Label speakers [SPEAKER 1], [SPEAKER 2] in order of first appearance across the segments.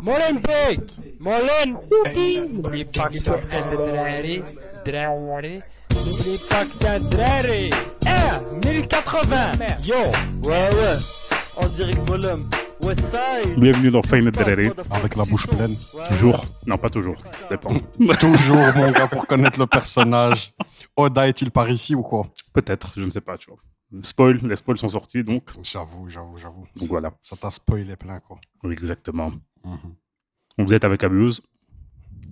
[SPEAKER 1] Molenbeek Molenbeek N'oublie pas que t'as N'oublie pas que t'as drari Eh 1080 Yo Ouais ouais En direct Molem Westside
[SPEAKER 2] Bienvenue dans Fame Derere.
[SPEAKER 3] Avec la bouche pleine.
[SPEAKER 2] Toujours. Non, pas toujours. Ça dépend.
[SPEAKER 3] Toujours, mon gars, pour connaître le personnage. Oda est-il par ici ou quoi
[SPEAKER 2] Peut-être, je ne sais pas, tu vois. Spoil, les spoils sont sortis, donc,
[SPEAKER 3] J'avoue, j'avoue, j'avoue.
[SPEAKER 2] donc voilà.
[SPEAKER 3] Ça t'a spoilé plein, quoi.
[SPEAKER 2] Oui, Exactement.
[SPEAKER 3] Mhm.
[SPEAKER 2] Donc, Vous êtes avec Amuse.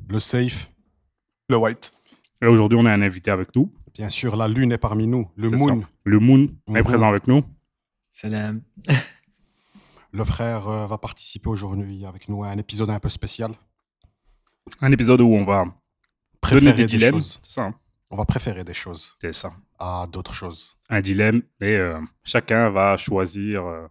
[SPEAKER 3] Le safe.
[SPEAKER 4] Le white.
[SPEAKER 2] Et aujourd'hui, on a un invité avec nous.
[SPEAKER 3] Bien sûr, la lune est parmi nous. Le
[SPEAKER 2] C'est
[SPEAKER 3] moon.
[SPEAKER 2] ça. Le Moon est
[SPEAKER 3] Mhm.
[SPEAKER 2] présent avec nous.
[SPEAKER 5] Salam.
[SPEAKER 3] Le frère euh, va participer aujourd'hui avec nous à un épisode un peu spécial.
[SPEAKER 2] Un épisode où on va
[SPEAKER 3] Préférer
[SPEAKER 2] donner des dilemmes.
[SPEAKER 3] choses.
[SPEAKER 2] C'est ça. hein.
[SPEAKER 3] On va préférer des choses
[SPEAKER 2] C'est ça.
[SPEAKER 3] à d'autres choses.
[SPEAKER 2] Un dilemme. Et euh, chacun va choisir euh,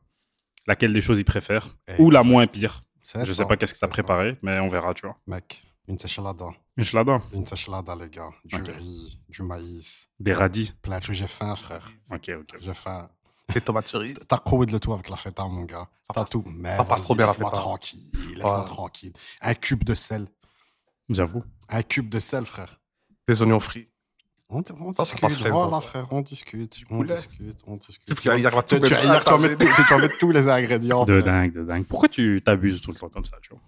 [SPEAKER 2] laquelle des choses il préfère.
[SPEAKER 3] Eh,
[SPEAKER 2] Ou la
[SPEAKER 3] c'est-
[SPEAKER 2] moins pire.
[SPEAKER 3] C'est
[SPEAKER 2] Je
[SPEAKER 3] ça,
[SPEAKER 2] sais pas qu'est-ce que t'as
[SPEAKER 3] c'est
[SPEAKER 2] préparé, mais on verra, tu vois.
[SPEAKER 3] ça. Mec, une sechelada.
[SPEAKER 2] Inch'Allah.
[SPEAKER 3] Une sechelada, les gars. Du
[SPEAKER 2] Ok.
[SPEAKER 3] riz, du maïs,
[SPEAKER 2] Des radis.
[SPEAKER 3] plein de choses. J'ai faim, frère.
[SPEAKER 2] Ok, ok.
[SPEAKER 3] J'ai faim.
[SPEAKER 4] Les tomates cerises.
[SPEAKER 3] T'as prouvé de le tout avec la feta, mon gars.
[SPEAKER 4] Ça
[SPEAKER 3] T'as
[SPEAKER 4] passe-
[SPEAKER 3] tout. Mais
[SPEAKER 4] ça passe
[SPEAKER 3] vas-y,
[SPEAKER 4] trop bien, la
[SPEAKER 3] Laisse-moi
[SPEAKER 4] feta. hein.
[SPEAKER 3] tranquille. Laisse-moi
[SPEAKER 4] Ouais.
[SPEAKER 3] tranquille. Un cube de sel.
[SPEAKER 2] J'avoue.
[SPEAKER 3] Un cube de sel, frère.
[SPEAKER 4] Des oignons frits.
[SPEAKER 3] On, on
[SPEAKER 4] Ça, ça
[SPEAKER 3] discute.
[SPEAKER 4] passe plaisant,
[SPEAKER 3] voilà,
[SPEAKER 4] ça.
[SPEAKER 3] frère. On discute. On
[SPEAKER 4] Oula.
[SPEAKER 3] discute. On discute.
[SPEAKER 4] Tu vas- il y aura
[SPEAKER 3] Tu-
[SPEAKER 4] tout
[SPEAKER 3] tu-
[SPEAKER 4] mettre-
[SPEAKER 3] hier, tu vas
[SPEAKER 4] attends,
[SPEAKER 3] mettre tout- tu vas mettre tous les ingrédients.
[SPEAKER 2] De
[SPEAKER 3] frère.
[SPEAKER 2] dingue, de dingue. Pourquoi tu t'abuses tout le temps comme ça, tu vois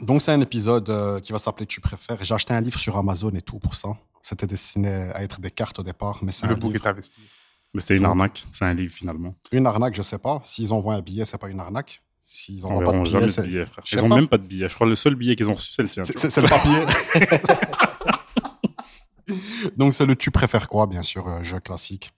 [SPEAKER 3] Donc, c'est un épisode euh, qui va s'appeler Tu préfères. J'ai acheté un livre sur Amazon et tout pour ça. C'était destiné à être des cartes au départ, mais c'est
[SPEAKER 4] Le
[SPEAKER 3] un
[SPEAKER 4] bouc
[SPEAKER 3] livre.
[SPEAKER 4] est investi.
[SPEAKER 2] Mais c'était une
[SPEAKER 3] Ouais.
[SPEAKER 2] arnaque, c'est un livre finalement.
[SPEAKER 3] une arnaque, je sais pas. S'ils envoient un billet, c'est pas une arnaque. S'ils
[SPEAKER 2] On
[SPEAKER 3] envoient pas de
[SPEAKER 2] verra jamais
[SPEAKER 3] billet,
[SPEAKER 2] de
[SPEAKER 3] c'est-
[SPEAKER 2] billets, frère.
[SPEAKER 3] je sais
[SPEAKER 2] Ils ont
[SPEAKER 3] pas.
[SPEAKER 2] même pas de billets. Je crois que le seul billet qu'ils ont reçu, c'est le tien.
[SPEAKER 3] C'est-
[SPEAKER 2] tu
[SPEAKER 3] C'est c'est le papier. Donc, c'est le tu préfères quoi, bien sûr, euh, jeu classique.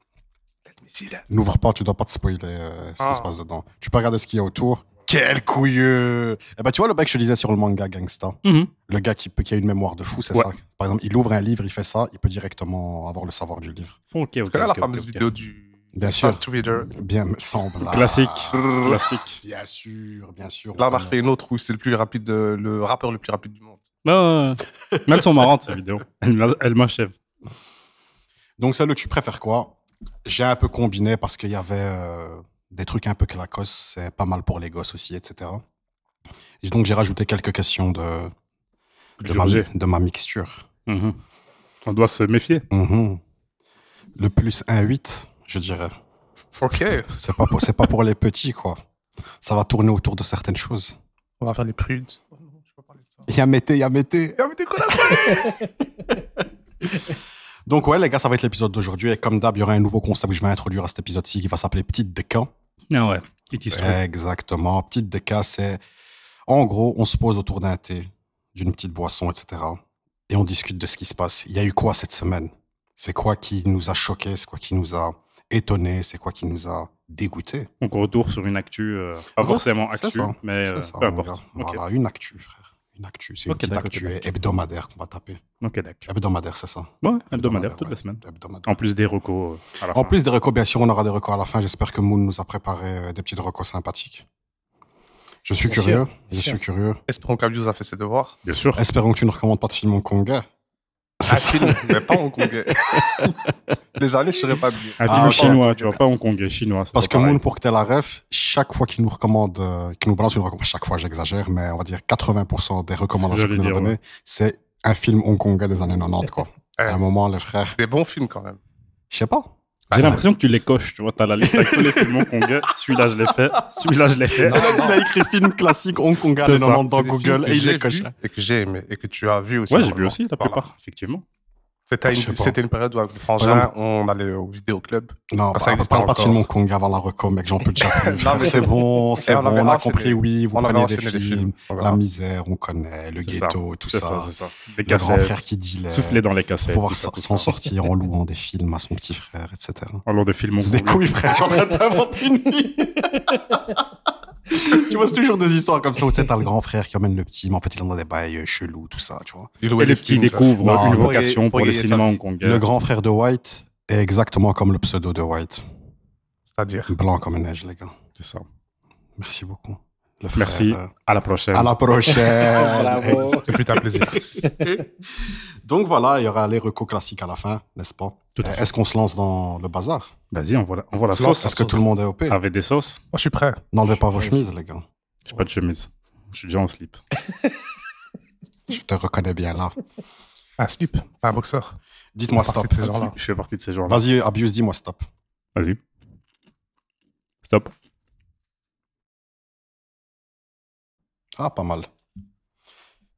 [SPEAKER 3] N'ouvre pas, tu dois pas te spoiler euh, ce qui
[SPEAKER 4] Ah.
[SPEAKER 3] se passe dedans. Tu peux regarder ce qu'il y a autour. Quel couilleux Eh ben, tu vois le mec que je disais sur le manga Gangsta.
[SPEAKER 2] vois. Mhm.
[SPEAKER 3] Le gars qui, peut- qui a une mémoire de fou, c'est
[SPEAKER 2] Ouais.
[SPEAKER 3] ça. Par exemple, il ouvre un livre, il fait ça, il peut directement avoir le savoir du livre.
[SPEAKER 2] Ok, ok.
[SPEAKER 4] Parce que là, la
[SPEAKER 2] ok,
[SPEAKER 4] fameuse
[SPEAKER 2] ok, ok.
[SPEAKER 4] vidéo du.
[SPEAKER 3] Bien
[SPEAKER 4] du
[SPEAKER 3] sûr.
[SPEAKER 4] Fast Reader.
[SPEAKER 3] Bien, me semble.
[SPEAKER 2] Classique,
[SPEAKER 4] Ah.
[SPEAKER 2] classique.
[SPEAKER 3] Bien sûr, bien sûr.
[SPEAKER 4] Là, on a refait une autre où c'est le plus rapide, euh, le rappeur le plus rapide du monde.
[SPEAKER 2] Ah, ouais. mais elles sont marrantes ces vidéos. Elles m'a- Elles m'achèvent.
[SPEAKER 3] Donc, ça, le tu préfères quoi J'ai un peu combiné parce qu'il y avait euh, des trucs un peu clacos, c'est pas mal pour les gosses aussi, etc. Et donc, j'ai rajouté quelques questions de, de,
[SPEAKER 2] Du
[SPEAKER 3] ma,
[SPEAKER 2] rejet.
[SPEAKER 3] de ma mixture.
[SPEAKER 2] Mhm. On doit se méfier.
[SPEAKER 3] Mhm. Le plus 1,8, je dirais.
[SPEAKER 4] Ok.
[SPEAKER 3] C'est pas, pour- c'est pas pour les petits, quoi. Ça va tourner autour de certaines choses.
[SPEAKER 4] On va faire les prudes. Oh non, je peux pas parler de ça.
[SPEAKER 3] Il y a Mété, il y a Mété.
[SPEAKER 4] Ah, mais t'es quoi là
[SPEAKER 3] Donc ouais les gars, ça va être l'épisode d'aujourd'hui et comme d'hab, il y aura un nouveau concept que je vais introduire à cet épisode-ci qui va s'appeler Petite Déca.
[SPEAKER 2] Ah ouais. It is true.
[SPEAKER 3] Exactement, Petite Déca, c'est en gros, on se pose autour d'un thé, d'une petite boisson, etc. Et on discute de ce qui se passe. Il y a eu quoi cette semaine C'est quoi qui nous a choqués C'est quoi qui nous a étonnés C'est quoi qui nous a dégoûtés
[SPEAKER 2] Donc retour sur une actu, euh, pas
[SPEAKER 3] Ouais,
[SPEAKER 2] forcément
[SPEAKER 3] Ah c'est
[SPEAKER 2] actu,
[SPEAKER 3] ça,
[SPEAKER 2] mais
[SPEAKER 3] C'est
[SPEAKER 2] euh,
[SPEAKER 3] ça,
[SPEAKER 2] peu
[SPEAKER 3] mon
[SPEAKER 2] importe.
[SPEAKER 3] gars.
[SPEAKER 2] Ok,
[SPEAKER 3] Voilà, une actu, frère. Une actu, c'est
[SPEAKER 2] Ok,
[SPEAKER 3] une petite
[SPEAKER 2] d'accord,
[SPEAKER 3] actu
[SPEAKER 2] d'accord.
[SPEAKER 3] hebdomadaire qu'on va taper.
[SPEAKER 2] ok, d'accord.
[SPEAKER 3] Hebdomadaire, c'est ça
[SPEAKER 2] Bon, ouais, hebdomadaire, toutes
[SPEAKER 3] ouais.
[SPEAKER 2] les semaines.
[SPEAKER 3] Hebdomadaire.
[SPEAKER 2] En plus des recos euh, à la
[SPEAKER 3] En
[SPEAKER 2] fin.
[SPEAKER 3] plus des recos, bien sûr, on aura des recos à la fin. J'espère que Moon nous a préparé euh, des petites recos sympathiques. Je suis
[SPEAKER 5] Bien
[SPEAKER 3] curieux. je
[SPEAKER 5] bien
[SPEAKER 3] suis curieux.
[SPEAKER 4] Espérons qu'Abius a fait ses devoirs.
[SPEAKER 2] Bien sûr.
[SPEAKER 3] Espérons que tu ne recommandes pas de film hongkongais.
[SPEAKER 4] Un film, mais pas hongkongais. Les années, je serais pas bien.
[SPEAKER 2] Un
[SPEAKER 3] Ah,
[SPEAKER 2] film
[SPEAKER 3] ok.
[SPEAKER 2] chinois, tu vois, pas hongkongais, chinois. c'est
[SPEAKER 3] Parce que
[SPEAKER 2] pas pareil.
[SPEAKER 3] Moon, pour que tu la ref, chaque fois qu'il nous recommande, euh, qu'il nous balance une recommandation, chaque fois j'exagère, mais on va dire 80% des recommandations
[SPEAKER 2] C'est ce que
[SPEAKER 3] qu'il nous a
[SPEAKER 2] j'allais dire,
[SPEAKER 3] données, c'est un film hongkongais des années 90, quoi. à un moment, les frères,
[SPEAKER 4] Des bons films quand même.
[SPEAKER 3] je sais pas.
[SPEAKER 2] J'ai l'impression que tu les coches, tu vois, t'as la liste avec tous les films hongkongais. Celui-là, je l'ai fait. Celui-là, je l'ai fait.
[SPEAKER 3] Non, il a écrit film classique hongkongais
[SPEAKER 2] C'est
[SPEAKER 3] années
[SPEAKER 2] ça.
[SPEAKER 3] 90 dans
[SPEAKER 4] C'est des films
[SPEAKER 3] Google
[SPEAKER 4] que
[SPEAKER 3] et il
[SPEAKER 4] j'ai
[SPEAKER 3] les coche.
[SPEAKER 4] vus Et que j'ai aimé. Et que tu as vu aussi.
[SPEAKER 2] Ouais, j'ai vu
[SPEAKER 4] normalement.
[SPEAKER 2] aussi la
[SPEAKER 4] Voilà.
[SPEAKER 2] plupart, effectivement.
[SPEAKER 4] C'était
[SPEAKER 3] Je sais
[SPEAKER 4] une,
[SPEAKER 3] pas.
[SPEAKER 4] c'était une période où, avec les
[SPEAKER 3] Par
[SPEAKER 4] frangins,
[SPEAKER 3] exemple-
[SPEAKER 4] on allait au vidéoclub.
[SPEAKER 3] Non,
[SPEAKER 4] Ah, ça
[SPEAKER 3] bah,
[SPEAKER 4] existe
[SPEAKER 3] parle pas de
[SPEAKER 4] encore.
[SPEAKER 3] film Hong Kong avant la reco, mec, j'en peux déjà plus.
[SPEAKER 4] Non, mais
[SPEAKER 3] c'est
[SPEAKER 4] c'est
[SPEAKER 3] bon, c'est
[SPEAKER 4] Et on
[SPEAKER 3] bon,
[SPEAKER 4] avait
[SPEAKER 3] on a
[SPEAKER 4] enchaîné.
[SPEAKER 3] comprenez, oui, vous
[SPEAKER 4] On avait
[SPEAKER 3] prenez des
[SPEAKER 4] enchaîné
[SPEAKER 3] films,
[SPEAKER 4] des films. Voilà.
[SPEAKER 3] la misère, on connaît, le
[SPEAKER 2] C'est ça,
[SPEAKER 3] ghetto, tout
[SPEAKER 2] C'est
[SPEAKER 3] ça,
[SPEAKER 2] ça, c'est ça. Les
[SPEAKER 3] le grand
[SPEAKER 2] cassettes,
[SPEAKER 3] frère qui dit
[SPEAKER 2] souffler dans les cassettes.
[SPEAKER 3] pouvoir
[SPEAKER 2] tout ça,
[SPEAKER 3] s'en
[SPEAKER 2] tout ça.
[SPEAKER 3] s'en sortir en louant des films à son petit frère, etc.
[SPEAKER 2] Alors, des films
[SPEAKER 3] C'est des
[SPEAKER 2] hongkongais.
[SPEAKER 3] couilles, frère, je suis en train d'inventer une vie. tu vois, c'est toujours des histoires comme ça où tu sais, t'as le grand frère qui emmène le petit, mais en fait, il en a des bails euh, chelous, tout ça, tu vois.
[SPEAKER 4] Il louait
[SPEAKER 2] Et les
[SPEAKER 4] des
[SPEAKER 2] petits
[SPEAKER 4] films, ça.
[SPEAKER 2] découvrent
[SPEAKER 3] Non,
[SPEAKER 2] une
[SPEAKER 3] pour
[SPEAKER 4] y-
[SPEAKER 2] vocation
[SPEAKER 4] hein,
[SPEAKER 2] pour
[SPEAKER 4] pour y
[SPEAKER 2] le
[SPEAKER 4] aller,
[SPEAKER 2] cinéma
[SPEAKER 4] ça-
[SPEAKER 2] hongkongais.
[SPEAKER 3] Le grand frère de White est exactement comme le pseudo de White.
[SPEAKER 4] C'est-à-dire.
[SPEAKER 3] Blanc comme neige, les gars.
[SPEAKER 2] C'est ça.
[SPEAKER 3] Merci beaucoup. Le frère,
[SPEAKER 2] Merci.
[SPEAKER 3] euh,
[SPEAKER 2] À la prochaine.
[SPEAKER 3] À la prochaine.
[SPEAKER 5] Bravo.
[SPEAKER 4] Ce fut un plaisir.
[SPEAKER 3] Donc voilà, il y aura les recos classiques à la fin, n'est-ce pas
[SPEAKER 2] Tout à
[SPEAKER 3] Euh,
[SPEAKER 2] fait. Bah,
[SPEAKER 3] Est-ce qu'on se lance dans le bazar
[SPEAKER 2] Vas-y, on voit la, on voit la
[SPEAKER 3] Parce
[SPEAKER 2] sauce. Ah.
[SPEAKER 3] que tout le monde est OP.
[SPEAKER 2] Avec des sauces,
[SPEAKER 4] Moi, je suis prêt.
[SPEAKER 3] N'enlevez pas vos chemises, les gars.
[SPEAKER 2] j'ai pas de chemise. Je suis déjà en slip.
[SPEAKER 3] Je te reconnais bien là.
[SPEAKER 4] Un slip, pas un boxeur.
[SPEAKER 3] Dites-moi
[SPEAKER 4] Partie
[SPEAKER 3] stop.
[SPEAKER 4] de ces gens-là.
[SPEAKER 2] Je fais partie de ces gens-là.
[SPEAKER 3] Vas-y, Abuse, dis-moi stop.
[SPEAKER 2] Vas-y. Stop.
[SPEAKER 3] Ah, pas mal.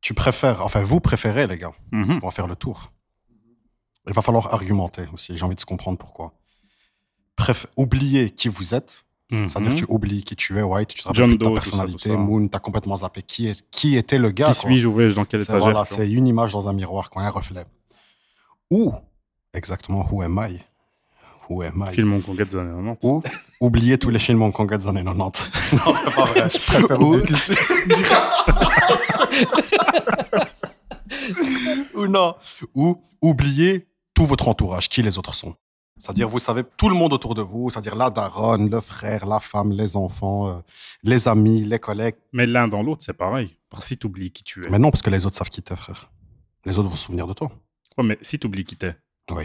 [SPEAKER 3] Tu préfères, enfin, vous préférez, les gars.
[SPEAKER 2] Mhm.
[SPEAKER 3] On va faire le tour. Il va falloir argumenter aussi. J'ai envie de se comprendre pourquoi. Bref, oublier qui vous êtes. C'est-à-dire,
[SPEAKER 2] Mhm.
[SPEAKER 3] tu oublies qui tu es, White, tu te
[SPEAKER 2] John
[SPEAKER 3] rappelles plus de ta
[SPEAKER 2] Doe, tout ça,
[SPEAKER 3] personnalité,
[SPEAKER 2] tout ça.
[SPEAKER 3] Moon, t'as complètement zappé qui, est, qui était le gars.
[SPEAKER 2] Qui
[SPEAKER 3] quoi.
[SPEAKER 2] suis-je ouvert dans quelle
[SPEAKER 3] C'est voilà,
[SPEAKER 2] étagère tu vois
[SPEAKER 3] c'est une image dans un miroir, quand un reflet. Ou, exactement, who am I? Who am I?
[SPEAKER 2] Film hongkongais des années 90.
[SPEAKER 3] Ou, oublier tous les films hongkongais des années 90. non, c'est
[SPEAKER 4] Ah
[SPEAKER 3] pas vrai.
[SPEAKER 4] Je préfère
[SPEAKER 3] Ou-
[SPEAKER 4] le cliché.
[SPEAKER 3] ou non. Ou oublier tout votre entourage, qui les autres sont. C'est-à-dire, vous savez tout le monde autour de vous, c'est-à-dire la daronne, le frère, la femme, les enfants, euh, les amis, les collègues.
[SPEAKER 2] Mais l'un dans l'autre, c'est pareil. Par si t'oublies qui tu es.
[SPEAKER 3] Mais non, parce que les autres savent qui t'es, frère. Les autres vont se souvenir de toi.
[SPEAKER 2] Ouais, Oh, mais si t'oublies qui t'es,
[SPEAKER 3] Oui.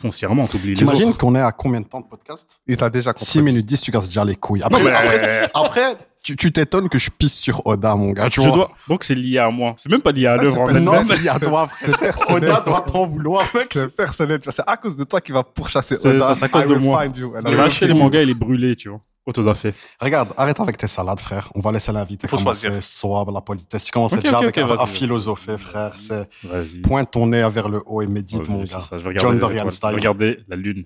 [SPEAKER 2] foncièrement, t'oublies les
[SPEAKER 3] T'imagines
[SPEAKER 2] autres.
[SPEAKER 3] qu'on est à combien de temps de podcast
[SPEAKER 4] Il t'a déjà compris.
[SPEAKER 3] 6 minutes 10, tu casses déjà les couilles. Après,
[SPEAKER 2] Non,
[SPEAKER 4] Ah
[SPEAKER 2] mais-
[SPEAKER 3] après, après, tu tu t'étonnes que je pisse sur Oda, mon gars. Ah, Tu
[SPEAKER 2] Je
[SPEAKER 3] vois.
[SPEAKER 2] dois... Donc c'est lié à moi. C'est même pas lié à
[SPEAKER 4] Ah,
[SPEAKER 2] l'œuvre
[SPEAKER 4] c'est
[SPEAKER 2] en
[SPEAKER 4] pas-
[SPEAKER 2] elle-même.
[SPEAKER 3] Non, c'est à toi, frère.
[SPEAKER 4] C'est personnel.
[SPEAKER 3] Oda doit t'en vouloir, mec.
[SPEAKER 4] C'est personnel, tu vois. C'est à cause de toi qu'il va pourchasser
[SPEAKER 2] C'est-
[SPEAKER 4] Oda.
[SPEAKER 2] c'est à cause
[SPEAKER 4] I
[SPEAKER 2] de
[SPEAKER 4] will
[SPEAKER 2] moi.
[SPEAKER 4] find you. Elle a
[SPEAKER 2] Lâcher le
[SPEAKER 4] compris.
[SPEAKER 2] manga, il est brûlé, tu vois. Auto da fait.
[SPEAKER 3] Regarde, arrête avec tes salades, frère. On va laisser l'invité
[SPEAKER 5] Faut
[SPEAKER 3] commencer.
[SPEAKER 5] choisir.
[SPEAKER 3] Soave, la politesse. Tu commences
[SPEAKER 2] Ok,
[SPEAKER 3] déjà
[SPEAKER 2] ok,
[SPEAKER 3] avec
[SPEAKER 2] ok,
[SPEAKER 3] à- à,
[SPEAKER 2] vas-y, vas-y.
[SPEAKER 3] philosopher, frère. C'est
[SPEAKER 2] Vas-y.
[SPEAKER 3] pointe ton nez vers le haut et médite,
[SPEAKER 2] Vas-y,
[SPEAKER 3] mon
[SPEAKER 2] c'est
[SPEAKER 3] gars.
[SPEAKER 2] ça, je vais regarder
[SPEAKER 3] John
[SPEAKER 2] les
[SPEAKER 3] Dorian
[SPEAKER 2] étoiles. Je vais
[SPEAKER 3] style.
[SPEAKER 2] regarder la lune.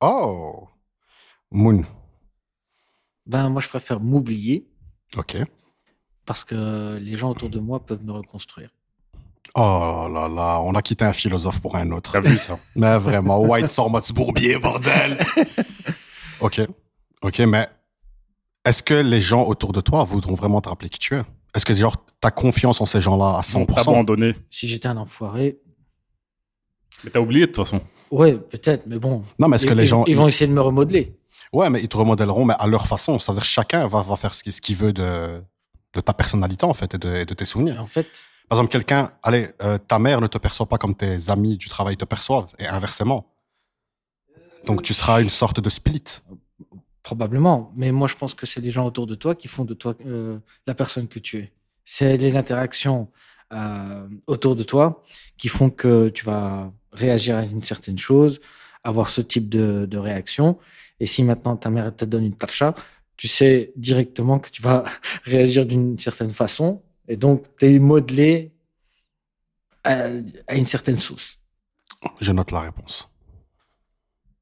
[SPEAKER 3] Oh, Moon.
[SPEAKER 5] Ben, moi, je préfère m'oublier
[SPEAKER 3] Ok.
[SPEAKER 5] parce que les gens autour de moi peuvent me reconstruire.
[SPEAKER 3] Oh là là, on a quitté un philosophe pour un autre.
[SPEAKER 2] T'as vu ça
[SPEAKER 3] Mais vraiment, White sort mode bourbier, bordel. ok, ok, mais est-ce que les gens autour de toi voudront vraiment te rappeler qui tu es Est-ce que genre t'as confiance en ces gens-là à 100%
[SPEAKER 2] Abandonné.
[SPEAKER 5] Si j'étais un enfoiré,
[SPEAKER 2] Mais t'as oublié de toute façon.
[SPEAKER 5] ouais, peut-être, mais bon.
[SPEAKER 3] Non, mais est-ce
[SPEAKER 5] ils-
[SPEAKER 3] que les
[SPEAKER 5] ils-
[SPEAKER 3] gens
[SPEAKER 5] Ils vont essayer de me remodeler.
[SPEAKER 3] Ouais, mais ils te remodèleront, mais à leur façon. C'est-à-dire chacun va, va faire ce qu'il ce qu'il veut de, de ta personnalité, en fait, et de, et de tes
[SPEAKER 5] Et
[SPEAKER 3] souvenirs.
[SPEAKER 5] en fait,
[SPEAKER 3] Par exemple, quelqu'un, allez, euh, ta mère ne te perçoit pas comme tes amis du travail te perçoivent, et inversement. Donc tu seras une sorte de split.
[SPEAKER 5] probablement. Mais moi, je pense que c'est les gens autour de toi qui font de toi euh, la personne que tu es. C'est les interactions euh, autour de toi qui font que tu vas réagir à une certaine chose, avoir ce type de, de réaction. Et si maintenant ta mère elle te donne une parcha, tu sais directement que tu vas réagir d'une certaine façon. Et donc, tu es modelé à, à une certaine source.
[SPEAKER 3] Je note la réponse.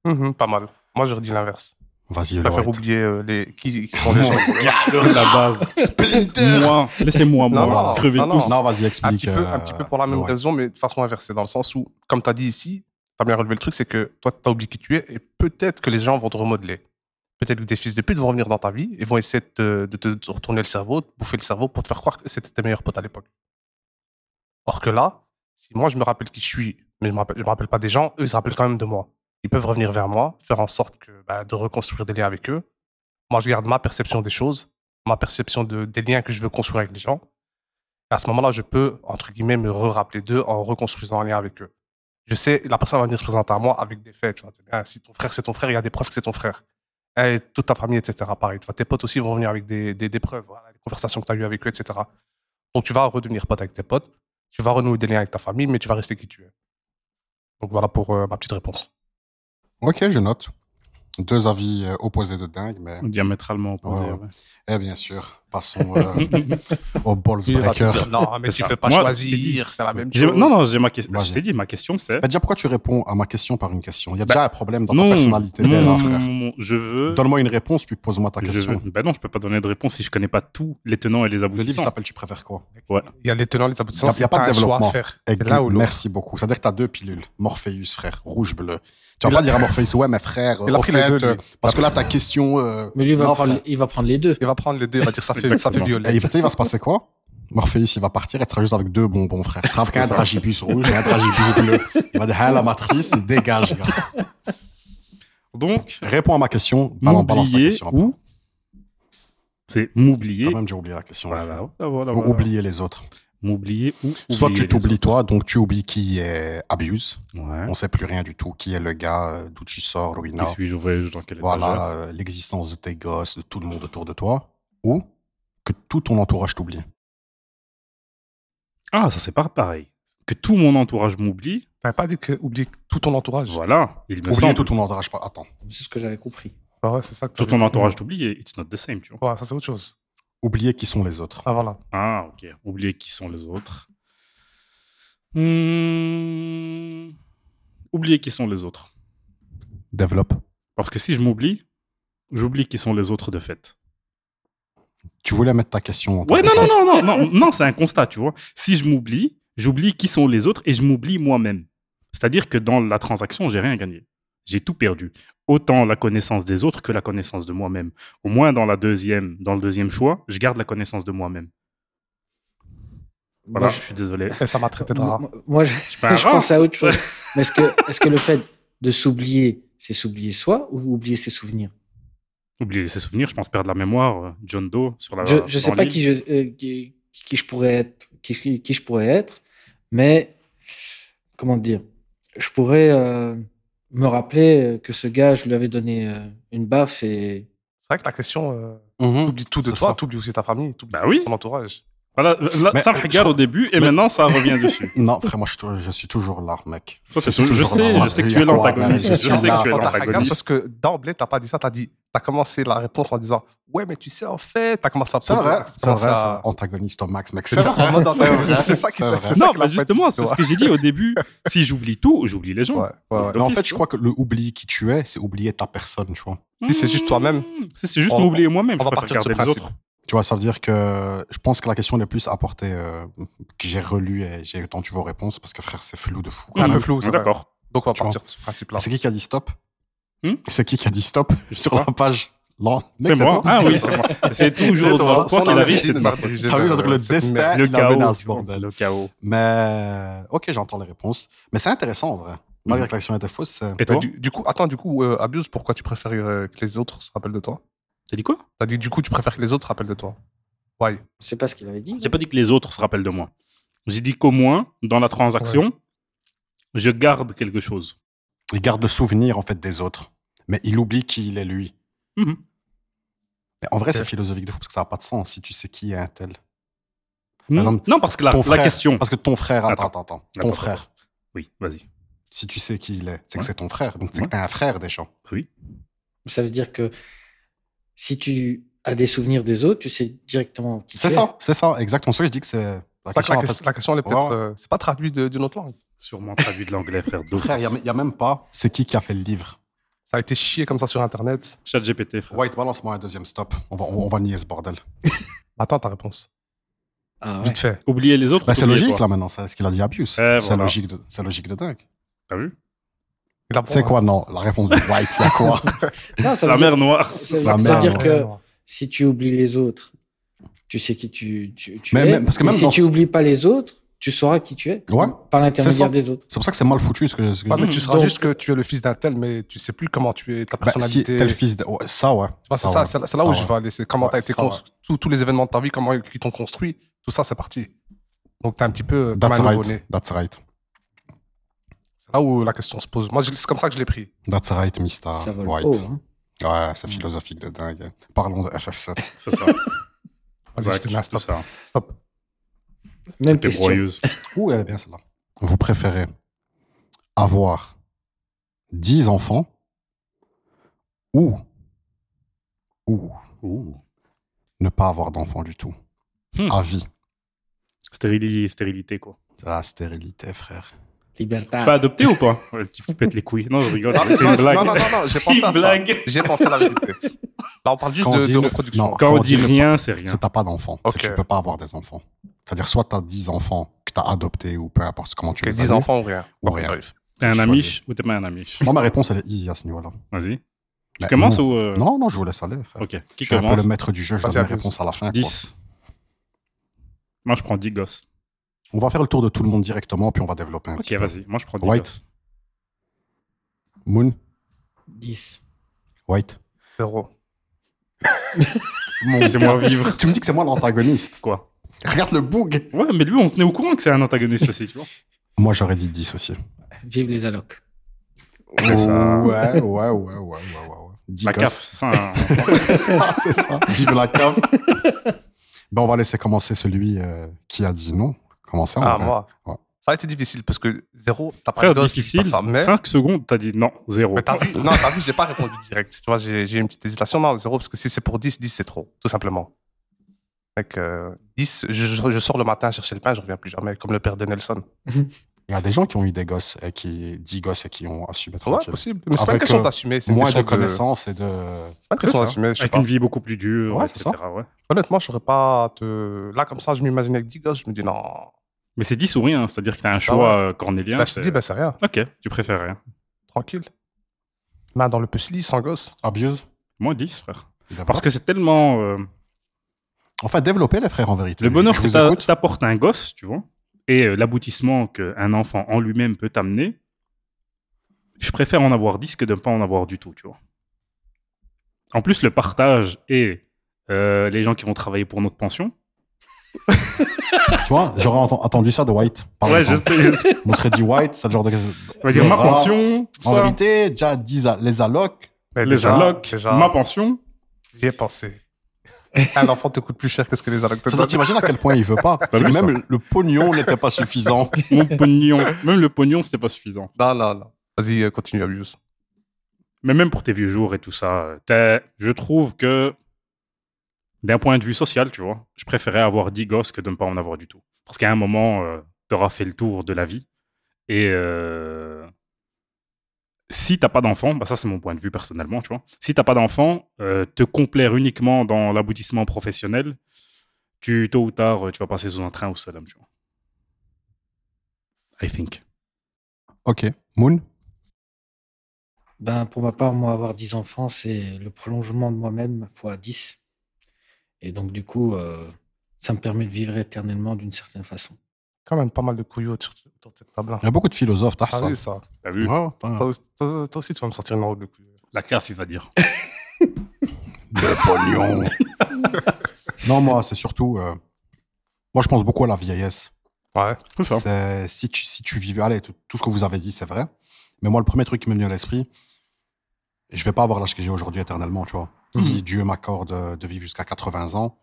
[SPEAKER 4] Mhm, Pas mal. Moi, j'aurais dit l'inverse.
[SPEAKER 3] Vas-y,
[SPEAKER 4] Je préfère
[SPEAKER 3] Loïc.
[SPEAKER 4] oublier euh, les... qui, qui sont les gens.
[SPEAKER 2] La base.
[SPEAKER 3] Splinter
[SPEAKER 2] Moi, laissez-moi,
[SPEAKER 4] Non,
[SPEAKER 2] moi,
[SPEAKER 4] non,
[SPEAKER 2] crever
[SPEAKER 4] non,
[SPEAKER 2] tous.
[SPEAKER 3] Ah, Non, vas-y,
[SPEAKER 4] un
[SPEAKER 3] explique. euh,
[SPEAKER 4] petit, peu, un petit peu pour la même
[SPEAKER 3] raison.
[SPEAKER 4] raison, mais de façon inversée, dans le sens où, comme tu as dit ici, tu as bien relevé le truc, c'est que toi, tu as oublié qui tu es, et peut-être que les gens vont te remodeler. Peut-être que des fils de pute vont venir dans ta vie et vont essayer de te, de te- de te retourner le cerveau, de te bouffer le cerveau pour te faire croire que c'était tes meilleurs potes à l'époque. Or que là, si moi je me rappelle qui je suis, mais je me rappelle, je me rappelle pas des gens, eux ils se rappellent quand même de moi. Ils peuvent revenir vers moi, faire en sorte que, bah, de reconstruire des liens avec eux. Moi je garde ma perception des choses, ma perception de- des liens que je veux construire avec les gens. À ce moment-là, je peux, entre guillemets, me rappeler d'eux en reconstruisant un lien avec eux. Je sais, la personne va venir se présenter à moi avec des faits. Tu vois. C'est bien, si ton frère, c'est ton frère, il y a des preuves que c'est ton frère. Et toute ta famille, etc. Pareil. Tu vois, tes potes aussi vont venir avec des, des, des preuves, voilà, les conversations que tu as eues avec eux, etc. Donc, tu vas redevenir pote avec tes potes. Tu vas renouer des liens avec ta famille, mais tu vas rester qui tu es. Donc, voilà pour euh, ma petite réponse.
[SPEAKER 3] Ok, je note. Deux avis euh, opposés de dingue, mais
[SPEAKER 2] Diamétralement opposé.
[SPEAKER 3] Ouais, ouais.
[SPEAKER 2] ouais.
[SPEAKER 3] eh bien sûr, passons euh, au balls breaker.
[SPEAKER 4] non, mais
[SPEAKER 2] C'est
[SPEAKER 4] tu
[SPEAKER 2] ça.
[SPEAKER 4] peux pas
[SPEAKER 2] Moi, c'est dit.
[SPEAKER 4] choisir. C'est la même
[SPEAKER 2] J'ai-
[SPEAKER 4] chose.
[SPEAKER 2] Non, non, j'ai ma question.
[SPEAKER 3] Vas-y.
[SPEAKER 2] Je t'ai dit, ma question c'est.
[SPEAKER 3] Bah, déjà, pourquoi tu réponds à ma question par une question Il y a
[SPEAKER 2] Bah,
[SPEAKER 3] déjà un problème dans
[SPEAKER 2] non,
[SPEAKER 3] ta personnalité
[SPEAKER 2] non,
[SPEAKER 3] dès là,
[SPEAKER 2] non,
[SPEAKER 3] frère.
[SPEAKER 2] non, non, je veux.
[SPEAKER 3] Donne-moi une réponse, puis pose-moi ta
[SPEAKER 2] je
[SPEAKER 3] question.
[SPEAKER 2] veux- Ben non, je peux pas donner de réponse si je connais pas tous les tenants et les
[SPEAKER 3] Le livre
[SPEAKER 2] aboutissants.
[SPEAKER 3] s'appelle Tu préfères quoi
[SPEAKER 4] Il y a les tenants, les
[SPEAKER 3] Y
[SPEAKER 4] aboutissants.
[SPEAKER 3] a- y a
[SPEAKER 4] c'est
[SPEAKER 3] pas de
[SPEAKER 4] un choix à
[SPEAKER 3] développement.
[SPEAKER 4] faire.
[SPEAKER 3] Egg,
[SPEAKER 4] C'est là où l'autre.
[SPEAKER 3] Merci beaucoup. C'est-à-dire que tu as deux pilules. Morpheus, frère, rouge-bleu. Tu vas
[SPEAKER 4] Il
[SPEAKER 3] pas
[SPEAKER 4] a-
[SPEAKER 3] dire à Morpheus, ouais, mais frère,
[SPEAKER 4] Il
[SPEAKER 3] euh,
[SPEAKER 4] a
[SPEAKER 3] au
[SPEAKER 4] pris les
[SPEAKER 3] fait,
[SPEAKER 4] deux, lui.
[SPEAKER 3] euh, parce que là, ta question. euh,
[SPEAKER 5] Mais lui, il va,
[SPEAKER 3] non,
[SPEAKER 5] prendre,
[SPEAKER 3] frère.
[SPEAKER 5] il va prendre les deux.
[SPEAKER 4] Il va prendre les deux, il va dire ça fait, ça fait
[SPEAKER 2] Exactement.
[SPEAKER 4] violet.
[SPEAKER 3] Et eh, il- tu sais, il va se passer quoi Morpheus, il va partir et sera juste avec deux bonbons, frère. Il sera avec un dragibus rouge et un dragibus bleu. Il va dire, ah, la matrice, il dégage, gars.
[SPEAKER 2] Donc,
[SPEAKER 3] Réponds à ma question. Balance, balance ta
[SPEAKER 2] m'oublier
[SPEAKER 3] question. après.
[SPEAKER 2] ou. C'est m'oublier.
[SPEAKER 3] Quand même, j'ai oublié la question.
[SPEAKER 2] Voilà, voilà, voilà,
[SPEAKER 3] Ou
[SPEAKER 2] voilà.
[SPEAKER 3] oublier les autres.
[SPEAKER 2] M'oublier ou.
[SPEAKER 3] Soit
[SPEAKER 2] oublier
[SPEAKER 3] tu
[SPEAKER 2] les
[SPEAKER 3] t'oublies
[SPEAKER 2] autres. Hein?
[SPEAKER 3] toi, donc tu oublies qui est Abuse.
[SPEAKER 2] Ouais.
[SPEAKER 3] On sait plus rien du tout. Qui est le gars, euh, d'où tu sors, Ruina.
[SPEAKER 2] Qui suis-je ouvrais-je, dans quel étagère
[SPEAKER 3] Voilà, euh, l'existence de tes gosses, de tout le monde autour de toi. Ou que tout ton entourage t'oublie.
[SPEAKER 2] Ah, ça c'est pas pareil. Que tout mon entourage m'oublie,
[SPEAKER 4] T'avais pas dit que oublier tout ton entourage.
[SPEAKER 2] voilà, il me
[SPEAKER 3] Oublier
[SPEAKER 2] semble.
[SPEAKER 3] tout
[SPEAKER 2] Tout,
[SPEAKER 3] ton entourage. pas- Attends.
[SPEAKER 5] C'est ce que j'avais compris.
[SPEAKER 4] Ah ouais, c'est ça. que t'avais
[SPEAKER 2] ton
[SPEAKER 4] dit.
[SPEAKER 2] entourage t'oublie et it's not the same, tu vois.
[SPEAKER 4] Ouais, ça c'est autre chose.
[SPEAKER 3] Oublier qui sont les autres.
[SPEAKER 4] Ah voilà.
[SPEAKER 2] Ah, ok. Oublier qui sont les autres. Hmm. Oublier qui sont les autres.
[SPEAKER 3] Développe.
[SPEAKER 2] Parce que si je m'oublie, j'oublie qui sont les autres de fait.
[SPEAKER 3] Tu voulais mettre ta question. en
[SPEAKER 2] Ouais, non,
[SPEAKER 3] tête.
[SPEAKER 2] non, non, non, non, non, c'est un constat, tu vois. Si je m'oublie, j'oublie qui sont les autres et je m'oublie moi-même. C'est-à-dire que dans la transaction, j'ai rien gagné. J'ai tout perdu. Autant la connaissance des autres que la connaissance de moi-même. Au moins dans la deuxième, dans le deuxième choix, je garde la connaissance de moi-même. Voilà,
[SPEAKER 5] Moi,
[SPEAKER 2] je suis désolé.
[SPEAKER 4] Et ça m'a traité de
[SPEAKER 5] Moi,
[SPEAKER 4] rat.
[SPEAKER 5] moi, je,
[SPEAKER 2] Je suis pas un
[SPEAKER 5] je
[SPEAKER 2] rat.
[SPEAKER 5] pense à autre chose. Mais est-ce que, est-ce que le fait de s'oublier, c'est s'oublier soi ou oublier ses souvenirs
[SPEAKER 2] Oublier ses souvenirs, je pense perdre la mémoire. euh, John Doe sur la.
[SPEAKER 5] Je ne sais
[SPEAKER 2] dans
[SPEAKER 5] pas
[SPEAKER 2] l'île.
[SPEAKER 5] qui je, euh, qui, qui je pourrais être, qui, qui- qui je pourrais être, mais comment dire Je pourrais euh, me rappeler euh, que ce gars, je lui avais donné euh, une baffe et
[SPEAKER 4] C'est vrai que la question, euh,
[SPEAKER 3] Mhm.
[SPEAKER 4] t'oublies tout de
[SPEAKER 3] C'est
[SPEAKER 4] toi,
[SPEAKER 3] ça.
[SPEAKER 4] t'oublies aussi ta famille, t'oublies
[SPEAKER 2] Bah oui.
[SPEAKER 4] ton entourage.
[SPEAKER 2] Voilà, là,
[SPEAKER 3] Mais,
[SPEAKER 2] ça
[SPEAKER 3] euh, je
[SPEAKER 2] regarde
[SPEAKER 3] crois-
[SPEAKER 2] au début et
[SPEAKER 3] mais-
[SPEAKER 2] maintenant ça revient dessus.
[SPEAKER 3] Non, frère, moi, je, tou- je suis toujours là, mec.
[SPEAKER 2] Toi, t'es
[SPEAKER 3] suis
[SPEAKER 2] toujours- je
[SPEAKER 3] toujours
[SPEAKER 2] sais,
[SPEAKER 3] là.
[SPEAKER 2] je sais que
[SPEAKER 3] Il y
[SPEAKER 2] tu
[SPEAKER 3] a
[SPEAKER 2] es
[SPEAKER 3] quoi,
[SPEAKER 2] l'antagoniste.
[SPEAKER 3] la
[SPEAKER 2] Je sais
[SPEAKER 3] récession,
[SPEAKER 2] que tu es
[SPEAKER 3] la
[SPEAKER 4] Faut t'arrêter,
[SPEAKER 2] l'antagoniste.
[SPEAKER 4] parce que d'emblée, t'as pas dit ça, t'as dit, t'as commencé la réponse en disant, ouais, mais tu sais, en fait, t'as commencé à
[SPEAKER 3] C'est vrai,
[SPEAKER 4] t'as
[SPEAKER 3] c'est vrai,
[SPEAKER 4] commencé à-
[SPEAKER 3] ça. Antagoniste au max, mec.
[SPEAKER 4] C'est
[SPEAKER 3] C'est
[SPEAKER 4] vrai.
[SPEAKER 3] vraiment dans-
[SPEAKER 4] C'est vrai.
[SPEAKER 3] c'est ça qui
[SPEAKER 4] C'est
[SPEAKER 3] t'a-
[SPEAKER 4] vrai.
[SPEAKER 3] c'est ça
[SPEAKER 2] Non,
[SPEAKER 3] qui l'a
[SPEAKER 2] mais
[SPEAKER 3] fait,
[SPEAKER 2] justement, c'est ce
[SPEAKER 3] toi.
[SPEAKER 2] que j'ai dit au début. Si j'oublie tout, j'oublie les gens.
[SPEAKER 4] Ouais, ouais, ouais.
[SPEAKER 3] Mais en
[SPEAKER 2] D'office,
[SPEAKER 3] fait,
[SPEAKER 2] tu
[SPEAKER 3] je crois que le oubli qui tu es, c'est oublier ta personne, tu vois.
[SPEAKER 4] Si c'est juste toi-même,
[SPEAKER 2] Si c'est juste
[SPEAKER 4] on-
[SPEAKER 2] m'oublier moi-même, je
[SPEAKER 4] on va
[SPEAKER 2] préfère
[SPEAKER 4] partir de ce
[SPEAKER 2] garder les
[SPEAKER 4] principe.
[SPEAKER 2] autres.
[SPEAKER 3] Tu vois, ça veut dire que je pense que la question est plus apportée, euh, que j'ai relu et j'ai entendu vos réponses, parce que frère, c'est flou de fou. quand
[SPEAKER 4] Un
[SPEAKER 2] Mmh.
[SPEAKER 3] même.
[SPEAKER 4] peu flou, c'est vrai.
[SPEAKER 2] Mm. D'accord.
[SPEAKER 4] Donc, on va
[SPEAKER 3] Tu
[SPEAKER 4] partir de ce principe-là.
[SPEAKER 3] C'est qui qui a dit stop
[SPEAKER 2] Hmm
[SPEAKER 3] C'est qui qui a dit stop sur la page Non, mec,
[SPEAKER 2] C'est moi.
[SPEAKER 3] toi.
[SPEAKER 2] Ah oui, c'est moi. C'est toujours
[SPEAKER 3] toi.
[SPEAKER 2] moi. Quoi
[SPEAKER 4] Son
[SPEAKER 2] qu'il arrive,
[SPEAKER 4] origine
[SPEAKER 2] c'est de ma
[SPEAKER 4] nous a
[SPEAKER 2] faute.
[SPEAKER 4] dirigés
[SPEAKER 3] T'as vu,
[SPEAKER 4] vers,
[SPEAKER 3] c'est que le
[SPEAKER 4] euh, cette
[SPEAKER 3] destin,
[SPEAKER 4] merde.
[SPEAKER 2] Le
[SPEAKER 3] il l'amène à
[SPEAKER 2] chaos.
[SPEAKER 3] ce
[SPEAKER 2] tu vois.
[SPEAKER 3] bordel.
[SPEAKER 2] Le chaos.
[SPEAKER 3] Mais euh, ok, j'entends les réponses. Mais c'est intéressant en vrai.
[SPEAKER 2] Mmh.
[SPEAKER 3] Malgré que l'action était fausse, euh, c'est-
[SPEAKER 2] Et
[SPEAKER 4] Mais
[SPEAKER 2] toi
[SPEAKER 4] Du, du coup, attends, du coup, euh, Abuse, pourquoi tu préfères euh, que les autres se rappellent de toi
[SPEAKER 2] T'as dit quoi
[SPEAKER 4] T'as dit, du coup, tu préfères que les autres se rappellent de toi. Why
[SPEAKER 5] je sais pas ce qu'il avait dit.
[SPEAKER 2] J'ai pas dit que les autres se rappellent de moi. J'ai dit qu'au moins, dans la transaction, je garde quelque chose.
[SPEAKER 3] il garde le souvenir en fait des autres, mais il oublie qui il est lui.
[SPEAKER 2] Mhm.
[SPEAKER 3] Mais en vrai,
[SPEAKER 4] Ok.
[SPEAKER 3] c'est philosophique de fou parce que ça n'a pas de sens si tu sais qui est un tel.
[SPEAKER 2] Non,
[SPEAKER 3] non,
[SPEAKER 2] non, parce que la,
[SPEAKER 3] ton
[SPEAKER 2] Bah, la
[SPEAKER 3] frère,
[SPEAKER 2] question.
[SPEAKER 3] Parce que ton frère, attends,
[SPEAKER 2] Attends.
[SPEAKER 3] attends, attends, ton
[SPEAKER 2] Attends,
[SPEAKER 3] frère.
[SPEAKER 2] Oui, vas-y.
[SPEAKER 3] Si tu sais qui il est, c'est
[SPEAKER 2] Ouais.
[SPEAKER 3] que c'est ton frère. Donc c'est
[SPEAKER 2] Ouais.
[SPEAKER 3] que t'es un frère des gens.
[SPEAKER 5] Ça veut dire que si tu as des souvenirs des autres, tu sais directement qui
[SPEAKER 3] C'est
[SPEAKER 5] tu es.
[SPEAKER 3] ça, c'est ça, exactement. C'est pour ça que je dis que c'est la
[SPEAKER 4] Pas que
[SPEAKER 3] question.
[SPEAKER 4] la,
[SPEAKER 3] en fait.
[SPEAKER 4] question- la question, elle est peut-être.
[SPEAKER 3] Ouais.
[SPEAKER 4] euh, c'est pas traduit de- d'une autre langue.
[SPEAKER 2] Sûrement traduit de l'anglais, frère.
[SPEAKER 3] Frère, il n'y a, même pas. C'est qui qui a fait le livre
[SPEAKER 4] Ça a été chié comme ça sur Internet.
[SPEAKER 2] Chat GPT, frère.
[SPEAKER 3] White, balance-moi un deuxième stop. On va, on, on va nier ce bordel.
[SPEAKER 4] Attends ta réponse.
[SPEAKER 5] Ah ouais.
[SPEAKER 4] Vite fait.
[SPEAKER 2] Oublier les autres.
[SPEAKER 3] Bah, c'est
[SPEAKER 2] oublier
[SPEAKER 3] logique
[SPEAKER 2] toi.
[SPEAKER 3] là maintenant, c'est ce qu'il a dit Abuse.
[SPEAKER 2] Eh,
[SPEAKER 3] c'est
[SPEAKER 2] voilà. Ah,
[SPEAKER 3] logique, de- c'est logique de dingue.
[SPEAKER 2] T'as vu
[SPEAKER 4] Il a-
[SPEAKER 3] Tu sais quoi Non, la réponse de White, il y a quoi
[SPEAKER 5] Non, ça
[SPEAKER 2] La
[SPEAKER 5] veut
[SPEAKER 2] mer
[SPEAKER 5] dire-
[SPEAKER 2] noire.
[SPEAKER 5] ça veut
[SPEAKER 3] La
[SPEAKER 5] dire- ça veut
[SPEAKER 3] merde,
[SPEAKER 5] dire
[SPEAKER 3] ouais.
[SPEAKER 5] que si tu oublies les autres, tu sais qui tu, tu, tu
[SPEAKER 3] Mais
[SPEAKER 5] es.
[SPEAKER 3] même- parce que
[SPEAKER 5] Mais
[SPEAKER 3] même
[SPEAKER 5] si
[SPEAKER 3] dans
[SPEAKER 5] tu
[SPEAKER 3] ce-
[SPEAKER 5] oublies pas les autres, tu sauras qui tu es par
[SPEAKER 3] Ouais, c'est ça.
[SPEAKER 5] l'intermédiaire des autres.
[SPEAKER 3] C'est pour ça que c'est mal foutu ce que, ce que
[SPEAKER 4] Ouais,
[SPEAKER 3] je
[SPEAKER 4] mais
[SPEAKER 3] dis.
[SPEAKER 4] tu
[SPEAKER 5] Mhm.
[SPEAKER 4] seras
[SPEAKER 5] Donc-
[SPEAKER 4] juste que tu es le fils d'un tel, mais tu sais plus comment tu es, ta
[SPEAKER 3] Bah, si
[SPEAKER 4] personnalité.
[SPEAKER 3] t'es le fils de... ouais, ça, ouais.
[SPEAKER 4] Tu vois, c'est ça,
[SPEAKER 3] ouais.
[SPEAKER 4] c'est là, c'est là où
[SPEAKER 3] Ça,
[SPEAKER 4] je
[SPEAKER 3] ouais.
[SPEAKER 4] vais aller. C'est comment
[SPEAKER 3] Ouais,
[SPEAKER 4] t'as été
[SPEAKER 3] ça,
[SPEAKER 4] construit, tous, tous les événements de ta vie, comment ils t'ont construit, tout ça, c'est parti. Donc t'es un petit peu euh, comme
[SPEAKER 3] That's
[SPEAKER 4] un
[SPEAKER 3] right.
[SPEAKER 4] nouveau-né.
[SPEAKER 3] That's right.
[SPEAKER 4] C'est là où la question se pose. Moi, je- c'est comme ça que je l'ai pris.
[SPEAKER 3] That's Ah, right, Mr.
[SPEAKER 5] ça vole
[SPEAKER 3] White.
[SPEAKER 5] haut, hein.
[SPEAKER 3] Ouais, c'est philosophique de dingue. Parlons de FF7.
[SPEAKER 2] C'est ça.
[SPEAKER 4] Vas-y, je
[SPEAKER 2] Zach,
[SPEAKER 4] te mets un
[SPEAKER 2] tout
[SPEAKER 4] stop.
[SPEAKER 2] ça.
[SPEAKER 4] Stop.
[SPEAKER 5] Même
[SPEAKER 2] T'es
[SPEAKER 5] question.
[SPEAKER 2] broyeuse.
[SPEAKER 3] Ouh, elle est bien celle-là. Vous préférez avoir 10 enfants ou, ou
[SPEAKER 2] Ouh.
[SPEAKER 3] ne pas avoir d'enfants du tout
[SPEAKER 2] Hmm.
[SPEAKER 3] À vie.
[SPEAKER 2] Stérili- Stérilité, quoi.
[SPEAKER 3] La stérilité, frère.
[SPEAKER 5] Libertad.
[SPEAKER 2] Pas adopté ou pas Ouais, Le petit qui pète les couilles. Non, je rigole.
[SPEAKER 4] Non,
[SPEAKER 2] C'est une blague.
[SPEAKER 4] non, non, non, j'ai
[SPEAKER 2] C'est
[SPEAKER 4] pensé
[SPEAKER 2] une
[SPEAKER 4] à ça.
[SPEAKER 2] blague.
[SPEAKER 4] J'ai pensé à la vérité. Là, on parle juste
[SPEAKER 3] Quand on
[SPEAKER 4] de,
[SPEAKER 3] dit
[SPEAKER 4] de
[SPEAKER 3] le-
[SPEAKER 4] reproduction.
[SPEAKER 3] non.
[SPEAKER 2] Quand on
[SPEAKER 3] Quand
[SPEAKER 2] dit
[SPEAKER 3] on dit
[SPEAKER 2] rien, c'est rien.
[SPEAKER 3] C'est t'as pas d'enfants. C'est
[SPEAKER 4] Ok.
[SPEAKER 3] Tu peux pas avoir des enfants. C'est-à-dire, soit t'as 10 enfants que t'as adoptés ou peu importe comment tu
[SPEAKER 4] Que
[SPEAKER 3] les as
[SPEAKER 4] 10
[SPEAKER 3] eus,
[SPEAKER 4] enfants ou rien.
[SPEAKER 3] ou rien.
[SPEAKER 4] Bref.
[SPEAKER 2] T'es un
[SPEAKER 3] choisis.
[SPEAKER 2] amiche ou t'es pas un amiche
[SPEAKER 3] Moi, ma réponse, elle est easy à ce niveau-là.
[SPEAKER 2] Vas-y. Tu
[SPEAKER 3] Bah,
[SPEAKER 2] commences
[SPEAKER 3] non.
[SPEAKER 2] ou. euh,
[SPEAKER 3] Non, non, je vous laisse aller. frère.
[SPEAKER 2] Ok.
[SPEAKER 3] Je
[SPEAKER 2] Qui
[SPEAKER 3] suis un peu
[SPEAKER 2] commence
[SPEAKER 3] le maître du jeu, je
[SPEAKER 4] Vas-y,
[SPEAKER 3] donne la
[SPEAKER 4] Abus.
[SPEAKER 3] réponse à la fin. quoi.
[SPEAKER 2] 10. Moi, je prends 10 gosses.
[SPEAKER 3] On va faire le tour de tout le monde directement, puis on va développer un
[SPEAKER 2] Ok,
[SPEAKER 3] petit peu.
[SPEAKER 2] vas-y. Moi, je prends 10
[SPEAKER 3] White.
[SPEAKER 2] gosses.
[SPEAKER 3] Moon,
[SPEAKER 5] 10.
[SPEAKER 3] White.
[SPEAKER 4] Zéro.
[SPEAKER 3] Mon
[SPEAKER 2] Laissez-moi
[SPEAKER 3] gars.
[SPEAKER 2] vivre.
[SPEAKER 3] Tu me dis que c'est moi l'antagoniste.
[SPEAKER 2] Quoi
[SPEAKER 3] Regarde le bug.
[SPEAKER 2] Ouais, mais lui, on se tenait au courant que c'est un antagoniste aussi, tu vois.
[SPEAKER 3] Moi, j'aurais dit 10 aussi.
[SPEAKER 5] Vive les allocs.
[SPEAKER 2] Ouais, ça-
[SPEAKER 3] ouais, ouais, ouais, ouais, ouais, ouais, ouais. 10
[SPEAKER 2] La
[SPEAKER 3] gosses.
[SPEAKER 2] CAF, c'est ça. un-
[SPEAKER 3] c'est ça, c'est ça. Vive la cave. Ben, on va laisser commencer celui euh, qui a dit non. Commencer en
[SPEAKER 4] Ah,
[SPEAKER 3] vrai.
[SPEAKER 4] moi.
[SPEAKER 3] Ouais.
[SPEAKER 4] Ça a été difficile parce que zéro, t'as pas
[SPEAKER 2] Frère,
[SPEAKER 4] de gosse,
[SPEAKER 2] difficile.
[SPEAKER 4] t'as ça, mais,
[SPEAKER 2] 5 secondes, t'as dit non, zéro.
[SPEAKER 4] mais t'as vu, non, t'as vu, j'ai pas répondu direct. Tu vois, j'ai j'ai eu une petite hésitation. Non, zéro, parce que si c'est pour 10, 10, c'est trop, tout simplement. Mec, euh, 10, je, je- je sors le matin chercher le pain, je reviens plus jamais, comme le père de Nelson.
[SPEAKER 3] Il y a des gens qui ont eu des gosses et qui, 10 gosses et qui ont assumé
[SPEAKER 4] Ouais,
[SPEAKER 3] tranquille.
[SPEAKER 4] possible. Mais c'est pas une
[SPEAKER 3] Avec,
[SPEAKER 4] question
[SPEAKER 3] euh,
[SPEAKER 4] d'assumer, c'est une
[SPEAKER 3] Moins de
[SPEAKER 4] question de
[SPEAKER 3] connaissances et de.
[SPEAKER 4] C'est pas une question
[SPEAKER 3] ça.
[SPEAKER 4] d'assumer, je sais
[SPEAKER 2] Avec
[SPEAKER 4] pas.
[SPEAKER 2] une vie beaucoup plus dure,
[SPEAKER 3] Ouais, c'est
[SPEAKER 2] etc. ouais.
[SPEAKER 4] Honnêtement, je saurais pas à te. Là, comme ça, je m'imagine avec 10 gosses, je me dis non.
[SPEAKER 2] Mais c'est 10 ou rien, c'est-à-dire que t'as un choix euh, cornélien.
[SPEAKER 4] Là, je te
[SPEAKER 2] c'est-
[SPEAKER 4] dis, bah, c'est rien,
[SPEAKER 2] Ok, tu préfères rien.
[SPEAKER 4] tranquille. Main dans le puzzle, sans gosse.
[SPEAKER 3] Abuse.
[SPEAKER 2] Moi, 10, frère.
[SPEAKER 3] évidemment.
[SPEAKER 2] Parce que c'est tellement. euh,
[SPEAKER 3] Enfin, développer les frères en vérité.
[SPEAKER 2] Le
[SPEAKER 3] Je-
[SPEAKER 2] bonheur
[SPEAKER 3] je
[SPEAKER 2] que
[SPEAKER 3] vous
[SPEAKER 2] t'a-
[SPEAKER 3] écoute.
[SPEAKER 2] t'apporte un gosse, tu vois, et euh, l'aboutissement qu'un enfant en lui-même peut t'amener, je préfère en avoir 10 que de ne pas en avoir du tout, tu vois. En plus, le partage et euh, les gens qui vont travailler pour notre pension.
[SPEAKER 3] Tu vois, j'aurais ent- entendu ça de White. Par
[SPEAKER 2] ouais, je
[SPEAKER 3] exemple.
[SPEAKER 2] sais, je sais.
[SPEAKER 3] On serait dit White, c'est le genre de.
[SPEAKER 2] On va dire
[SPEAKER 3] Le
[SPEAKER 2] ma
[SPEAKER 3] rat,
[SPEAKER 2] pension, tout
[SPEAKER 3] En
[SPEAKER 2] ça,
[SPEAKER 3] vérité, déjà, 10 a- les allocs.
[SPEAKER 4] Mais
[SPEAKER 2] les
[SPEAKER 4] Ben, déjà-
[SPEAKER 2] allocs,
[SPEAKER 4] déjà-
[SPEAKER 2] ma pension.
[SPEAKER 4] J'y ai pensé. Un enfant te coûte plus cher que ce que les allocs te
[SPEAKER 3] Ça,
[SPEAKER 4] donnent.
[SPEAKER 3] T'imagines à quel point il veut pas. C'est
[SPEAKER 2] vu
[SPEAKER 3] que
[SPEAKER 2] ça
[SPEAKER 3] même le pognon n'était pas suffisant.
[SPEAKER 2] Mon pognon, même le pognon, c'était pas suffisant.
[SPEAKER 4] Non, non, non. Vas-y, euh, continue, Abuse.
[SPEAKER 2] Mais même pour tes vieux jours et tout ça, euh, t'as- je trouve que d'un point de vue social, tu vois, je préférais avoir 10 gosses que de ne pas en avoir du tout. Parce qu'à un moment, tu auras fait le tour de la vie. Et euh, si t'as pas d'enfant, bah ça c'est mon point de vue personnellement, tu vois. Si t'as pas d'enfant, euh, te complaire uniquement dans l'aboutissement professionnel, tu tôt ou tard, euh, tu vas passer sous un train ou salam, tu vois. I think.
[SPEAKER 3] Ok. Moon,
[SPEAKER 5] Ben, pour ma part, moi, avoir 10 enfants, c'est le prolongement de moi-même fois 10. Et donc, du coup, euh, ça me permet de vivre éternellement d'une certaine façon.
[SPEAKER 4] Quand même pas mal de couillots autour autour de cette table-là.
[SPEAKER 3] il y a beaucoup de philosophes, t'as
[SPEAKER 4] T'as
[SPEAKER 3] Ah, ça.
[SPEAKER 4] vu ça
[SPEAKER 2] T'as vu
[SPEAKER 3] Ouais, putain.
[SPEAKER 4] toi, aussi- toi- toi aussi, tu vas me sortir une robe de couillots.
[SPEAKER 2] La CAF, il va dire.
[SPEAKER 3] Le pognon. non, moi, c'est surtout. euh, moi, je pense beaucoup à la vieillesse.
[SPEAKER 4] Ouais.
[SPEAKER 2] C'est ça.
[SPEAKER 3] C'est- Si tu, si tu vivais. Allez, tout, tout ce que vous avez dit, c'est vrai. Mais moi, le premier truc qui m'est venu à l'esprit, je vais pas avoir l'âge que j'ai aujourd'hui éternellement, tu vois. Si Dieu m'accorde euh, de vivre jusqu'à 80 ans.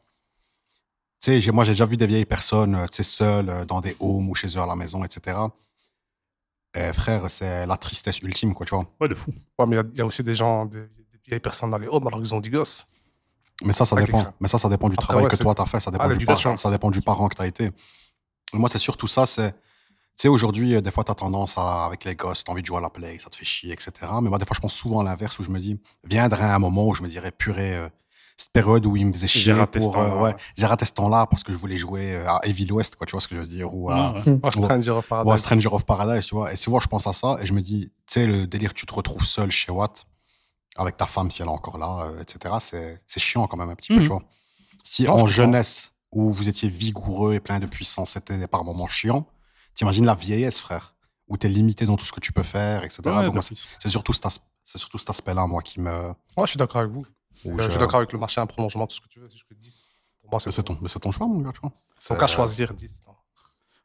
[SPEAKER 3] Tu sais, j'ai- moi, j'ai déjà vu des vieilles personnes, euh, tu sais, seules, euh, dans des homes ou chez eux à la maison, etc. Et frère, c'est la tristesse ultime, quoi, tu vois.
[SPEAKER 2] Ouais, de fou.
[SPEAKER 4] Ouais, mais il y a- il y, a aussi des gens, des, des vieilles personnes dans les hommes alors qu'ils ont 10 gosses.
[SPEAKER 3] Mais ça, ça
[SPEAKER 4] Ah,
[SPEAKER 3] dépend.
[SPEAKER 4] quelque chose.
[SPEAKER 3] Mais ça, ça dépend du
[SPEAKER 4] Après,
[SPEAKER 3] travail
[SPEAKER 4] ouais,
[SPEAKER 3] que
[SPEAKER 4] c'est-
[SPEAKER 3] toi, t'as fait. Ça dépend,
[SPEAKER 4] Ah,
[SPEAKER 3] du
[SPEAKER 4] l'éducation.
[SPEAKER 3] parent, ça dépend du parent que t'as été. Et moi, c'est surtout ça. C'est, tu sais, aujourd'hui, euh, des fois, t'as tendance à, avec les gosses, t'as envie de jouer à la play, ça te fait chier, etc. Mais moi, des fois, je pense souvent à l'inverse où je me dis, viendrait un moment où je me dirais, purée, euh, cette période où il me faisait
[SPEAKER 2] J'ai
[SPEAKER 3] chier.
[SPEAKER 2] raté ce
[SPEAKER 3] pour,
[SPEAKER 2] temps-là,
[SPEAKER 3] euh, ouais, j'ai raté ce temps-là parce que je voulais jouer euh, à Evil West, quoi. Tu vois ce que je veux dire? Ou à,
[SPEAKER 2] Ouais, ouais.
[SPEAKER 4] Ouais, Stranger of Paradise.
[SPEAKER 3] Ouais, Stranger of Paradise, tu vois. Et souvent, je pense à ça et je me dis, tu sais, le délire, tu te retrouves seul chez Watt, avec ta femme si elle est encore là, euh, etc. C'est, c'est chiant quand même un petit
[SPEAKER 2] Mhm.
[SPEAKER 3] peu, tu vois. Si
[SPEAKER 4] Non, je
[SPEAKER 3] en
[SPEAKER 4] comprends.
[SPEAKER 3] jeunesse, où vous étiez vigoureux et plein de puissance, c'était par moments chiant, t'imagines la vieillesse, frère, où t'es limité dans tout ce que tu peux faire, etc.
[SPEAKER 2] Ouais,
[SPEAKER 3] Donc, moi,
[SPEAKER 2] de
[SPEAKER 3] c'est,
[SPEAKER 2] fou.
[SPEAKER 3] c'est surtout cet as- c'est surtout cet aspect-là, moi, qui me.
[SPEAKER 4] Ouais, je suis d'accord avec vous.
[SPEAKER 3] où
[SPEAKER 4] Euh, je... suis d'accord avec le marché, un prolongement, tout ce que tu veux, c'est jusqu'à 10. Pour moi,
[SPEAKER 3] C'est,
[SPEAKER 4] c'est
[SPEAKER 3] c'est ton, Euh, mais c'est ton choix, mon gars, tu vois.
[SPEAKER 4] Ton
[SPEAKER 3] C'est-
[SPEAKER 4] cas choisir 10. non.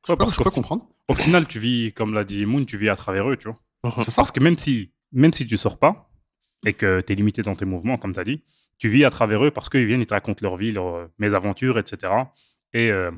[SPEAKER 3] Je
[SPEAKER 2] Ouais,
[SPEAKER 3] peux,
[SPEAKER 2] parce
[SPEAKER 3] je peux
[SPEAKER 2] qu'au
[SPEAKER 3] comprendre.
[SPEAKER 2] au final, tu vis, comme l'a dit Moon, tu vis à travers eux, tu vois.
[SPEAKER 3] C'est ça.
[SPEAKER 2] Parce que même si, même si tu sors pas et que tu es limité dans tes mouvements, comme tu as dit, tu vis à travers eux parce qu'ils viennent, ils te racontent leur vie, leurs euh, mésaventures, etc. Et euh,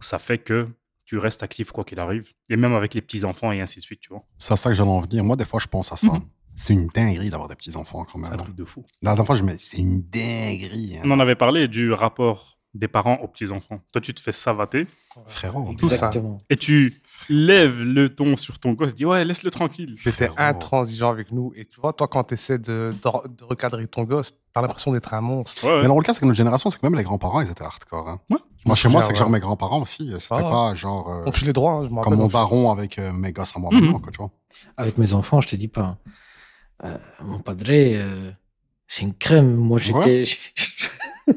[SPEAKER 2] ça fait que tu restes actif quoi qu'il arrive. Et même avec les petits-enfants et ainsi de suite, tu vois.
[SPEAKER 3] C'est à ça que j'allais en venir. Moi, des fois, je pense à ça. C'est une dinguerie d'avoir des petits-enfants, quand
[SPEAKER 2] Mhm. C'est
[SPEAKER 3] même.
[SPEAKER 2] un truc de fou.
[SPEAKER 3] La dernière fois, je me c'est une dinguerie. hein.
[SPEAKER 2] On en avait parlé du rapport des parents aux petits-enfants. Toi, tu te fais savater
[SPEAKER 3] Frérot,
[SPEAKER 4] Tout ça.
[SPEAKER 5] Exactement.
[SPEAKER 2] et tu lèves le ton sur ton gosse, dis ouais, laisse-le tranquille.
[SPEAKER 4] J'étais
[SPEAKER 3] Frérot.
[SPEAKER 4] intransigeant avec nous. Et tu vois, toi, quand tu essaies de, de- de recadrer ton gosse, t'as l'impression d'être un monstre.
[SPEAKER 2] Ouais, ouais.
[SPEAKER 3] Mais dans le cas, c'est que notre génération, c'est que même les grands-parents, ils étaient hardcore. hein.
[SPEAKER 2] Ouais.
[SPEAKER 3] Moi, chez
[SPEAKER 4] Je me
[SPEAKER 3] moi,
[SPEAKER 4] souviens,
[SPEAKER 3] c'est que genre mes grands-parents aussi, euh, c'était
[SPEAKER 4] Ah.
[SPEAKER 3] pas genre euh,
[SPEAKER 4] On filait droit, hein, je me rappelle.
[SPEAKER 3] comme mon
[SPEAKER 4] on filait-
[SPEAKER 3] baron avec euh, mes gosses à moi
[SPEAKER 2] Mhm.
[SPEAKER 3] maintenant, quoi, tu vois.
[SPEAKER 5] Avec mes enfants, je te dis pas. hein. euh, mon padre, euh, c'est une crème. Moi, j'étais.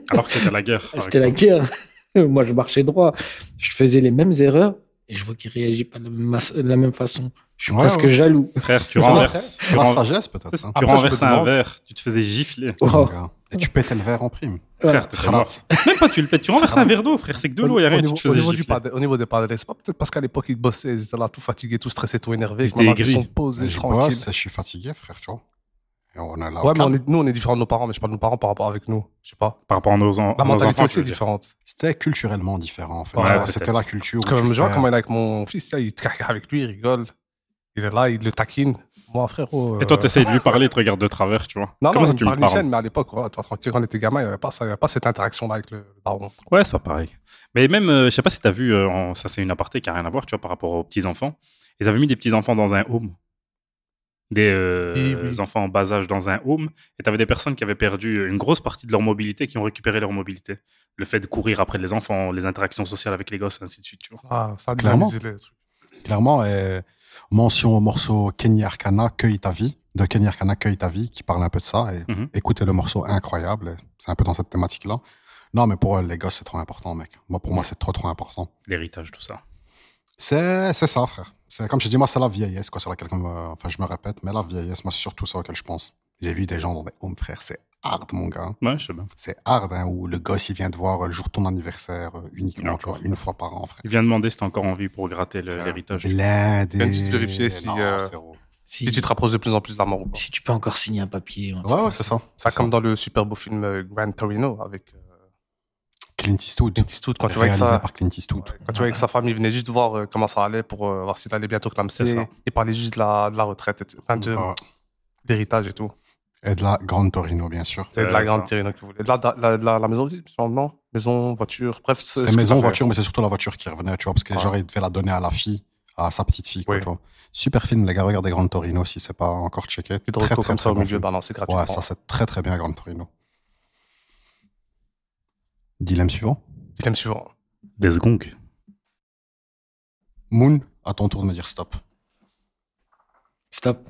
[SPEAKER 2] Alors que c'était la guerre. avec
[SPEAKER 5] C'était la
[SPEAKER 2] toi.
[SPEAKER 5] guerre. Moi, je marchais droit. Je faisais les mêmes erreurs et je vois qu'il réagit pas de la même, mas- de la même façon. Je suis
[SPEAKER 3] Ouais,
[SPEAKER 5] presque
[SPEAKER 3] ouais.
[SPEAKER 5] jaloux.
[SPEAKER 2] Frère, tu
[SPEAKER 3] Ça va,
[SPEAKER 2] renverses.
[SPEAKER 3] C'est
[SPEAKER 2] tu
[SPEAKER 3] la
[SPEAKER 2] ren-
[SPEAKER 3] sagesse, peut-être. hein.
[SPEAKER 2] Tu
[SPEAKER 4] Après, je
[SPEAKER 2] renverses
[SPEAKER 4] me
[SPEAKER 2] un
[SPEAKER 4] demande-
[SPEAKER 2] verre, tu te faisais gifler.
[SPEAKER 5] Oh,
[SPEAKER 3] Mon gars. Et tu pétais le verre en prime.
[SPEAKER 2] Frère, t'es
[SPEAKER 3] Khalas.
[SPEAKER 2] mort. Même pas tu le pètes, tu renverses un verre d'eau, frère. C'est que de l'eau, il a
[SPEAKER 4] au
[SPEAKER 2] rien, tu
[SPEAKER 4] niveau,
[SPEAKER 2] te
[SPEAKER 4] au
[SPEAKER 2] faisais
[SPEAKER 4] niveau du
[SPEAKER 2] gifler.
[SPEAKER 4] padre- au niveau des padres, c'est pas peut-être parce qu'à l'époque, ils bossaient, ils étaient là tout fatigués, tout stressés, tout énervés.
[SPEAKER 2] Ils
[SPEAKER 4] que maintenant,
[SPEAKER 2] étaient aigris.
[SPEAKER 4] sont posés,
[SPEAKER 3] je
[SPEAKER 4] tranquilles.
[SPEAKER 3] bosse, je suis fatigué, frère, tu vois. Et on a là
[SPEAKER 4] Ouais, mais on est- nous, on est différents de nos parents, mais je parle de nos parents par rapport avec nous. Je sais pas.
[SPEAKER 2] Par rapport à nos, en-
[SPEAKER 4] La
[SPEAKER 2] nos
[SPEAKER 4] mentalité
[SPEAKER 2] enfants.
[SPEAKER 4] aussi
[SPEAKER 2] je
[SPEAKER 4] est
[SPEAKER 2] veux dire.
[SPEAKER 4] différente.
[SPEAKER 3] C'était culturellement différent, en fait.
[SPEAKER 2] Ouais,
[SPEAKER 3] Tu vois,
[SPEAKER 2] peut-être.
[SPEAKER 3] C'était la culture. où
[SPEAKER 4] Parce que
[SPEAKER 3] tu
[SPEAKER 4] je vois
[SPEAKER 3] fais-
[SPEAKER 4] comment il est avec mon fils, là, il te caca avec lui, il rigole. Il est là, il le taquine. Moi, frérot.
[SPEAKER 2] Et toi,
[SPEAKER 4] euh,
[SPEAKER 2] tu de lui parler, il te regarde de travers, tu vois.
[SPEAKER 4] Non,
[SPEAKER 2] Comment
[SPEAKER 4] non,
[SPEAKER 2] ça,
[SPEAKER 4] il
[SPEAKER 2] tu
[SPEAKER 4] me
[SPEAKER 2] lui
[SPEAKER 4] parle Michel,
[SPEAKER 2] parles
[SPEAKER 4] mais à l'époque, voilà, toi, tranquille, quand on était gamin, il n'y avait, pas ça- il y avait pas cette interaction-là avec le baron.
[SPEAKER 2] Ouais, c'est pas pareil. Mais même, euh, je sais pas si t'as vu, euh, en- ça c'est une aparté qui a rien à voir, tu vois, par rapport aux petits-enfants. Ils avaient mis des petits-enfants dans un home. Des euh,
[SPEAKER 4] Eh oui.
[SPEAKER 2] enfants en bas âge dans un home. Et t'avais des personnes qui avaient perdu euh, une grosse partie de leur mobilité, qui ont récupéré leur mobilité. Le fait de courir après les enfants, les interactions sociales avec les gosses, ainsi de suite, tu vois.
[SPEAKER 4] Ah, ça a
[SPEAKER 3] Clairement.
[SPEAKER 4] dynamisé le truc.
[SPEAKER 3] Clairement, euh, mention au morceau Kenny Arcana, Cueille ta vie, de Kenny Arcana, Cueille ta vie, qui parle un peu de ça. Et
[SPEAKER 2] Mhm.
[SPEAKER 3] Écoutez le morceau, incroyable. C'est un peu dans cette thématique-là. Non, mais pour euh, les gosses, c'est trop important, mec. Moi, pour moi, c'est trop, trop important.
[SPEAKER 2] L'héritage, tout ça.
[SPEAKER 3] C'est c'est ça, frère. C'est Comme je dis, moi, c'est la vieillesse, quoi, sur laquelle, on me- enfin, je me répète, mais la vieillesse, moi, c'est surtout ça auquel je pense. J'ai vu des gens dans des homes, frère, c'est hard, mon gars.
[SPEAKER 2] Ouais, je sais bien.
[SPEAKER 3] C'est hard, hein, où le gosse, il vient te voir euh, le jour de ton anniversaire, euh, uniquement, tu
[SPEAKER 2] D'accord.
[SPEAKER 3] vois, une fois par an, frère.
[SPEAKER 2] Il vient demander si t'es encore en vie pour gratter le- l'héritage.
[SPEAKER 3] Blindé.
[SPEAKER 4] Même si tu vérifiais si,
[SPEAKER 3] Non,
[SPEAKER 4] euh,
[SPEAKER 3] frérot.
[SPEAKER 5] Si,
[SPEAKER 4] Si tu te rapproches de plus en plus de la mort ou pas.
[SPEAKER 5] si tu peux encore signer un papier. hein. ou un truc
[SPEAKER 3] Ouais, ouais,
[SPEAKER 5] comme
[SPEAKER 3] c'est ça.
[SPEAKER 4] Ça,
[SPEAKER 3] C'est
[SPEAKER 4] comme dans le super beau film euh, Grand Torino avec euh,
[SPEAKER 3] Clint Eastwood.
[SPEAKER 4] Clint Eastwood, quand tu vois que
[SPEAKER 3] réalisé
[SPEAKER 4] ça.
[SPEAKER 3] par Clint Eastwood.
[SPEAKER 4] Ouais, Quand tu vois avec sa famille, il venait juste voir euh, comment ça allait pour euh, voir s'il allait bientôt clamser.
[SPEAKER 2] C'est ça.
[SPEAKER 4] Il parlait juste de la, de la retraite, etc. enfin de
[SPEAKER 3] Ouais.
[SPEAKER 4] l'héritage et tout.
[SPEAKER 3] Ah, Et de la Grande Torino, bien sûr.
[SPEAKER 4] C'est de
[SPEAKER 2] Ouais,
[SPEAKER 4] la
[SPEAKER 2] ça.
[SPEAKER 4] grande Torino que vous voulez. De la, de la, de la, la maison aussi, sûrement, non Maison, voiture, bref. c'est-
[SPEAKER 3] C'était
[SPEAKER 4] ce que
[SPEAKER 3] maison,
[SPEAKER 4] t'as fait.
[SPEAKER 3] voiture, mais c'est surtout la voiture qui revenait, tu vois, parce que
[SPEAKER 4] Ouais.
[SPEAKER 3] genre, il devait la donner à la fille, à sa petite fille, quoi,
[SPEAKER 4] Oui.
[SPEAKER 3] tu vois. Super film, les gars, regardez Grande Torino si c'est pas encore checké.
[SPEAKER 4] Petite
[SPEAKER 3] Très,
[SPEAKER 4] reco
[SPEAKER 3] très,
[SPEAKER 4] comme
[SPEAKER 3] très
[SPEAKER 4] ça au
[SPEAKER 3] bon
[SPEAKER 4] milieu,
[SPEAKER 3] film.
[SPEAKER 4] balancé gratuitement.
[SPEAKER 3] Ouais, ça, c'est très, très bien, Grande Torino. Dilemme suivant.
[SPEAKER 4] Dilemme suivant.
[SPEAKER 2] Des gongs.
[SPEAKER 3] Moon, à ton tour de me dire stop.
[SPEAKER 5] ça. Stop.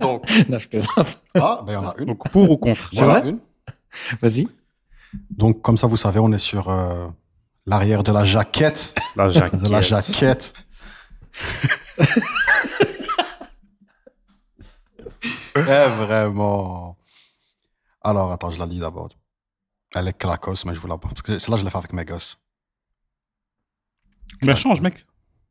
[SPEAKER 4] Donc,
[SPEAKER 5] Là, je plaisante.
[SPEAKER 3] Ah, ben, il y en a une.
[SPEAKER 2] Donc pour ou contre
[SPEAKER 5] C'est
[SPEAKER 3] Voilà
[SPEAKER 5] vrai
[SPEAKER 3] une.
[SPEAKER 5] Vas-y.
[SPEAKER 3] Donc, comme ça, vous savez, on est sur euh, l'arrière de la jaquette.
[SPEAKER 2] La jaquette.
[SPEAKER 3] De la jaquette. Eh, vraiment. Alors, attends, je la lis d'abord. Elle est clacos, mais je vous la Parce que celle-là, je l'ai fait avec mes gosses.
[SPEAKER 2] Mais change, mec.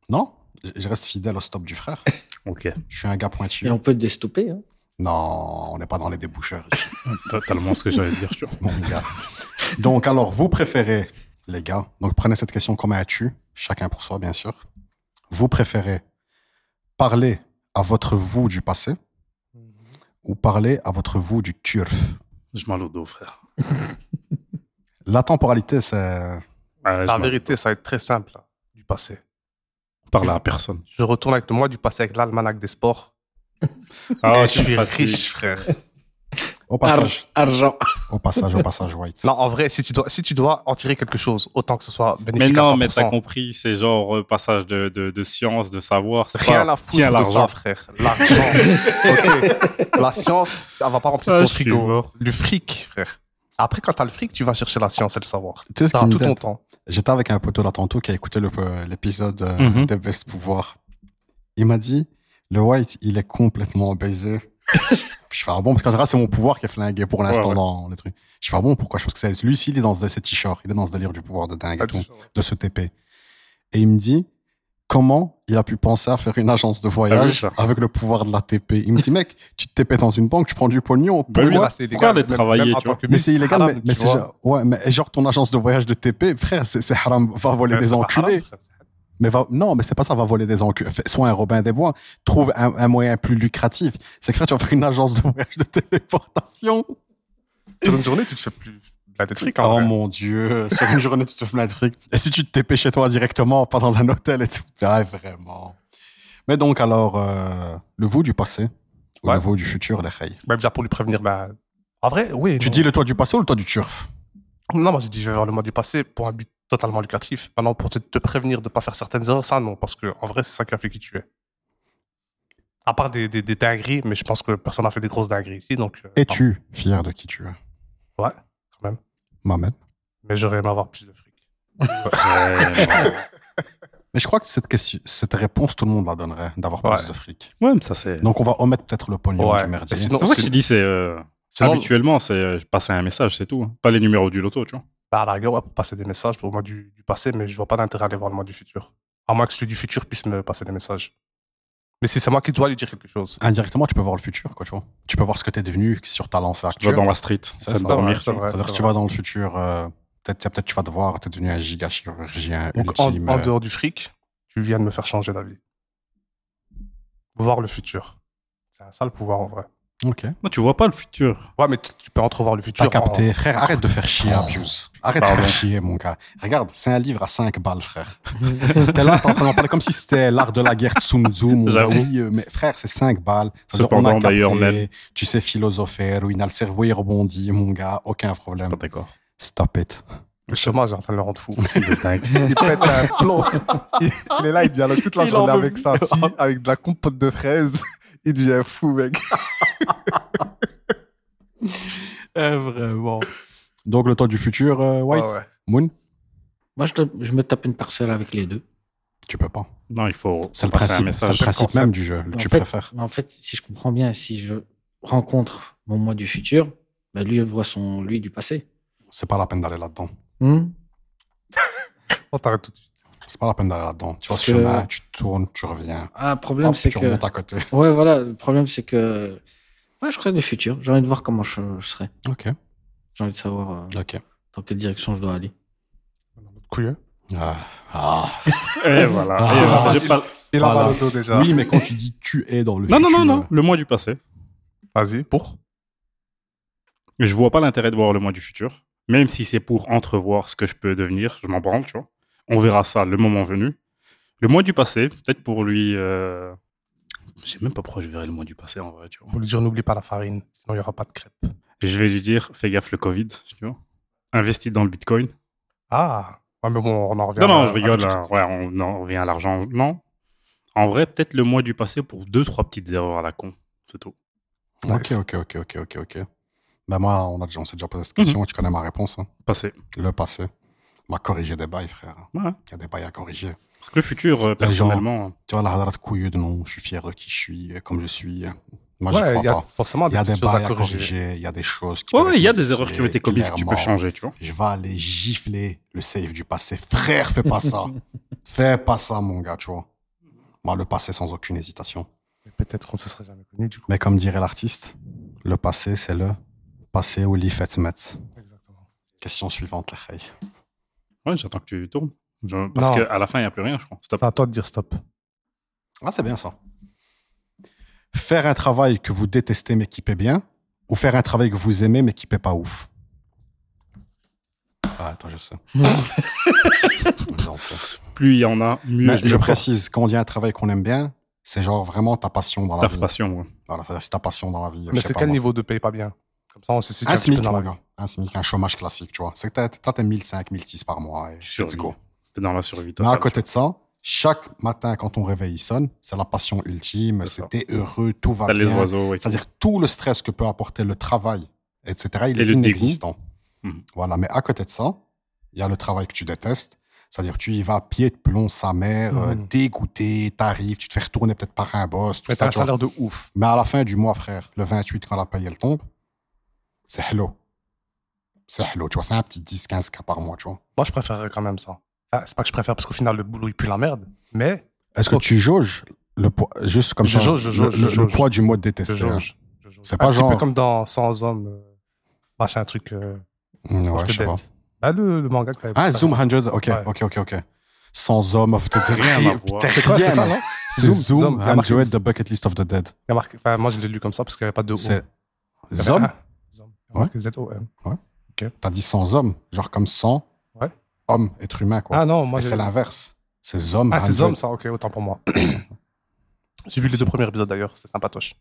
[SPEAKER 3] Non Je- Je reste fidèle au stop du frère.
[SPEAKER 2] Ok.
[SPEAKER 3] Je suis un gars pointu.
[SPEAKER 5] Et on peut te déstopper. hein.
[SPEAKER 3] Non, on n'est pas dans les déboucheurs ici,
[SPEAKER 2] Totalement ce que j'allais te dire, tu vois.
[SPEAKER 3] mon gars. Donc, alors, vous préférez, les gars, donc prenez cette question comme un tu, chacun pour soi, bien sûr. Vous préférez parler à votre vous du passé ou parler à votre vous du turf.
[SPEAKER 2] Je m'en au dos, frère.
[SPEAKER 3] La temporalité, c'est.
[SPEAKER 2] Ouais, je
[SPEAKER 4] la
[SPEAKER 2] m'en-
[SPEAKER 4] vérité, ça va être très simple hein, du passé.
[SPEAKER 2] parle à personne.
[SPEAKER 4] Je retourne avec le mois du passé avec l'almanach des sports.
[SPEAKER 2] Ah,
[SPEAKER 4] Et je
[SPEAKER 2] tu me
[SPEAKER 4] suis
[SPEAKER 2] fatigues.
[SPEAKER 4] riche, frère.
[SPEAKER 3] Au passage,
[SPEAKER 5] Ar- argent.
[SPEAKER 3] au passage, au passage, White.
[SPEAKER 4] Non, en vrai, si tu dois, si tu dois en tirer quelque chose, autant que ce soit
[SPEAKER 2] Mais
[SPEAKER 4] bénéfique à
[SPEAKER 2] non,
[SPEAKER 4] 100%.
[SPEAKER 2] mais t'as compris, c'est genre euh, passage de, de, de science, de savoir. c'est
[SPEAKER 4] Rien
[SPEAKER 2] pas,
[SPEAKER 4] à
[SPEAKER 2] tiens,
[SPEAKER 4] foutre de ça, frère. L'argent. ok. La science, elle va pas remplir
[SPEAKER 2] Ah,
[SPEAKER 4] ton
[SPEAKER 2] je suis
[SPEAKER 4] frigo.
[SPEAKER 2] mort.
[SPEAKER 4] Le fric, frère. Après, quand t'as le fric, tu vas chercher la science et le savoir.
[SPEAKER 3] Tu sais ce
[SPEAKER 4] Ça
[SPEAKER 3] qui
[SPEAKER 4] va
[SPEAKER 3] me
[SPEAKER 4] tout ton
[SPEAKER 3] date
[SPEAKER 4] temps.
[SPEAKER 3] J'étais avec un poteau là tantôt qui a écouté le- euh, l'épisode euh,
[SPEAKER 2] Mhm.
[SPEAKER 3] des Best Pouvoirs. Il m'a dit le White, il est complètement baisé. je fais ah bon, parce qu'en général, c'est mon pouvoir qui est flingué pour l'instant
[SPEAKER 2] Ouais, ouais.
[SPEAKER 3] dans le truc. Je fais ah bon, pourquoi Je pense que c'est lui-ci, il est dans ce- ce t-shirt, il est dans ce délire du pouvoir de dingue et tout, de ce TP. Et il me dit comment il a pu penser à faire une agence de voyage
[SPEAKER 2] Ah ça
[SPEAKER 3] avec le pouvoir de la TP. Il me dit mec, tu te TP dans une banque, tu prends du pognon.
[SPEAKER 2] Bah oui,
[SPEAKER 3] pourquoi
[SPEAKER 2] là, pourquoi aller travailler, tu vois
[SPEAKER 3] mais c'est illégal, mais, mais c'est genre, ouais, mais genre ton agence de voyage de TP, frère, c'est c'est haram, va voler des enculés. mais va, non, mais c'est pas ça, va voler des enculés. Fais- Sois un Robin des Bois, trouve un, un moyen plus lucratif. C'est que là, tu vas faire une agence de voyage de téléportation.
[SPEAKER 4] Sur une journée, tu te fais plus de la tête fric. hein,
[SPEAKER 3] oh mon dieu, sur une journée, tu te fais un truc. Et si tu te TP chez toi directement, pas dans un hôtel et tout. Ah, vraiment. Mais donc, alors, euh, le vous du passé ou
[SPEAKER 4] Ouais.
[SPEAKER 3] le vous du futur, les reilles
[SPEAKER 4] Bah, déjà pour lui prévenir, bah. En vrai, oui.
[SPEAKER 3] Tu
[SPEAKER 4] non.
[SPEAKER 3] dis le toit du passé ou le toit du turf
[SPEAKER 4] Non, moi j'ai dit, je vais vers le mois du passé pour un but totalement lucratif. Maintenant, pour te, te prévenir de ne pas faire certaines erreurs, ça non, parce que en vrai, c'est ça qui a fait qui tu es. À part des, des, des dingueries, mais je pense que personne n'a fait des grosses dingueries ici, donc. euh, non.
[SPEAKER 3] Es-tu fier de qui tu es
[SPEAKER 4] Ouais, quand même.
[SPEAKER 3] Maman.
[SPEAKER 4] Mais j'aurais aimé avoir plus de fric.
[SPEAKER 2] Ouais,
[SPEAKER 3] Mais je crois que cette, question, cette réponse, tout le monde la donnerait, d'avoir
[SPEAKER 4] Ouais.
[SPEAKER 3] plus de fric.
[SPEAKER 2] ouais, mais ça c'est. C'est
[SPEAKER 3] Donc on va omettre peut-être le pognon
[SPEAKER 4] Ouais.
[SPEAKER 3] du merdier.
[SPEAKER 4] Et sinon,
[SPEAKER 2] pour ça qu'il
[SPEAKER 4] sinon,
[SPEAKER 2] dit, c'est. euh,
[SPEAKER 4] sinon,
[SPEAKER 2] habituellement, c'est euh, je passer un message, c'est tout. hein. Pas les numéros du loto, tu vois.
[SPEAKER 4] bah, à la rigueur, ouais, pour passer des messages pour le mois du, du passé, mais je vois pas d'intérêt à aller voir le mois du futur. À moins que celui du futur puisse me passer des messages. Mais si c'est moi qui dois lui dire quelque chose.
[SPEAKER 3] Indirectement, tu peux voir le futur, quoi, tu vois. Tu peux voir ce que t'es devenu sur ta lancée
[SPEAKER 2] Tu vas
[SPEAKER 3] actuelle.
[SPEAKER 2] dans la street,
[SPEAKER 3] Ça,
[SPEAKER 2] ça
[SPEAKER 3] c'est
[SPEAKER 2] te
[SPEAKER 3] pas
[SPEAKER 2] dormir.
[SPEAKER 4] mal, ça, ouais.
[SPEAKER 3] C'est-à-dire,
[SPEAKER 4] c'est
[SPEAKER 3] si tu
[SPEAKER 4] vrai.
[SPEAKER 3] vas dans le futur, euh, peut-être peut tu vas devoir, t'es devenu un giga chirurgien
[SPEAKER 4] Donc, en,
[SPEAKER 3] ultime.
[SPEAKER 4] en
[SPEAKER 3] euh,
[SPEAKER 4] dehors du fric, tu viens de me faire changer d'avis. Voir le futur. C'est ça le pouvoir en vrai.
[SPEAKER 3] Ok.
[SPEAKER 2] Non, tu vois pas le futur.
[SPEAKER 4] Ouais, mais tu tu peux entrevoir le futur.
[SPEAKER 3] T'as
[SPEAKER 4] en-
[SPEAKER 3] capté. Frère, euh, arrête de faire chier, Abuse. Arrête de
[SPEAKER 2] Oh. Pardon.
[SPEAKER 3] faire chier, mon gars. Regarde, c'est un livre à 5 balles, frère. T'es là, t'es en train d'en parler comme si c'était l'art de la guerre de Sun Tzu. mon gars.
[SPEAKER 2] J'avoue.
[SPEAKER 3] Oui, euh, mais frère, c'est 5 balles. Ça veut dire,
[SPEAKER 2] Cependant,
[SPEAKER 3] on a capté,
[SPEAKER 2] d'ailleurs, même.
[SPEAKER 3] Tu sais philosopher, oui, le cerveau, il rebondit, mon gars. Aucun problème.
[SPEAKER 2] Pas d'accord.
[SPEAKER 3] Stop it.
[SPEAKER 4] Le chômage est en train de le rendre fou.
[SPEAKER 2] Dingue.
[SPEAKER 4] Il pète un plomb. Il il est là, il dialogue toute la
[SPEAKER 2] Il en
[SPEAKER 4] journée
[SPEAKER 2] veut
[SPEAKER 4] avec sa fille, avec de la compote de fraises. Il devient fou, mec.
[SPEAKER 2] vraiment.
[SPEAKER 3] Donc, le temps du futur, euh, White.
[SPEAKER 4] Ah Eh, ouais.
[SPEAKER 3] Moon,
[SPEAKER 5] Moi, je, te- je me tape une parcelle avec les deux.
[SPEAKER 3] tu peux pas.
[SPEAKER 2] Non, il faut.
[SPEAKER 3] C'est le
[SPEAKER 2] passer un
[SPEAKER 3] principe, c'est le
[SPEAKER 2] message.
[SPEAKER 3] principe même du jeu.
[SPEAKER 5] En
[SPEAKER 3] Tu
[SPEAKER 5] fait-
[SPEAKER 3] préfères.
[SPEAKER 5] Mais en fait, si je comprends bien, si je rencontre mon moi du futur, bah, lui, il voit son lui du passé.
[SPEAKER 3] C'est pas la peine d'aller là-dedans.
[SPEAKER 5] Hmm
[SPEAKER 4] On t'arrête tout de suite.
[SPEAKER 3] C'est pas la peine d'aller là-dedans. Tu vois
[SPEAKER 5] Parce
[SPEAKER 3] ce chemin,
[SPEAKER 5] que-
[SPEAKER 3] tu tournes, tu reviens.
[SPEAKER 5] ah, le problème,
[SPEAKER 3] Hop,
[SPEAKER 5] c'est
[SPEAKER 3] tu
[SPEAKER 5] que.
[SPEAKER 3] remontes à côté.
[SPEAKER 5] Ouais, voilà. Le problème, c'est que. Ouais, je crée le futur. J'ai envie de voir comment je, je serai.
[SPEAKER 3] Ok,
[SPEAKER 5] J'ai envie de savoir euh,
[SPEAKER 3] ok.
[SPEAKER 5] dans quelle direction je dois aller.
[SPEAKER 4] Couilleux.
[SPEAKER 3] Ah. Ah.
[SPEAKER 2] Et voilà.
[SPEAKER 3] Ah.
[SPEAKER 2] Et voilà, j'ai pas-
[SPEAKER 4] Il a
[SPEAKER 3] Voilà.
[SPEAKER 4] mal au dos déjà.
[SPEAKER 3] Oui, mais quand tu dis tu es dans le
[SPEAKER 2] Non, non,
[SPEAKER 3] futur.
[SPEAKER 2] non, non. Le mois du passé.
[SPEAKER 4] Vas-y, pour.
[SPEAKER 2] Je vois pas l'intérêt de voir le mois du futur, même si c'est pour entrevoir ce que je peux devenir, je m'en branle, tu vois. On verra ça le moment venu. Le mois du passé, peut-être pour lui. euh, Je sais même pas pourquoi je verrai le mois du passé en vrai, tu vois.
[SPEAKER 4] Pour lui dire, n'oublie pas la farine, sinon il n'y aura pas de crêpes.
[SPEAKER 2] Je vais lui dire, fais gaffe le Covid, tu vois. Investis dans le bitcoin.
[SPEAKER 4] Ah, ouais, mais bon, on en revient.
[SPEAKER 2] Non, non,
[SPEAKER 3] ah,
[SPEAKER 4] à-
[SPEAKER 2] je
[SPEAKER 4] à
[SPEAKER 2] rigole.
[SPEAKER 4] tout de
[SPEAKER 2] hein.
[SPEAKER 4] suite.
[SPEAKER 2] Ouais, on en revient à l'argent. Non. En vrai, peut-être le mois du passé pour deux, trois petites erreurs à la con. C'est tout.
[SPEAKER 3] Ok, ok, ok, ok, ok, ok. Ben moi, on, a déjà, on s'est déjà posé
[SPEAKER 2] Mhm.
[SPEAKER 3] cette question, tu connais ma réponse. hein.
[SPEAKER 2] Passé.
[SPEAKER 3] Le passé. On m'a corrigé des bails, frère.
[SPEAKER 2] Ouais.
[SPEAKER 3] Il y a des bails à corriger.
[SPEAKER 2] Parce que le futur, euh,
[SPEAKER 3] Les gens-
[SPEAKER 2] personnellement.
[SPEAKER 3] Tu vois, la hadarat couilleux de non, je suis fier de qui je suis, euh, comme je suis. Moi,
[SPEAKER 4] Ouais,
[SPEAKER 3] j'y
[SPEAKER 4] il y a
[SPEAKER 3] crois pas.
[SPEAKER 4] forcément
[SPEAKER 3] Il y a des
[SPEAKER 4] petites choses
[SPEAKER 3] bails
[SPEAKER 4] à
[SPEAKER 3] à
[SPEAKER 4] corriger.
[SPEAKER 3] corriger, il y a des choses qui.
[SPEAKER 2] Ouais,
[SPEAKER 3] peuvent
[SPEAKER 2] ouais, il y a
[SPEAKER 3] être
[SPEAKER 2] des erreurs qui ont été commises que tu peux
[SPEAKER 3] clairement.
[SPEAKER 2] changer, tu vois.
[SPEAKER 3] Je vais aller gifler le save du passé. Frère, fais pas ça. fais pas ça, mon gars, tu vois. Moi, le passé sans aucune hésitation.
[SPEAKER 4] Mais Peut-être qu'on ne se serait jamais connu du coup.
[SPEAKER 3] Mais comme dirait l'artiste, le passé, c'est le passé où l'ifet met.
[SPEAKER 4] Exactement.
[SPEAKER 3] Question suivante, la Khay.
[SPEAKER 2] Ouais, j'attends que tu tournes. Je- Parce
[SPEAKER 4] Non.
[SPEAKER 2] qu'à la fin, il n'y a plus rien, je crois. Stop.
[SPEAKER 4] C'est à toi de dire stop.
[SPEAKER 3] Ah, c'est bien ça. Faire un travail que vous détestez mais qui paie bien, ou faire un travail que vous aimez mais qui paie pas ouf. Ah, attends, je sais. J'en sais.
[SPEAKER 2] Plus il y en a, mieux
[SPEAKER 3] Mais
[SPEAKER 2] je,
[SPEAKER 3] je
[SPEAKER 2] me porte.
[SPEAKER 3] précise, quand on dit un travail qu'on aime bien, c'est genre vraiment ta passion dans la
[SPEAKER 2] Ta
[SPEAKER 3] vie.
[SPEAKER 2] passion, ouais.
[SPEAKER 3] Voilà, c'est-à-dire c'est ta passion dans la vie. je
[SPEAKER 4] Mais
[SPEAKER 3] sais
[SPEAKER 4] c'est
[SPEAKER 3] pas
[SPEAKER 4] quel
[SPEAKER 3] moi.
[SPEAKER 4] niveau de paye pas bien Comme ça, on se situe
[SPEAKER 3] Un
[SPEAKER 4] un petit peu
[SPEAKER 3] SMIC,
[SPEAKER 4] dans
[SPEAKER 3] mon
[SPEAKER 4] la
[SPEAKER 3] gars. Un SMIC, un chômage classique, tu vois. C'est que t'as- t'as tes 1005, 1006 par mois. Et
[SPEAKER 2] Survie.
[SPEAKER 3] let's go.
[SPEAKER 2] T'es dans la survie
[SPEAKER 3] Mais
[SPEAKER 2] totale.
[SPEAKER 3] à côté de ça, chaque matin quand ton réveil sonne, c'est la passion ultime,
[SPEAKER 2] C'est ça.
[SPEAKER 3] c'était heureux, tout va
[SPEAKER 2] T'as les
[SPEAKER 3] bien.
[SPEAKER 2] oiseaux, ouais.
[SPEAKER 3] C'est-à-dire tout le stress que peut apporter le travail, etc., il
[SPEAKER 2] Et
[SPEAKER 3] est
[SPEAKER 2] le dégoût.
[SPEAKER 3] inexistant.
[SPEAKER 2] Mhm.
[SPEAKER 3] Voilà, mais à côté de ça, il y a le travail que tu détestes. C'est-à-dire tu y vas à pied de plomb, sa mère, euh,
[SPEAKER 4] Mhm.
[SPEAKER 3] dégoûté, t'arrives, tu te fais retourner peut-être par un boss, tout
[SPEAKER 4] Mais t'as
[SPEAKER 3] ça.
[SPEAKER 4] un
[SPEAKER 3] tu vois.
[SPEAKER 4] salaire de ouf.
[SPEAKER 3] Mais à la fin du mois, frère, le 28, quand la paye, elle tombe, c'est hello. C'est hello, tu vois, c'est un petit 10-15 cas par mois, tu vois.
[SPEAKER 4] Moi, je préférerais quand même ça. Ah, c'est pas que je préfère parce qu'au final, le boulot, il pue la merde. Mais
[SPEAKER 3] Est-ce que
[SPEAKER 4] Ok.
[SPEAKER 3] tu jauges le poids, juste comme
[SPEAKER 4] Je
[SPEAKER 3] ça,
[SPEAKER 4] jauge, je
[SPEAKER 3] le-
[SPEAKER 4] jauge,
[SPEAKER 3] le,
[SPEAKER 4] je
[SPEAKER 3] le
[SPEAKER 4] jauge.
[SPEAKER 3] poids du mot
[SPEAKER 4] je
[SPEAKER 3] détesté hein.
[SPEAKER 4] jauge. Je jauge. Ah,
[SPEAKER 3] C'est pas
[SPEAKER 4] un
[SPEAKER 3] genre-
[SPEAKER 4] petit peu comme dans 100 hommes, euh, machin, un truc. Euh,
[SPEAKER 3] Mm, ouais,
[SPEAKER 4] of the
[SPEAKER 3] je sais
[SPEAKER 4] Dead.
[SPEAKER 3] pas.
[SPEAKER 4] Ah, le, le manga que t'avais
[SPEAKER 3] Ah,
[SPEAKER 4] préféré.
[SPEAKER 3] Zoom 100, ok,
[SPEAKER 4] Ouais.
[SPEAKER 3] ok, ok, ok. Sans homme of the dead.
[SPEAKER 2] Rien à voir.
[SPEAKER 3] T'as
[SPEAKER 4] C'est quoi,
[SPEAKER 3] rien.
[SPEAKER 4] c'est ça, non
[SPEAKER 3] C'est Zoom,
[SPEAKER 4] Zoom, la Oh, marque-
[SPEAKER 3] 100, The Bucket List of the Dead.
[SPEAKER 4] Il y a marqué- enfin, Moi, je l'ai lu comme ça parce qu'il n'y avait pas de O.
[SPEAKER 3] C'est
[SPEAKER 4] Il y avait
[SPEAKER 3] Zom
[SPEAKER 4] un. Zom. Il y a marqué Z-O-M.
[SPEAKER 3] T'as dit sans homme, genre comme sans
[SPEAKER 4] Ouais.
[SPEAKER 3] homme, être humain, quoi.
[SPEAKER 4] Ah non, moi,
[SPEAKER 3] Et
[SPEAKER 4] j'ai-
[SPEAKER 3] c'est l'inverse. C'est Zom
[SPEAKER 4] Ah, c'est
[SPEAKER 3] 100.
[SPEAKER 4] Zom, ça, ok, autant pour moi. J'ai vu les deux premiers épisodes d'ailleurs, c'est sympatoche.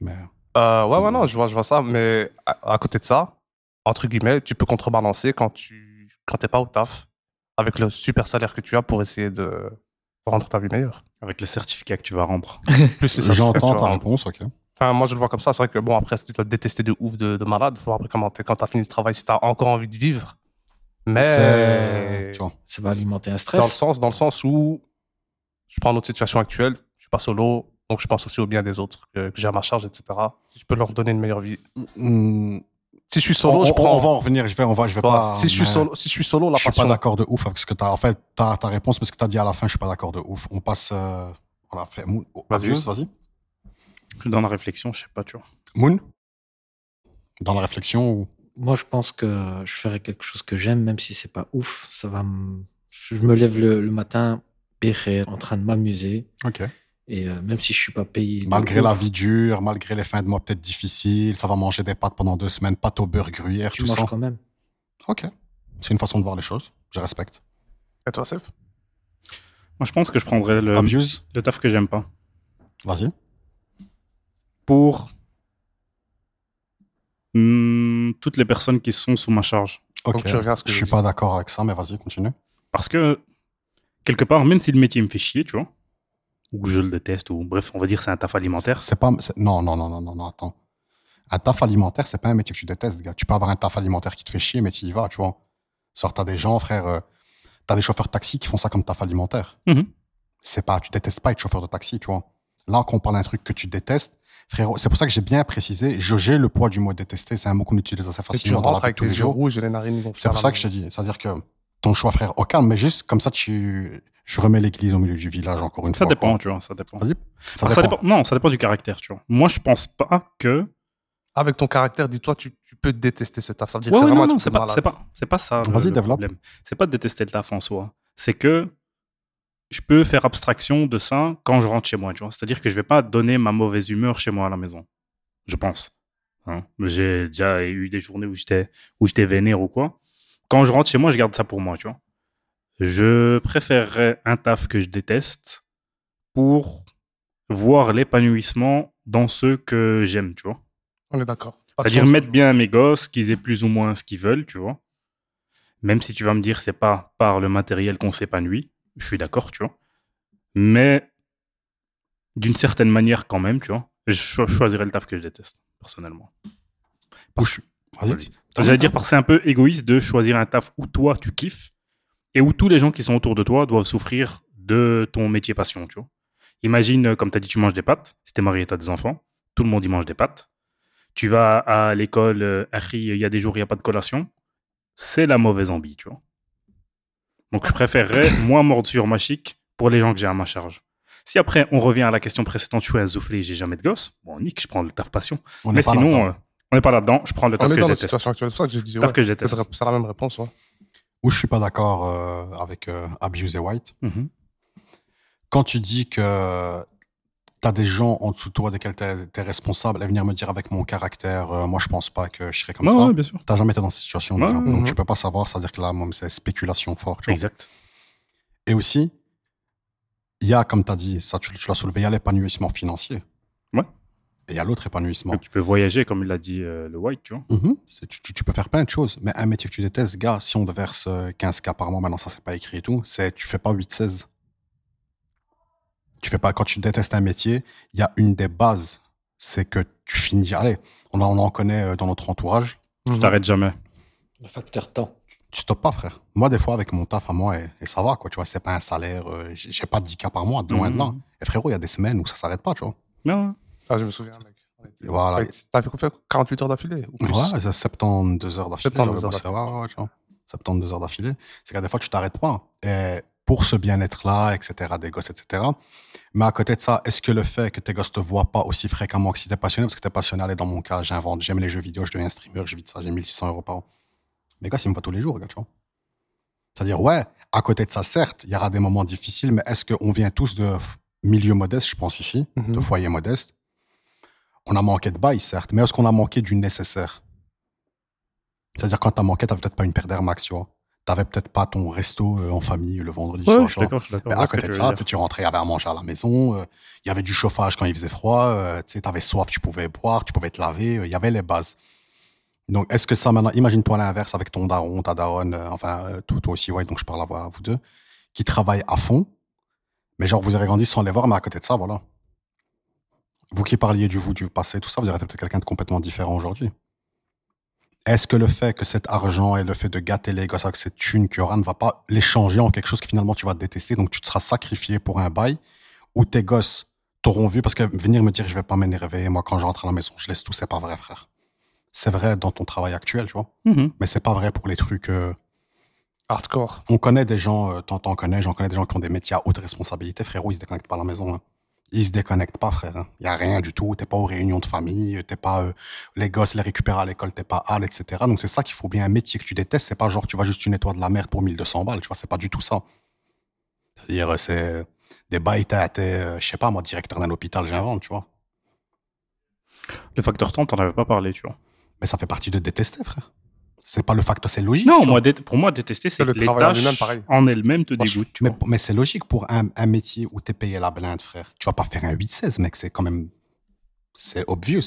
[SPEAKER 3] Mais
[SPEAKER 4] Euh, ouais, ouais,
[SPEAKER 3] Mmh.
[SPEAKER 4] non, je vois, je vois ça, mais à, à côté de ça, entre guillemets, tu peux contrebalancer quand tu quand t'es pas au taf avec le super salaire que tu as pour essayer de rendre ta vie meilleure.
[SPEAKER 2] Avec les certificats que tu vas rendre.
[SPEAKER 4] Plus les certificats que tu
[SPEAKER 3] j'entends
[SPEAKER 4] vas
[SPEAKER 3] ta
[SPEAKER 4] rendre.
[SPEAKER 3] réponse, ok.
[SPEAKER 4] Enfin, moi, je le vois comme ça. C'est vrai que bon, après, si tu dois te détester de ouf, de, de malade, faut voir après comment t'es- quand t'as fini le travail, si t'as encore envie de vivre. Mais
[SPEAKER 3] C'est. Tu vois.
[SPEAKER 5] Ça va alimenter un stress.
[SPEAKER 4] dans le sens, dans le sens où je prends notre situation actuelle, je suis pas solo, donc je pense aussi au bien des autres que, que j'ai à ma charge, etc. Si je peux leur donner une meilleure vie.
[SPEAKER 3] Mm,
[SPEAKER 4] Si je suis
[SPEAKER 3] on,
[SPEAKER 4] solo, je
[SPEAKER 3] on-
[SPEAKER 4] prends.
[SPEAKER 3] on va en revenir, je vais, on va, je vais
[SPEAKER 4] Tu vois,
[SPEAKER 3] pas.
[SPEAKER 4] si, je suis
[SPEAKER 3] mais
[SPEAKER 4] solo, si je suis solo, la
[SPEAKER 3] je suis pas
[SPEAKER 4] passion.
[SPEAKER 3] d'accord de ouf avec ce que t'as. En fait, ta, ta réponse, parce que t'as dit à la fin, je suis pas d'accord de ouf. On passe euh, On a fait Moon. Oh,
[SPEAKER 4] Vas-y.
[SPEAKER 3] Abdus, vas-y.
[SPEAKER 2] Dans la réflexion, je sais pas, tu vois.
[SPEAKER 3] Moon Dans la réflexion ou-
[SPEAKER 5] Moi, je pense que je ferai quelque chose que j'aime, même si c'est pas ouf. Ça va. me- Je me lève le, le matin, béret, en train de m'amuser,
[SPEAKER 3] Ok.
[SPEAKER 5] et euh, même si je suis pas payé. de
[SPEAKER 3] Malgré la
[SPEAKER 5] ouf,
[SPEAKER 3] vie dure, malgré les fins de mois peut-être difficiles, ça va manger des pâtes pendant deux semaines, pâtes au beurre, gruyère,
[SPEAKER 5] tu
[SPEAKER 3] tout
[SPEAKER 5] manges
[SPEAKER 3] ça.
[SPEAKER 5] quand même.
[SPEAKER 3] Ok. C'est une façon de voir les choses. Je respecte.
[SPEAKER 4] Et toi, Sef
[SPEAKER 2] Moi, je pense que je prendrais
[SPEAKER 4] Euh,
[SPEAKER 2] le,
[SPEAKER 3] Abuse
[SPEAKER 2] le taf que j'aime pas.
[SPEAKER 3] Vas-y.
[SPEAKER 2] Pour hmm, toutes les personnes qui sont sous ma charge.
[SPEAKER 3] Ok.
[SPEAKER 4] Donc, tu reviens à ce que
[SPEAKER 3] Je
[SPEAKER 4] je
[SPEAKER 3] suis
[SPEAKER 4] dis.
[SPEAKER 3] pas d'accord avec ça, mais vas-y, continue.
[SPEAKER 2] Parce que, quelque part, même si le métier me fait chier, tu vois, ou que je le déteste, ou bref, on va dire c'est un taf alimentaire,
[SPEAKER 3] C'est pas. c'est- Non, non, non, non, non, non, attends. Un taf alimentaire, c'est pas un métier que tu détestes, gars. Tu peux avoir un taf alimentaire qui te fait chier, mais tu y vas, tu vois. Sort, t'as des gens, frère, euh, t'as des chauffeurs de taxi qui font ça comme taf alimentaire.
[SPEAKER 2] Mhm.
[SPEAKER 3] C'est pas, tu détestes pas être chauffeur de taxi, tu vois. Là, quand on parle d'un truc que tu détestes, frérot, c'est pour ça que j'ai bien précisé, jauger le poids du mot détester, c'est un mot qu'on utilise assez
[SPEAKER 4] Et tu
[SPEAKER 3] facilement dans la
[SPEAKER 4] rentres
[SPEAKER 3] vie de
[SPEAKER 4] avec
[SPEAKER 3] tous
[SPEAKER 4] les
[SPEAKER 3] les
[SPEAKER 4] yeux
[SPEAKER 3] jours.
[SPEAKER 4] rouges et les narines gonflées.
[SPEAKER 3] C'est
[SPEAKER 4] à
[SPEAKER 3] pour
[SPEAKER 4] la
[SPEAKER 3] ça que
[SPEAKER 4] main.
[SPEAKER 3] je te dis, c'est-à-dire que ton choix, frère, au calme, mais juste comme ça, tu, je remets l'église au milieu du village encore une
[SPEAKER 2] ça
[SPEAKER 3] fois.
[SPEAKER 2] dépend,
[SPEAKER 3] quoi.
[SPEAKER 2] tu vois, ça dépend.
[SPEAKER 3] Vas-y.
[SPEAKER 2] Alors, ça dépend- Non, ça dépend du caractère, tu vois. Moi, je pense pas que.
[SPEAKER 4] Avec ton caractère, dis-toi, tu, tu peux détester ce taf. Ça veut dire
[SPEAKER 2] Ouais,
[SPEAKER 4] que
[SPEAKER 2] ouais,
[SPEAKER 4] c'est
[SPEAKER 2] non,
[SPEAKER 4] vraiment
[SPEAKER 2] non,
[SPEAKER 4] un
[SPEAKER 2] c'est
[SPEAKER 4] truc de
[SPEAKER 2] pas,
[SPEAKER 4] malade.
[SPEAKER 2] c'est pas, c'est pas ça. le-
[SPEAKER 3] Vas-y,
[SPEAKER 2] le
[SPEAKER 3] développe.
[SPEAKER 2] problème. C'est pas de détester le taf en soi. C'est que je peux faire abstraction de ça quand je rentre chez moi, tu vois. C'est-à-dire que je vais pas donner ma mauvaise humeur chez moi à la maison. Je pense. Hein. J'ai déjà eu des journées où j'étais, où j'étais vénère ou quoi. Quand je rentre chez moi, je garde ça pour moi, tu vois. Je préférerais un taf que je déteste pour voir l'épanouissement dans ceux que j'aime, tu vois.
[SPEAKER 4] On est d'accord. Pas de
[SPEAKER 2] C'est-à-dire
[SPEAKER 4] sens.
[SPEAKER 2] mettre bien à mes gosses, qu'ils aient plus ou moins ce qu'ils veulent, tu vois. Même si tu vas me dire c'est pas par le matériel qu'on s'épanouit, je suis d'accord, tu vois. Mais d'une certaine manière quand même, tu vois, je cho- choisirais le taf que je déteste, personnellement.
[SPEAKER 3] Bouche.
[SPEAKER 2] Vas-y. J'allais dire parce que c'est un peu égoïste de choisir un taf où toi tu kiffes et où tous les gens qui sont autour de toi doivent souffrir de ton métier passion, tu vois. Imagine, euh, comme tu as dit, tu manges des pâtes, si t'es marié, t'as des enfants, tout le monde y mange des pâtes. Tu vas à l'école, euh, Harry, il y a des jours, il n'y a pas de collation. C'est la mauvaise envie, tu vois. Donc je préférerais, moi, mordre sur ma chic pour les gens que j'ai à ma charge. Si après, on revient à la question précédente, je suis un soufflé, j'ai jamais de gosse, bon, nique, je prends le taf passion.
[SPEAKER 3] On
[SPEAKER 2] Mais
[SPEAKER 3] est pas
[SPEAKER 2] sinon,
[SPEAKER 3] là-dedans.
[SPEAKER 2] euh, on n'est pas là-dedans, je prends le
[SPEAKER 4] On
[SPEAKER 2] taf
[SPEAKER 4] est
[SPEAKER 2] que
[SPEAKER 4] dans
[SPEAKER 2] je
[SPEAKER 4] la
[SPEAKER 2] déteste.
[SPEAKER 4] situation actuelle. C'est pour ça que j'ai dit.
[SPEAKER 2] Taf
[SPEAKER 4] ouais,
[SPEAKER 2] que je
[SPEAKER 4] c'est
[SPEAKER 2] déteste.
[SPEAKER 4] c'est la même réponse. ouais.
[SPEAKER 3] Où je suis pas d'accord euh, avec euh, Abuse et White.
[SPEAKER 2] Mhm.
[SPEAKER 3] Quand tu dis que tu as des gens en dessous de toi desquels tu es, responsable à venir me dire avec mon caractère, euh, moi je pense pas que je serais comme
[SPEAKER 2] Ouais,
[SPEAKER 3] ça.
[SPEAKER 2] ouais, bien sûr.
[SPEAKER 3] T'as jamais été dans cette situation,
[SPEAKER 2] Ouais,
[SPEAKER 3] déjà. donc
[SPEAKER 4] mhm.
[SPEAKER 3] tu peux pas savoir. C'est-à-dire que là, moi, c'est spéculation forte. tu vois.
[SPEAKER 2] Exact.
[SPEAKER 3] Et aussi, il y a, comme tu as dit, ça, tu, tu l'as soulevé, il y a l'épanouissement financier.
[SPEAKER 2] Ouais.
[SPEAKER 3] Et il y a l'autre épanouissement.
[SPEAKER 2] Tu peux voyager, comme il l'a dit euh, le White, tu vois.
[SPEAKER 3] Mhm. C'est- tu, tu- tu peux faire plein de choses, mais un métier que tu détestes, gars, si on te verse euh, 15K par mois, maintenant ça c'est pas écrit et tout, c'est tu fais pas 8-16. Tu fais pas, quand tu détestes un métier, il y a une des bases, c'est que tu finis, allez, on, en- on en connaît euh, dans notre entourage,
[SPEAKER 4] Mhm.
[SPEAKER 2] Je t'arrête jamais.
[SPEAKER 5] Le facteur temps.
[SPEAKER 3] tu stoppes pas, frère. Moi, des fois, avec mon taf à moi, et, et ça va, quoi, tu vois, c'est pas un salaire, euh, j'ai j'ai pas 10K par mois, de loin de là.
[SPEAKER 2] Mhm.
[SPEAKER 3] Et frérot, il y a des semaines où ça s'arrête pas, tu vois.
[SPEAKER 2] Non,
[SPEAKER 4] Ah, je me souviens, mec. On était-
[SPEAKER 3] Voilà.
[SPEAKER 4] Ouais, T'as fait combien 48 heures d'affilée ou plus
[SPEAKER 3] Ouais, c'est 72 heures d'affilée.
[SPEAKER 4] 72
[SPEAKER 3] j'avais
[SPEAKER 4] heures
[SPEAKER 3] bossé, ouais, ouais, tu vois. 72 heures d'affilée. C'est qu'à des fois, tu t'arrêtes pas. hein. Et pour ce bien-être-là, etc., des gosses, etc. Mais à côté de ça, est-ce que le fait que tes gosses te voient pas aussi fréquemment que si t'es passionné, parce que t'es passionné, allez, dans mon cas, j'invente, j'aime les jeux vidéo, je deviens streamer, je vis de ça, j'ai 1600 euros par an. Mes gars, ils me voient tous les jours, regarde, tu vois. C'est-à-dire, ouais, à côté de ça, certes, il y aura des moments difficiles, mais est-ce qu'on vient tous de milieux modestes, je pense ici,
[SPEAKER 4] Mhm.
[SPEAKER 3] de foyers modestes On a manqué de bail, certes, mais est-ce qu'on a manqué du nécessaire C'est-à-dire, quand t'as manqué, t'avais peut-être pas une paire d'air max, tu vois. T'avais peut-être pas ton resto euh, en famille le vendredi
[SPEAKER 2] ouais,
[SPEAKER 3] soir.
[SPEAKER 2] je suis
[SPEAKER 3] genre.
[SPEAKER 2] d'accord, je suis d'accord.
[SPEAKER 3] Mais
[SPEAKER 2] Je vois
[SPEAKER 3] Euh, à
[SPEAKER 2] ce que
[SPEAKER 3] côté de
[SPEAKER 2] tu
[SPEAKER 3] ça,
[SPEAKER 2] veux
[SPEAKER 3] tu sais,
[SPEAKER 2] dire.
[SPEAKER 3] tu rentrais, il y avait à manger à la maison, euh, il y avait du chauffage quand il faisait froid, euh, tu sais, avais soif, tu pouvais boire, tu pouvais te laver, euh, il y avait les bases. Donc, est-ce que ça maintenant, imagine-toi l'inverse avec ton daron, ta daronne, euh, enfin, euh, toi, toi aussi, ouais, donc je parle à vous, à vous deux, qui travaillent à fond, mais genre vous aurez grandi sans les voir, mais à côté de ça, voilà. Vous qui parliez du vous, du passé, tout ça, vous aurez peut-être quelqu'un de complètement différent aujourd'hui. Est-ce que le fait que cet argent et le fait de gâter les gosses avec cette thune qu'il y aura ne va pas l'échanger en quelque chose que finalement tu vas détester, donc tu te seras sacrifié pour un bail où tes gosses t'auront vu, parce que venir me dire je vais pas m'énerver, moi quand je rentre à la maison, je laisse tout, c'est pas vrai, frère. C'est vrai dans ton travail actuel, tu vois,
[SPEAKER 2] Mhm.
[SPEAKER 3] mais c'est pas vrai pour les trucs. euh,
[SPEAKER 4] Hardcore.
[SPEAKER 3] on connaît des gens, euh, t'en t'en connais, j'en connais des gens qui ont des métiers à haute responsabilité, frérot, ils se déconnectent pas à la maison. hein. Ils se déconnectent pas, frère. hein. Il y a rien du tout. T'es pas aux réunions de famille, t'es pas euh, les gosses les récupèrent à l'école, t'es pas hal, etc. Donc c'est ça qu'il faut bien un métier que tu détestes. C'est pas genre tu vas juste tu nettoies de la merde pour 1200 balles. Tu vois, c'est pas du tout ça. C'est-à-dire euh, c'est des bails t'es, t'es, euh, je sais pas moi directeur d'un hôpital, j'invente, tu vois.
[SPEAKER 2] Le facteur temps, t'en avais pas parlé, tu vois.
[SPEAKER 3] Mais ça fait partie de détester, frère. C'est pas le facteur, c'est logique.
[SPEAKER 2] Non,
[SPEAKER 3] tu vois.
[SPEAKER 2] moi, dé- pour moi, détester, c'est
[SPEAKER 4] le
[SPEAKER 2] que les
[SPEAKER 4] travail en
[SPEAKER 2] tâches
[SPEAKER 4] lui-même, pareil.
[SPEAKER 2] en elles-mêmes te
[SPEAKER 4] Moi, je-
[SPEAKER 2] dégoûtent, tu
[SPEAKER 3] Mais,
[SPEAKER 2] vois.
[SPEAKER 3] mais c'est logique pour un, un métier où t'es payé la blinde, frère. Tu vas pas faire un 8-16, mec. C'est quand même. C'est obvious.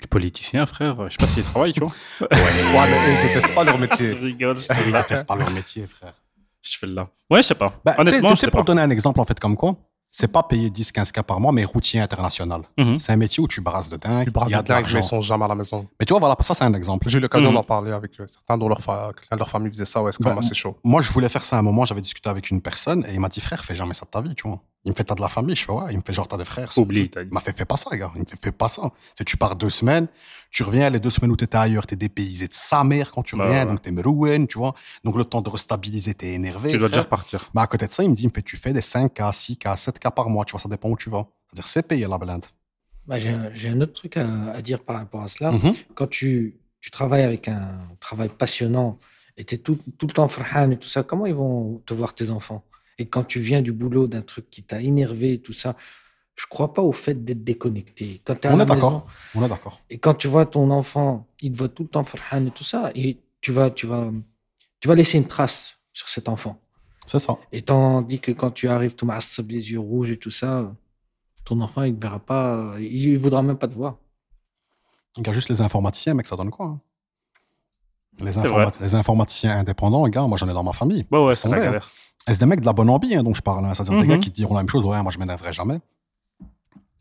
[SPEAKER 2] Les politiciens, frère, euh, je sais pas s'ils travaillent, tu vois.
[SPEAKER 4] Ouais, mais ils détestent pas leur métier.
[SPEAKER 2] rigole, je
[SPEAKER 3] Ils
[SPEAKER 2] fais là.
[SPEAKER 3] détestent pas leur métier, frère.
[SPEAKER 2] Je fais là. Ouais, je sais pas.
[SPEAKER 3] Bah, tu sais-
[SPEAKER 2] Honnêtement,
[SPEAKER 3] tu
[SPEAKER 2] je
[SPEAKER 3] sais,
[SPEAKER 2] sais
[SPEAKER 3] pour
[SPEAKER 2] pas.
[SPEAKER 3] donner un exemple, en fait, comme quoi, c'est pas payé 10-15K par mois, mais routier international.
[SPEAKER 2] Mhm.
[SPEAKER 3] C'est un métier où tu brasses de dingue,
[SPEAKER 4] Mmh. Tu brasses
[SPEAKER 3] il y a
[SPEAKER 4] de
[SPEAKER 3] de
[SPEAKER 4] dingue, mais
[SPEAKER 3] l'argent.
[SPEAKER 4] ils sont jamais à la maison.
[SPEAKER 3] Mais tu vois, voilà, ça, c'est un exemple.
[SPEAKER 4] J'ai eu l'occasion
[SPEAKER 2] Mhm.
[SPEAKER 4] d'en parler avec euh, certains dont leur, fa... quelqu'un de leur famille faisait ça. Ouais, c'est quand
[SPEAKER 3] Ben,
[SPEAKER 4] même assez chaud.
[SPEAKER 3] Moi, je voulais faire ça à un moment, j'avais discuté avec une personne et il m'a dit, frère, fais jamais ça de ta vie, tu vois. Il me fait, t'as de la famille, je fais, ouais. Il me fait, genre, t'as des frères. sœurs,
[SPEAKER 2] Oublie,
[SPEAKER 3] tout.
[SPEAKER 2] t'as dit.
[SPEAKER 3] Il m'a fait, fais pas ça, gars. Il me fait, fais pas ça. C'est tu pars deux semaines, tu reviens, les deux semaines où t'étais ailleurs, t'es dépaysé de sa mère quand tu
[SPEAKER 2] Bah,
[SPEAKER 3] reviens,
[SPEAKER 2] ouais.
[SPEAKER 3] donc t'es merouen, tu vois. Donc le temps de restabiliser, t'es énervé.
[SPEAKER 2] Tu dois déjà
[SPEAKER 3] frère.
[SPEAKER 2] repartir.
[SPEAKER 3] Mais à côté de ça, il me dit, il me fait, tu fais des 5K, 6K, 7K par mois, tu vois, ça dépend où tu vas. C'est-à-dire, c'est payé la blinde.
[SPEAKER 5] Bah, J'ai j'ai un autre truc à, à dire par rapport à cela.
[SPEAKER 3] Mhm.
[SPEAKER 5] Quand tu, tu travailles avec un travail passionnant et tu es tout, tout le temps farhan et tout ça, comment ils vont te voir tes enfants Et quand tu viens du boulot, d'un truc qui t'a énervé et tout ça, je crois pas au fait d'être déconnecté. Quand t'es à
[SPEAKER 3] On
[SPEAKER 5] la
[SPEAKER 3] est d'accord.
[SPEAKER 5] maison
[SPEAKER 3] On est d'accord.
[SPEAKER 5] Et quand tu vois ton enfant, il te voit tout le temps farhan et tout ça, et tu vas, tu vas, tu vas laisser une trace sur cet enfant.
[SPEAKER 3] C'est ça.
[SPEAKER 5] Et tandis que quand tu arrives, tout massable, les yeux rouges et tout ça, ton enfant, il ne verra pas, il ne voudra même pas te voir.
[SPEAKER 3] Regarde juste les informaticiens, mec, ça donne quoi hein les,
[SPEAKER 2] vrai.
[SPEAKER 3] informat- les informaticiens indépendants, gars, moi j'en ai dans ma famille.
[SPEAKER 2] Bah ouais,
[SPEAKER 3] Ils sont
[SPEAKER 2] c'est la
[SPEAKER 3] là, hein.
[SPEAKER 2] galère.
[SPEAKER 3] Et c'est des mecs de la bonne ambiance hein, dont je parle. hein. C'est-à-dire
[SPEAKER 2] Mhm.
[SPEAKER 3] des gars qui te diront la même chose. Ouais, moi, je m'énerverai jamais.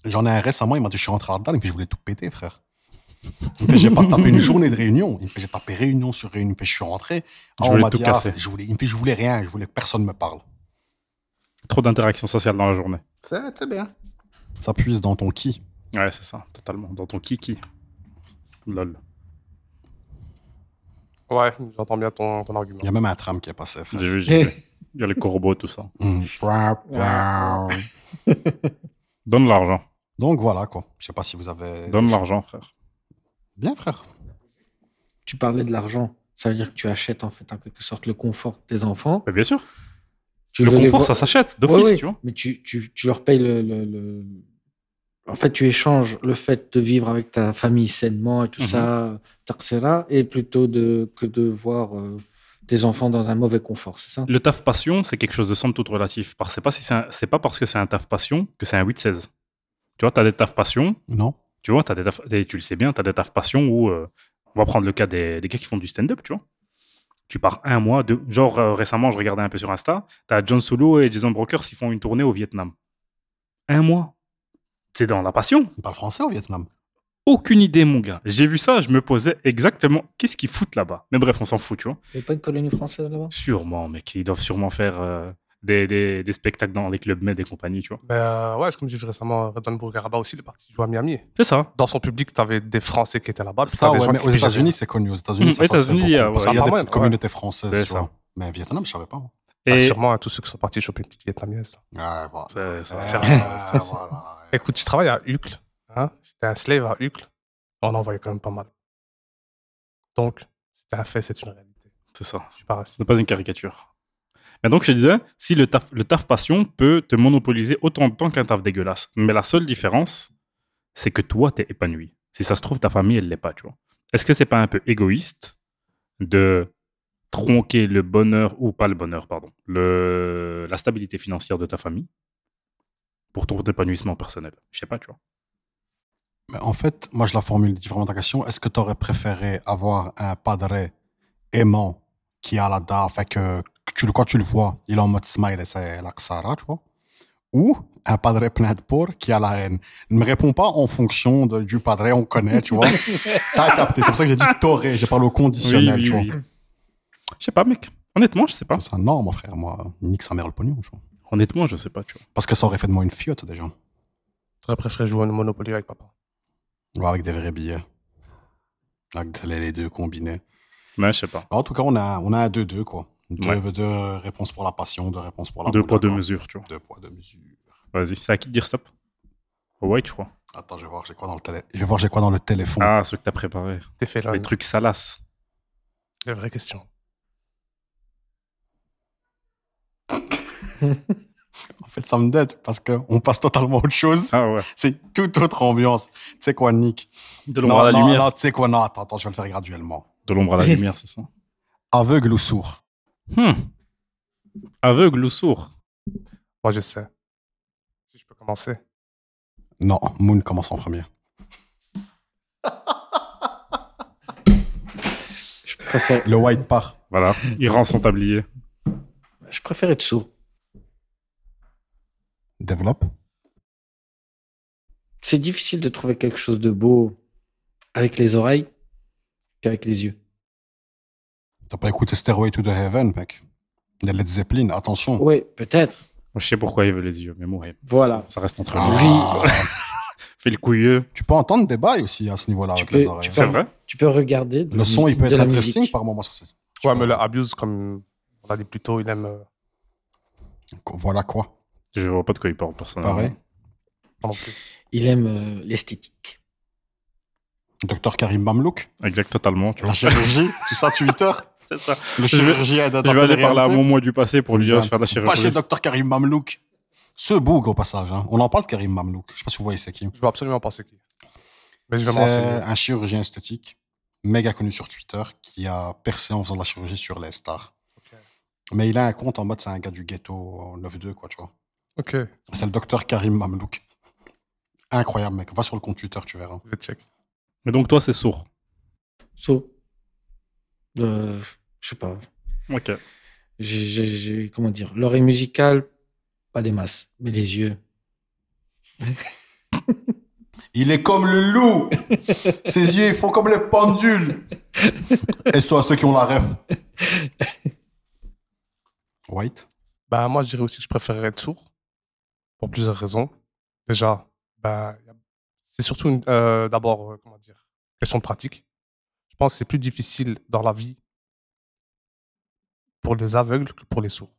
[SPEAKER 3] J'en ai un récemment, il m'a dit Je suis rentré là-dedans, et puis je voulais tout péter, frère. Il me fait, J'ai pas tapé une journée de réunion. Il me fait J'ai tapé réunion sur réunion, puis je suis rentré. Ah,
[SPEAKER 2] Je
[SPEAKER 3] on
[SPEAKER 2] voulais
[SPEAKER 3] m'a
[SPEAKER 2] tout
[SPEAKER 3] dit
[SPEAKER 2] casser.
[SPEAKER 3] ah, je voulais, Il me fait Je voulais rien, je voulais que personne me parle.
[SPEAKER 2] Trop d'interactions sociales dans la journée.
[SPEAKER 3] C'est bien. Ça puise dans ton qui.
[SPEAKER 2] Ouais, c'est ça, totalement. Dans ton kiki. Lol.
[SPEAKER 4] Ouais, j'entends bien ton, ton argument.
[SPEAKER 3] Il y a même un tram qui est passé, frère.
[SPEAKER 2] J'ai vu, j'ai vu. Il y a les corbeaux, tout ça.
[SPEAKER 3] Mm.
[SPEAKER 2] Donne l'argent.
[SPEAKER 3] Donc voilà, quoi. Je sais pas si vous avez.
[SPEAKER 2] Donne l'argent, frère.
[SPEAKER 3] Bien, frère.
[SPEAKER 5] Tu parlais de l'argent, ça veut dire que tu achètes en fait en quelque sorte le confort de tes enfants.
[SPEAKER 2] Mais bien sûr.
[SPEAKER 5] Tu
[SPEAKER 2] le
[SPEAKER 5] veux les
[SPEAKER 2] confort,
[SPEAKER 5] voir-
[SPEAKER 2] ça s'achète
[SPEAKER 5] Ouais,
[SPEAKER 2] d'office,
[SPEAKER 5] ouais,
[SPEAKER 2] tu vois.
[SPEAKER 5] Mais tu, tu- tu leur payes le, le- le- En fait, tu échanges le fait de vivre avec ta famille sainement et tout
[SPEAKER 2] Mhm.
[SPEAKER 5] ça, tarcera, et plutôt de, que de voir euh, tes enfants dans un mauvais confort, c'est ça
[SPEAKER 2] Le taf passion, c'est quelque chose de somme toute relatif. Parce que c'est pas, si c'est un- c'est pas parce que c'est un taf passion que c'est un 8-16. Tu vois, t'as des taf passion,
[SPEAKER 3] Non.
[SPEAKER 2] tu vois, t'as des taf- des- tu le sais bien, t'as des taf passion où, euh, on va prendre le cas des, des gars qui font du stand-up, tu vois. Tu pars un mois, deux. Genre, euh, récemment, je regardais un peu sur Insta, t'as John Solo et Jason Brokers, ils font une tournée au Vietnam. Un mois. C'est dans la passion.
[SPEAKER 3] Il parle français au Vietnam.
[SPEAKER 2] Aucune idée, mon gars. J'ai vu ça, je me posais exactement qu'est-ce qu'ils foutent là-bas. Mais bref, on s'en fout, tu vois.
[SPEAKER 5] Il n'y a pas une colonie française là-bas
[SPEAKER 2] Sûrement, mec. Ils doivent sûrement faire euh, des, des- des spectacles dans les clubs med et compagnie, tu vois.
[SPEAKER 4] Ben, euh, ouais, c'est comme j'ai vu récemment, Redon Bourg-Garaba aussi, il est parti jouer à Miami.
[SPEAKER 2] C'est ça.
[SPEAKER 4] Dans son public, t'avais des Français qui étaient là-bas. puis
[SPEAKER 3] Ah, Ça,
[SPEAKER 4] t'avais des
[SPEAKER 3] ouais,
[SPEAKER 4] gens
[SPEAKER 3] mais
[SPEAKER 4] qui
[SPEAKER 3] aux
[SPEAKER 4] pigeaient
[SPEAKER 3] États-Unis, c'est connu. Aux
[SPEAKER 2] Mm,
[SPEAKER 3] États-Unis, ça, ça se fait
[SPEAKER 2] États-Unis,
[SPEAKER 3] beaucoup.
[SPEAKER 2] ah,
[SPEAKER 3] parce qu'il y a des
[SPEAKER 4] ouais. Ah,
[SPEAKER 3] petites
[SPEAKER 4] ouais.
[SPEAKER 3] communautés françaises.
[SPEAKER 2] C'est
[SPEAKER 3] tu
[SPEAKER 2] ça.
[SPEAKER 3] vois. Mais au Vietnam, je savais pas. moi.
[SPEAKER 4] rien. Ah,
[SPEAKER 2] Et
[SPEAKER 4] sûrement, hein, tous ceux qui sont partis choper une petite vietnamienne.
[SPEAKER 3] Ouais, voilà.
[SPEAKER 2] C'est- c'est-
[SPEAKER 3] Ouais,
[SPEAKER 2] c'est-
[SPEAKER 3] ouais, voilà.
[SPEAKER 4] Écoute, tu travailles à Hucle. Hein? J'étais un slave à Hucle. On en voyait quand même pas mal. Donc, c'était un fait, c'est une réalité.
[SPEAKER 2] c'est ça.
[SPEAKER 4] Je suis pas
[SPEAKER 2] Ce n'est
[SPEAKER 4] raciste.
[SPEAKER 2] pas une caricature. Mais donc, je te disais, si le taf, le taf passion peut te monopoliser autant de temps qu'un taf dégueulasse. Mais la seule différence, c'est que toi, t'es épanoui. Si ça se trouve, ta famille, elle l'est pas, tu vois. Est-ce que c'est pas un peu égoïste de tronquer le bonheur, ou pas le bonheur, pardon, le, la stabilité financière de ta famille pour ton épanouissement personnel Je sais pas, tu vois.
[SPEAKER 3] Mais en fait, moi, je la formule différemment ta question. Est-ce que tu aurais préféré avoir un padre aimant qui a la DA, fait que, que tu, le- quand tu le vois, il est en mode smile et c'est la ksara, tu vois ou un padre plein de pour qui a la haine. Ne me réponds pas en fonction de- du padre, on connaît, tu vois. T'as capté, c'est pour ça que j'ai dit t'aurais, j'ai parlé au conditionnel, tu vois.
[SPEAKER 2] Je sais pas, mec. Honnêtement, je sais pas.
[SPEAKER 3] C'est un norme, mon frère, moi. Nique sa mère le pognon, tu vois.
[SPEAKER 2] Honnêtement, je sais pas, tu vois.
[SPEAKER 3] Parce que ça aurait fait de moi une fiotte, déjà.
[SPEAKER 4] J'aurais préféré jouer au Monopoly avec papa.
[SPEAKER 3] Ou avec des vrais billets. Avec les les deux combinés.
[SPEAKER 2] Mais je sais pas.
[SPEAKER 3] En tout cas, on a, on a un 2-2, quoi. Deux,
[SPEAKER 2] Ouais.
[SPEAKER 3] deux réponses pour la passion, deux réponses pour la
[SPEAKER 2] Deux
[SPEAKER 3] boule,
[SPEAKER 2] poids, deux
[SPEAKER 3] quoi.
[SPEAKER 2] mesures, tu vois.
[SPEAKER 3] Deux poids, deux mesures.
[SPEAKER 2] Vas-y, c'est à qui de dire stop Au white, je crois.
[SPEAKER 3] Attends, je vais voir, j'ai quoi dans le, télé... je vais voir, j'ai quoi dans le téléphone.
[SPEAKER 2] Ah, ceux que t'as préparé.
[SPEAKER 4] T'es fait là.
[SPEAKER 2] Les trucs salaces.
[SPEAKER 4] La vraie question.
[SPEAKER 3] En fait, ça me dette parce qu'on passe totalement à autre chose.
[SPEAKER 2] Ah ouais.
[SPEAKER 3] C'est toute autre ambiance. Tu sais quoi, Nick
[SPEAKER 2] De l'ombre à la
[SPEAKER 3] non,
[SPEAKER 2] lumière.
[SPEAKER 3] non, tu sais quoi, non, attends, attends, je vais le faire graduellement.
[SPEAKER 2] De l'ombre à la lumière, c'est ça.
[SPEAKER 3] Aveugle ou sourd
[SPEAKER 2] Hmm. Aveugle ou sourd
[SPEAKER 4] Moi, je sais. Si je peux commencer.
[SPEAKER 3] Non, Moon commence en premier.
[SPEAKER 5] Je préfère,
[SPEAKER 3] Le white part.
[SPEAKER 2] Voilà, il rend son tablier.
[SPEAKER 5] je préfère être sourd.
[SPEAKER 3] Développe.
[SPEAKER 5] C'est difficile de trouver quelque chose de beau avec les oreilles qu'avec les yeux.
[SPEAKER 3] T'as pas écouté Stairway to the Heaven, mec Les Led Zeppelin, attention.
[SPEAKER 5] Oui, peut-être.
[SPEAKER 2] Je sais pourquoi il veut les yeux, mais bon, ouais,
[SPEAKER 5] Voilà.
[SPEAKER 2] ça reste entre nous.
[SPEAKER 3] Ah,
[SPEAKER 2] Fais le couilleux.
[SPEAKER 3] tu peux entendre des bails aussi à ce niveau-là
[SPEAKER 5] Tu
[SPEAKER 3] avec
[SPEAKER 5] peux-
[SPEAKER 3] les oreilles.
[SPEAKER 5] tu
[SPEAKER 2] C'est vrai
[SPEAKER 5] Tu peux regarder. de
[SPEAKER 3] Le
[SPEAKER 5] la
[SPEAKER 3] son, il
[SPEAKER 5] musique-
[SPEAKER 3] peut
[SPEAKER 5] de
[SPEAKER 3] être
[SPEAKER 5] la
[SPEAKER 3] interesting
[SPEAKER 5] musique.
[SPEAKER 3] par moment sur ça.
[SPEAKER 4] Tu vois, me le abuse comme on a dit plus tôt, il aime. euh,
[SPEAKER 3] Voilà quoi.
[SPEAKER 2] Je vois pas de quoi il parle, personnellement.
[SPEAKER 3] Pareil.
[SPEAKER 4] pas non plus.
[SPEAKER 5] Il aime euh, l'esthétique.
[SPEAKER 3] Docteur Karim Mamlouk,
[SPEAKER 2] Exact, totalement. Tu vois.
[SPEAKER 3] la chirurgie, tu sais, à Twitter,
[SPEAKER 2] C'est ça.
[SPEAKER 3] le
[SPEAKER 2] Je vais-
[SPEAKER 3] chirurgien aide à
[SPEAKER 2] Je vais aller
[SPEAKER 3] les
[SPEAKER 2] parler à
[SPEAKER 3] réalités.
[SPEAKER 2] mon moi du passé pour lui dire
[SPEAKER 3] Putain,
[SPEAKER 2] je vais faire de la
[SPEAKER 3] Pas chez
[SPEAKER 2] chirurgie.
[SPEAKER 3] Docteur Karim Mamlouk. Ce boug au passage, hein. on en parle de Karim Mamlouk. Je sais pas si vous voyez c'est qui.
[SPEAKER 4] Je veux absolument pas c'est qui. Mais je vais me
[SPEAKER 3] C'est
[SPEAKER 4] renseigner.
[SPEAKER 3] un chirurgien esthétique, méga connu sur Twitter, qui a percé en faisant de la chirurgie sur les stars.
[SPEAKER 4] Ok.
[SPEAKER 3] Mais il a un compte en mode c'est un gars du ghetto euh, 9-2, quoi, tu vois.
[SPEAKER 4] Ok, je
[SPEAKER 3] C'est le docteur Karim Mamlouk. Incroyable, mec. Va sur le compte Twitter, tu verras.
[SPEAKER 4] vais check.
[SPEAKER 2] Mais donc, toi, c'est sourd.
[SPEAKER 5] Sourd. Euh, je sais pas.
[SPEAKER 2] Ok.
[SPEAKER 5] J'ai- j'ai- j'ai- comment dire L'oreille musicale, pas des masses. Mais les yeux.
[SPEAKER 3] Il est comme le loup. Ses yeux, ils font comme les pendules. Et ça, à ceux qui ont la ref. White.
[SPEAKER 4] Bah, moi, je dirais aussi que je préférerais être sourd. Pour plusieurs raisons. Déjà, bah, y a- c'est surtout, une- euh, d'abord, euh, comment dire, question de pratique. Je pense que c'est plus difficile dans la vie pour les aveugles que pour les sourds.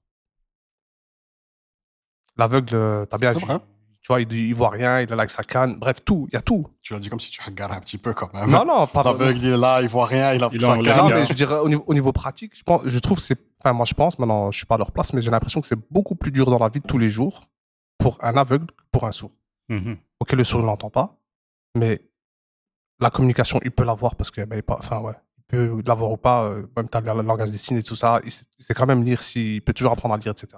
[SPEAKER 4] L'aveugle, euh, t'as bien
[SPEAKER 3] C'est
[SPEAKER 4] vu.
[SPEAKER 3] vrai. hein.
[SPEAKER 4] Tu vois, il, il voit rien, il est là avec sa canne. Bref, tout, il y a tout.
[SPEAKER 3] Tu l'as dit comme si tu regardais un petit peu quand même.
[SPEAKER 4] Non, non, pas
[SPEAKER 3] L'aveugle, il est là, il voit rien, il a
[SPEAKER 2] Il
[SPEAKER 3] sa
[SPEAKER 2] enlève.
[SPEAKER 4] Non,
[SPEAKER 3] canne.
[SPEAKER 4] mais je dirais au niveau, au niveau pratique, je, pense, je trouve que c'est. Enfin, moi, je pense, maintenant, je suis pas à leur place, mais j'ai l'impression que c'est beaucoup plus dur dans la vie de tous les jours pour un aveugle que pour un sourd.
[SPEAKER 2] Mhm.
[SPEAKER 4] Ok, le sourd, il n'entend pas, mais la communication, il peut l'avoir parce que, ben, il, pas- enfin, ouais, il peut l'avoir ou pas, euh, même t'as le langage des signes et tout ça, il sait, il sait quand même lire, si, il peut toujours apprendre à lire, etc.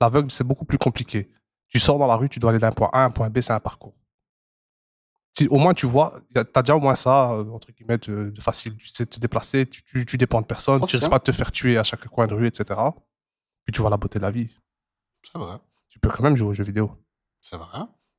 [SPEAKER 4] L'aveugle, c'est beaucoup plus compliqué. Tu sors dans la rue, tu dois aller d'un point A à un point B, c'est un parcours. Si au moins tu vois, y a- t'as déjà au moins ça, euh, entre guillemets, de, de facile. Tu sais te déplacer, tu, tu, tu dépends de personne,
[SPEAKER 3] Ça,
[SPEAKER 4] tu
[SPEAKER 3] c'est
[SPEAKER 4] risques
[SPEAKER 3] vrai.
[SPEAKER 4] pas de te faire tuer à chaque coin de rue, etc. Puis tu vois la beauté de la vie. hein.
[SPEAKER 3] C'est vrai,
[SPEAKER 4] Tu peux quand même jouer aux jeux vidéo.
[SPEAKER 3] c'est vrai.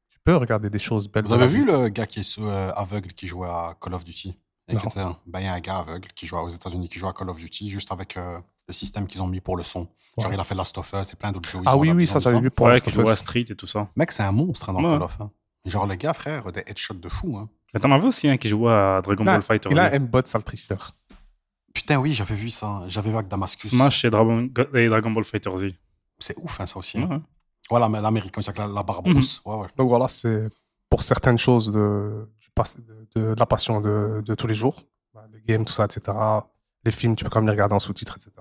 [SPEAKER 4] Tu peux regarder des choses belles.
[SPEAKER 3] Vous
[SPEAKER 4] de la
[SPEAKER 3] avez
[SPEAKER 4] vie.
[SPEAKER 3] vu le gars qui est sous- euh, aveugle qui jouait à Call of Duty et qui
[SPEAKER 4] Non.
[SPEAKER 3] était un- ben, il y a un gars aveugle qui jouait aux États-Unis, qui jouait à Call of Duty, juste avec euh, le système qu'ils ont mis pour le son. Genre,
[SPEAKER 4] Ouais.
[SPEAKER 3] il a fait Last of Us et plein d'autres jeux. où ils
[SPEAKER 4] Ah
[SPEAKER 3] ont
[SPEAKER 4] oui,
[SPEAKER 3] adapté
[SPEAKER 4] oui, ça
[SPEAKER 3] dans
[SPEAKER 4] j'avais
[SPEAKER 3] le
[SPEAKER 4] vu pour
[SPEAKER 2] Ouais,
[SPEAKER 4] Last
[SPEAKER 2] qui
[SPEAKER 4] of
[SPEAKER 2] joue à
[SPEAKER 4] Us.
[SPEAKER 2] Street et tout ça.
[SPEAKER 3] Mec, c'est un monstre hein, dans
[SPEAKER 2] Ouais.
[SPEAKER 3] Call of. hein. Genre, le gars, frère, des headshots de fou. Hein.
[SPEAKER 2] Mais T'en avais aussi un qui jouait à Dragon
[SPEAKER 4] Là,
[SPEAKER 2] Ball Fighter.
[SPEAKER 4] Il a un M-Bot, ça le tricheur.
[SPEAKER 3] Putain, oui, j'avais vu ça. J'avais vu avec Damascus.
[SPEAKER 2] Smash et Dragon, et Dragon Ball Fighter Z.
[SPEAKER 3] C'est ouf, hein, ça aussi.
[SPEAKER 2] Ouais,
[SPEAKER 3] hein.
[SPEAKER 2] ouais.
[SPEAKER 3] Voilà, mais l'américain, c'est avec la, la barbe
[SPEAKER 2] Mhm.
[SPEAKER 3] rousse. Ouais, ouais.
[SPEAKER 4] Donc voilà, c'est pour certaines choses de, du pass- de, de la passion de, de tous les jours, Bah, les games, tout ça, etc. Les films, tu peux quand même les regarder en sous-titres, etc.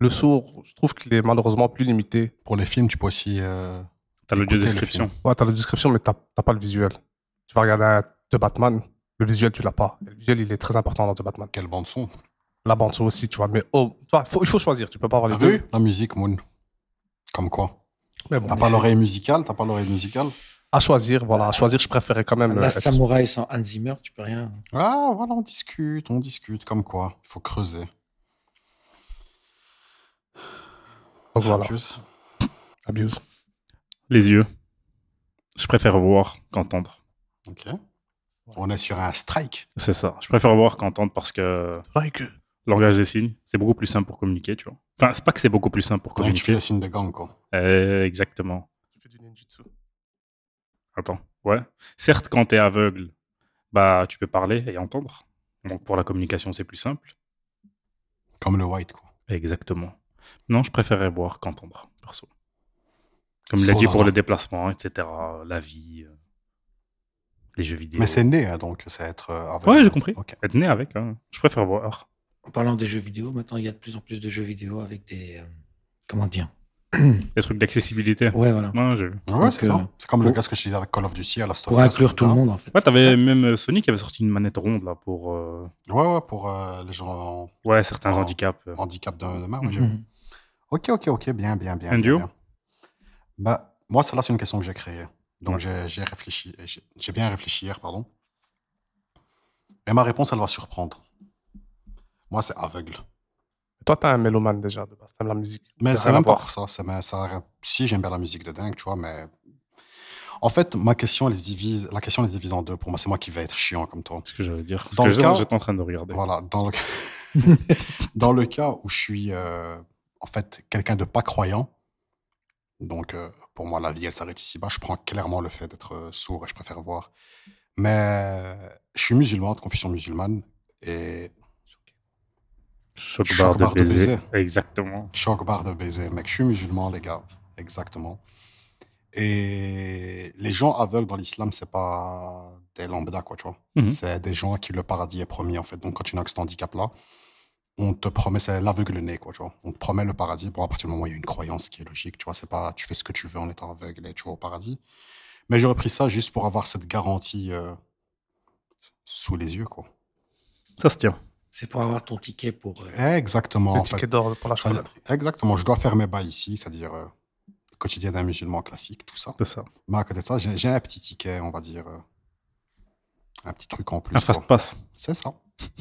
[SPEAKER 4] Le sourd, je trouve qu'il est malheureusement plus limité.
[SPEAKER 3] Pour les films, tu peux aussi. euh,
[SPEAKER 2] T'as l'audio
[SPEAKER 3] Écoutez le
[SPEAKER 2] description.
[SPEAKER 4] Ouais, t'as la description, mais t'as t'as pas le visuel. Tu vas regarder un The Batman, le visuel, tu l'as pas. Et le visuel, il est très important dans The Batman.
[SPEAKER 3] Quelle bande son
[SPEAKER 4] La bande son aussi, tu vois. Mais oh, tu vois, faut- il faut choisir, tu peux pas avoir les
[SPEAKER 3] T'as
[SPEAKER 4] deux.
[SPEAKER 3] vu La musique, Moon. Comme quoi
[SPEAKER 4] Mais bon,
[SPEAKER 3] T'as pas l'oreille musicale T'as pas l'oreille musicale
[SPEAKER 4] à choisir, voilà, à choisir, je préférais quand même. euh,
[SPEAKER 5] La
[SPEAKER 4] être-
[SPEAKER 5] samouraï sans Hans Zimmer, tu peux rien.
[SPEAKER 3] Ah, voilà, on discute, on discute. Comme quoi Il faut creuser.
[SPEAKER 5] Oh,
[SPEAKER 4] Donc voilà,
[SPEAKER 3] Marcus
[SPEAKER 4] abuse.
[SPEAKER 2] Les yeux. Je préfère voir qu'entendre.
[SPEAKER 3] Ok. On est sur un strike.
[SPEAKER 2] C'est ça. Je préfère voir qu'entendre parce que
[SPEAKER 4] Like,
[SPEAKER 2] langage des signes, c'est beaucoup plus simple pour communiquer, tu vois. Enfin, c'est pas que c'est beaucoup plus simple pour
[SPEAKER 3] Quand tu fais
[SPEAKER 2] communiquer.
[SPEAKER 3] le signe de gang, quoi.
[SPEAKER 2] Euh, exactement.
[SPEAKER 4] tu fais du ninjutsu.
[SPEAKER 2] Attends. Ouais. Certes, quand t'es aveugle, bah, tu peux parler et entendre. Donc, pour la communication, c'est plus simple.
[SPEAKER 3] Comme le white, quoi.
[SPEAKER 2] Exactement. Non, je préférais voir qu'entendre, perso. Comme il l'a
[SPEAKER 3] Sans
[SPEAKER 2] dit pour
[SPEAKER 3] argent.
[SPEAKER 2] le déplacement, etc. La vie, euh, les jeux vidéo.
[SPEAKER 3] Mais c'est né, hein, donc ça va être. euh, avant.
[SPEAKER 2] Ouais, j'ai compris.
[SPEAKER 3] Ok.
[SPEAKER 2] Être né avec, hein. je préfère voir.
[SPEAKER 5] En parlant des jeux vidéo, maintenant il y a de plus en plus de jeux vidéo avec des. euh, comment dire
[SPEAKER 2] Les trucs d'accessibilité.
[SPEAKER 5] Ouais,
[SPEAKER 2] Ouais,
[SPEAKER 5] voilà.
[SPEAKER 2] j'ai vu.
[SPEAKER 3] Ouais,
[SPEAKER 5] Donc,
[SPEAKER 3] c'est
[SPEAKER 5] euh,
[SPEAKER 3] ça. C'est comme le
[SPEAKER 5] pour-
[SPEAKER 3] cas que je disais avec Call of Duty à la
[SPEAKER 5] Pour inclure tout le monde, en fait.
[SPEAKER 2] Ouais, t'avais même euh, Sony qui avait sorti une manette ronde là pour euh,
[SPEAKER 3] Ouais, ouais, pour euh, les gens en
[SPEAKER 2] ouais certains
[SPEAKER 3] Oh.
[SPEAKER 2] handicaps. euh.
[SPEAKER 3] handicap de, de main.
[SPEAKER 2] Mhm.
[SPEAKER 3] j'ai vu.
[SPEAKER 5] Mhm.
[SPEAKER 3] Ok, ok, ok, bien, bien, bien.
[SPEAKER 2] And
[SPEAKER 3] bien,
[SPEAKER 2] you
[SPEAKER 3] bien. Bah, moi, celle-là, c'est une question que j'ai créée. Donc,
[SPEAKER 2] Ouais.
[SPEAKER 3] j'ai- j'ai réfléchi, j'ai- j'ai bien réfléchi hier, pardon. Et ma réponse, elle va surprendre. Moi, c'est aveugle.
[SPEAKER 4] Toi, t'es un mélomane déjà, de base. T'aimes la musique.
[SPEAKER 3] Mais
[SPEAKER 4] Ça
[SPEAKER 3] c'est
[SPEAKER 4] n'a
[SPEAKER 3] même
[SPEAKER 4] rien à
[SPEAKER 3] pas
[SPEAKER 4] voir.
[SPEAKER 3] pour ça. c'est- mais ça- si j'aime bien la musique de dingue, tu vois, mais. En fait, ma question, elle se divise, la question, elle se divise en deux. Pour moi, c'est moi qui vais être chiant comme toi.
[SPEAKER 2] Ce que j'allais dire. Ce
[SPEAKER 3] Dans
[SPEAKER 2] que
[SPEAKER 3] le
[SPEAKER 2] j'étais
[SPEAKER 3] cas-
[SPEAKER 2] j'étais en train de regarder.
[SPEAKER 3] Voilà, dans le, dans le cas où je suis euh, en fait quelqu'un de pas croyant, donc euh, pour moi la vie elle s'arrête ici-bas, je prends clairement le fait d'être euh, sourd et je préfère voir. Mais euh, je suis musulman, de confession musulmane, et
[SPEAKER 2] Choc
[SPEAKER 3] Choc
[SPEAKER 2] barre de
[SPEAKER 3] barre de
[SPEAKER 2] baiser.
[SPEAKER 3] baiser.
[SPEAKER 2] Exactement.
[SPEAKER 3] Choc barre de baiser, mec. Je suis musulman, les gars. Exactement. Et les gens aveugles dans l'islam, c'est pas des lambda, quoi, tu vois.
[SPEAKER 2] Mhm.
[SPEAKER 3] C'est des gens à qui le paradis est promis, en fait. Donc, quand tu n'as que cet handicap-là, on te promet, c'est l'aveugle né, quoi, tu vois. On te promet le paradis. Bon, à partir du moment où il y a une croyance qui est logique, tu vois, c'est pas tu fais ce que tu veux en étant aveugle et tu vas au paradis. Mais j'aurais pris ça juste pour avoir cette garantie euh, sous les yeux, quoi.
[SPEAKER 2] Ça se tient.
[SPEAKER 5] C'est pour avoir ton ticket pour. euh,
[SPEAKER 3] Eh, Exactement.
[SPEAKER 4] Le
[SPEAKER 3] en fait.
[SPEAKER 4] ticket d'or pour la
[SPEAKER 3] Ça veut dire-
[SPEAKER 4] chocolaterie.
[SPEAKER 3] Ah, Exactement, je dois faire mes bails ici, c'est-à-dire euh, le quotidien d'un musulman classique, tout ça.
[SPEAKER 2] C'est ça.
[SPEAKER 3] Mais à côté de ça, j'ai j'ai un petit ticket, on va dire, euh, un petit truc en plus.
[SPEAKER 2] Un fast
[SPEAKER 3] quoi.
[SPEAKER 2] pass.
[SPEAKER 3] C'est ça,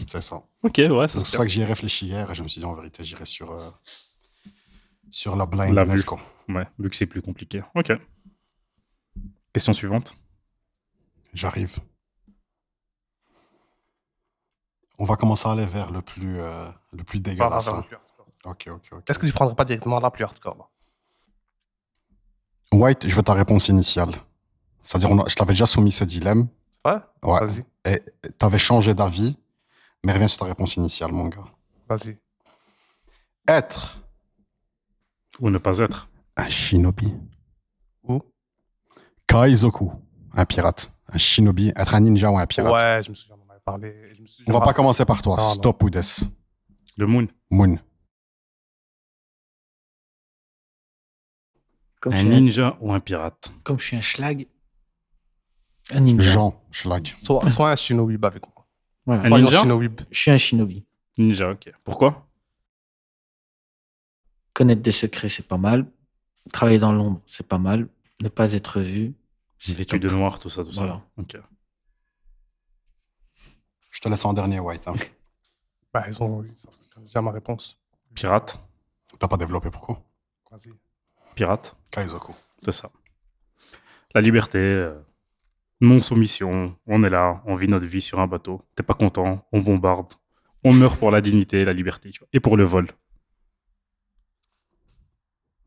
[SPEAKER 3] c'est ça.
[SPEAKER 2] Ok, ouais, ça
[SPEAKER 3] C'est
[SPEAKER 2] se
[SPEAKER 3] pour
[SPEAKER 2] tient.
[SPEAKER 3] ça que j'y ai réfléchi hier et je me suis dit, en vérité, j'irai sur, euh, sur la blind
[SPEAKER 2] La vue.
[SPEAKER 3] quoi.
[SPEAKER 2] Ouais, vu que c'est plus compliqué. Ok. Question suivante.
[SPEAKER 3] J'arrive. On va commencer à aller vers le plus, euh, le plus
[SPEAKER 4] Pas vers
[SPEAKER 3] dégueulasse.
[SPEAKER 4] le
[SPEAKER 3] hein.
[SPEAKER 4] plus hardcore.
[SPEAKER 3] Ok, ok, ok.
[SPEAKER 4] Est-ce que tu prendrais pas directement la plus hardcore là
[SPEAKER 3] White, je veux ta réponse initiale. C'est-à-dire, on a- je t'avais déjà soumis ce dilemme.
[SPEAKER 4] C'est vrai
[SPEAKER 3] Ouais.
[SPEAKER 4] Vas-y,
[SPEAKER 3] Et t'avais changé d'avis, mais reviens sur ta réponse initiale, mon gars.
[SPEAKER 4] vas-y.
[SPEAKER 3] Être
[SPEAKER 2] Ou ne pas être.
[SPEAKER 3] un shinobi.
[SPEAKER 4] Où
[SPEAKER 3] Kaizoku, un pirate. Un shinobi, être un ninja ou un pirate.
[SPEAKER 4] Ouais, je me souviens, on en avait parlé. Je me suis-
[SPEAKER 3] On va pas commencer par toi.
[SPEAKER 4] Non, non.
[SPEAKER 3] Stop ou death.
[SPEAKER 2] Le moon.
[SPEAKER 3] Moon.
[SPEAKER 5] Comme, je
[SPEAKER 2] Un
[SPEAKER 5] suis un,
[SPEAKER 2] ninja ou un pirate.
[SPEAKER 5] comme je suis un schlag. Un ninja.
[SPEAKER 3] Jean Schlag.
[SPEAKER 4] Sois, sois un shinobib avec moi.
[SPEAKER 5] Voilà.
[SPEAKER 2] Un
[SPEAKER 4] Soyons
[SPEAKER 2] ninja
[SPEAKER 4] shinobib.
[SPEAKER 5] Je suis un shinobi.
[SPEAKER 2] Ninja, ok. Pourquoi
[SPEAKER 5] Connaître des secrets, c'est pas mal. Travailler dans l'ombre, c'est pas mal. Ne pas être vu. c'est
[SPEAKER 2] Vêtu
[SPEAKER 5] top.
[SPEAKER 2] de noir, tout ça, tout
[SPEAKER 5] Voilà.
[SPEAKER 2] ça. Ok.
[SPEAKER 3] Je te laisse en dernier, White. hein.
[SPEAKER 4] Bah, ils ont ils ont déjà ma réponse.
[SPEAKER 2] Pirate.
[SPEAKER 3] T'as pas développé pourquoi
[SPEAKER 4] Vas-y.
[SPEAKER 2] Pirate.
[SPEAKER 3] Kaizoku.
[SPEAKER 2] C'est ça. La liberté, euh, non-soumission, on est là, on vit notre vie sur un bateau. T'es pas content, on bombarde. On meurt pour la dignité, la liberté, tu vois. Et pour le vol.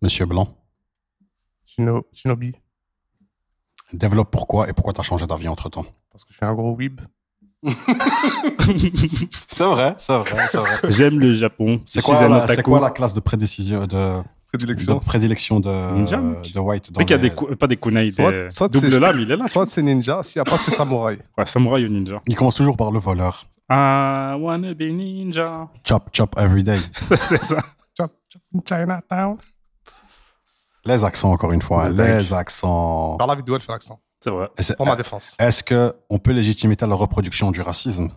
[SPEAKER 3] Monsieur Blanc,
[SPEAKER 4] Shino- Shinobi.
[SPEAKER 3] développe pourquoi et pourquoi t'as changé d'avis entre temps.
[SPEAKER 4] Parce que je suis un gros weeb.
[SPEAKER 3] C'est vrai, c'est vrai, c'est vrai.
[SPEAKER 2] J'aime le Japon.
[SPEAKER 3] C'est
[SPEAKER 2] Je
[SPEAKER 3] quoi,
[SPEAKER 2] suis un
[SPEAKER 3] la- c'est
[SPEAKER 2] otaku.
[SPEAKER 3] quoi la classe de prédécision de, de
[SPEAKER 4] Prédilection.
[SPEAKER 3] prédilection de,
[SPEAKER 2] Ninja, mec.
[SPEAKER 3] de White dans
[SPEAKER 2] Mec, il y a
[SPEAKER 3] les-
[SPEAKER 2] des cou- pas des kunai, des
[SPEAKER 4] Soit- soit
[SPEAKER 2] double
[SPEAKER 4] c'est-
[SPEAKER 2] lame, il est là. tu
[SPEAKER 4] Soit Bah, c'est ninja, s'il n'y a pas, c'est samouraï.
[SPEAKER 2] vois. Ouais, samouraï ou ninja.
[SPEAKER 3] Il commence toujours par le voleur.
[SPEAKER 2] I wanna be ninja.
[SPEAKER 3] Chop, chop every day.
[SPEAKER 2] c'est ça.
[SPEAKER 4] Chop, chop, Chinatown.
[SPEAKER 3] Les accents, encore une fois. hein,
[SPEAKER 2] Le mec.
[SPEAKER 3] les accents.
[SPEAKER 4] Dans la vidéo, elle fait l'accent.
[SPEAKER 2] C'est vrai.
[SPEAKER 3] Et c'est-
[SPEAKER 4] Pour ma défense.
[SPEAKER 3] Est-ce que on peut légitimer la reproduction du racisme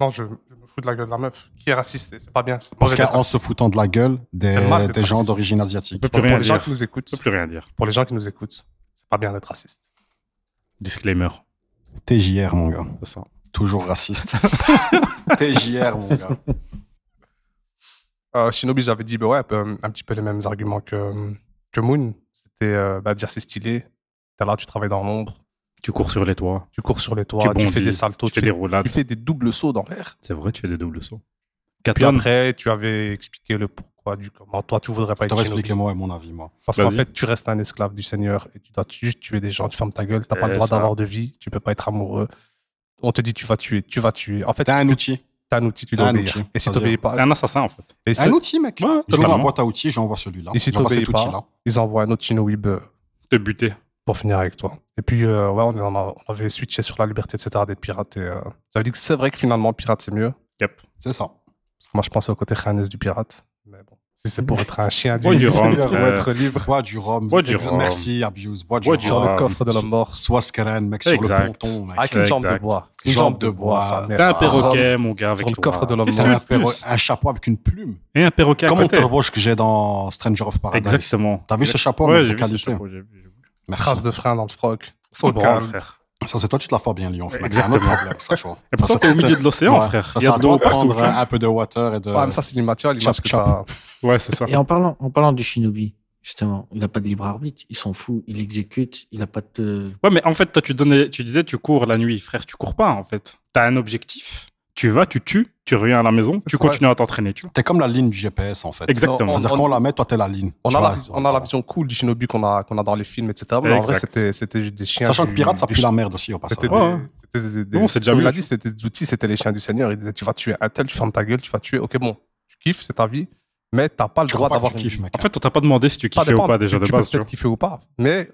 [SPEAKER 4] Non, je, je me fous de la gueule de la meuf qui est raciste. et C'est pas bien. c'est
[SPEAKER 3] Parce
[SPEAKER 4] mauvais d'être
[SPEAKER 3] qu'en se foutant de la gueule
[SPEAKER 4] C'est
[SPEAKER 3] des,
[SPEAKER 4] mal d'être
[SPEAKER 3] des gens
[SPEAKER 4] raciste.
[SPEAKER 3] d'origine asiatique.
[SPEAKER 2] On peut
[SPEAKER 4] Pour,
[SPEAKER 2] plus
[SPEAKER 4] pour
[SPEAKER 2] rien
[SPEAKER 4] les gens
[SPEAKER 2] dire.
[SPEAKER 4] qui nous écoutent,
[SPEAKER 2] On peut plus rien dire.
[SPEAKER 4] pour les gens qui nous écoutent, c'est pas bien d'être raciste.
[SPEAKER 2] Disclaimer.
[SPEAKER 3] TJR, mon gars.
[SPEAKER 2] C'est ça.
[SPEAKER 3] Toujours raciste. TJR, mon gars.
[SPEAKER 4] Euh, Shinobi, j'avais dit, bah ouais, euh, un petit peu les mêmes arguments que, que Moon. C'était, euh, bah, déjà, c'est stylé. T'es là, tu travailles dans l'ombre,
[SPEAKER 2] Tu cours sur les toits,
[SPEAKER 4] tu cours sur les toits,
[SPEAKER 2] Tu
[SPEAKER 4] tu,
[SPEAKER 2] bondis,
[SPEAKER 4] fais des saltos,
[SPEAKER 2] tu fais des roulades.
[SPEAKER 4] tu fais des doubles sauts dans l'air.
[SPEAKER 2] C'est vrai, tu fais des doubles sauts.
[SPEAKER 4] Puis
[SPEAKER 2] Katlan,
[SPEAKER 4] après, tu avais expliqué le pourquoi du comment. Toi, tu voudrais pas
[SPEAKER 3] Je te
[SPEAKER 4] être Shinobi.
[SPEAKER 3] expliqué moi et mon avis, moi.
[SPEAKER 4] Parce qu'en
[SPEAKER 2] Vas-y.
[SPEAKER 4] fait, tu restes un esclave du Seigneur et tu dois juste tuer des gens. Tu fermes ta gueule, t'as pas
[SPEAKER 2] Eh,
[SPEAKER 4] le droit
[SPEAKER 2] ça.
[SPEAKER 4] d'avoir de vie, tu peux pas être amoureux. On te dit tu vas tuer, tu vas tuer. En fait,
[SPEAKER 3] T'es un outil.
[SPEAKER 4] T'as un outil, tu
[SPEAKER 3] T'as
[SPEAKER 4] dois
[SPEAKER 3] un
[SPEAKER 4] obéir.
[SPEAKER 3] outil,
[SPEAKER 4] Et si
[SPEAKER 3] ça veut
[SPEAKER 4] t'obéis
[SPEAKER 2] T'es
[SPEAKER 4] pas,
[SPEAKER 2] un assassin, en fait.
[SPEAKER 4] et
[SPEAKER 3] Un
[SPEAKER 4] ce-
[SPEAKER 3] outil, mec.
[SPEAKER 2] Ouais,
[SPEAKER 3] J'ouvre la
[SPEAKER 2] totalement.
[SPEAKER 3] boîte à outils, j'envoie celui-là.
[SPEAKER 4] Et si
[SPEAKER 3] J'envoie
[SPEAKER 4] t'obéis
[SPEAKER 3] cet
[SPEAKER 4] pas
[SPEAKER 3] outil-là.
[SPEAKER 4] ils envoient un autre Chinowib euh,
[SPEAKER 2] Te buter.
[SPEAKER 4] pour finir avec toi. Et puis, euh, ouais, on, en a- on avait switché sur la liberté, etc., d'être pirate. Et, euh, j'avais dit que c'est vrai que finalement, pirate, c'est mieux.
[SPEAKER 2] Yep.
[SPEAKER 3] C'est ça.
[SPEAKER 4] Moi, je pensais au côté crâneuse du pirate. Mais bon, si c'est pour être un chien
[SPEAKER 2] Bois du
[SPEAKER 4] du
[SPEAKER 2] rhum,
[SPEAKER 4] pour
[SPEAKER 2] frère.
[SPEAKER 4] être libre.
[SPEAKER 3] Bois du rhum.
[SPEAKER 2] Bois du
[SPEAKER 3] Ex-
[SPEAKER 2] rhum.
[SPEAKER 3] Merci, Abuse. Bois du
[SPEAKER 2] Bois du
[SPEAKER 4] Sur
[SPEAKER 3] rhum.
[SPEAKER 2] rhum.
[SPEAKER 4] le coffre de la mort.
[SPEAKER 3] Sois scarène, mec, sur le
[SPEAKER 2] Exact. Ah,
[SPEAKER 3] ponton, mec.
[SPEAKER 4] Avec une jambe de
[SPEAKER 2] Exact.
[SPEAKER 4] bois.
[SPEAKER 3] Une jambe de bois.
[SPEAKER 4] sa mère.
[SPEAKER 2] T'as un
[SPEAKER 3] Ah,
[SPEAKER 2] perroquet, mon gars, avec
[SPEAKER 4] sur le
[SPEAKER 2] toi.
[SPEAKER 4] coffre de l'homme
[SPEAKER 2] Qu'est-ce
[SPEAKER 3] T'as
[SPEAKER 2] que tu veux
[SPEAKER 3] un,
[SPEAKER 2] de plus
[SPEAKER 3] perro- un chapeau avec une plume.
[SPEAKER 2] Et un perroquet à
[SPEAKER 3] Comme
[SPEAKER 2] côté.
[SPEAKER 3] Outer Bosch que j'ai dans Stranger of Paradise.
[SPEAKER 2] Exactement.
[SPEAKER 3] T'as vu ce chapeau
[SPEAKER 2] Ouais,
[SPEAKER 3] mec,
[SPEAKER 2] j'ai
[SPEAKER 3] de
[SPEAKER 2] vu ce
[SPEAKER 3] qualité
[SPEAKER 2] chapeau, j'ai vu. j'ai vu.
[SPEAKER 3] Merci.
[SPEAKER 4] Trace de frein dans le froc.
[SPEAKER 2] Sans
[SPEAKER 4] Aucun.
[SPEAKER 2] branle, frère.
[SPEAKER 3] Ça, c'est toi, tu te la fort bien, Lyon. Mec, c'est un autre
[SPEAKER 2] Exactement.
[SPEAKER 3] problème, ça, tu vois.
[SPEAKER 2] Et
[SPEAKER 3] Ça,
[SPEAKER 2] pourtant,
[SPEAKER 3] c'est-
[SPEAKER 2] t'es au milieu
[SPEAKER 3] ça-
[SPEAKER 2] de l'océan,
[SPEAKER 3] ouais,
[SPEAKER 2] frère.
[SPEAKER 3] Ça,
[SPEAKER 2] Il y
[SPEAKER 3] c'est
[SPEAKER 2] a
[SPEAKER 3] à
[SPEAKER 2] de
[SPEAKER 3] toi
[SPEAKER 2] l'eau
[SPEAKER 3] de prendre
[SPEAKER 2] partout.
[SPEAKER 3] un peu de water et de.
[SPEAKER 4] Ouais, mais ça, c'est l'immature, l'image
[SPEAKER 3] Euh, Chop,
[SPEAKER 4] que
[SPEAKER 3] chop.
[SPEAKER 4] t'as.
[SPEAKER 2] Ouais, c'est ça.
[SPEAKER 5] Et en parlant, en parlant du shinobi, justement, il n'a pas de libre arbitre, il s'en fout, il exécute, il n'a pas de.
[SPEAKER 2] Ouais, mais en fait, toi, tu, donnais, tu disais, tu cours la nuit. Frère, tu cours pas, en fait. T'as un objectif. Tu vas, tu tues, tu reviens à la maison, tu
[SPEAKER 4] C'est vrai.
[SPEAKER 2] continues à t'entraîner, tu vois.
[SPEAKER 3] T'es comme la ligne du GPS, en fait.
[SPEAKER 2] Exactement.
[SPEAKER 4] Non,
[SPEAKER 3] C'est-à-dire
[SPEAKER 4] On-
[SPEAKER 3] qu'on la met, toi, t'es la ligne.
[SPEAKER 4] On
[SPEAKER 3] Tu
[SPEAKER 4] a, la,
[SPEAKER 3] vois,
[SPEAKER 4] vision- on a la vision cool du shinobi qu'on a, qu'on a dans les films, etc. Mais en vrai,
[SPEAKER 2] Exact.
[SPEAKER 4] c'était c'était juste des chiens.
[SPEAKER 3] Sachant
[SPEAKER 4] du-
[SPEAKER 3] que pirate, ça
[SPEAKER 4] des
[SPEAKER 3] pue la merde aussi, au passage.
[SPEAKER 4] C'était
[SPEAKER 2] Ouais,
[SPEAKER 4] des-
[SPEAKER 2] ouais.
[SPEAKER 4] c'était des- des-
[SPEAKER 2] Non, c'est déjà
[SPEAKER 4] comme
[SPEAKER 2] vu,
[SPEAKER 4] il l'a
[SPEAKER 2] je
[SPEAKER 4] dit, c'était des outils, c'était les chiens du Seigneur. Il disait, tu vas tuer un tel, tu fermes ta gueule, tu vas tuer. Ok, bon, tu kiffes, c'est ta vie, mais t'as pas le
[SPEAKER 3] Je
[SPEAKER 4] droit
[SPEAKER 3] crois pas que
[SPEAKER 4] d'avoir
[SPEAKER 3] tu
[SPEAKER 4] une
[SPEAKER 3] kiffes, mec.
[SPEAKER 2] En fait, on t'a pas demandé si tu
[SPEAKER 4] Ça
[SPEAKER 2] kiffais ou
[SPEAKER 4] dépend.
[SPEAKER 2] pas déjà
[SPEAKER 4] tu,
[SPEAKER 2] de
[SPEAKER 4] tu
[SPEAKER 2] base, tu
[SPEAKER 4] peux
[SPEAKER 2] vois.
[SPEAKER 4] peut-être kiffer ou pas. Mais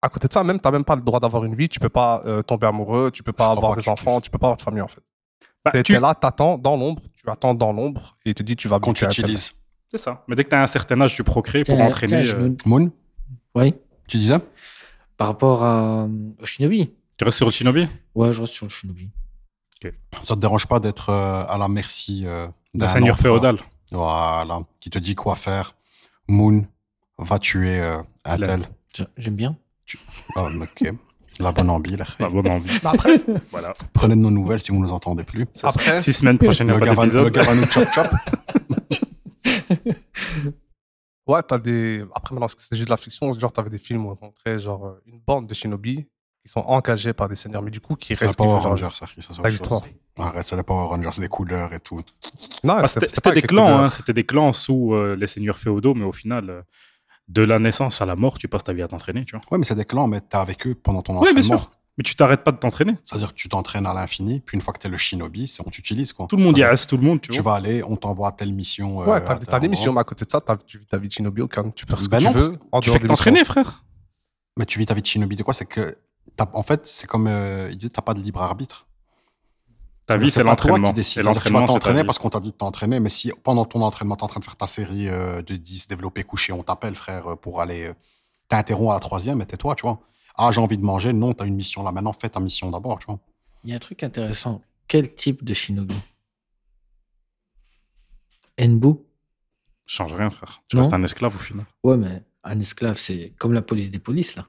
[SPEAKER 4] à côté de ça, même, t'as même pas le droit d'avoir une vie, tu peux pas euh, tomber amoureux, tu peux pas
[SPEAKER 3] crois
[SPEAKER 4] avoir
[SPEAKER 3] pas que
[SPEAKER 4] des
[SPEAKER 3] tu
[SPEAKER 4] enfants, tu peux pas avoir de famille en fait.
[SPEAKER 2] Bah,
[SPEAKER 4] T'es
[SPEAKER 2] tu-
[SPEAKER 4] t'es là, t'attends dans l'ombre, tu attends dans l'ombre et il te dit tu vas
[SPEAKER 3] Qu'on
[SPEAKER 4] buter un tel.
[SPEAKER 3] t'utilise.
[SPEAKER 2] C'est ça. Mais dès que t'as un certain âge, tu procrées pour
[SPEAKER 5] T'es un- t'es un
[SPEAKER 2] entraîner. euh,
[SPEAKER 5] shinobi.
[SPEAKER 3] Moon,
[SPEAKER 5] Oui,
[SPEAKER 3] tu disais
[SPEAKER 5] par rapport à, au shinobi.
[SPEAKER 2] euh, Tu restes sur le shinobi Bah,
[SPEAKER 5] Ouais, je reste sur le shinobi.
[SPEAKER 3] Ça te dérange pas d'être euh, à la merci euh, d'un
[SPEAKER 2] D'un seigneur
[SPEAKER 3] empereur.
[SPEAKER 2] féodal.
[SPEAKER 3] Voilà. Qui te dit quoi faire. Moon va tuer euh, un
[SPEAKER 2] Là.
[SPEAKER 3] tel.
[SPEAKER 5] J'a- J'aime bien.
[SPEAKER 3] Ah, ok. La bonne ambi, là.
[SPEAKER 2] Pas bonne envie.
[SPEAKER 4] Mais après,
[SPEAKER 2] Voilà.
[SPEAKER 3] Prenez de nos nouvelles si vous ne nous entendez plus.
[SPEAKER 4] après,
[SPEAKER 2] Six semaines prochaines, il n'y
[SPEAKER 3] Le
[SPEAKER 2] a
[SPEAKER 3] gars
[SPEAKER 2] pas
[SPEAKER 3] va- le
[SPEAKER 2] d'épisode.
[SPEAKER 3] gars va nous chop-chop.
[SPEAKER 4] Ouais, t'as des. Après, maintenant, c'est juste de la fiction. Genre, t'avais des films où on montrait genre euh, une bande de shinobi qui sont engagés par des seigneurs, mais du coup, qui
[SPEAKER 3] C'est le
[SPEAKER 4] restent.
[SPEAKER 3] Power
[SPEAKER 4] qui-
[SPEAKER 3] Rangers, ça. ça, c'est
[SPEAKER 4] Ça
[SPEAKER 3] autre
[SPEAKER 4] existe
[SPEAKER 3] chose. Arrête, c'est les Power Rangers, c'est des couleurs et tout.
[SPEAKER 4] Non,
[SPEAKER 3] Ah,
[SPEAKER 2] Bah,
[SPEAKER 4] c'est-
[SPEAKER 2] C'était
[SPEAKER 4] c'est pas
[SPEAKER 2] c'était des
[SPEAKER 4] avec les
[SPEAKER 2] clans,
[SPEAKER 4] couleurs.
[SPEAKER 2] hein, c'était des clans sous euh, les seigneurs féodaux, mais au final, euh, de la naissance à la mort, tu passes ta vie à t'entraîner, tu vois.
[SPEAKER 3] Ouais, mais c'est des clans, mais t'es avec eux pendant ton
[SPEAKER 2] Oui, bien
[SPEAKER 3] entraînement.
[SPEAKER 2] sûr. Mais tu t'arrêtes pas de t'entraîner.
[SPEAKER 3] C'est-à-dire que tu t'entraînes à l'infini, puis une fois que t'es le shinobi, c'est on t'utilise, quoi.
[SPEAKER 2] Tout le monde y
[SPEAKER 3] C'est-à-dire
[SPEAKER 2] reste, tout le monde, tu
[SPEAKER 3] que Tu
[SPEAKER 2] vois.
[SPEAKER 3] vas aller, on t'envoie à telle mission. euh,
[SPEAKER 4] Ouais, t'as
[SPEAKER 3] à
[SPEAKER 4] t'as
[SPEAKER 3] tel
[SPEAKER 4] des missions,
[SPEAKER 3] endroit.
[SPEAKER 4] mais à côté de ça, t'as- tu vis ta vie de shinobi au calme. Tu peux faire ce
[SPEAKER 3] Ben
[SPEAKER 4] que
[SPEAKER 3] non,
[SPEAKER 4] tu
[SPEAKER 3] parce
[SPEAKER 4] veux. en
[SPEAKER 2] Tu
[SPEAKER 4] dehors
[SPEAKER 2] fais
[SPEAKER 4] des
[SPEAKER 2] que t'entraîner, frère.
[SPEAKER 3] Mais tu vis ta vie de shinobi de quoi C'est que, t'as- en fait, c'est comme euh, il disait, t'as pas de libre arbitre.
[SPEAKER 2] Ta vie, c'est
[SPEAKER 3] pas toi qui
[SPEAKER 2] l'entraînement.
[SPEAKER 3] décide.
[SPEAKER 2] Et
[SPEAKER 3] tu vas
[SPEAKER 2] l'entraînement, c'est ta
[SPEAKER 3] t'entraîner
[SPEAKER 2] vie.
[SPEAKER 3] parce qu'on t'a dit de t'entraîner, mais si pendant ton entraînement, t'es en train de faire ta série euh, de 10 développé couché, on t'appelle, frère, euh, pour aller. euh, T'interromps à la troisième et tais-toi, tu vois. Ah, j'ai envie de manger. Non, t'as une mission là. Maintenant, fais ta mission d'abord, tu vois.
[SPEAKER 5] Il y a un truc intéressant. Quel type de shinobi Enbu
[SPEAKER 2] Change rien, frère. Tu
[SPEAKER 5] Non.
[SPEAKER 2] restes un esclave au final.
[SPEAKER 5] Ouais, mais un esclave, c'est comme la police des polices, là.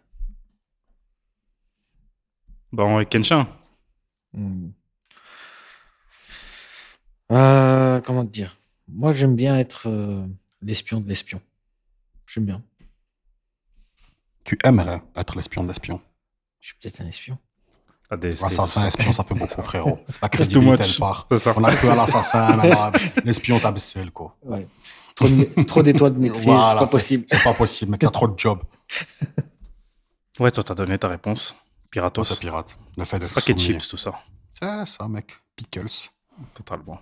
[SPEAKER 2] Dans Kenshin.
[SPEAKER 5] Hmm. Euh, comment te dire Moi, j'aime bien être euh, l'espion de l'espion. J'aime bien.
[SPEAKER 3] Tu aimerais être l'espion de l'espion.
[SPEAKER 5] Je suis peut-être un espion.
[SPEAKER 2] T'as des-
[SPEAKER 3] Assassin, espion, ça fait beaucoup, frérot. La
[SPEAKER 2] too
[SPEAKER 3] crédibilité,
[SPEAKER 2] much.
[SPEAKER 3] elle part.
[SPEAKER 2] C'est ça.
[SPEAKER 3] On a plus à l'assassin, maintenant, l'espion, t'as baissé, quoi.
[SPEAKER 5] Ouais. Trop de- Trop d'étoiles de maîtrise,
[SPEAKER 3] Voilà,
[SPEAKER 5] c'est pas possible.
[SPEAKER 3] C'est pas possible, mec. T'as trop de jobs.
[SPEAKER 2] Ouais, toi, t'as donné ta réponse.
[SPEAKER 3] Toi,
[SPEAKER 2] Piratos.
[SPEAKER 3] c'est pirate. Le fait d'être
[SPEAKER 2] Paquet de
[SPEAKER 3] soumis.
[SPEAKER 2] chips, tout ça.
[SPEAKER 3] C'est ça, mec. Pickles.
[SPEAKER 2] Totalement.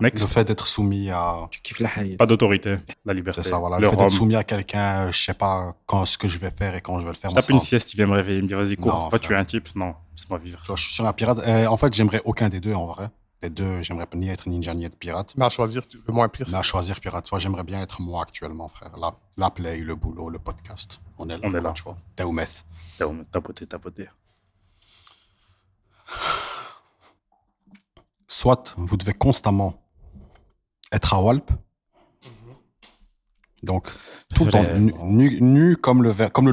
[SPEAKER 3] Le
[SPEAKER 2] Next.
[SPEAKER 3] fait d'être soumis à.
[SPEAKER 5] Tu kiffes la haie.
[SPEAKER 2] Pas d'autorité. La liberté.
[SPEAKER 3] C'est ça, voilà.
[SPEAKER 2] Le
[SPEAKER 3] Le fait d'être
[SPEAKER 2] rhum.
[SPEAKER 3] soumis à quelqu'un, euh, je sais pas quand ce que je vais faire et quand je vais le faire.
[SPEAKER 2] Je
[SPEAKER 3] moi,
[SPEAKER 2] tape
[SPEAKER 3] ça
[SPEAKER 2] une
[SPEAKER 3] va.
[SPEAKER 2] sieste, il vient me réveiller, il me dit vas-y,
[SPEAKER 3] Non,
[SPEAKER 2] cours, va
[SPEAKER 3] frère.
[SPEAKER 2] tuer un type. Non, c'est pas vivre.
[SPEAKER 3] Tu vois, je suis sur un pirate. Euh, en fait, j'aimerais aucun des deux en vrai. Les deux, j'aimerais ni être ninja ni être pirate.
[SPEAKER 4] Mais à choisir, tu- le moins pire.
[SPEAKER 3] Mais
[SPEAKER 4] c'est-
[SPEAKER 3] à choisir pirate, toi, j'aimerais bien être moi actuellement, frère. La, la play, le boulot, le podcast. On est là.
[SPEAKER 2] On est
[SPEAKER 3] quoi,
[SPEAKER 2] là.
[SPEAKER 3] Tu vois. T'es où, Meth
[SPEAKER 2] T'as on- tapoté, tapoté.
[SPEAKER 3] Soit vous devez constamment être à Walp.
[SPEAKER 2] Mhm.
[SPEAKER 3] Donc, tout le temps,
[SPEAKER 2] Frère.
[SPEAKER 3] nu, nu- nu comme le, ver- comme le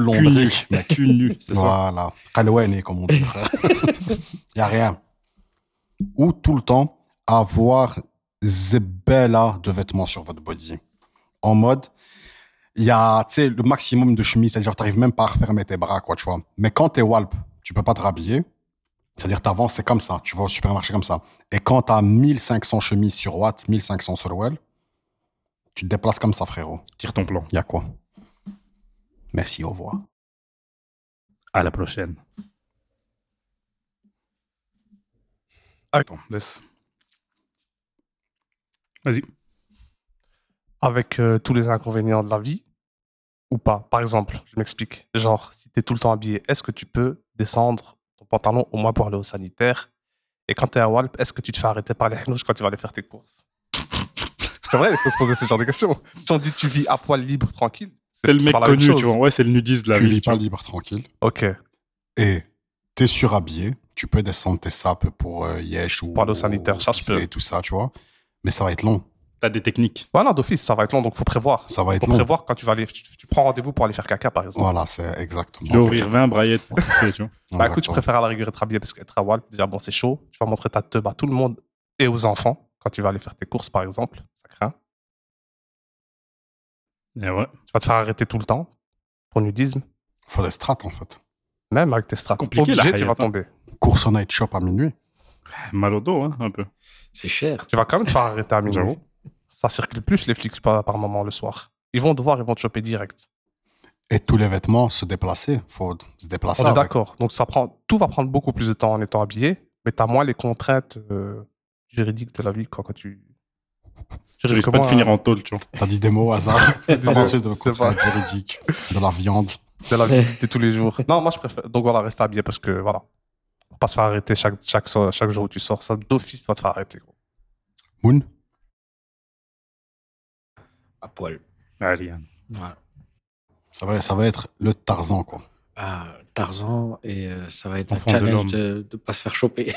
[SPEAKER 2] Puni.
[SPEAKER 3] lombric, mec.
[SPEAKER 2] Puni, c'est ça.
[SPEAKER 3] Voilà. Kalwen, comme on dit, frère. Il n'y a rien. Ou tout le temps avoir zebella de vêtements sur votre body. En mode, il y a, tu sais, le maximum de chemise, c'est-à-dire t'arrives même pas à refermer tes bras, quoi, tu vois. Mais quand t'es walp, tu peux pas te rhabiller. C'est-à-dire t'avances, c'est comme ça. Tu vas au supermarché comme ça. Et quand t'as 1500 chemises sur Watt, 1500 Solwell, tu te déplaces comme ça, frérot.
[SPEAKER 2] Tire ton plan.
[SPEAKER 3] Il y a quoi Merci, au revoir.
[SPEAKER 2] À la prochaine. Attends, laisse. Vas-y.
[SPEAKER 4] Avec euh, tous les inconvénients de la vie ou pas Par exemple, je m'explique. Genre, si tu es tout le temps habillé, est-ce que tu peux descendre ton pantalon au moins pour aller au sanitaire Et quand tu es à Walp, est-ce que tu te fais arrêter par les hnouches quand tu vas aller faire tes courses C'est vrai, il faut se poser ce genre de questions. Si on dit tu vis à poil libre, tranquille,
[SPEAKER 2] C'est le
[SPEAKER 4] c'est
[SPEAKER 2] mec
[SPEAKER 4] pas la même
[SPEAKER 2] connu,
[SPEAKER 4] chose.
[SPEAKER 2] tu vois. Ouais, c'est le nudiste de la
[SPEAKER 3] tu
[SPEAKER 2] vie.
[SPEAKER 3] vis
[SPEAKER 2] tu
[SPEAKER 3] pas
[SPEAKER 2] vois.
[SPEAKER 3] libre, tranquille.
[SPEAKER 4] Ok,
[SPEAKER 3] Et t'es surhabillé, tu peux descendre tes sapes pour euh, Yesh ou.
[SPEAKER 4] Pour aller au sanitaire, ça se
[SPEAKER 3] pisser
[SPEAKER 4] peut. Mm.
[SPEAKER 3] et tout ça, tu vois. Mais ça va être long.
[SPEAKER 2] T'as des techniques.
[SPEAKER 4] voilà, d'office, ça va être long, donc faut prévoir.
[SPEAKER 3] Ça va être
[SPEAKER 4] Faut
[SPEAKER 3] long.
[SPEAKER 4] prévoir quand tu vas aller, tu, tu prends rendez-vous pour aller faire caca, par exemple.
[SPEAKER 3] Voilà, c'est
[SPEAKER 2] Tu dois
[SPEAKER 3] exactement.
[SPEAKER 2] ouvrir 20 braillettes pour pisser, tu vois.
[SPEAKER 4] Bah écoute, je
[SPEAKER 3] Exactement.
[SPEAKER 4] préfère à la rigueur être habillé parce qu'être à Walp, déjà bon, c'est chaud. Tu vas montrer ta teub à tout le monde et aux enfants quand tu vas aller faire tes courses, par exemple. Ça craint.
[SPEAKER 2] Eh ouais.
[SPEAKER 4] Tu vas te faire arrêter tout le temps pour nudisme,
[SPEAKER 3] Faut des strates, en fait.
[SPEAKER 4] même avec tes strates.
[SPEAKER 2] Compliqué, la
[SPEAKER 4] Obligé, tu
[SPEAKER 2] hayat,
[SPEAKER 4] vas
[SPEAKER 2] hein.
[SPEAKER 4] tomber.
[SPEAKER 3] Course au night shop à minuit.
[SPEAKER 2] Mal au dos, hein, un peu.
[SPEAKER 5] C'est cher.
[SPEAKER 4] Tu vas quand même te faire arrêter à minuit.
[SPEAKER 2] J'avoue.
[SPEAKER 4] Ça circule plus les flics par, par moment le soir. Ils vont te voir, ils vont te choper direct.
[SPEAKER 3] Et tous les vêtements se déplacer. Faut se déplacer.
[SPEAKER 4] On est
[SPEAKER 3] avec.
[SPEAKER 4] d'accord. Donc ça prend, tout va prendre beaucoup plus de temps en étant habillé, mais t'as moins les contraintes euh, juridiques de la vie quoi, quand tu. Tu
[SPEAKER 2] Je
[SPEAKER 4] risques
[SPEAKER 2] risque pas de
[SPEAKER 4] moins,
[SPEAKER 3] euh,
[SPEAKER 2] finir en tôle, tu vois.
[SPEAKER 3] T'as dit des mots au hasard. T'as
[SPEAKER 4] Désolé.
[SPEAKER 3] pensé de contraintes juridiques, de la viande.
[SPEAKER 4] de la vie de tous les jours. Non, moi je préfère. Donc voilà, rester habillé parce que voilà. Faut Pas se faire arrêter chaque, chaque, so- chaque jour où tu sors. Ça, d'office, tu vas te faire arrêter. gros.
[SPEAKER 3] Moon,
[SPEAKER 5] À poil.
[SPEAKER 2] Allez, hein.
[SPEAKER 5] Voilà.
[SPEAKER 3] ça va, ça va être le Tarzan, quoi.
[SPEAKER 5] Ah, Tarzan, et euh, ça va être un
[SPEAKER 2] Enfant de
[SPEAKER 5] challenge de ne pas se faire choper.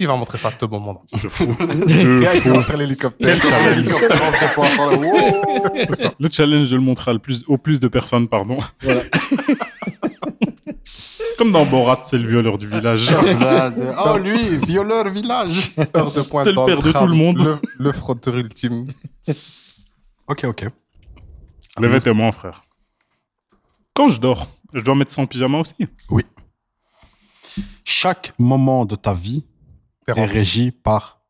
[SPEAKER 4] Il va montrer ça à tout hein. moment. non.
[SPEAKER 2] je fous.
[SPEAKER 3] Le gars,
[SPEAKER 2] Je
[SPEAKER 3] il va
[SPEAKER 2] fous.
[SPEAKER 3] faire l'hélicoptère.
[SPEAKER 2] Quel challenge.
[SPEAKER 3] L'hélicoptère, on se déploie sur le- Wow.
[SPEAKER 2] Le challenge, je le montrerai au plus, au plus de personnes, pardon.
[SPEAKER 5] Voilà.
[SPEAKER 2] Comme dans Borat, c'est le violeur du village.
[SPEAKER 3] Oh, lui, violeur village.
[SPEAKER 4] Heure de pointe
[SPEAKER 2] C'est le
[SPEAKER 4] dans
[SPEAKER 2] père de
[SPEAKER 4] tram,
[SPEAKER 2] tout le monde.
[SPEAKER 4] Le, le frotteur ultime.
[SPEAKER 3] Ok, ok.
[SPEAKER 2] Levez tes mains, frère. Quand je dors, je dois mettre ça en pyjama aussi.
[SPEAKER 3] Chaque moment de ta vie
[SPEAKER 4] T'es
[SPEAKER 3] est
[SPEAKER 4] rendu.
[SPEAKER 3] régi par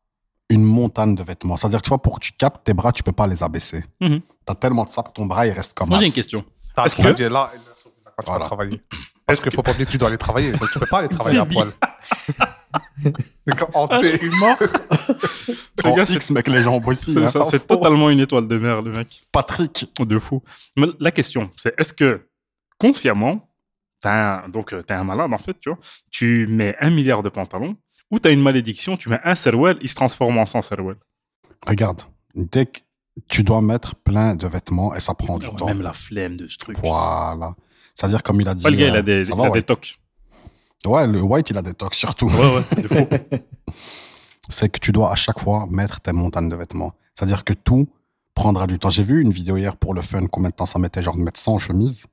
[SPEAKER 3] une montagne de vêtements. C'est-à-dire que tu vois, pour que tu captes tes bras, tu peux pas les abaisser.
[SPEAKER 2] Mhm.
[SPEAKER 3] T'as tellement de ça que ton bras, il reste comme
[SPEAKER 2] Moi, j'ai une
[SPEAKER 3] as.
[SPEAKER 2] question.
[SPEAKER 4] T'as
[SPEAKER 2] Est-ce
[SPEAKER 4] un
[SPEAKER 2] que-
[SPEAKER 4] poil, il est là, il est là, quand tu vas
[SPEAKER 3] Voilà.
[SPEAKER 4] travailler. Est-ce qu'il faut pas oublier que tu dois aller travailler donc Tu peux pas aller travailler
[SPEAKER 2] C'est
[SPEAKER 4] à poil. C'est comme hanté.
[SPEAKER 2] Les
[SPEAKER 3] En
[SPEAKER 2] gars,
[SPEAKER 3] X, mec, les jambes aussi.
[SPEAKER 2] C'est
[SPEAKER 3] hein.
[SPEAKER 2] ça, c'est totalement une étoile de mer, le mec.
[SPEAKER 3] Patrick,
[SPEAKER 2] De fou. Mais la question, c'est est-ce que consciemment, t'as un, donc euh, t'es un malade en fait, tu vois, tu mets un milliard de pantalons ou t'as une malédiction, tu mets un sarouel, il se transforme en 100 sarouel.
[SPEAKER 3] regarde. Dès que tu dois mettre plein de vêtements et ça prend du temps.
[SPEAKER 2] Ah la flemme de ce truc.
[SPEAKER 3] Voilà. C'est-à-dire, comme il a dit.
[SPEAKER 2] Ouais, le gars, il
[SPEAKER 3] euh,
[SPEAKER 2] a des,
[SPEAKER 3] ça
[SPEAKER 2] il
[SPEAKER 3] va,
[SPEAKER 2] a
[SPEAKER 3] ouais.
[SPEAKER 2] des tocs.
[SPEAKER 3] Ouais, le White, il a des tocs surtout.
[SPEAKER 2] Ouais, ouais, de fou.
[SPEAKER 3] C'est que tu dois à chaque fois mettre tes montagnes de vêtements. C'est-à-dire que tout prendra du temps. J'ai vu une vidéo hier pour le fun, combien de temps ça mettait, genre de mettre 100 chemises.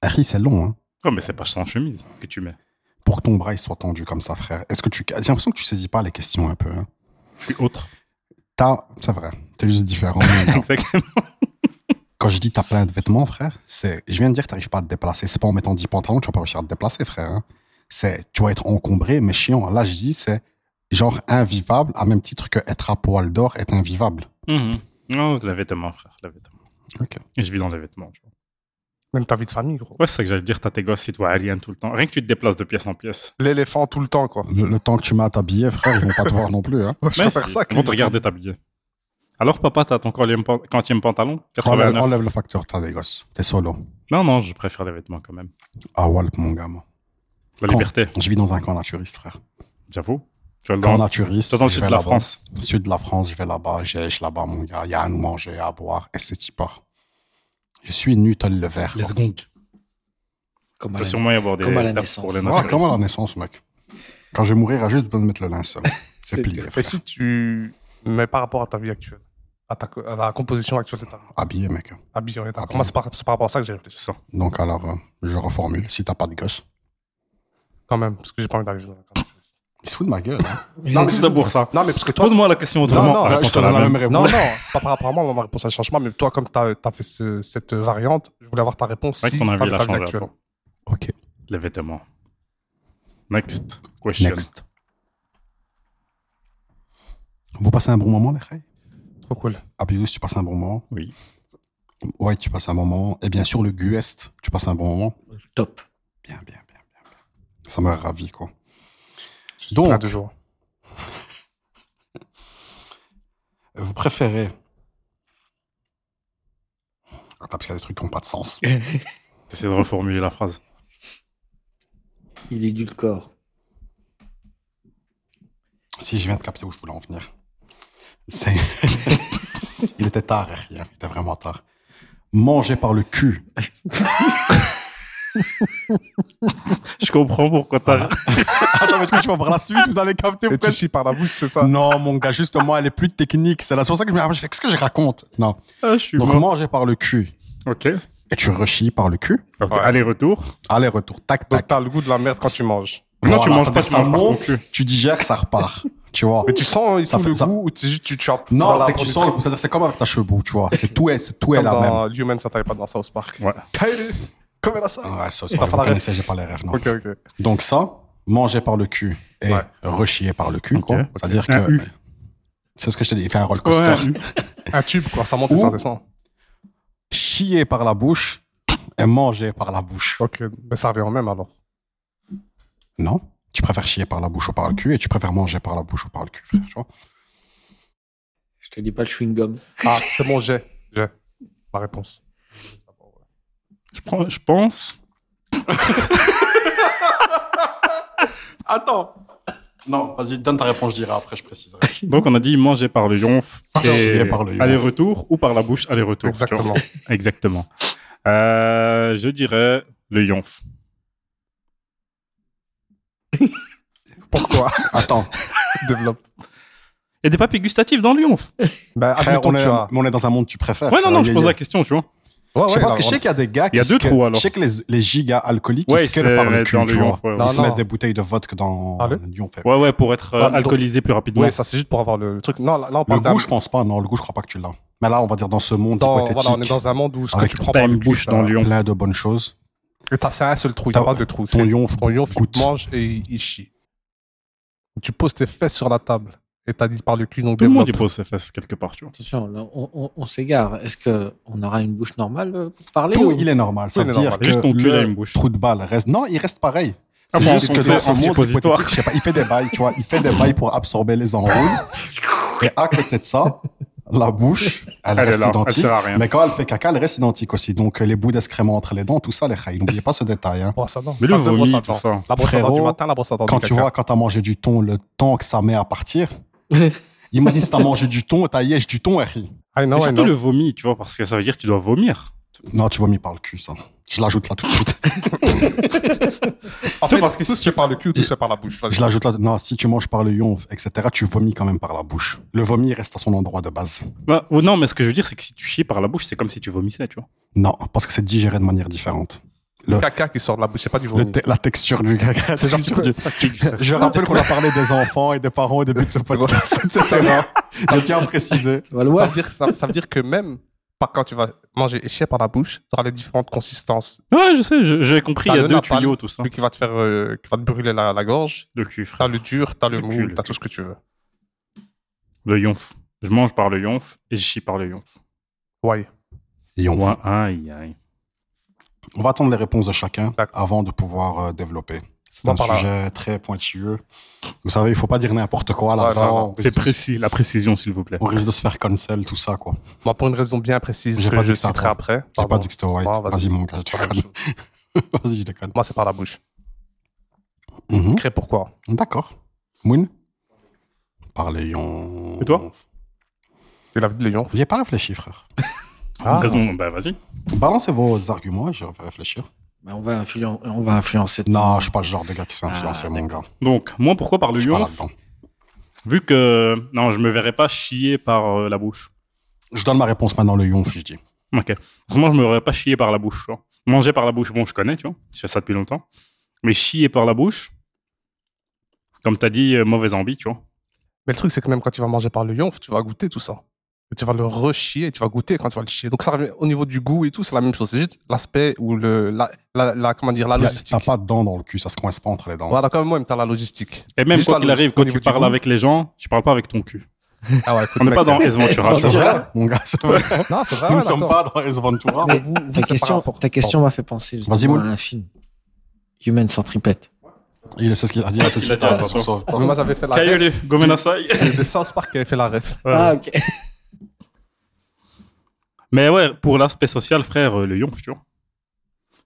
[SPEAKER 3] Harry, c'est long, hein.
[SPEAKER 2] Ouais, Oh, mais c'est pas sans chemise que tu mets.
[SPEAKER 3] Pour que ton bras il soit tendu comme ça, frère. Est-ce que tu. J'ai l'impression que tu saisis pas les questions un peu. Hein.
[SPEAKER 2] Je suis autre.
[SPEAKER 3] T'as. C'est vrai. T'es juste différent. mais non.
[SPEAKER 2] Exactement.
[SPEAKER 3] Quand je dis t'as plein de vêtements, frère, c'est. Je viens de dire que t'arrives pas à te déplacer. C'est pas en mettant 10 pantalons que tu vas pas réussir à te déplacer, frère. hein. C'est. Tu vas être encombré, mais chiant. Là, je dis, c'est genre invivable, à même titre que être à poil d'or est invivable.
[SPEAKER 2] Mhm. Non, la vêtement, frère, la vêtement.
[SPEAKER 3] Ok.
[SPEAKER 2] Et je vis dans les vêtements, tu vois.
[SPEAKER 4] Même ta vie de famille, gros.
[SPEAKER 2] Ouais, c'est ça que j'allais dire, t'as tes gosses, ils te voient alien tout le temps. Rien que tu te déplaces de pièce en pièce.
[SPEAKER 4] L'éléphant tout le temps, quoi.
[SPEAKER 3] Le, le temps que tu mets à t'habiller, frère, ils vont pas te voir non plus. Hein.
[SPEAKER 4] Je
[SPEAKER 2] Mais
[SPEAKER 4] préfère
[SPEAKER 2] si,
[SPEAKER 4] ça
[SPEAKER 2] Ils vont te regarder t'habiller. Alors, papa, t'as ton quantième pan- quantième pantalon
[SPEAKER 3] Oh, Enlève,
[SPEAKER 2] 89.
[SPEAKER 3] enlève le facteur, t'as des gosses. T'es solo.
[SPEAKER 2] Non, non, je préfère les vêtements quand même.
[SPEAKER 3] Ah, Walp, mon gars, moi.
[SPEAKER 2] La
[SPEAKER 3] Quand-
[SPEAKER 2] liberté,
[SPEAKER 3] Je vis dans un camp naturiste, frère.
[SPEAKER 2] j'avoue. Tu vois,
[SPEAKER 3] Camp
[SPEAKER 2] dans,
[SPEAKER 3] naturiste.
[SPEAKER 2] tu vois, dans le
[SPEAKER 3] je
[SPEAKER 2] sud
[SPEAKER 3] vais
[SPEAKER 2] de la
[SPEAKER 3] là-bas.
[SPEAKER 2] France.
[SPEAKER 3] Sud de la France, je vais là-bas, j'èche là-bas, mon gars. Il y a à nous manger, à boire, et c'est y part. Je suis Newton le vert. quoi.
[SPEAKER 2] Les secondes.
[SPEAKER 5] Comme
[SPEAKER 2] Il
[SPEAKER 5] à
[SPEAKER 2] doit
[SPEAKER 5] la-
[SPEAKER 2] sûrement y avoir des
[SPEAKER 5] Comme à la
[SPEAKER 2] tables
[SPEAKER 5] naissance.
[SPEAKER 2] pour les
[SPEAKER 3] Ah,
[SPEAKER 2] naturalistes.
[SPEAKER 3] comme à la naissance, mec. Quand je vais mourir, il y a juste besoin de mettre le linceul. C'est
[SPEAKER 5] C'est
[SPEAKER 3] plié,
[SPEAKER 4] Et
[SPEAKER 3] frère.
[SPEAKER 4] si tu. Mais par rapport à ta vie actuelle, à, ta co- à la composition actuelle de ta vie,
[SPEAKER 3] Habillé, mec.
[SPEAKER 4] habillé, on est d'accord.
[SPEAKER 3] Ah,
[SPEAKER 4] Moi, c'est par, c'est par rapport à ça que j'ai réfléchi,
[SPEAKER 2] Ça.
[SPEAKER 3] Donc, alors, euh, je reformule. Si t'as pas de gosse,
[SPEAKER 4] quand même, parce que j'ai pas envie d'arriver dans la carte.
[SPEAKER 3] il se fout de ma gueule. hein.
[SPEAKER 2] Non, mais c'est ça pour ça.
[SPEAKER 4] Non, mais parce que toi.
[SPEAKER 2] Pose-moi la question autrement.
[SPEAKER 4] non,
[SPEAKER 2] La
[SPEAKER 4] je
[SPEAKER 2] réponse
[SPEAKER 3] te
[SPEAKER 2] est
[SPEAKER 3] donne
[SPEAKER 2] la
[SPEAKER 3] la
[SPEAKER 2] même.
[SPEAKER 3] même
[SPEAKER 4] Non, non, c'est pas par rapport à moi, ma réponse elle change pas, mais toi, comme t'as as fait ce- cette variante, je voulais avoir ta réponse.
[SPEAKER 2] C'est vrai
[SPEAKER 4] si
[SPEAKER 2] qu'on a
[SPEAKER 4] t'as
[SPEAKER 2] vu la
[SPEAKER 4] ta vie
[SPEAKER 2] changer
[SPEAKER 4] actuelle.
[SPEAKER 3] Ok.
[SPEAKER 2] Les vêtements. Next question.
[SPEAKER 3] Next. Vous passez un bon moment, les frères
[SPEAKER 4] Trop cool.
[SPEAKER 3] Abiyous, tu passes un bon moment.
[SPEAKER 2] Oui.
[SPEAKER 3] Ouais, tu passes un bon moment. Et bien sûr, le Guest, tu passes un bon moment.
[SPEAKER 5] Top.
[SPEAKER 3] Bien, bien, bien, bien. bien. Ça m'a ravi, quoi.
[SPEAKER 4] Plein
[SPEAKER 3] Donc,
[SPEAKER 4] de jours.
[SPEAKER 3] Vous préférez. Attends, parce qu'il y a des trucs qui n'ont pas de sens.
[SPEAKER 2] J'essaie de reformuler la phrase.
[SPEAKER 5] Il édulcore.
[SPEAKER 3] Si je viens de capter où je voulais en venir. C'est. Il était tard, rien. Il était vraiment tard. Manger par le cul.
[SPEAKER 2] Je comprends pourquoi t'as.
[SPEAKER 3] Attends, mais toi, tu vas voir la suite, vous allez capter.
[SPEAKER 4] Et
[SPEAKER 3] pourquoi
[SPEAKER 4] tu chies par la bouche, c'est ça
[SPEAKER 3] Non, mon gars, justement, elle est plus technique. C'est la- c'est pour ça que je me rappelle, je fais, qu'est-ce que je raconte Non.
[SPEAKER 2] Ah, je suis
[SPEAKER 3] Donc,
[SPEAKER 2] mort.
[SPEAKER 3] manger par le cul.
[SPEAKER 2] Ok.
[SPEAKER 3] Et tu rechies par le cul.
[SPEAKER 2] Ok,
[SPEAKER 4] Ouais.
[SPEAKER 2] Aller-retour.
[SPEAKER 3] Allez-retour, tac,
[SPEAKER 4] Donc
[SPEAKER 3] tac.
[SPEAKER 4] t'as le goût de la merde quand tu manges.
[SPEAKER 2] Non, tu
[SPEAKER 3] Voilà,
[SPEAKER 2] manges
[SPEAKER 3] ça
[SPEAKER 2] pas,
[SPEAKER 3] fait
[SPEAKER 2] tu manges
[SPEAKER 3] ça
[SPEAKER 2] par ton
[SPEAKER 3] monte,
[SPEAKER 2] cul.
[SPEAKER 3] Tu digères, ça repart. Tu vois.
[SPEAKER 4] Mais tu sens et
[SPEAKER 3] Ça
[SPEAKER 4] tout
[SPEAKER 3] fait-
[SPEAKER 4] le
[SPEAKER 3] ça-
[SPEAKER 4] goût ou tu, tu, tu as-
[SPEAKER 3] Non,
[SPEAKER 4] t'as
[SPEAKER 3] c'est que tu
[SPEAKER 4] du
[SPEAKER 3] sens,
[SPEAKER 4] truc.
[SPEAKER 3] le- c'est-à-dire, c'est comme avec ta chebou, tu vois. C'est tout est, c'est tout est
[SPEAKER 4] Comme
[SPEAKER 3] la même.
[SPEAKER 4] dans Human, ça t'avait pas dans South Park.
[SPEAKER 2] Ouais.
[SPEAKER 4] Kyrie, comme elle a ça.
[SPEAKER 3] Ouais, ça,
[SPEAKER 4] T'as
[SPEAKER 3] c'est pas,
[SPEAKER 4] pas
[SPEAKER 3] vous
[SPEAKER 4] la ref.
[SPEAKER 3] connaissez, j'ai pas les rêves, non.
[SPEAKER 4] Ok, ok.
[SPEAKER 3] Donc ça, manger par le cul et
[SPEAKER 4] Ouais.
[SPEAKER 3] rechier par le cul,
[SPEAKER 2] Ok,
[SPEAKER 3] quoi.
[SPEAKER 2] ok.
[SPEAKER 3] C'est-à-dire
[SPEAKER 2] Un U.
[SPEAKER 3] que, c'est ce que je t'ai dit, il fait un roller coaster.
[SPEAKER 4] Un tube, quoi. Ça monte et
[SPEAKER 3] Ou-
[SPEAKER 4] ça descend.
[SPEAKER 3] Chier par la bouche et manger par la bouche.
[SPEAKER 4] Ok. Mais ça revient au même alors.
[SPEAKER 3] Non? Tu préfères chier par la bouche ou par le cul et tu préfères manger par la bouche ou par le cul, frère, tu vois.
[SPEAKER 5] Je te dis pas le chewing-gum.
[SPEAKER 4] Ah, c'est bon, j'ai. J'ai. Ma réponse.
[SPEAKER 2] Je, prends- je pense.
[SPEAKER 3] Attends! Non, vas-y, donne ta réponse, je dirai après, je préciserai.
[SPEAKER 2] Donc, on a dit manger par le yonf.
[SPEAKER 3] Manger
[SPEAKER 2] et
[SPEAKER 3] par le yonf.
[SPEAKER 2] Aller-retour ou par la bouche, aller-retour. tu vois.
[SPEAKER 4] Exactement.
[SPEAKER 2] Exactement. Euh, je dirais le yonf.
[SPEAKER 4] Pourquoi
[SPEAKER 3] Attends,
[SPEAKER 4] Développe.
[SPEAKER 2] Il y a des papilles gustatives dans le yonf.
[SPEAKER 4] Ben,
[SPEAKER 3] frère,
[SPEAKER 4] admettons
[SPEAKER 3] on
[SPEAKER 4] que
[SPEAKER 3] est,
[SPEAKER 4] tu as.
[SPEAKER 3] mais on est dans un monde, tu préfères.
[SPEAKER 2] Ouais, non, non,
[SPEAKER 4] ah,
[SPEAKER 3] frère,
[SPEAKER 2] je
[SPEAKER 3] y a-
[SPEAKER 2] pose
[SPEAKER 3] y a-
[SPEAKER 2] la question, tu vois.
[SPEAKER 4] Ouais,
[SPEAKER 3] Je sais
[SPEAKER 4] ouais,
[SPEAKER 3] pas, parce
[SPEAKER 4] alors,
[SPEAKER 3] que je sais qu'il y a des gars
[SPEAKER 2] Il
[SPEAKER 3] qui
[SPEAKER 2] y a
[SPEAKER 3] se
[SPEAKER 2] deux
[SPEAKER 3] que-
[SPEAKER 2] trous, alors.
[SPEAKER 3] Je sais que les, les gigas alcooliques,
[SPEAKER 2] Ouais,
[SPEAKER 3] ils se calent par le
[SPEAKER 2] c'est
[SPEAKER 3] cul,
[SPEAKER 2] dans
[SPEAKER 3] tu
[SPEAKER 2] le
[SPEAKER 3] vois.
[SPEAKER 2] yonf. ouais, ouais.
[SPEAKER 4] Non,
[SPEAKER 3] ils se
[SPEAKER 4] non.
[SPEAKER 3] mettent des bouteilles de vodka dans
[SPEAKER 4] Ah, le-
[SPEAKER 3] Lyon. fait.
[SPEAKER 2] Ouais, ouais, pour être euh,
[SPEAKER 4] Ouais, Bah, donc-
[SPEAKER 2] alcoolisé plus rapidement.
[SPEAKER 4] Ouais, ça c'est juste pour avoir le truc. Non, là, là, on
[SPEAKER 3] Le
[SPEAKER 4] parle d'un.
[SPEAKER 3] goût, je pense pas. Non, le goût, je crois pas que tu l'as. Mais là, on va dire dans ce monde
[SPEAKER 4] dans-
[SPEAKER 3] hypothétique,
[SPEAKER 4] Voilà, on est dans un monde où ce
[SPEAKER 3] Avec
[SPEAKER 4] que tu prends
[SPEAKER 2] T'as
[SPEAKER 4] par le
[SPEAKER 2] une
[SPEAKER 4] cul,
[SPEAKER 2] bouche
[SPEAKER 4] ça-
[SPEAKER 2] dans le yonf.
[SPEAKER 3] plein de bonnes choses.
[SPEAKER 4] hein. Et t'as- C'est un seul trou, il n'y a
[SPEAKER 3] T'as-
[SPEAKER 4] pas de trou.
[SPEAKER 3] Ton
[SPEAKER 4] C'est
[SPEAKER 3] lion
[SPEAKER 4] ton yonf, il
[SPEAKER 3] goûte.
[SPEAKER 4] te mange et il il chie. Tu poses tes fesses sur la table et t'as dit par le cul, donc
[SPEAKER 2] Tout le monde y
[SPEAKER 4] développe.
[SPEAKER 2] pose ses fesses quelque part, tu vois.
[SPEAKER 5] Attention, là, on, on- on s'égare. Est-ce que on aura une bouche normale euh, pour parler
[SPEAKER 3] Tout,
[SPEAKER 5] ou-
[SPEAKER 3] il est normal. Ça
[SPEAKER 4] il
[SPEAKER 3] veut
[SPEAKER 4] est
[SPEAKER 3] dire
[SPEAKER 4] normal.
[SPEAKER 3] que
[SPEAKER 2] Juste ton cul, il a une
[SPEAKER 3] le
[SPEAKER 2] bouche.
[SPEAKER 3] trou de balle reste. Non, il reste pareil.
[SPEAKER 2] Ah
[SPEAKER 3] C'est
[SPEAKER 2] bon,
[SPEAKER 3] juste
[SPEAKER 2] on
[SPEAKER 3] que
[SPEAKER 2] sait,
[SPEAKER 3] dans ce
[SPEAKER 2] en
[SPEAKER 3] monde
[SPEAKER 2] suppositoire.
[SPEAKER 3] hypothétique, je sais pas, il fait des bails, tu vois. Il fait des bails pour absorber les enroules. Et à côté de ça, la bouche,
[SPEAKER 2] Elle
[SPEAKER 3] elle,
[SPEAKER 2] est
[SPEAKER 3] reste
[SPEAKER 2] là, elle
[SPEAKER 3] identique.
[SPEAKER 2] sert à rien.
[SPEAKER 3] Mais quand elle fait caca, elle reste identique aussi. Donc, euh, les bouts d'excréments entre les dents, tout ça, les chats. N'oubliez pas ce détail. hein.
[SPEAKER 4] Brosse à dents.
[SPEAKER 2] Mais le
[SPEAKER 4] Pas de hein. brosse à
[SPEAKER 2] vomi, tout
[SPEAKER 4] dents.
[SPEAKER 2] ça.
[SPEAKER 4] La brosse à dents
[SPEAKER 3] Frérot,
[SPEAKER 4] du matin, la brosse à dents
[SPEAKER 3] Quand
[SPEAKER 4] du
[SPEAKER 3] tu
[SPEAKER 4] Oh, caca.
[SPEAKER 3] vois, quand t'as mangé du thon, le temps que ça met à partir. Imagine si t'as mangé du thon et t'as yèche du thon, Harry.
[SPEAKER 4] I know,
[SPEAKER 2] Et
[SPEAKER 4] I
[SPEAKER 2] surtout
[SPEAKER 4] know.
[SPEAKER 2] le vomi, tu vois, parce que ça veut dire que tu dois vomir.
[SPEAKER 3] Non, tu vois, mis par le cul, ça. Je l'ajoute là tout de suite.
[SPEAKER 4] En
[SPEAKER 2] Tu
[SPEAKER 4] fait,
[SPEAKER 2] vois, parce que
[SPEAKER 4] tout
[SPEAKER 2] si
[SPEAKER 4] se fait par le cul, tout se fait par la bouche. Vas-y.
[SPEAKER 3] Je l'ajoute là. Non, si tu manges par le yonf, etc., tu vomis quand même par la bouche. Le vomi reste à son endroit de base.
[SPEAKER 2] Bah, ou non, mais ce que je veux dire, c'est que si tu chies par la bouche, c'est comme si tu vomissais, tu vois.
[SPEAKER 3] Non, parce que c'est digéré de manière différente.
[SPEAKER 4] Le caca qui sort de la bouche, c'est pas du
[SPEAKER 3] Le
[SPEAKER 4] vomi.
[SPEAKER 3] te- la texture du caca, c'est genre
[SPEAKER 4] C'est
[SPEAKER 3] du- Je rappelle qu'on a parlé des enfants et des parents au début de ce podcast, etc. Je tiens à préciser.
[SPEAKER 5] Ça va le
[SPEAKER 4] Ça
[SPEAKER 5] voir.
[SPEAKER 4] veut dire- ça- ça veut dire que même par- quand tu vas manger et chier par la bouche, tu auras les différentes consistances.
[SPEAKER 2] Ouais, je sais, je- j'ai compris,
[SPEAKER 4] T'as
[SPEAKER 2] il y a
[SPEAKER 4] le
[SPEAKER 2] deux
[SPEAKER 4] napalm,
[SPEAKER 2] tuyaux, tout ça.
[SPEAKER 4] Celui qui va te faire, euh, qui va te brûler la, la gorge,
[SPEAKER 2] Le cul, frère.
[SPEAKER 4] t'as le dur, t'as le
[SPEAKER 2] Le cul,
[SPEAKER 4] mou,
[SPEAKER 2] le
[SPEAKER 4] t'as
[SPEAKER 2] cul.
[SPEAKER 4] tout ce que tu veux.
[SPEAKER 2] Le yonf. Je mange par le yonf et je chie par le yonf.
[SPEAKER 4] Ouais.
[SPEAKER 3] Yonf.
[SPEAKER 2] Ouais, aïe, aïe.
[SPEAKER 3] On va attendre les réponses de chacun
[SPEAKER 4] D'accord.
[SPEAKER 3] avant de pouvoir euh, développer. C'est
[SPEAKER 4] Moi,
[SPEAKER 3] un
[SPEAKER 4] par là.
[SPEAKER 3] sujet très pointilleux. Vous savez, il faut pas dire n'importe quoi à la
[SPEAKER 4] Ouais,
[SPEAKER 3] fin.
[SPEAKER 4] non, non,
[SPEAKER 3] On risque
[SPEAKER 2] C'est
[SPEAKER 3] de-
[SPEAKER 2] précis, la précision, s'il vous
[SPEAKER 4] Oh
[SPEAKER 2] plaît.
[SPEAKER 3] On risque de se faire cancel, tout ça, quoi.
[SPEAKER 4] Moi, pour une raison bien précise
[SPEAKER 3] J'ai
[SPEAKER 4] que
[SPEAKER 3] pas
[SPEAKER 4] je
[SPEAKER 3] dit que c'était à
[SPEAKER 4] citerai
[SPEAKER 3] toi.
[SPEAKER 4] après.
[SPEAKER 3] J'ai
[SPEAKER 4] Pardon.
[SPEAKER 3] pas dit que c'était alright.
[SPEAKER 4] Ah,
[SPEAKER 3] Vas-y, mon gars, je déconne. Vas-y, je déconne.
[SPEAKER 4] Moi, c'est par la bouche.
[SPEAKER 3] Mhm.
[SPEAKER 4] Crée pourquoi
[SPEAKER 3] D'accord. Moon Parlons.
[SPEAKER 2] Et toi
[SPEAKER 4] Il a vu le lion.
[SPEAKER 3] J'y ai pas réfléchi, frère.
[SPEAKER 4] Ah.
[SPEAKER 2] Raison, bah vas-y.
[SPEAKER 3] Balancez vos arguments, je vais réfléchir.
[SPEAKER 5] Bah, on, va influen- on va influencer.
[SPEAKER 3] Non, je suis pas le genre de gars qui se fait
[SPEAKER 5] Ah,
[SPEAKER 3] influencer, mon gars.
[SPEAKER 2] Donc, moi, pourquoi par
[SPEAKER 3] Je
[SPEAKER 2] le
[SPEAKER 3] suis pas
[SPEAKER 2] yonf
[SPEAKER 3] là-dedans.
[SPEAKER 2] Vu que, non, je me verrais pas chier par euh, la bouche.
[SPEAKER 3] Je donne ma réponse maintenant, le yonf, je dis.
[SPEAKER 2] Ok. Moi, je me verrais pas chier par la bouche. tu vois. Manger par la bouche, bon, je connais, tu vois. Je fais ça depuis longtemps. Mais chier par la bouche, comme t'as dit, euh, mauvaise envie, tu vois.
[SPEAKER 4] Mais le truc, c'est que même quand tu vas manger par le yonf, tu vas goûter tout ça. Et tu vas le rechier, tu vas goûter quand tu vas le chier. Donc, ça revient au niveau du goût et tout, c'est la même chose. C'est juste l'aspect ou le, la, la, la- comment dire, la
[SPEAKER 3] Y a-
[SPEAKER 4] logistique.
[SPEAKER 3] T'as pas de dents dans le cul, ça se coince pas entre les dents.
[SPEAKER 4] Voilà, quand même, moi, t'as la logistique.
[SPEAKER 2] Et même
[SPEAKER 4] Juste
[SPEAKER 2] quoi
[SPEAKER 4] la
[SPEAKER 2] qu'il arrive,
[SPEAKER 4] logistique au
[SPEAKER 2] quand tu
[SPEAKER 4] niveau du
[SPEAKER 2] parles
[SPEAKER 4] goût.
[SPEAKER 2] avec les gens, tu parles pas avec ton cul.
[SPEAKER 4] Ah ouais, écoute,
[SPEAKER 2] On n'est
[SPEAKER 4] mec,
[SPEAKER 2] pas dans
[SPEAKER 4] euh,
[SPEAKER 2] Ace Ventura.
[SPEAKER 5] Oh,
[SPEAKER 2] ça.
[SPEAKER 3] C'est
[SPEAKER 5] c'est
[SPEAKER 3] vrai, mon gars, c'est vrai.
[SPEAKER 4] Non, c'est vrai.
[SPEAKER 3] Nous
[SPEAKER 4] ouais,
[SPEAKER 3] ne sommes
[SPEAKER 4] d'accord.
[SPEAKER 3] pas dans Ace Ventura.
[SPEAKER 5] Mais
[SPEAKER 4] Vous- vous,
[SPEAKER 5] ta,
[SPEAKER 4] c'est par
[SPEAKER 5] question,
[SPEAKER 4] rapport-
[SPEAKER 5] ta question m'a fait penser justement
[SPEAKER 3] Vas-y, Moule.
[SPEAKER 5] à un film. Human centripète.
[SPEAKER 3] Il est ce qu'il a dit, il est ce qu'il a dit.
[SPEAKER 2] Attention.
[SPEAKER 3] Attention.
[SPEAKER 4] Mais Moi, j'avais fait la ref.
[SPEAKER 2] Kayole, Gomenasai.
[SPEAKER 4] C'est de South Park qui avait fait la ref.
[SPEAKER 5] Ah, ok.
[SPEAKER 2] Mais ouais, pour l'aspect social, frère, euh, le yonf, tu vois.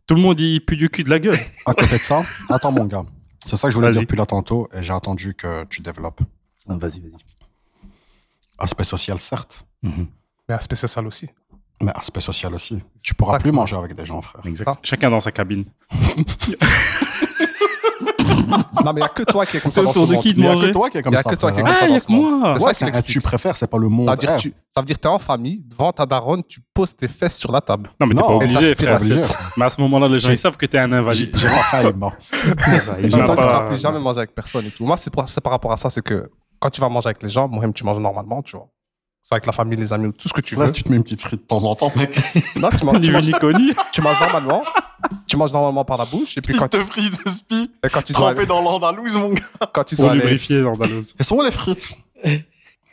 [SPEAKER 2] Tout le monde, il pue du cul de la gueule.
[SPEAKER 3] À côté de ça, attends, mon gars. C'est ça que je voulais
[SPEAKER 2] Vas-y.
[SPEAKER 3] dire depuis là tantôt et j'ai attendu que tu développes.
[SPEAKER 2] Vas-y, vas-y.
[SPEAKER 3] Aspect social, certes,
[SPEAKER 4] Mais aspect social aussi.
[SPEAKER 3] mais aspect social aussi. Tu pourras
[SPEAKER 4] Ça-
[SPEAKER 3] plus manger avec des gens, frère.
[SPEAKER 2] Exact. Ah. Chacun dans sa cabine.
[SPEAKER 4] Non, mais il n'y a que toi qui est comme ça
[SPEAKER 2] C'est
[SPEAKER 4] dans ce
[SPEAKER 2] autour de
[SPEAKER 4] monde.
[SPEAKER 2] qui de
[SPEAKER 3] Il n'y a
[SPEAKER 2] manger
[SPEAKER 3] que toi qui est comme
[SPEAKER 4] Il n'y a
[SPEAKER 3] ça.
[SPEAKER 4] que toi qui est
[SPEAKER 3] frère, hein.
[SPEAKER 4] comme
[SPEAKER 2] Ah,
[SPEAKER 4] ça
[SPEAKER 2] y a
[SPEAKER 4] dans
[SPEAKER 2] que
[SPEAKER 4] ce monde.
[SPEAKER 2] moi.
[SPEAKER 4] C'est
[SPEAKER 3] Ouais,
[SPEAKER 4] ça qui
[SPEAKER 3] c'est un tu
[SPEAKER 4] l'explique.
[SPEAKER 3] préfères, c'est pas le monde.
[SPEAKER 4] Ça veut dire
[SPEAKER 3] frère.
[SPEAKER 4] Ah, tu ça veut dire t'es en famille, devant ta daronne, tu poses tes fesses sur la table.
[SPEAKER 2] Non, mais t'es
[SPEAKER 3] Non,
[SPEAKER 2] pas
[SPEAKER 3] et
[SPEAKER 2] obligé,
[SPEAKER 3] t'aspires
[SPEAKER 2] frère.
[SPEAKER 3] à l'assiette.
[SPEAKER 2] Mais à ce moment-là, les gens,
[SPEAKER 3] J'ai-
[SPEAKER 2] ils savent que t'es un
[SPEAKER 3] J'ai
[SPEAKER 2] invalide.
[SPEAKER 3] j'ai pas failli, moi.
[SPEAKER 2] C'est ça, ils
[SPEAKER 4] C'est pour ça
[SPEAKER 2] viennent
[SPEAKER 4] que tu ne
[SPEAKER 2] pas-
[SPEAKER 4] vas plus jamais manger avec personne et tout. Moi, c'est pour- c'est par rapport à ça, c'est que quand tu vas manger avec les gens, moi-même, tu manges normalement, tu vois. Soit avec la famille, les amis ou tout ce que tu veux.
[SPEAKER 3] Là, tu te mets une petite frite de temps en temps, mec.
[SPEAKER 4] Non, tu manges,
[SPEAKER 2] Du
[SPEAKER 4] tu, manges,
[SPEAKER 2] Viniconi.
[SPEAKER 4] tu manges normalement. Tu manges normalement par la bouche et puis quand,
[SPEAKER 3] te frites de spi,
[SPEAKER 4] et quand tu dois aller,
[SPEAKER 3] dans l'Andalouse, mon gars.
[SPEAKER 4] quand tu dois
[SPEAKER 2] Pour
[SPEAKER 4] aller,
[SPEAKER 2] lubrifier l'Andalouse.
[SPEAKER 3] Elles sont où les frites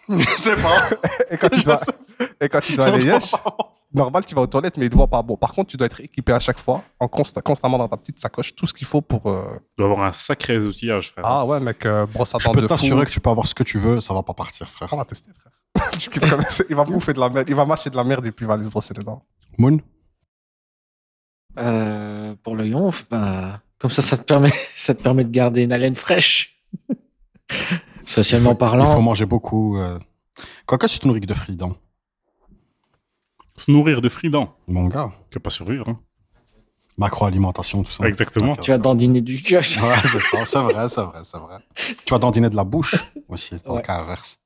[SPEAKER 3] Je sais pas.
[SPEAKER 4] et quand tu
[SPEAKER 3] Je
[SPEAKER 4] dois,
[SPEAKER 3] sais
[SPEAKER 4] et quand tu dois aller
[SPEAKER 3] pas.
[SPEAKER 4] yesh, normal, tu vas aux toilettes, mais ils ne te voient pas. Bon, par contre, tu dois être équipé à chaque fois, en consta- constamment dans ta petite sacoche, tout ce qu'il faut pour. euh,
[SPEAKER 2] Tu dois avoir un sacré outillage, frère.
[SPEAKER 4] Ah ouais, mec, euh, brosse à
[SPEAKER 3] Je
[SPEAKER 4] dents
[SPEAKER 3] peux
[SPEAKER 4] de fou.
[SPEAKER 3] t'assurer que tu peux avoir ce que tu veux, ça va pas partir, frère.
[SPEAKER 4] On va tester, frère. Tu kiffes comme ça. il va bouffer de la merde, il va mâcher de la merde et puis il va aller se brosser les dents.
[SPEAKER 3] Moon,
[SPEAKER 5] Euh, pour le yonf, bah, comme ça, ça te, permet, ça te permet de garder une haleine fraîche. Socialement
[SPEAKER 3] il faut
[SPEAKER 5] parlant,
[SPEAKER 3] manger beaucoup. euh. Quoique, tu te nourris que de frites, hein,
[SPEAKER 2] Se nourrir de fridans.
[SPEAKER 3] mon gars.
[SPEAKER 2] Tu peux pas survivre. hein.
[SPEAKER 3] Macroalimentation, tout ça.
[SPEAKER 2] Exactement.
[SPEAKER 3] Ok.
[SPEAKER 5] tu vas dandiner du pioche.
[SPEAKER 3] Ouais, c'est ça, c'est vrai, c'est vrai, c'est vrai. Tu vas dandiner de la bouche aussi, donc
[SPEAKER 5] Ouais.
[SPEAKER 3] inverse.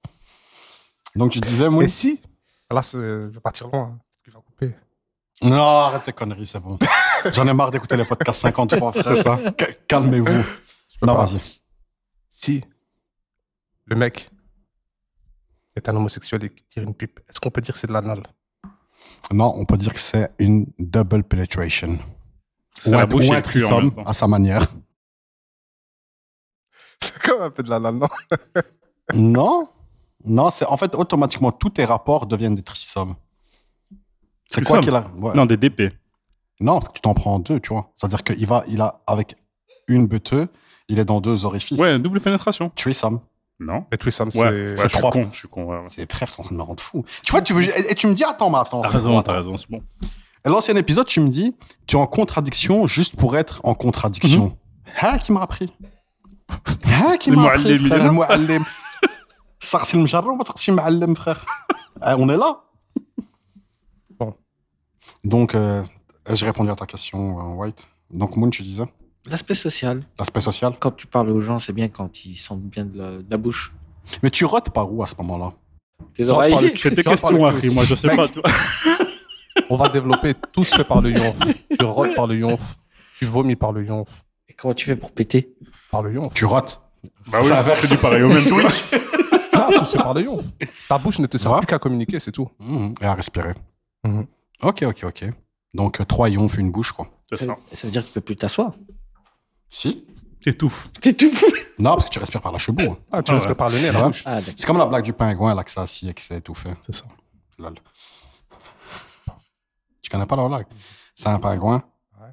[SPEAKER 3] Donc tu disais, Moon
[SPEAKER 4] Et si Là, c'est- je vais partir loin. hein. Il va couper.
[SPEAKER 3] Non, arrête tes conneries, c'est bon. J'en ai marre d'écouter les podcasts 50 fois, frère.
[SPEAKER 2] C'est ça.
[SPEAKER 3] Ca- Calmez-vous.
[SPEAKER 4] peux
[SPEAKER 3] Non,
[SPEAKER 4] pas.
[SPEAKER 3] vas-y.
[SPEAKER 4] Si le mec est un homosexuel et qui tire une pipe, est-ce qu'on peut dire que c'est de l'anal
[SPEAKER 3] Non, on peut dire que c'est une double penetration.
[SPEAKER 2] C'est la
[SPEAKER 3] un-
[SPEAKER 2] bouche et
[SPEAKER 3] un
[SPEAKER 2] le cul en
[SPEAKER 3] threesome,
[SPEAKER 2] même temps.
[SPEAKER 3] à sa manière.
[SPEAKER 4] C'est comme un peu de l'anal, non
[SPEAKER 3] Non, non, c'est en fait automatiquement tous tes rapports deviennent des trisommes. C'est quoi
[SPEAKER 2] Threesome
[SPEAKER 3] qu'il a ouais.
[SPEAKER 2] Non, des DP.
[SPEAKER 3] Non, parce que tu t'en prends deux, tu vois. C'est-à-dire qu'il va, il a avec une buteux, il est dans deux orifices.
[SPEAKER 2] Ouais, double pénétration.
[SPEAKER 3] Threesome.
[SPEAKER 2] Non.
[SPEAKER 4] Mais Twissam,
[SPEAKER 2] Ouais, ouais,
[SPEAKER 4] c'est.
[SPEAKER 2] je suis
[SPEAKER 3] trois.
[SPEAKER 2] con. Je suis con. ouais, ouais.
[SPEAKER 3] C'est frère, t'es en train de me rendre fou. Tu vois, tu veux, et, et tu me dis, attends, mais attends.
[SPEAKER 4] Oh,
[SPEAKER 2] T'as
[SPEAKER 3] frère,
[SPEAKER 2] raison,
[SPEAKER 3] attends.
[SPEAKER 2] t'as raison, c'est bon.
[SPEAKER 3] Et L'ancien épisode, tu me dis, tu es en contradiction juste pour être en contradiction.
[SPEAKER 2] Mhm.
[SPEAKER 3] Ah, qui m'a appris Ah, qui
[SPEAKER 2] Le
[SPEAKER 3] m'a appris,
[SPEAKER 2] muallim, il est
[SPEAKER 3] frère
[SPEAKER 2] là.
[SPEAKER 3] Le muallim. Sarsi le mjarra, ou sarsi le muallim, frère Ah, On est là
[SPEAKER 4] Bon.
[SPEAKER 3] Donc, euh, j'ai répondu à ta question, euh, White. Donc, Moon, tu disais
[SPEAKER 5] L'aspect social,
[SPEAKER 3] L'aspect social.
[SPEAKER 5] quand tu parles aux gens, c'est bien quand ils sentent bien de la, de la bouche.
[SPEAKER 3] Mais tu rotes par où à ce moment-là
[SPEAKER 5] Tes
[SPEAKER 4] Non,
[SPEAKER 5] oreilles.
[SPEAKER 4] parle-
[SPEAKER 2] C'est tes
[SPEAKER 4] Tu en
[SPEAKER 2] questions,
[SPEAKER 4] parles
[SPEAKER 2] Harry,
[SPEAKER 4] aussi.
[SPEAKER 2] moi je sais
[SPEAKER 4] Mec.
[SPEAKER 2] pas. Bah tu vois.
[SPEAKER 4] On va développer tout se fait par le yonf. Tu rotes par le yonf. Tu vomis par le yonf.
[SPEAKER 5] Et Comment tu fais pour péter
[SPEAKER 4] Par le yonf.
[SPEAKER 3] Tu rotes.
[SPEAKER 2] Bah
[SPEAKER 3] Ça
[SPEAKER 2] oui,
[SPEAKER 3] inverse.
[SPEAKER 2] c'est du pareil au même. quoi.
[SPEAKER 4] Ah, tout se fait par le yonf. Ta bouche ne te sert
[SPEAKER 3] Ouais.
[SPEAKER 4] plus qu'à communiquer, c'est tout.
[SPEAKER 3] Mhm, Et à respirer.
[SPEAKER 4] Mhm.
[SPEAKER 3] Ok, ok, ok. Donc, euh, trois ions fait une bouche, quoi.
[SPEAKER 5] ça,
[SPEAKER 2] C'est ça.
[SPEAKER 5] ça veut dire que tu peux plus t'asseoir.
[SPEAKER 3] Si
[SPEAKER 2] T'étouffes.
[SPEAKER 5] T'es tout fou.
[SPEAKER 3] Non, parce que tu respires par la cheveux. hein.
[SPEAKER 4] Ah, tu
[SPEAKER 2] Ah
[SPEAKER 4] restes
[SPEAKER 2] ouais.
[SPEAKER 4] par le nez,
[SPEAKER 3] Ouais.
[SPEAKER 4] la bouche.
[SPEAKER 5] Ah, d'accord.
[SPEAKER 3] C'est comme la blague du pingouin, là, que ça assis et que c'est étouffé.
[SPEAKER 2] C'est ça.
[SPEAKER 3] Lol. Tu connais pas la blague C'est un pingouin.
[SPEAKER 4] Ouais.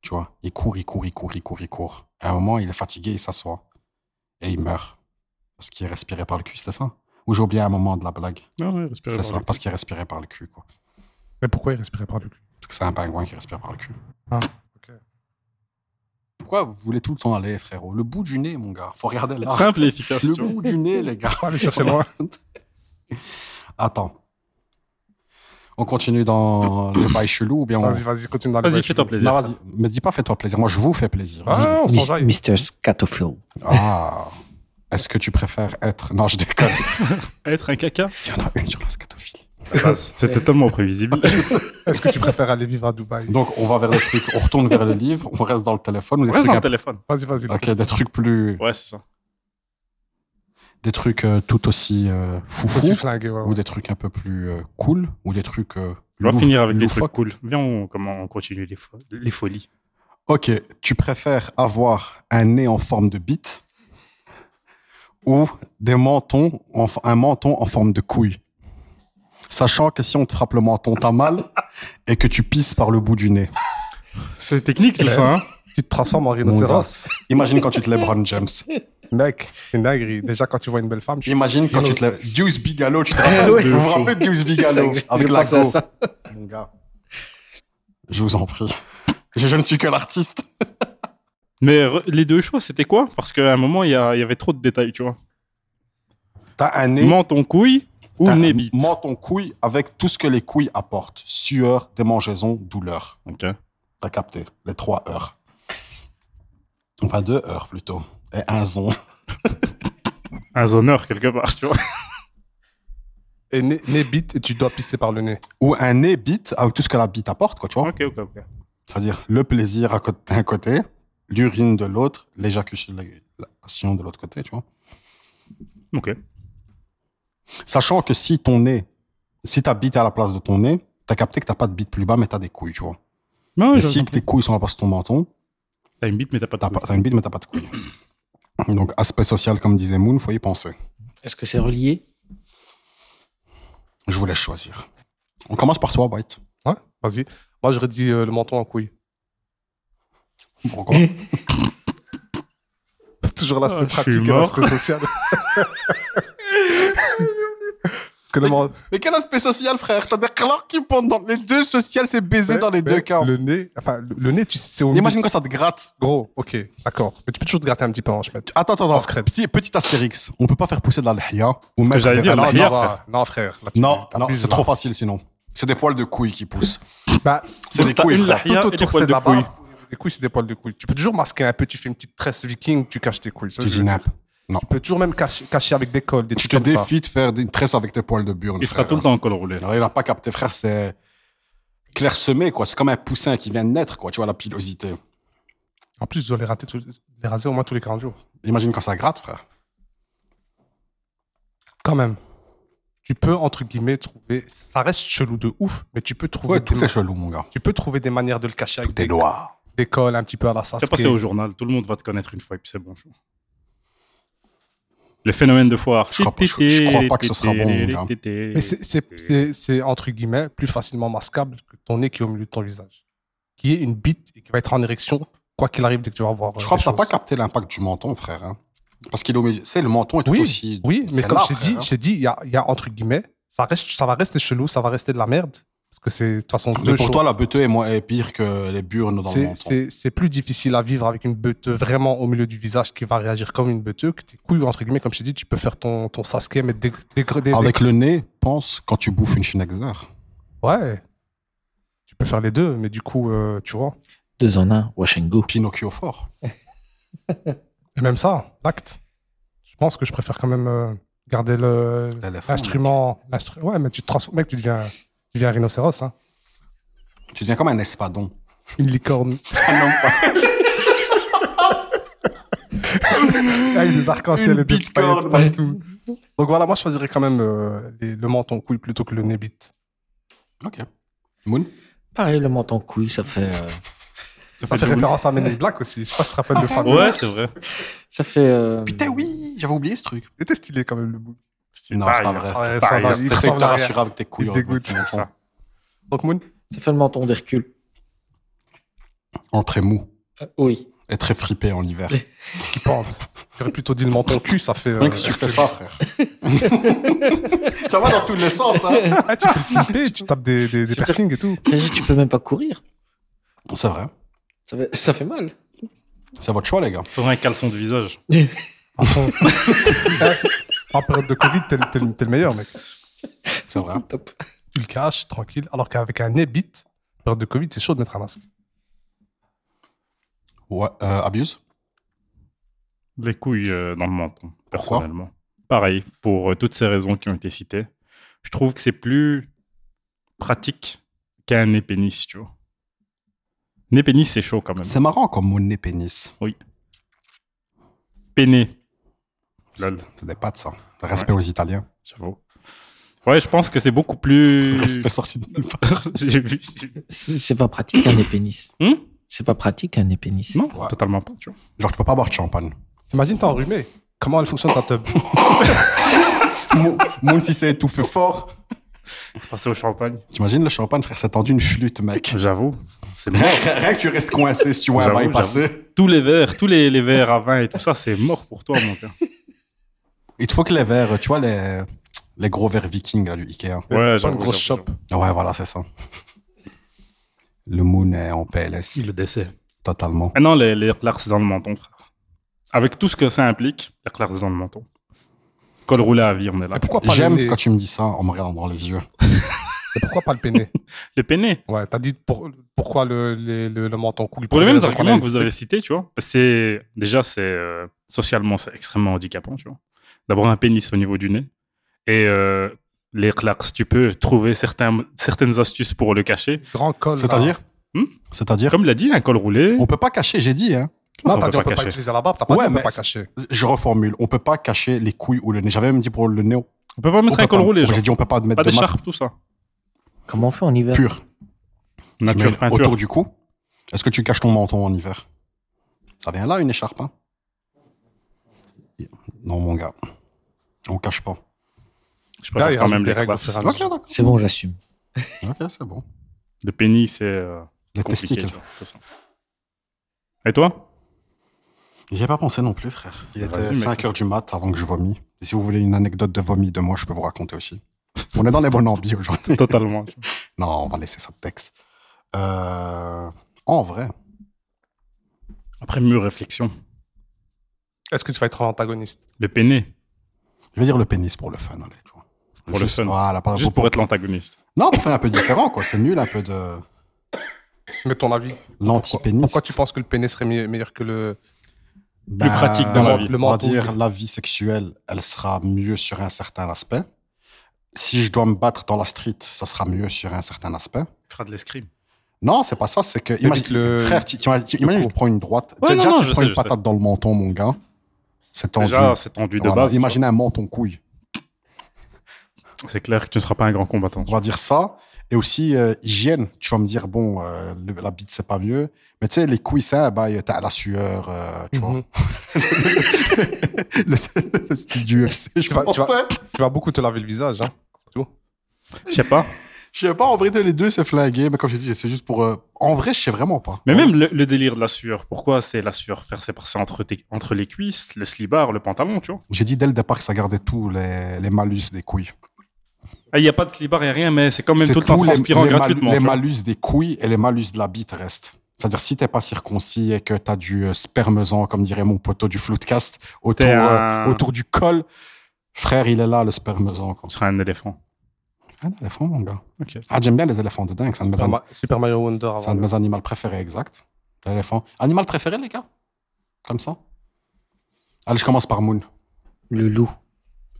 [SPEAKER 3] Tu vois, il court, il court, il court, il court, il court. À un moment, il est fatigué, il s'assoit. Et il meurt. Parce qu'il respirait par le cul, c'était ça Ou j'ai oublié un moment de la blague.
[SPEAKER 2] Non, Ah ouais, respirez
[SPEAKER 3] C'est
[SPEAKER 2] par
[SPEAKER 3] ça,
[SPEAKER 2] le-
[SPEAKER 3] parce qu'il respirait par le cul, quoi.
[SPEAKER 4] Mais pourquoi il respirait par le cul
[SPEAKER 3] Parce que c'est un pingouin qui respire par le cul.
[SPEAKER 4] Ah, ok.
[SPEAKER 3] Pourquoi vous voulez tout le temps aller, frérot Le bout du nez, mon gars. Faut regarder là.
[SPEAKER 2] Simple et efficace.
[SPEAKER 3] Le
[SPEAKER 2] tu vois.
[SPEAKER 3] bout du nez, les gars.
[SPEAKER 4] Ah, mais ça, c'est loin.
[SPEAKER 3] Attends. On continue dans le bail chelou ou bien on...
[SPEAKER 4] Vas-y, Ah, vas-y, continue dans
[SPEAKER 2] Vas-y, fais-toi plaisir.
[SPEAKER 3] Non, vas-y. Mais dis pas fais-toi plaisir. Moi, je vous fais plaisir. Vas-y.
[SPEAKER 4] Ah, on s'en
[SPEAKER 5] Mis-
[SPEAKER 4] jaille.
[SPEAKER 5] Mr. Scatophil.
[SPEAKER 3] Ah. Est-ce que tu préfères être... Non, je déconne.
[SPEAKER 2] Être un caca,
[SPEAKER 3] Il y en a une sur la scatophilie.
[SPEAKER 2] bah, c'était tellement prévisible.
[SPEAKER 4] Est-ce que tu préfères aller vivre à Dubaï
[SPEAKER 3] Donc, on va vers le truc. On retourne vers le livre. On reste dans le téléphone. ou des
[SPEAKER 2] On reste
[SPEAKER 3] trucs
[SPEAKER 2] dans le
[SPEAKER 3] un-
[SPEAKER 2] téléphone.
[SPEAKER 4] Vas-y, vas-y.
[SPEAKER 3] Ok, des trucs plus...
[SPEAKER 2] Ouais, c'est ça.
[SPEAKER 3] Des trucs euh, tout aussi euh, foufou.
[SPEAKER 4] Aussi flingué, ouais, ouais.
[SPEAKER 3] ou des trucs un peu plus euh, cool, ou des trucs. euh,
[SPEAKER 2] On va
[SPEAKER 3] lou-
[SPEAKER 2] finir avec des
[SPEAKER 3] loufoques.
[SPEAKER 2] trucs cool. Viens, on, comment on continue les, fo- les folies.
[SPEAKER 3] Ok, tu préfères avoir un nez en forme de bite ou des mentons en f- un menton en forme de couille Sachant que si on te frappe le menton, t'as mal et que tu pisses par le bout du
[SPEAKER 5] Eh
[SPEAKER 3] nez.
[SPEAKER 2] C'est technique tout
[SPEAKER 4] Ouais.
[SPEAKER 2] ça. Hein
[SPEAKER 4] Tu te transformes en
[SPEAKER 5] ben,
[SPEAKER 3] Mon
[SPEAKER 4] rhinocéros.
[SPEAKER 3] gars, Imagine quand tu te lèves Ron James.
[SPEAKER 4] Mec, c'est une dinguerie. Déjà, quand tu vois une belle femme, tu
[SPEAKER 3] Imagine quand
[SPEAKER 4] Hello.
[SPEAKER 3] tu te lèves. Deuce Bigalo, tu te rappelles.
[SPEAKER 5] Eh Ouais.
[SPEAKER 3] Vous vous rappelez de Deuce Bigalo avec la go.
[SPEAKER 5] ça.
[SPEAKER 3] Mon gars. Je vous en prie. Je, je ne suis que l'artiste.
[SPEAKER 2] Mais re- les deux choix, c'était quoi Parce qu'à un moment, il y, a- il y avait trop de détails, tu vois.
[SPEAKER 3] T'as un nez.
[SPEAKER 2] Menton couille ou
[SPEAKER 3] t'as un
[SPEAKER 2] nez bite.
[SPEAKER 3] menton couille avec tout ce que les couilles apportent. Sueur, démangeaison, douleur.
[SPEAKER 2] Ok.
[SPEAKER 3] T'as capté. Les trois heures. Enfin, deux heures plutôt. Et un zon.
[SPEAKER 2] Un zoneur, quelque part, tu vois.
[SPEAKER 4] es né, né bite et tu dois pisser par le nez.
[SPEAKER 3] Ou un nez bite avec tout ce que la bite apporte, quoi, tu vois.
[SPEAKER 2] Ok, ok, ok.
[SPEAKER 3] C'est-à-dire le plaisir à côté- d'un côté, l'urine de l'autre, l'éjaculation de l'autre côté, tu vois.
[SPEAKER 2] Ok.
[SPEAKER 3] Sachant que si ton nez, si ta bite est à la place de ton nez, t'as capté que t'as pas de bite plus bas, mais t'as des couilles, tu vois.
[SPEAKER 2] Non,
[SPEAKER 3] mais
[SPEAKER 2] j'avais
[SPEAKER 3] si que
[SPEAKER 2] compris.
[SPEAKER 3] tes couilles sont à la place de ton menton,
[SPEAKER 2] T'as une bite, mais t'as pas de
[SPEAKER 3] t'as
[SPEAKER 2] couille.
[SPEAKER 3] pas- t'as une bite, mais t'as pas de couilles. Donc, aspect social, comme disait Moon, faut y penser.
[SPEAKER 5] Est-ce que c'est relié
[SPEAKER 3] Je voulais choisir. On commence par toi, White.
[SPEAKER 4] Ouais, vas-y. Moi, j'aurais dit euh, le menton en couille.
[SPEAKER 3] Pourquoi
[SPEAKER 4] Toujours l'aspect
[SPEAKER 2] Ah, je suis
[SPEAKER 4] pratique et
[SPEAKER 2] mort.
[SPEAKER 4] l'aspect social. Parce que le, men-
[SPEAKER 3] Mais quel aspect social, frère T'as des clans qui pendent dans les deux sociales, c'est baiser dans les
[SPEAKER 4] Mais
[SPEAKER 3] deux cas.
[SPEAKER 4] Le nez, enfin, le, le nez, tu sais où.
[SPEAKER 3] Imagine quand ça te gratte.
[SPEAKER 4] Gros, ok, d'accord. Mais tu peux toujours te gratter un petit peu hein, en chemin.
[SPEAKER 3] Attends, attends,
[SPEAKER 4] En
[SPEAKER 3] attends.
[SPEAKER 4] secret.
[SPEAKER 3] Petit, petit astérix. On peut pas faire pousser de la lihya
[SPEAKER 2] que
[SPEAKER 3] ou mettre
[SPEAKER 2] j'allais
[SPEAKER 3] des-
[SPEAKER 2] dire, Ah, la
[SPEAKER 4] non,
[SPEAKER 2] bière,
[SPEAKER 4] non,
[SPEAKER 2] frère.
[SPEAKER 4] non, frère. là, tu-
[SPEAKER 3] Non, non,
[SPEAKER 4] t'abuses,
[SPEAKER 3] c'est
[SPEAKER 4] là.
[SPEAKER 3] trop facile sinon. C'est des poils de couilles qui poussent.
[SPEAKER 4] Bah,
[SPEAKER 3] C'est des
[SPEAKER 2] t'as
[SPEAKER 3] couilles,
[SPEAKER 2] une
[SPEAKER 3] frère.
[SPEAKER 2] lahia
[SPEAKER 4] tout
[SPEAKER 2] et des
[SPEAKER 4] autour,
[SPEAKER 2] poils
[SPEAKER 4] c'est
[SPEAKER 2] de
[SPEAKER 4] de la
[SPEAKER 2] couille.
[SPEAKER 4] barbe. Des couilles, c'est des poils de couilles. Tu peux toujours masquer un peu, tu fais une petite tresse viking, tu caches tes couilles. Ça,
[SPEAKER 3] Tu
[SPEAKER 4] je
[SPEAKER 3] dis
[SPEAKER 4] veux dire.
[SPEAKER 3] n'importe
[SPEAKER 4] Tu peux toujours même cacher, cacher avec des cols, des
[SPEAKER 3] Tu
[SPEAKER 4] trucs
[SPEAKER 3] te
[SPEAKER 4] comme ça.
[SPEAKER 3] défies de faire une tresse avec tes poils de burne.
[SPEAKER 2] Il sera
[SPEAKER 3] frère.
[SPEAKER 2] tout le temps en col roulé.
[SPEAKER 3] Alors, il n'a pas capté, frère, c'est clairsemé, quoi. C'est comme un poussin qui vient de naître, quoi. Tu vois, la pilosité.
[SPEAKER 4] En plus, je dois les, rater tous- les raser au moins tous les 40 jours.
[SPEAKER 3] Imagine quand ça gratte, frère.
[SPEAKER 4] Quand même. Tu peux, entre guillemets, trouver. Ça reste chelou de ouf, mais tu peux trouver.
[SPEAKER 3] Ouais,
[SPEAKER 4] des
[SPEAKER 3] tout
[SPEAKER 4] ma-
[SPEAKER 3] est chelou, mon gars.
[SPEAKER 4] Tu peux trouver des manières de le cacher avec
[SPEAKER 3] Tout est
[SPEAKER 4] des,
[SPEAKER 3] noir.
[SPEAKER 4] des cols un petit peu à la Sasuke.
[SPEAKER 2] T'as passé au journal, tout le monde va te connaître une fois et puis c'est bon. tu vois. Le phénomène de foire.
[SPEAKER 3] Je crois pas- je- je crois pas que ce sera bon, mon gars.
[SPEAKER 4] Mais c'est- c'est- c'est, c'est, entre guillemets, plus facilement masquable que ton nez qui est au milieu de ton visage. Qui est une bite et qui va être en érection, quoi qu'il arrive dès que tu vas voir.
[SPEAKER 3] Je
[SPEAKER 4] euh,
[SPEAKER 3] crois
[SPEAKER 4] des
[SPEAKER 3] que t'as pas
[SPEAKER 4] choses.
[SPEAKER 3] capté l'impact du menton, frère. hein. Parce qu'il est au milieu. C'est le menton est tout
[SPEAKER 4] Oui,
[SPEAKER 3] aussi.
[SPEAKER 4] Oui, mais
[SPEAKER 3] c'est
[SPEAKER 4] comme
[SPEAKER 3] là,
[SPEAKER 4] je t'ai
[SPEAKER 3] frère,
[SPEAKER 4] dit,
[SPEAKER 3] hein.
[SPEAKER 4] je t'ai dit, il y a, il y a, entre guillemets, ça, reste, ça va rester chelou, ça va rester de la merde. Parce que c'est de toute façon
[SPEAKER 3] Ah, Mais
[SPEAKER 4] deux
[SPEAKER 3] pour
[SPEAKER 4] choses.
[SPEAKER 3] toi, la beuteuse est, moins, est pire que les burnes dans le hein.
[SPEAKER 4] C'est-
[SPEAKER 3] menton.
[SPEAKER 4] C'est c'est plus difficile à vivre avec une beuteuse vraiment au milieu du visage qui va réagir comme une beuteuse que tes couilles, entre guillemets, comme je t'ai dit, tu peux faire ton, ton Sasuke, mettre des, des, des- des-
[SPEAKER 3] Avec le nez, pense quand tu bouffes une Schneckzer.
[SPEAKER 4] Ouais. Tu peux faire les deux, mais du coup, euh, tu vois.
[SPEAKER 5] Deux en un, wash and go.
[SPEAKER 3] Pinocchio fort.
[SPEAKER 4] Et même ça, l'acte. Je pense que je préfère quand même euh, garder le-
[SPEAKER 3] L'éléphant,
[SPEAKER 4] l'instrument. l'instru- Ouais, mais tu te transformes. Mec, tu deviens, tu deviens un rhinocéros, hein.
[SPEAKER 3] Tu deviens comme un espadon.
[SPEAKER 4] Une licorne. Avec des arcs-en-ciel
[SPEAKER 3] Une
[SPEAKER 4] et des
[SPEAKER 3] bitcorne.
[SPEAKER 4] paillettes partout. Donc voilà, moi, je choisirais quand même euh, les- le menton couille plutôt que le nez bite.
[SPEAKER 3] Ok. Moon
[SPEAKER 5] Pareil, le menton couille, ça fait, euh,
[SPEAKER 4] Ça fait référence à Men in Black aussi. Je sais pas si tu te rappelles le fameux.
[SPEAKER 2] Ouais, c'est vrai.
[SPEAKER 5] ça fait. euh,
[SPEAKER 3] Putain, oui, j'avais oublié ce truc.
[SPEAKER 4] Il était stylé quand même le bout.
[SPEAKER 3] Non,
[SPEAKER 2] pareil,
[SPEAKER 3] c'est pas
[SPEAKER 2] hein.
[SPEAKER 3] vrai.
[SPEAKER 4] Ouais,
[SPEAKER 2] Bah,
[SPEAKER 4] ça
[SPEAKER 2] il
[SPEAKER 4] va,
[SPEAKER 2] a
[SPEAKER 4] Ah,
[SPEAKER 3] T'essayes
[SPEAKER 4] il
[SPEAKER 3] de
[SPEAKER 4] ressemble
[SPEAKER 3] te
[SPEAKER 4] à rien.
[SPEAKER 3] rassurer avec tes couilles.
[SPEAKER 4] Il
[SPEAKER 3] en
[SPEAKER 4] dégoûte,
[SPEAKER 3] fait,
[SPEAKER 4] c'est ça. Donc Moon,
[SPEAKER 5] Ça fait le menton d'Hercule.
[SPEAKER 3] Entre mou
[SPEAKER 5] Euh, oui.
[SPEAKER 3] et très fripé en hiver.
[SPEAKER 4] qui pente. J'aurais plutôt dit le menton cul, ça fait.
[SPEAKER 3] Rien que tu fais ça, frère. ça va dans tous les sens, hein.
[SPEAKER 4] Ah, tu peux le flipper, tu tapes des, des, des
[SPEAKER 5] C'est
[SPEAKER 4] piercings et tout.
[SPEAKER 5] Ça, tu peux même pas courir.
[SPEAKER 3] C'est vrai.
[SPEAKER 5] Ça fait, ça fait mal.
[SPEAKER 3] C'est votre choix, les gars.
[SPEAKER 2] Faudrait un caleçon de visage.
[SPEAKER 4] En fond. en période de Covid, t'es le- t'es le t'es le meilleur, mec.
[SPEAKER 3] C'est vrai.
[SPEAKER 5] Top.
[SPEAKER 4] Tu le caches, tranquille. Alors qu'avec un nez bite, en période de Covid, c'est chaud de mettre un masque.
[SPEAKER 3] Ouais, euh, abuse.
[SPEAKER 2] Les couilles euh, dans le menton,
[SPEAKER 3] Pourquoi
[SPEAKER 2] personnellement. Pareil, pour euh, toutes ces raisons qui ont été citées, je trouve que c'est plus pratique qu'un nez pénis, tu vois. Nez pénis, c'est chaud quand même.
[SPEAKER 3] C'est marrant comme mon nez pénis.
[SPEAKER 2] Péné, Lol.
[SPEAKER 3] C'est des pattes, ça. Respect aux Italiens.
[SPEAKER 2] j'avoue. Ouais, je pense que c'est beaucoup plus.
[SPEAKER 3] Respect sorti de nulle part.
[SPEAKER 2] J'ai vu. j'ai-
[SPEAKER 5] C'est c'est pas pratique un épénis.
[SPEAKER 2] Hmm
[SPEAKER 5] C'est pas pratique un épénis.
[SPEAKER 2] non,
[SPEAKER 3] Ouais.
[SPEAKER 2] totalement pas, tu vois.
[SPEAKER 3] Genre, tu peux pas boire de champagne.
[SPEAKER 4] T'imagines, t'es enrhumé. Comment elle fonctionne ta tub
[SPEAKER 3] Mo- Moon, si c'est étouffé fort.
[SPEAKER 2] Passer au champagne.
[SPEAKER 3] T'imagines le champagne, frère, c'est tendu une flûte, mec.
[SPEAKER 2] J'avoue. C'est mort.
[SPEAKER 3] Rien que tu restes coincé si tu vois un
[SPEAKER 2] J'avoue,
[SPEAKER 3] bail
[SPEAKER 2] j'avoue.
[SPEAKER 3] passer.
[SPEAKER 2] Tous les verres, tous les, les verres à vin et tout ça, c'est mort pour toi, mon gars.
[SPEAKER 3] Il te faut que les verres, tu vois, les, les gros verres vikings là, du Ikea.
[SPEAKER 2] Ouais,
[SPEAKER 4] Pas
[SPEAKER 2] j'avoue,
[SPEAKER 4] une grosse
[SPEAKER 2] j'avoue,
[SPEAKER 4] chope.
[SPEAKER 3] Ouais, voilà, c'est ça. Le Moon est en PLS,
[SPEAKER 2] Le décès.
[SPEAKER 3] totalement.
[SPEAKER 2] Ah non, les, les clars dans le menton, frère. Avec tout ce que ça implique, les clars dans le menton. Col roulé à vie, on est là.
[SPEAKER 4] Et pourquoi pas le
[SPEAKER 3] J'aime
[SPEAKER 4] nez
[SPEAKER 3] quand tu me dis ça en me regardant dans les yeux.
[SPEAKER 4] Et pourquoi pas le péné
[SPEAKER 2] Le péné.
[SPEAKER 4] Ouais, t'as dit pour- pourquoi le, le, le, le menton coule
[SPEAKER 2] Pour les mêmes
[SPEAKER 4] raisons qu'on
[SPEAKER 2] arguments
[SPEAKER 4] a-
[SPEAKER 2] que vous avez cités, tu vois, c'est déjà c'est euh, socialement c'est extrêmement handicapant, tu vois, d'avoir un pénis au niveau du nez et euh, les claques, tu peux trouver certains, certaines astuces pour le cacher.
[SPEAKER 4] Grand col. là.
[SPEAKER 3] C'est-à-dire
[SPEAKER 2] Hmm
[SPEAKER 3] C'est-à-dire
[SPEAKER 2] Comme l'a dit, un col roulé.
[SPEAKER 3] On peut pas cacher, j'ai dit. Hein.
[SPEAKER 4] Non,
[SPEAKER 2] on
[SPEAKER 4] Ah, t'as
[SPEAKER 2] peut
[SPEAKER 4] dit on
[SPEAKER 2] pas
[SPEAKER 4] peut pas
[SPEAKER 2] cacher.
[SPEAKER 4] utiliser la barbe, t'as pas
[SPEAKER 3] Ouais,
[SPEAKER 4] dit on peut
[SPEAKER 3] mais
[SPEAKER 4] pas
[SPEAKER 3] c'est-
[SPEAKER 4] cacher.
[SPEAKER 3] Je reformule, on peut pas cacher les couilles ou le nez. J'avais même dit pour le nez. on-
[SPEAKER 2] On peut pas
[SPEAKER 3] on
[SPEAKER 2] mettre
[SPEAKER 3] peut
[SPEAKER 2] un col
[SPEAKER 3] pas-
[SPEAKER 2] roulé, genre.
[SPEAKER 3] J'ai dit on peut pas mettre
[SPEAKER 2] Pas
[SPEAKER 3] de masque
[SPEAKER 2] d'écharpe, tout ça.
[SPEAKER 5] Comment on fait en hiver
[SPEAKER 3] pur. Tu mets
[SPEAKER 2] Nature, peinture.
[SPEAKER 3] autour du cou. Est-ce que tu caches ton menton en hiver Ça vient là, une écharpe. hein non, mon gars. On cache pas.
[SPEAKER 2] Je
[SPEAKER 4] Là, il
[SPEAKER 2] préfère quand
[SPEAKER 4] rajoute
[SPEAKER 2] même
[SPEAKER 4] des
[SPEAKER 2] les
[SPEAKER 4] règles au
[SPEAKER 2] claques.
[SPEAKER 4] fur et à
[SPEAKER 3] Ok,
[SPEAKER 4] mesure.
[SPEAKER 3] d'accord.
[SPEAKER 5] C'est bon, j'assume.
[SPEAKER 3] Ok, c'est bon.
[SPEAKER 2] Le pénis, c'est euh,
[SPEAKER 3] Les
[SPEAKER 2] compliqué.
[SPEAKER 3] testicules.
[SPEAKER 2] tu vois, c'est ça. Et toi
[SPEAKER 3] J'y ai pas pensé non plus, frère. Il
[SPEAKER 2] Bah, Vas-y,
[SPEAKER 3] était
[SPEAKER 2] mec.
[SPEAKER 3] 5 heures du mat avant que je vomis. Et si vous voulez une anecdote de vomi de moi, je peux vous raconter aussi. On est dans les bonnes ambies aujourd'hui.
[SPEAKER 2] Totalement.
[SPEAKER 3] Non, on va laisser ça de texte. Euh, en vrai,
[SPEAKER 2] Après mûre réflexion,
[SPEAKER 4] Est-ce que tu vas être un antagoniste
[SPEAKER 2] le péné,
[SPEAKER 3] je vais dire le pénis pour le fun. allez, tu vois.
[SPEAKER 2] Pour le fun.
[SPEAKER 3] Voilà, pas-
[SPEAKER 2] juste pour être l'antagoniste.
[SPEAKER 3] Non, pour faire un peu différent, quoi. C'est nul, un peu de
[SPEAKER 4] Mais ton avis
[SPEAKER 3] l'anti-pénis.
[SPEAKER 4] Pourquoi tu penses que le pénis serait mieux- meilleur que le.
[SPEAKER 3] Ben,
[SPEAKER 2] pratique dans la vie.
[SPEAKER 4] Le
[SPEAKER 3] on va
[SPEAKER 4] menton.
[SPEAKER 3] dire la vie sexuelle, elle sera mieux sur un certain aspect. Si je dois me battre dans la street, ça sera mieux sur un certain aspect.
[SPEAKER 2] Faire de l'escrime.
[SPEAKER 3] Non, c'est pas ça, c'est que. Imagine,
[SPEAKER 4] le-
[SPEAKER 3] Frère, tu- tu- imagine, tu- imagine,
[SPEAKER 4] coup.
[SPEAKER 3] je prends une droite.
[SPEAKER 2] Ouais,
[SPEAKER 3] Tu sais,
[SPEAKER 2] non,
[SPEAKER 3] déjà,
[SPEAKER 2] non,
[SPEAKER 3] si
[SPEAKER 2] je
[SPEAKER 3] tu prends
[SPEAKER 2] sais,
[SPEAKER 3] une
[SPEAKER 2] je sais.
[SPEAKER 3] patate dans le menton, mon gars, c'est tendu.
[SPEAKER 2] Déjà, c'est tendu de
[SPEAKER 3] Voilà,
[SPEAKER 2] base. tu vois.
[SPEAKER 3] Imagine un menton couille.
[SPEAKER 2] C'est clair que tu ne seras pas un grand combattant.
[SPEAKER 3] On va dire ça. Et aussi, euh, hygiène. Tu vas me dire, bon, euh, le- la bite, c'est pas mieux. Mais tu sais, les couilles, c'est un bail. T'as la sueur, euh, tu vois.
[SPEAKER 4] Mhm.
[SPEAKER 3] le, le style du UFC, je
[SPEAKER 4] Tu vas-
[SPEAKER 3] pense.
[SPEAKER 4] tu vas- Tu vas beaucoup te laver le visage, hein C'est tout.
[SPEAKER 2] Je sais pas.
[SPEAKER 3] Je sais pas, en vrai, les deux, c'est flingué. Mais comme je t'ai dit, c'est juste pour. euh, En vrai, je sais vraiment pas.
[SPEAKER 2] Mais même le, le délire de la sueur, pourquoi c'est la sueur faire C'est parce que c'est entre, tes- entre les cuisses, le slibard, le pantalon, tu vois.
[SPEAKER 3] J'ai dit dès le départ que ça gardait tous les, les malus des couilles.
[SPEAKER 2] Ah, Il n'y a pas de slibard, il n'y a rien, mais c'est quand même
[SPEAKER 3] C'est
[SPEAKER 2] tout le temps
[SPEAKER 3] tous les-
[SPEAKER 2] transpirant
[SPEAKER 3] les, mal-
[SPEAKER 2] gratuitement.
[SPEAKER 3] les
[SPEAKER 2] tu vois.
[SPEAKER 3] malus des couilles et les malus de la bite restent. C'est-à-dire, si t'es pas circoncis et que t'as du euh, spermezan, comme dirait mon poteau du floodcast, autour,
[SPEAKER 2] T'es
[SPEAKER 3] euh,
[SPEAKER 2] un-
[SPEAKER 3] autour du col, frère, il est là, le spermezan. Comme
[SPEAKER 2] On
[SPEAKER 3] ça.
[SPEAKER 2] serait un éléphant.
[SPEAKER 3] Un éléphant, mon gars.
[SPEAKER 2] Ok.
[SPEAKER 3] Ah, j'aime bien les éléphants de dingue. C'est un de mes,
[SPEAKER 4] Super,
[SPEAKER 3] an-
[SPEAKER 4] Ma- Super Mario Wonder
[SPEAKER 3] c'est un
[SPEAKER 4] avant.
[SPEAKER 3] de mes animaux préférés, exact. L'éléphant. Animal préféré, les gars Comme ça Allez, je commence par Moon.
[SPEAKER 5] Le loup.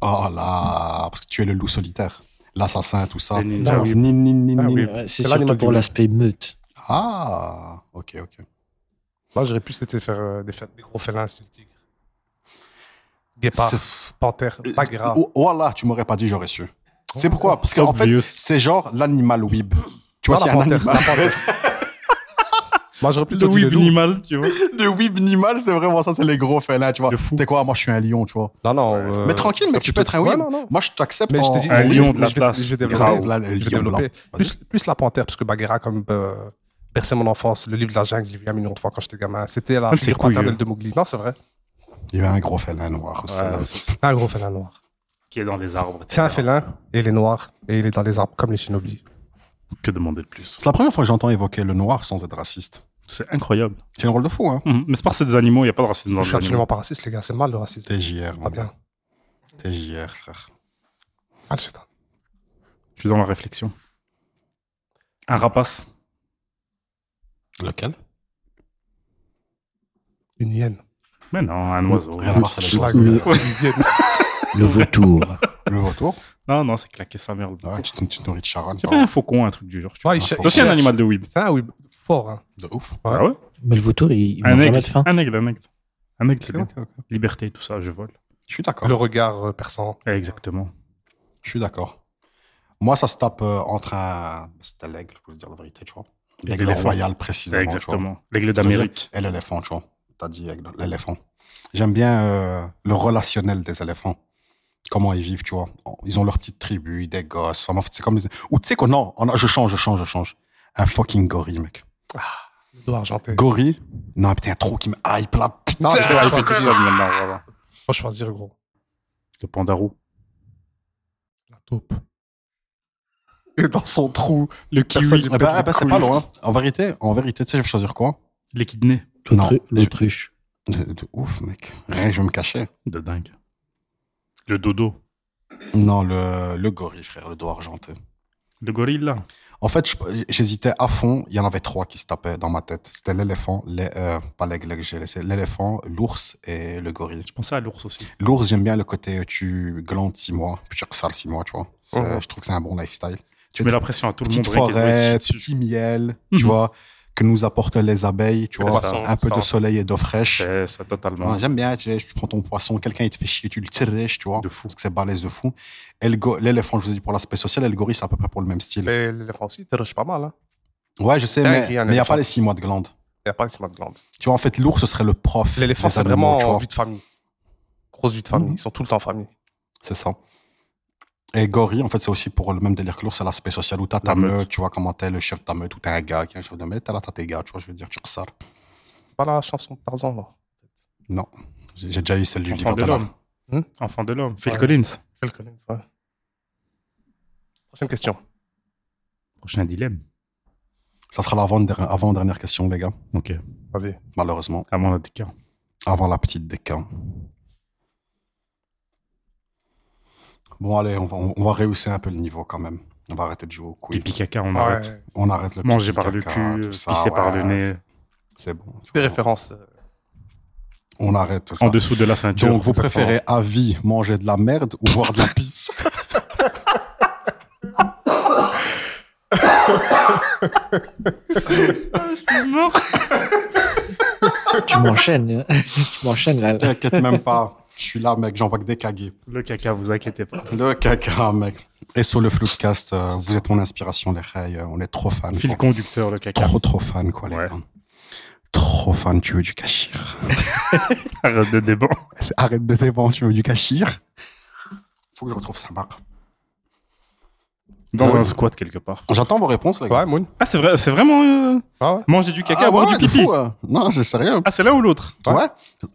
[SPEAKER 3] Oh là, parce que tu es le loup solitaire, l'assassin, tout ça.
[SPEAKER 2] Les ninjas,
[SPEAKER 5] Non,
[SPEAKER 2] oui.
[SPEAKER 3] Nin, nin, nin,
[SPEAKER 4] Ah
[SPEAKER 3] nin.
[SPEAKER 4] oui.
[SPEAKER 5] Ouais,
[SPEAKER 4] c'est
[SPEAKER 5] C'est
[SPEAKER 4] l'animal
[SPEAKER 5] surtout
[SPEAKER 4] du
[SPEAKER 5] pour
[SPEAKER 4] loup.
[SPEAKER 5] l'aspect meute.
[SPEAKER 3] Ah, ok, ok.
[SPEAKER 4] Moi, j'aurais plus été faire euh, des, fa- des gros félins, c'est le tigre. Guépard,
[SPEAKER 3] C'est-
[SPEAKER 4] panthère, pas grave. Oh,
[SPEAKER 3] Oh, Voilà, tu m'aurais pas dit, j'aurais su. C'est pourquoi Parce qu'en fait,
[SPEAKER 2] Obvious.
[SPEAKER 3] c'est genre l'animal weeb. Tu vois,
[SPEAKER 4] Non,
[SPEAKER 3] c'est
[SPEAKER 4] la
[SPEAKER 3] un
[SPEAKER 4] panthère,
[SPEAKER 3] animal.
[SPEAKER 4] Moi, j'aurais
[SPEAKER 2] Le
[SPEAKER 4] plutôt dit le
[SPEAKER 2] weeb
[SPEAKER 4] loup.
[SPEAKER 2] animal, tu vois.
[SPEAKER 3] Le weeb animal, c'est vraiment ça, c'est les gros félins, tu vois.
[SPEAKER 2] De fou.
[SPEAKER 3] T'es quoi Moi, je suis un lion, tu vois.
[SPEAKER 4] Non, non.
[SPEAKER 2] Ouais,
[SPEAKER 4] euh,
[SPEAKER 3] Mais tranquille, mec, tu peux être un
[SPEAKER 4] Ouais,
[SPEAKER 3] weeb.
[SPEAKER 4] non, non.
[SPEAKER 3] Moi, je t'accepte.
[SPEAKER 4] Mais je
[SPEAKER 3] en-
[SPEAKER 4] t'ai dit,
[SPEAKER 3] en
[SPEAKER 2] Un
[SPEAKER 4] je
[SPEAKER 3] weeb.
[SPEAKER 2] lion
[SPEAKER 4] vais-
[SPEAKER 2] de la
[SPEAKER 4] je vais-
[SPEAKER 2] place.
[SPEAKER 4] Je vais
[SPEAKER 2] Grave.
[SPEAKER 4] développer.
[SPEAKER 3] Là,
[SPEAKER 4] Je
[SPEAKER 3] le
[SPEAKER 4] vais
[SPEAKER 3] lion blanc.
[SPEAKER 4] développer.
[SPEAKER 3] Vas-y.
[SPEAKER 4] Plus, plus la panthère, parce que Bagheera, comme euh, bercé mon enfance, le livre de la jungle, j'ai vu un million de fois quand j'étais gamin. C'était
[SPEAKER 2] Ah,
[SPEAKER 4] la
[SPEAKER 2] c'est
[SPEAKER 4] figure
[SPEAKER 2] couillu.
[SPEAKER 4] paternelle de Mowgli. Non, c'est vrai.
[SPEAKER 3] Il y avait un gros félin noir. aussi, là.
[SPEAKER 4] C'est un gros félin noir.
[SPEAKER 2] Qui est dans les arbres. etc.
[SPEAKER 4] C'est un félin, et il est noir, et il est dans les arbres comme les shinobi.
[SPEAKER 2] Que demander de plus
[SPEAKER 3] C'est la première fois que j'entends évoquer le noir sans être raciste.
[SPEAKER 2] C'est incroyable.
[SPEAKER 3] C'est un rôle de fou, hein.
[SPEAKER 2] Mhm. Mais c'est parce que c'est des animaux, il n'y a pas de racisme dans
[SPEAKER 4] Je
[SPEAKER 2] les
[SPEAKER 4] suis absolument
[SPEAKER 2] animaux.
[SPEAKER 4] pas raciste, les gars. C'est mal le racisme.
[SPEAKER 3] TJR,
[SPEAKER 4] Pas
[SPEAKER 3] mon gars.
[SPEAKER 4] Ah, bien.
[SPEAKER 3] TJR, frère.
[SPEAKER 4] Ah, putain.
[SPEAKER 2] Je suis dans la réflexion. Un rapace.
[SPEAKER 3] Lequel
[SPEAKER 4] Une hyène.
[SPEAKER 2] Mais non, un oiseau.
[SPEAKER 3] Rien à voir, c'est la chose.
[SPEAKER 5] Le,
[SPEAKER 4] Une hyène.
[SPEAKER 5] le vautour.
[SPEAKER 3] Le retour
[SPEAKER 2] Non, non, c'est claqué sa merde.
[SPEAKER 3] Ouais, tu, te- tu te nourris de hein, Charonne.
[SPEAKER 2] J'ai pas un faucon, un truc du genre. tu vois.
[SPEAKER 4] Ouais, il cher-
[SPEAKER 2] C'est aussi
[SPEAKER 4] il
[SPEAKER 2] un
[SPEAKER 4] cherche.
[SPEAKER 2] animal de weeb.
[SPEAKER 4] C'est Ah, un oui, fort. Hein.
[SPEAKER 3] De ouf.
[SPEAKER 4] Ouais.
[SPEAKER 2] Ah ouais
[SPEAKER 5] Mais le vautour, il, il
[SPEAKER 2] Un
[SPEAKER 5] meurt
[SPEAKER 2] aigle.
[SPEAKER 5] jamais de faim.
[SPEAKER 2] Un aigle, un aigle. Un aigle, c'est
[SPEAKER 3] Ok,
[SPEAKER 2] bien.
[SPEAKER 3] ok, ok.
[SPEAKER 2] Liberté, tout ça, je vole.
[SPEAKER 3] Je suis d'accord.
[SPEAKER 4] Le regard euh, perçant.
[SPEAKER 2] Ouais, Exactement.
[SPEAKER 3] Je suis d'accord. Moi, ça se tape euh, entre un. C'était l'aigle, pour vous dire la vérité, tu vois.
[SPEAKER 2] Et
[SPEAKER 3] L'aigle
[SPEAKER 2] l'aigle.
[SPEAKER 3] royal, précisément. tu vois.
[SPEAKER 2] Exactement. L'aigle d'Amérique.
[SPEAKER 3] Et l'éléphant, tu vois. T'as dit aigle, l'éléphant. J'aime bien euh, le relationnel des éléphants. Comment ils vivent, tu vois. Ils ont leur petite tribu, des gosses. Enfin, en fait, c'est comme les. Ou tu sais quoi, non, on a- je change, je change, je change. Un fucking gorille, mec.
[SPEAKER 4] Le doigt argenté.
[SPEAKER 3] Gori Non, putain, il y a trop qui me hype là. Putain,
[SPEAKER 4] Non, je dois
[SPEAKER 2] Ah, il fait tout
[SPEAKER 4] choisir.
[SPEAKER 2] seul maintenant, voilà.
[SPEAKER 4] Faut choisir, gros.
[SPEAKER 2] Le pandarou.
[SPEAKER 4] La taupe. Et dans son trou, le kiwi.
[SPEAKER 3] Personne-
[SPEAKER 4] il
[SPEAKER 3] Ah
[SPEAKER 4] pète
[SPEAKER 3] bah, ah
[SPEAKER 4] les
[SPEAKER 3] bah, c'est
[SPEAKER 4] couilles.
[SPEAKER 3] pas loin. En vérité, en vérité, tu sais, je vais choisir quoi
[SPEAKER 2] Les kidnappés.
[SPEAKER 3] Non.
[SPEAKER 5] L'Autriche.
[SPEAKER 3] De, de ouf, mec. Rien que je vais me cacher.
[SPEAKER 2] De dingue. Le dodo.
[SPEAKER 3] Non, le, le gorille, frère, le doigt argenté.
[SPEAKER 2] Le gorille, là.
[SPEAKER 3] En fait, je- j'hésitais à fond. Il y en avait trois qui se tapaient dans ma tête. C'était l'éléphant, les, euh, pas l'aigle que j'ai laissé, l'éléphant, l'ours et le gorille.
[SPEAKER 2] Je pensais à l'ours aussi.
[SPEAKER 3] L'ours, j'aime bien le côté euh, tu glandes six mois, puis tu ressales six mois, tu vois. C'est-
[SPEAKER 4] Mhm.
[SPEAKER 3] Je trouve que c'est un bon lifestyle.
[SPEAKER 2] Tu mets la pression à tout le monde.
[SPEAKER 3] Petite
[SPEAKER 2] Rick, et toi,
[SPEAKER 3] forêt,
[SPEAKER 2] ici, dessus.
[SPEAKER 3] petit miel,
[SPEAKER 2] Mhm.
[SPEAKER 3] tu vois, que nous apportent les abeilles, tu
[SPEAKER 4] Les
[SPEAKER 3] vois.
[SPEAKER 4] poissons,
[SPEAKER 3] Un peu
[SPEAKER 4] ça.
[SPEAKER 3] de soleil et d'eau fraîche.
[SPEAKER 2] C'est ça, totalement.
[SPEAKER 3] Ouais, J'aime bien, tu, sais, tu prends ton poisson, quelqu'un il te fait chier, tu le tires, tu vois.
[SPEAKER 2] De fou.
[SPEAKER 3] Parce que c'est balèze de fou. Et le go- L'éléphant, je vous ai dit pour l'aspect social, et le gorille, c'est à peu près pour le même style.
[SPEAKER 4] Mais L'éléphant aussi, t'es rush pas mal. Hein.
[SPEAKER 3] Ouais, je sais,
[SPEAKER 4] Dingue,
[SPEAKER 3] mais
[SPEAKER 4] il y a un
[SPEAKER 3] il n'y a
[SPEAKER 4] éléphant.
[SPEAKER 3] pas les six mois de glande.
[SPEAKER 4] Il n'y a pas que c'est ma glande.
[SPEAKER 3] Tu vois, en fait, l'ours, ce serait le prof.
[SPEAKER 4] L'éléphant,
[SPEAKER 3] des
[SPEAKER 4] c'est
[SPEAKER 3] animaux,
[SPEAKER 4] vraiment
[SPEAKER 3] tu vois.
[SPEAKER 4] vie de famille. Grosse vie de famille.
[SPEAKER 3] Mhm.
[SPEAKER 4] Ils sont tout le temps en famille.
[SPEAKER 3] C'est ça. Et gorille, en fait, c'est aussi pour le même délire que l'ours, c'est l'aspect social où t'as
[SPEAKER 2] La
[SPEAKER 3] ta
[SPEAKER 2] meute.
[SPEAKER 3] meute, tu vois, comment t'es le chef de ta meute, ou t'es un gars qui est un chef de meute, t'as là, t'as tes gars, tu vois, je veux dire, tu ressors.
[SPEAKER 4] Pas la chanson de Tarzan, là.
[SPEAKER 3] Non. J'ai j'ai déjà eu celle du
[SPEAKER 2] Enfant
[SPEAKER 3] livre
[SPEAKER 2] de
[SPEAKER 3] de là.
[SPEAKER 2] l'homme.
[SPEAKER 4] Hmm
[SPEAKER 2] Enfant de l'homme. Phil
[SPEAKER 4] Ouais.
[SPEAKER 2] Collins.
[SPEAKER 4] Phil Collins, ouais. Prochaine question.
[SPEAKER 2] Prochain dilemme.
[SPEAKER 3] Ça sera l'avant-dernière avant-dernière question, les gars,
[SPEAKER 2] Ok.
[SPEAKER 4] Vas-y.
[SPEAKER 3] malheureusement.
[SPEAKER 2] Avant la décart.
[SPEAKER 3] Avant la petite décan. Bon, allez, on va, on va rehausser un peu le niveau quand même. On va arrêter de jouer au quiz.
[SPEAKER 2] Pipi caca, on arrête.
[SPEAKER 4] Ouais.
[SPEAKER 3] On arrête le
[SPEAKER 2] Manger
[SPEAKER 3] pipi
[SPEAKER 2] par le
[SPEAKER 3] caca,
[SPEAKER 2] cul,
[SPEAKER 3] tout ça,
[SPEAKER 2] pisser par
[SPEAKER 3] ouais,
[SPEAKER 2] le nez,
[SPEAKER 3] C'est bon. tu
[SPEAKER 4] Des
[SPEAKER 3] vois.
[SPEAKER 4] références. euh,
[SPEAKER 3] On arrête tout ça.
[SPEAKER 2] en dessous de la ceinture.
[SPEAKER 3] Donc, vous
[SPEAKER 2] Exactement.
[SPEAKER 3] préférez à vie manger de la merde ou boire de la pisse
[SPEAKER 5] Tu m'enchaînes. euh, tu m'enchaînes là.
[SPEAKER 3] T'inquiète même pas. Je suis là, mec. J'envoie que des cagés.
[SPEAKER 2] Le caca, vous inquiétez pas.
[SPEAKER 3] Le caca, mec. Et sur le floodcast, euh, vous êtes mon inspiration, les reilles. On est trop fans.
[SPEAKER 2] Fil
[SPEAKER 3] quoi.
[SPEAKER 2] conducteur, le caca.
[SPEAKER 3] Trop, trop fan, quoi, les
[SPEAKER 2] Ouais.
[SPEAKER 3] gars. Trop fan, tu veux du cachir.
[SPEAKER 2] Arrête de débat.
[SPEAKER 3] C'est- Arrête de t'évendre, tu veux du cachir. Faut que je retrouve sa marque.
[SPEAKER 2] Dans
[SPEAKER 3] Ouais.
[SPEAKER 2] un squat quelque part.
[SPEAKER 3] J'attends vos réponses, les gars.
[SPEAKER 4] Ouais, Moon.
[SPEAKER 2] Ah, c'est vrai, c'est vraiment euh,
[SPEAKER 4] Ah ouais.
[SPEAKER 2] manger du caca,
[SPEAKER 3] Ah
[SPEAKER 2] boire
[SPEAKER 3] ouais,
[SPEAKER 2] du
[SPEAKER 3] de
[SPEAKER 2] pipi.
[SPEAKER 3] fou, euh. Non, c'est sérieux.
[SPEAKER 2] Ah, c'est là ou l'autre
[SPEAKER 3] Ouais.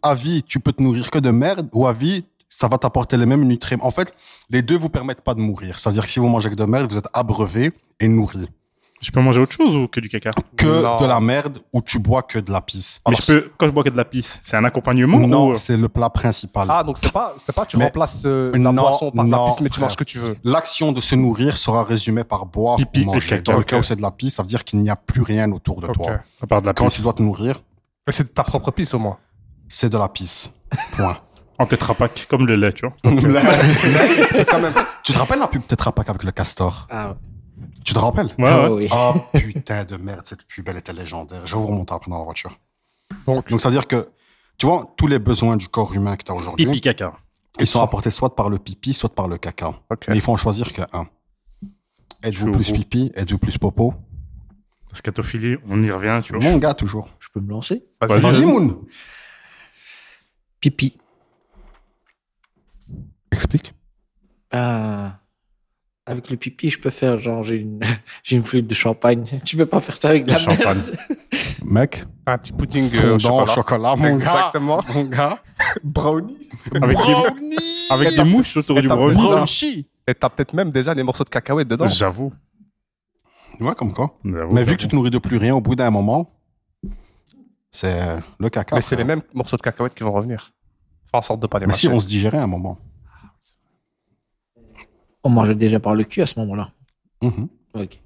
[SPEAKER 3] À vie, tu peux te nourrir que de merde, ou à vie, ça va t'apporter les mêmes nutriments. En fait, les deux vous permettent pas de mourir. Ça veut dire que si vous mangez que de merde, vous êtes abreuvé et nourri.
[SPEAKER 2] Je peux manger autre chose ou que du caca
[SPEAKER 3] Que
[SPEAKER 4] Non.
[SPEAKER 3] de la merde ou tu bois que de la pisse.
[SPEAKER 2] Mais je peux, quand je bois que de la pisse, c'est un accompagnement
[SPEAKER 3] bah, Non,
[SPEAKER 2] ou, euh,
[SPEAKER 3] c'est le plat principal.
[SPEAKER 4] Ah, donc c'est pas, c'est pas tu
[SPEAKER 3] Mais-
[SPEAKER 4] remplaces euh, la
[SPEAKER 3] Non,
[SPEAKER 4] boisson par
[SPEAKER 3] non,
[SPEAKER 4] la pisse, mais tu
[SPEAKER 3] frère.
[SPEAKER 4] manges ce que tu veux.
[SPEAKER 3] L'action de se nourrir sera résumée par boire
[SPEAKER 2] Pipi
[SPEAKER 3] ou manger.
[SPEAKER 2] et caca,
[SPEAKER 3] Dans le
[SPEAKER 2] ok.
[SPEAKER 3] cas où c'est de la pisse, ça veut dire qu'il n'y a plus rien autour de
[SPEAKER 4] Ok.
[SPEAKER 3] toi.
[SPEAKER 2] à part de la
[SPEAKER 3] Quand
[SPEAKER 2] pisse
[SPEAKER 3] tu dois te nourrir,
[SPEAKER 4] Mais c'est de ta propre pisse, au moins.
[SPEAKER 3] c'est de la pisse. Point.
[SPEAKER 2] En tétrapac, comme le lait, tu vois.
[SPEAKER 3] Quand même. Tu te rappelles la pub Tetra Pak avec le castor
[SPEAKER 5] Ah,
[SPEAKER 3] Tu te rappelles
[SPEAKER 2] Ouais, ouais.
[SPEAKER 5] ah oui.
[SPEAKER 3] Oh putain de merde, cette pub, elle était légendaire. Je vais vous remonter après dans la voiture.
[SPEAKER 4] Donc,
[SPEAKER 3] Donc ça veut dire que, tu vois, tous les besoins du corps humain que tu as
[SPEAKER 2] Pipi
[SPEAKER 3] aujourd'hui,
[SPEAKER 2] caca.
[SPEAKER 3] ils sont apportés soit par le pipi, soit par le caca.
[SPEAKER 4] ok.
[SPEAKER 3] Mais il faut en choisir qu'un.
[SPEAKER 2] Je
[SPEAKER 3] Êtes-vous plus
[SPEAKER 2] vous-
[SPEAKER 3] pipi Êtes-vous plus popo
[SPEAKER 2] Scatophilie, on y revient, tu vois.
[SPEAKER 3] Mon gars, toujours.
[SPEAKER 5] Je peux me lancer
[SPEAKER 4] Vas-y.
[SPEAKER 3] Vas-y, Moon
[SPEAKER 5] Pipi.
[SPEAKER 3] Explique.
[SPEAKER 5] Ah. Avec le pipi, je peux faire genre, j'ai une, j'ai une flûte de champagne. Tu peux pas faire ça avec de la
[SPEAKER 2] Le champagne.
[SPEAKER 5] merde.
[SPEAKER 3] Mec,
[SPEAKER 4] Un petit pudding euh,
[SPEAKER 3] fondant
[SPEAKER 4] au
[SPEAKER 3] au chocolat,
[SPEAKER 4] chocolat.
[SPEAKER 3] mon gars.
[SPEAKER 4] Exactement. Mon gars. Brownie.
[SPEAKER 2] Avec des,
[SPEAKER 3] Brownie
[SPEAKER 2] avec des mouches autour du
[SPEAKER 4] étape de
[SPEAKER 3] Oh,
[SPEAKER 2] brownie.
[SPEAKER 4] brownie.
[SPEAKER 3] Brownie
[SPEAKER 4] Et t'as peut-être même déjà les morceaux de cacahuètes dedans.
[SPEAKER 2] J'avoue.
[SPEAKER 3] Ouais, comme quoi.
[SPEAKER 2] J'avoue,
[SPEAKER 3] Mais vu que tu
[SPEAKER 2] j'avoue.
[SPEAKER 3] te nourris de plus rien, au bout d'un moment, c'est le caca.
[SPEAKER 4] Mais c'est les
[SPEAKER 3] frère.
[SPEAKER 4] mêmes morceaux de cacahuètes qui vont revenir. Fais en sorte de pas les
[SPEAKER 3] Mais si,
[SPEAKER 4] mâcher.
[SPEAKER 3] on se digérait à un moment.
[SPEAKER 5] On mangeait déjà par le cul à ce moment-là.
[SPEAKER 3] Mhm.
[SPEAKER 5] Ok.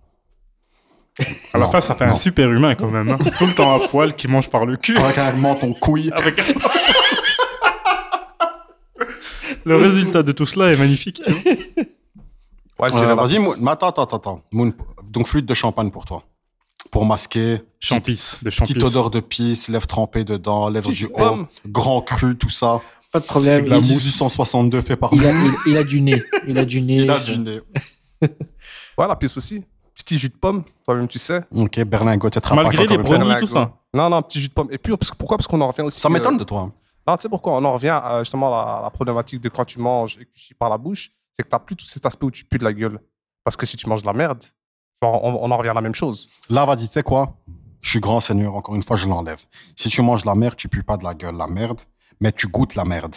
[SPEAKER 2] À la
[SPEAKER 3] Non,
[SPEAKER 2] fin, ça fait un
[SPEAKER 3] non.
[SPEAKER 2] super humain quand même. hein. Tout le temps à poil qui mange par le cul.
[SPEAKER 3] Avec un menton couille.
[SPEAKER 2] Avec un- le résultat de tout cela est magnifique. tu vois.
[SPEAKER 4] Ouais, je
[SPEAKER 3] Euh,
[SPEAKER 4] dirais la
[SPEAKER 3] Vas-y,
[SPEAKER 4] pisse.
[SPEAKER 3] Moon. Mais Attends, attends, attends, attends. Moon, donc flûte de champagne pour toi. Pour masquer,
[SPEAKER 2] Champis, de champis.
[SPEAKER 3] petite odeur de pisse, lèvres trempées dedans, lèvres
[SPEAKER 4] Petit
[SPEAKER 3] du haut,
[SPEAKER 4] homme.
[SPEAKER 3] grand cru, tout ça.
[SPEAKER 5] Pas de problème. Il,
[SPEAKER 3] 1862 fait par
[SPEAKER 5] il
[SPEAKER 3] nous.
[SPEAKER 5] a, il, il a du nez. Il a du nez.
[SPEAKER 3] Il a
[SPEAKER 5] ça-
[SPEAKER 3] du nez.
[SPEAKER 4] Ouais, la pisse aussi. Petit jus de pomme, toi-même tu sais.
[SPEAKER 3] Ok, Berlingot, t'es
[SPEAKER 2] Malgré les
[SPEAKER 4] fois.
[SPEAKER 2] brownies, tout ça.
[SPEAKER 4] Non, non, petit jus de pomme. Et puis, parce que- pourquoi Parce qu'on en revient aussi.
[SPEAKER 3] Ça m'étonne
[SPEAKER 4] euh,
[SPEAKER 3] de toi. hein.
[SPEAKER 4] Non, tu sais pourquoi On en revient euh, justement à la, à la problématique de quand tu manges et que tu chies par la bouche, c'est que t'as plus tout cet aspect où tu pues de la gueule. Parce que si tu manges de la merde, genre, on, on en revient à la même chose.
[SPEAKER 3] Là, vas-y, tu sais quoi Je suis grand seigneur, encore une fois, je l'enlève. Si tu manges la merde, tu pues pas de la gueule la merde, mais tu goûtes la merde.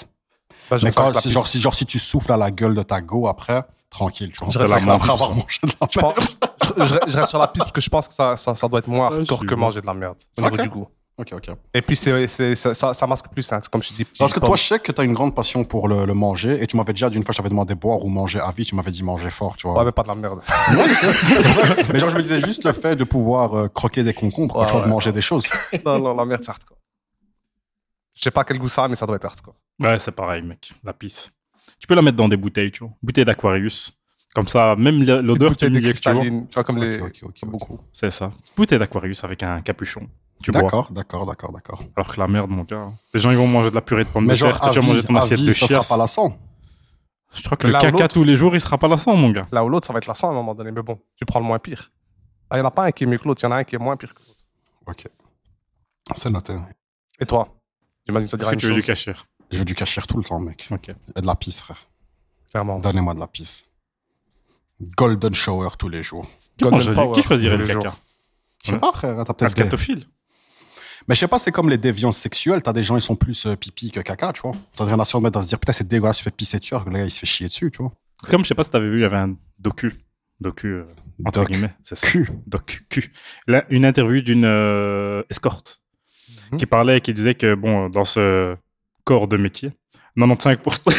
[SPEAKER 4] Bah, je
[SPEAKER 3] mais
[SPEAKER 4] reste avec
[SPEAKER 3] quand,
[SPEAKER 4] la
[SPEAKER 3] si, genre,
[SPEAKER 4] piste.
[SPEAKER 3] si, genre, si tu souffles à la gueule de ta go après, tranquille, tu rentres
[SPEAKER 4] reste
[SPEAKER 3] la
[SPEAKER 4] avec
[SPEAKER 3] merde
[SPEAKER 4] la
[SPEAKER 3] après
[SPEAKER 2] piste.
[SPEAKER 3] avoir mangé de la
[SPEAKER 4] Je,
[SPEAKER 3] merde.
[SPEAKER 4] pense- je- je- je reste sur la piste que je pense que ça, ça, ça doit être moins
[SPEAKER 2] Ouais,
[SPEAKER 4] hardcore
[SPEAKER 2] je
[SPEAKER 4] que
[SPEAKER 2] suis-
[SPEAKER 4] manger de la merde au
[SPEAKER 3] Ok.
[SPEAKER 4] niveau du goût.
[SPEAKER 3] Ok, ok.
[SPEAKER 4] Et puis c'est, c'est- ça, ça- ça masque plus, hein. c'est comme je dis. petit
[SPEAKER 3] Parce que
[SPEAKER 4] sport.
[SPEAKER 3] toi, je sais que tu as une grande passion pour le, le manger et tu m'avais déjà, d'une fois, je t'avais demandé boire ou manger à vie, tu m'avais dit manger fort, tu vois.
[SPEAKER 4] Ouais, mais pas de la merde.
[SPEAKER 3] Ouais, c'est c'est pour ça. Mais genre, je me disais juste le fait de pouvoir euh, croquer des concombres,
[SPEAKER 4] Ouais,
[SPEAKER 3] pas toujours de
[SPEAKER 4] ouais.
[SPEAKER 3] manger des choses.
[SPEAKER 4] non, non, la merde, c'est hardcore. Je sais pas quel goût ça a, mais ça doit être hardcore.
[SPEAKER 2] Ouais, c'est pareil, mec. La pisse. Tu peux la mettre dans des bouteilles, tu vois. Bouteille d'Aquarius. Comme ça, même l- l'odeur, tu
[SPEAKER 4] Bouteille de
[SPEAKER 2] niais, tu vois.
[SPEAKER 4] cristalline, tu vois, comme les.
[SPEAKER 3] Ok, ok, ok, ok.
[SPEAKER 4] Beaucoup.
[SPEAKER 2] C'est ça. Bouteille d'Aquarius avec un capuchon. Tu bois.
[SPEAKER 3] D'accord, d'accord, d'accord, d'accord.
[SPEAKER 2] Alors que la merde, mon gars. hein. Les gens, ils vont manger de la purée de pommes
[SPEAKER 3] Mais
[SPEAKER 2] de terre.
[SPEAKER 3] genre,
[SPEAKER 2] Toi,
[SPEAKER 3] à
[SPEAKER 2] tu vas
[SPEAKER 3] vie,
[SPEAKER 2] manger ton
[SPEAKER 3] à
[SPEAKER 2] assiette
[SPEAKER 3] vie,
[SPEAKER 2] de
[SPEAKER 3] ça sera
[SPEAKER 2] chiasse.
[SPEAKER 3] pas lassant.
[SPEAKER 2] Je crois que le
[SPEAKER 4] Là ou
[SPEAKER 2] caca
[SPEAKER 4] l'autre.
[SPEAKER 2] tous les jours, il sera pas lassant, mon gars.
[SPEAKER 4] Là ou l'autre, ça va être la sang à un moment donné, mais bon, tu prends le moins pire. Il y en a pas un qui est mieux que l'autre, il y en a un qui est moins pire que l'autre.
[SPEAKER 3] Ok. C'est noté.
[SPEAKER 4] Et toi J'imagine que ça
[SPEAKER 2] Est-ce
[SPEAKER 4] dira
[SPEAKER 2] que
[SPEAKER 4] une
[SPEAKER 2] tu veux du
[SPEAKER 4] chose.
[SPEAKER 2] cachir
[SPEAKER 3] Je veux du cachir tout le temps, mec.
[SPEAKER 2] Ok.
[SPEAKER 3] Et de la pisse, frère.
[SPEAKER 4] Clairement.
[SPEAKER 3] Donnez-moi de la pisse. Golden shower tous les jours.
[SPEAKER 2] Qui,
[SPEAKER 4] Golden
[SPEAKER 2] mangerait-
[SPEAKER 4] Power,
[SPEAKER 2] qui choisirait
[SPEAKER 4] tous
[SPEAKER 2] le
[SPEAKER 4] les
[SPEAKER 2] caca
[SPEAKER 3] Je sais
[SPEAKER 2] Ouais.
[SPEAKER 3] pas, frère, hein, t'as
[SPEAKER 2] Un
[SPEAKER 3] peut-être. des-
[SPEAKER 2] scatophile
[SPEAKER 3] Mais je sais pas, c'est comme les déviances sexuelles. T'as des gens, ils sont plus euh, pipi que caca, tu vois. Ça devient nation de mettre à se dire, putain, c'est dégueulasse, tu fais pisser dessus, alors que le gars, il se fait chier dessus, tu vois.
[SPEAKER 2] C'est Comme je sais pas si t'avais vu, il y avait un docu. Docu, euh, entre
[SPEAKER 3] Doc.
[SPEAKER 2] guillemets, c'est ça.
[SPEAKER 3] Cul.
[SPEAKER 2] Docu. Q. Là, une interview d'une euh, escorte
[SPEAKER 4] Mhm.
[SPEAKER 2] qui parlait et qui disait que, bon, dans ce corps de métier, 95%.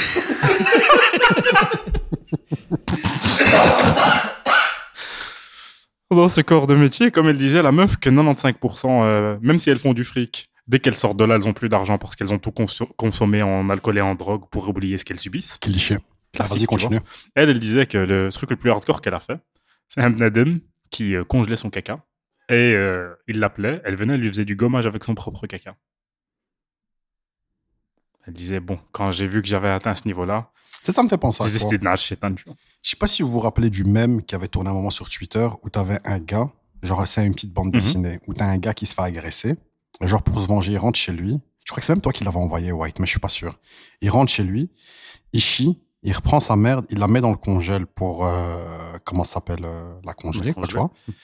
[SPEAKER 2] Dans ce corps de métier, comme elle disait, la meuf, que 95%, euh, même si elles font du fric, dès qu'elles sortent de là, elles ont plus d'argent parce qu'elles ont tout conso- consommé en alcool et en drogue pour oublier ce qu'elles subissent.
[SPEAKER 3] Cliché.
[SPEAKER 2] Classique,
[SPEAKER 3] Vas-y,
[SPEAKER 2] tu
[SPEAKER 3] continue.
[SPEAKER 2] Elle, elle disait que le truc le plus hardcore qu'elle a fait, c'est un madame qui euh, congelait son caca. Et euh, il l'appelait, elle venait, elle lui faisait du gommage avec son propre caca. Elle disait, bon, quand j'ai vu que j'avais atteint ce niveau-là,
[SPEAKER 3] Ça, ça me fait penser
[SPEAKER 2] j'ai
[SPEAKER 3] à quoi
[SPEAKER 2] décidé de nager chez tu vois.
[SPEAKER 3] Je sais pas si vous vous rappelez du mème qui avait tourné un moment sur Twitter où t'avais un gars, genre c'est une petite bande
[SPEAKER 2] Mhm.
[SPEAKER 3] dessinée, où t'as un gars qui se fait agresser, et genre pour se venger, il rentre chez lui. Je crois que c'est même toi qui l'avais envoyé, White, mais je suis pas sûr. Il rentre chez lui, il chie, il reprend sa merde, il la met dans le congèle pour, euh, comment ça s'appelle, euh, la congeler,
[SPEAKER 2] La
[SPEAKER 3] quoi, tu
[SPEAKER 2] congeler.
[SPEAKER 3] vois.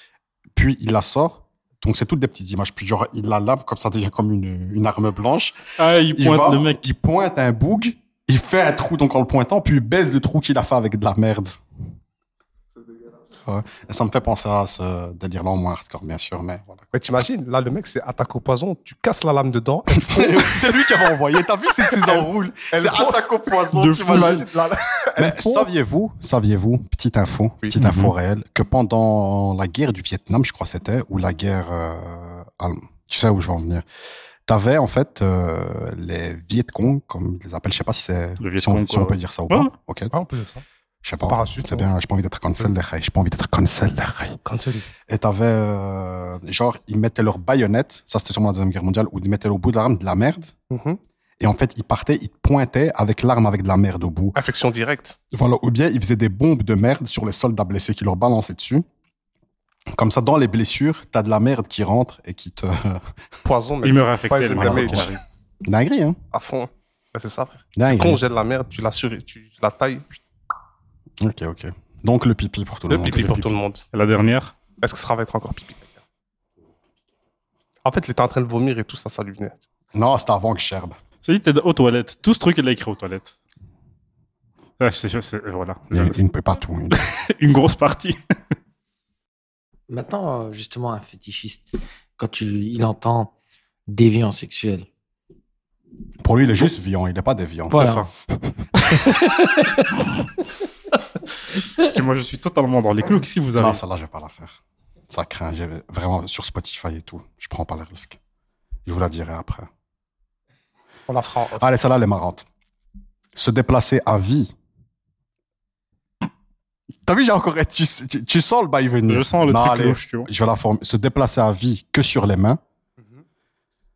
[SPEAKER 3] Puis il la sort. Donc c'est toutes des petites images. Puis genre, il la lame comme ça devient comme une, une arme blanche.
[SPEAKER 2] Ah, il
[SPEAKER 3] Il
[SPEAKER 2] pointe
[SPEAKER 3] va,
[SPEAKER 2] le mec.
[SPEAKER 3] il pointe un boug, il fait un trou donc en le pointant, puis il baise le trou qu'il a fait avec de la merde. Ouais. Et ça me fait penser à ce délire-là en moins hardcore, bien sûr, mais voilà.
[SPEAKER 4] Mais t'imagines, là, le mec, c'est attaque au poison, tu casses la lame dedans.
[SPEAKER 3] c'est lui qui avait envoyé. T'as vu, c'est qu'ils enroulent. C'est attaque au poison, tu m'imagines. Mais
[SPEAKER 4] fond.
[SPEAKER 3] saviez-vous, saviez-vous, petite info,
[SPEAKER 4] Oui.
[SPEAKER 3] petite
[SPEAKER 2] Mhm.
[SPEAKER 3] info réelle, que pendant la guerre du Vietnam, je crois que c'était, ou la guerre euh, allemande, tu sais où je vais en venir, t'avais en fait euh, les Viet Cong, comme ils les appellent, je sais pas si c'est,
[SPEAKER 2] Le Viet
[SPEAKER 3] si on,
[SPEAKER 2] Cong,
[SPEAKER 3] si
[SPEAKER 2] quoi,
[SPEAKER 3] on peut
[SPEAKER 2] ouais.
[SPEAKER 3] dire ça ou
[SPEAKER 2] Ouais, ouais.
[SPEAKER 3] pas. Ok.
[SPEAKER 4] Ah, on peut dire ça.
[SPEAKER 3] Je sais pas.
[SPEAKER 2] Ah
[SPEAKER 4] Parachute,
[SPEAKER 3] C'est
[SPEAKER 4] ouais.
[SPEAKER 3] bien, j'ai pas envie d'être cancel, les reilles. J'ai pas envie d'être cancel, les reilles. Et t'avais, euh, genre, ils mettaient leur baïonnette, ça c'était sûrement la Deuxième Guerre mondiale, où ils mettaient au bout de l'arme de la merde.
[SPEAKER 4] Mhm.
[SPEAKER 3] Et en fait, ils partaient, ils pointaient avec l'arme avec de la merde au bout.
[SPEAKER 4] Infection directe.
[SPEAKER 3] Voilà, ou bien ils faisaient des bombes de merde sur les soldats blessés qui leur balançaient dessus. Comme ça, dans les blessures, t'as de la merde qui rentre et qui te.
[SPEAKER 4] Poison, mais
[SPEAKER 2] Il meurt
[SPEAKER 4] pas
[SPEAKER 2] infecté.
[SPEAKER 4] les
[SPEAKER 2] le
[SPEAKER 3] voilà,
[SPEAKER 2] mec.
[SPEAKER 4] damage.
[SPEAKER 3] quoi. Dinguerie, hein?
[SPEAKER 4] à fond. Ouais, c'est ça, frère.
[SPEAKER 3] Dinguerie.
[SPEAKER 4] Congèle la merde, tu la, sur... tu la tailles.
[SPEAKER 3] Ok, ok. Donc le pipi pour tout le,
[SPEAKER 4] Le
[SPEAKER 3] monde.
[SPEAKER 4] pipi pour
[SPEAKER 2] pipi.
[SPEAKER 4] tout le monde.
[SPEAKER 2] Et La dernière,
[SPEAKER 4] Est-ce que ça va être encore pipi caca En fait, il était en train de vomir et tout ça, ça lui venait.
[SPEAKER 3] Non, c'était avant que Sherb.
[SPEAKER 2] c'est dit, t'es aux toilettes. Tout ce truc, il l'a écrit aux toilettes. Ah, c'est sûr, c'est- voilà.
[SPEAKER 3] Il, il ne peut pas tout.
[SPEAKER 2] Une grosse partie.
[SPEAKER 5] Maintenant, euh, justement, un fétichiste, quand tu, il entend déviant sexuel.
[SPEAKER 3] Pour lui, il est juste viand, il n'est pas déviant.
[SPEAKER 5] Voilà.
[SPEAKER 2] Et moi, je suis totalement dans les clous. que Si vous avez
[SPEAKER 3] Non, celle-là, je vais pas la faire. Ça craint. j'ai- Vraiment, sur Spotify et tout, je prends pas le risque. Je vous la dirai après.
[SPEAKER 4] On la fera en off.
[SPEAKER 3] Allez, celle-là, elle est marrante. Se déplacer à vie. T'as vu, j'ai encore. Tu, tu, tu sens le bail venir.
[SPEAKER 2] Je sens le
[SPEAKER 3] Non,
[SPEAKER 2] truc
[SPEAKER 3] allez,
[SPEAKER 2] louche, tu vois.
[SPEAKER 3] Je vais la former. Se déplacer à vie que sur les mains.
[SPEAKER 4] Mhm.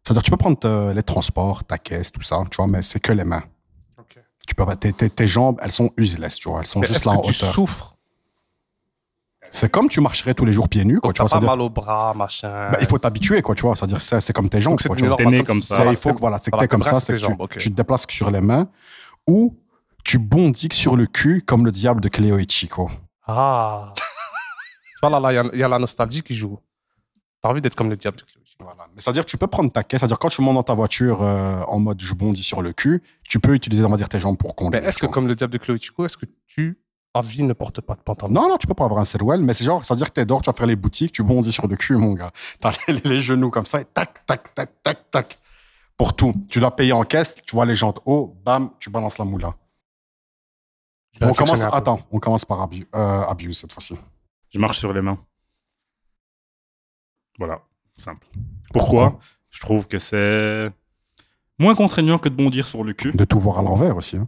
[SPEAKER 3] C'est-à-dire, tu peux prendre euh, les transports, ta caisse, tout ça, tu vois, mais c'est que les mains.
[SPEAKER 4] Ok.
[SPEAKER 3] Tu peux pas. Tes, tes- tes jambes, elles sont useless, tu vois. Elles sont
[SPEAKER 4] Mais
[SPEAKER 3] juste
[SPEAKER 4] est-ce
[SPEAKER 3] là en
[SPEAKER 4] que tu
[SPEAKER 3] hauteur.
[SPEAKER 4] souffres
[SPEAKER 3] C'est comme tu marcherais tous les jours pieds nus, quoi. Tu
[SPEAKER 4] T'as
[SPEAKER 3] vois,
[SPEAKER 4] pas
[SPEAKER 3] c'est-à-dire-
[SPEAKER 4] mal au bras, machin.
[SPEAKER 3] Bah, il faut t'habituer, quoi, tu vois. C'est-à-dire, c'est c'est comme tes jambes,
[SPEAKER 4] Donc, c'est
[SPEAKER 3] quoi, tu
[SPEAKER 4] devenu
[SPEAKER 3] vois.
[SPEAKER 2] T'es
[SPEAKER 4] normal
[SPEAKER 2] né comme ça.
[SPEAKER 3] C'est-
[SPEAKER 4] va,
[SPEAKER 3] il faut
[SPEAKER 4] t'es-
[SPEAKER 3] que voilà, c'est que
[SPEAKER 4] va,
[SPEAKER 3] t'es comme
[SPEAKER 4] t'es
[SPEAKER 3] ça,
[SPEAKER 4] presque
[SPEAKER 3] c'est que
[SPEAKER 4] tes
[SPEAKER 3] tu,
[SPEAKER 4] jambes, ok.
[SPEAKER 3] tu te déplaces que sur les mains ou tu bondis que sur le cul comme le diable de Cléo et Chico.
[SPEAKER 4] Ah. Tu vois, là, là, il y a- il y, a la nostalgie qui joue. T'as envie d'être comme le diable.
[SPEAKER 3] Voilà. Mais c'est-à-dire que tu peux prendre ta caisse. C'est-à-dire quand tu montes dans ta voiture euh, en mode je bondis sur le cul, tu peux utiliser, on va dire, tes jambes pour
[SPEAKER 4] Mais
[SPEAKER 3] conduire.
[SPEAKER 4] est-ce
[SPEAKER 3] tu
[SPEAKER 4] que,
[SPEAKER 3] vois.
[SPEAKER 4] comme le diable de Chloé Chico, est-ce que tu, en vie, ne portes pas de pantalon
[SPEAKER 3] Non, non, tu peux pas avoir un sirwell, mais c'est genre, c'est-à-dire que t'es dehors, tu vas faire les boutiques, tu bondis sur le cul, mon gars. T'as les, les genoux comme ça, et tac, tac, tac, tac, tac. Pour tout. Tu dois payer en caisse, tu vois les jantes haut, bam, tu balances la moula.
[SPEAKER 4] Je vais
[SPEAKER 3] On
[SPEAKER 4] réfléchir
[SPEAKER 3] commence,
[SPEAKER 4] Bah, un peu.
[SPEAKER 3] attends, on commence par abuse, euh, abuse cette fois-ci.
[SPEAKER 2] Je marche sur les mains. Voilà, simple. Pourquoi Je trouve que c'est moins contraignant que de bondir sur le cul.
[SPEAKER 3] De tout voir à l'envers aussi. Hein.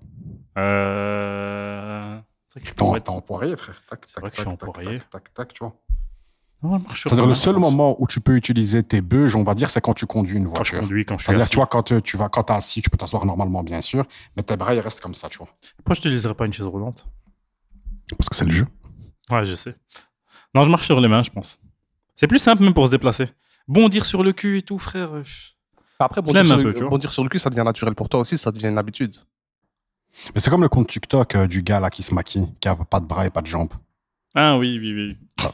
[SPEAKER 2] Euh... c'est vrai que je
[SPEAKER 3] T'en-
[SPEAKER 2] pourrais-
[SPEAKER 3] T'es en poirier, frère. Tac, tac,
[SPEAKER 2] vrai que
[SPEAKER 3] tac,
[SPEAKER 2] je suis en
[SPEAKER 3] tac,
[SPEAKER 2] poirier.
[SPEAKER 3] tac, tac, tac, tu vois.
[SPEAKER 2] Non, je marche sur
[SPEAKER 3] C'est-à-dire
[SPEAKER 2] les
[SPEAKER 3] le
[SPEAKER 2] mains.
[SPEAKER 3] seul moment où tu peux utiliser tes beuges, on va dire, c'est quand tu conduis une
[SPEAKER 2] quand je
[SPEAKER 3] voiture.
[SPEAKER 2] conduis, quand je suis
[SPEAKER 3] C'est-à-dire,
[SPEAKER 2] assis.
[SPEAKER 3] tu vois, quand euh, tu vas, quand t'es assis, tu peux t'asseoir normalement, bien sûr, mais tes bras, ils restent comme ça, tu vois.
[SPEAKER 2] Pourquoi je n'utiliserais pas une chaise roulante
[SPEAKER 3] Parce que c'est le jeu.
[SPEAKER 2] Ouais, je sais. Non, je marche sur les mains, je pense. C'est plus simple même pour se déplacer. Bondir sur le cul et tout, frère. euh, je-
[SPEAKER 4] Après,
[SPEAKER 2] l'aime
[SPEAKER 4] bondir sur,
[SPEAKER 2] un
[SPEAKER 4] le-
[SPEAKER 2] peu, tu vois.
[SPEAKER 4] bondir sur le cul, ça devient naturel pour toi aussi, ça devient une habitude.
[SPEAKER 3] Mais c'est comme le compte TikTok euh, du gars là qui se maquille, qui a pas de bras et pas de jambes.
[SPEAKER 2] Ah oui, oui, oui.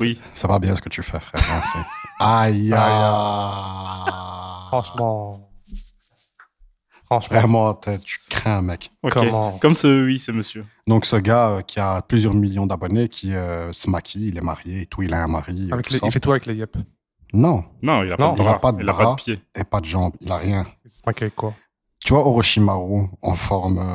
[SPEAKER 2] Oui.
[SPEAKER 3] Ça va bien ce que tu fais, frère. hein, c'est- Aïe, aïe, aïe.
[SPEAKER 4] Franchement. Franchement.
[SPEAKER 3] Vraiment, t'es- tu crains, mec.
[SPEAKER 2] Ok.
[SPEAKER 4] Comment
[SPEAKER 2] Comme ce, oui, ce monsieur.
[SPEAKER 3] Donc, ce gars euh, qui a plusieurs millions d'abonnés, qui euh, se maquille, il est marié et tout, il a un mari. euh,
[SPEAKER 4] Avec
[SPEAKER 3] tout
[SPEAKER 4] les-
[SPEAKER 3] ça.
[SPEAKER 4] il fait tout avec les yep.
[SPEAKER 3] Non,
[SPEAKER 2] Non, il a pas
[SPEAKER 4] Non,
[SPEAKER 2] de
[SPEAKER 3] il a
[SPEAKER 2] bras.
[SPEAKER 3] pas de
[SPEAKER 2] il a pas
[SPEAKER 3] bras.
[SPEAKER 2] de pied.
[SPEAKER 3] et pas de jambes, il a rien.
[SPEAKER 4] Il se maquille avec quoi
[SPEAKER 3] Tu vois, Orochimaru en forme. euh,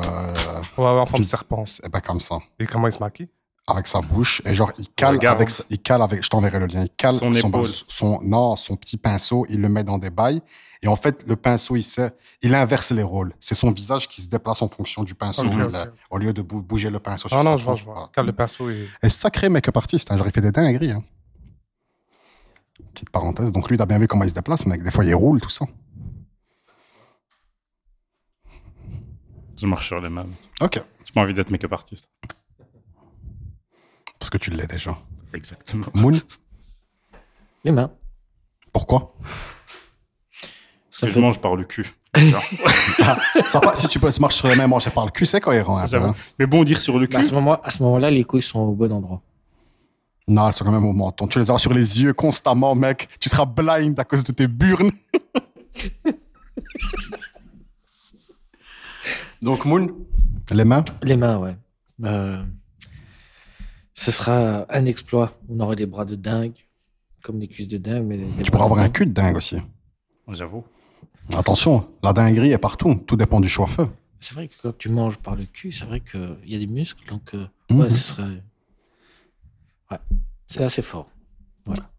[SPEAKER 4] Ouais, ouais, en forme de
[SPEAKER 3] Je-
[SPEAKER 4] serpent.
[SPEAKER 3] c'est pas comme ça.
[SPEAKER 4] Et comment il se maquille
[SPEAKER 3] avec sa bouche et genre il cale
[SPEAKER 2] Regarde.
[SPEAKER 4] hein.
[SPEAKER 3] avec sa- il cale avec je t'enverrai le lien il cale
[SPEAKER 2] Son épaule.
[SPEAKER 3] son- non son petit pinceau il le met dans des bails et en fait le pinceau il sait il inverse les rôles c'est son visage qui se déplace en fonction du pinceau
[SPEAKER 4] Ok,
[SPEAKER 3] il,
[SPEAKER 4] ok.
[SPEAKER 3] euh, au lieu de bou- bouger le pinceau
[SPEAKER 4] Ah
[SPEAKER 3] sur sa
[SPEAKER 4] non, je vois,
[SPEAKER 3] tronche,
[SPEAKER 4] je vois.
[SPEAKER 3] voilà.
[SPEAKER 4] Regarde le pinceau et.
[SPEAKER 3] et sacré make-up artiste hein, genre il fait des dingueries hein. petite parenthèse donc lui t'as bien vu comment il se déplace mec des fois il roule tout ça
[SPEAKER 2] Je marche sur les mains.
[SPEAKER 3] ok
[SPEAKER 2] J'ai pas envie d'être make-up artiste.
[SPEAKER 3] parce que tu l'es déjà
[SPEAKER 2] Exactement.
[SPEAKER 3] Moon
[SPEAKER 5] Les mains.
[SPEAKER 3] pourquoi
[SPEAKER 2] Parce que
[SPEAKER 5] Ça
[SPEAKER 2] je
[SPEAKER 5] fait-
[SPEAKER 2] mange par le cul.
[SPEAKER 3] Ah, ça pas si tu peux se marcher sur les mêmes manches et par le cul c'est cohérent un peu,
[SPEAKER 2] J'avoue.
[SPEAKER 3] hein.
[SPEAKER 2] Mais bondir sur le cul.
[SPEAKER 5] Bah, à ce moment- à ce moment-là, les couilles sont au bon endroit.
[SPEAKER 3] Non, elles sont quand même au menton. Tu les auras sur les yeux constamment, mec. Tu seras blind à cause de tes burnes. Donc, Moon, les mains.
[SPEAKER 5] Les mains, ouais. Euh, ce sera un exploit. On aurait des bras de dingue, comme des cuisses de dingue. Mais des
[SPEAKER 3] Tu
[SPEAKER 5] bras
[SPEAKER 3] pourras
[SPEAKER 5] de
[SPEAKER 3] avoir un
[SPEAKER 5] dingue.
[SPEAKER 3] cul de dingue aussi.
[SPEAKER 2] Oh, J'avoue.
[SPEAKER 3] Attention, la dinguerie est partout. Tout dépend du choix fait.
[SPEAKER 5] C'est vrai que quand tu manges par le cul, c'est vrai qu'il y a des muscles. Donc, euh,
[SPEAKER 3] Mhm.
[SPEAKER 5] ouais, ce serait. Ouais, c'est assez fort.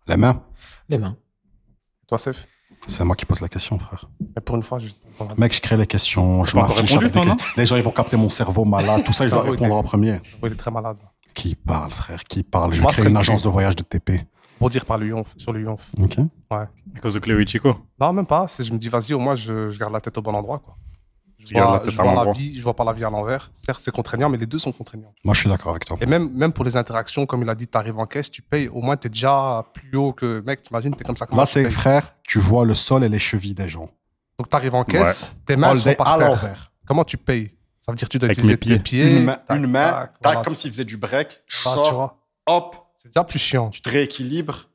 [SPEAKER 3] Les mains.
[SPEAKER 5] Les mains.
[SPEAKER 4] Toi, Sef
[SPEAKER 3] C'est moi qui pose la question, frère.
[SPEAKER 4] Mais pour une fois, juste. Vous
[SPEAKER 3] Mec, je crée les questions. Je
[SPEAKER 2] T'as encore
[SPEAKER 3] m'affiche avec des
[SPEAKER 2] répondu, toi,
[SPEAKER 3] questions. Les gens, ils vont capter mon cerveau malade. Tout ça, je dois
[SPEAKER 4] Ah, ok.
[SPEAKER 3] répondre en premier.
[SPEAKER 4] il est très malade.
[SPEAKER 3] Qui parle, frère Qui parle Je vais
[SPEAKER 4] Moi,
[SPEAKER 3] créer
[SPEAKER 4] c'est
[SPEAKER 3] une
[SPEAKER 4] le
[SPEAKER 3] agence
[SPEAKER 4] cul.
[SPEAKER 3] de voyage de TP.
[SPEAKER 4] Pour dire par le yonf, sur le yonf.
[SPEAKER 3] OK
[SPEAKER 2] À cause de Chloé Chico.
[SPEAKER 4] Non, même pas. C'est, je me dis, vas-y, au moins, je, je garde la tête au bon endroit, quoi. Je
[SPEAKER 2] Tu gardes la
[SPEAKER 4] vois,
[SPEAKER 2] tête
[SPEAKER 4] je
[SPEAKER 2] à
[SPEAKER 4] vois la
[SPEAKER 2] l'endroit.
[SPEAKER 4] vie, je vois pas la vie à l'envers. Certes, c'est contraignant, mais les deux sont contraignants.
[SPEAKER 3] Moi, je suis d'accord avec toi.
[SPEAKER 4] Et même, même pour les interactions, comme il a dit, t'arrives en caisse, tu payes, au moins, t'es déjà plus haut que, mec, t'imagines, t'es comme ça. comment
[SPEAKER 3] Là,
[SPEAKER 4] tu
[SPEAKER 3] c'est
[SPEAKER 4] payes.
[SPEAKER 3] frère, tu vois le sol et les chevilles des gens.
[SPEAKER 4] Donc, t'arrives en caisse, tes mains
[SPEAKER 3] All
[SPEAKER 4] elles sont
[SPEAKER 3] day,
[SPEAKER 4] par
[SPEAKER 3] à
[SPEAKER 4] terre.
[SPEAKER 3] l'envers.
[SPEAKER 4] Comment tu payes Ça veut dire que tu dois
[SPEAKER 2] Avec
[SPEAKER 4] utiliser
[SPEAKER 2] mes pieds.
[SPEAKER 4] tes pieds.
[SPEAKER 3] une main,
[SPEAKER 4] tac,
[SPEAKER 3] une main, tac,
[SPEAKER 4] voilà,
[SPEAKER 3] comme s'il faisait du break, je
[SPEAKER 4] voilà, tu
[SPEAKER 3] sors,
[SPEAKER 4] vois. Euh.
[SPEAKER 3] hop,
[SPEAKER 4] C'est déjà plus chiant.
[SPEAKER 3] tu te rééquilibres.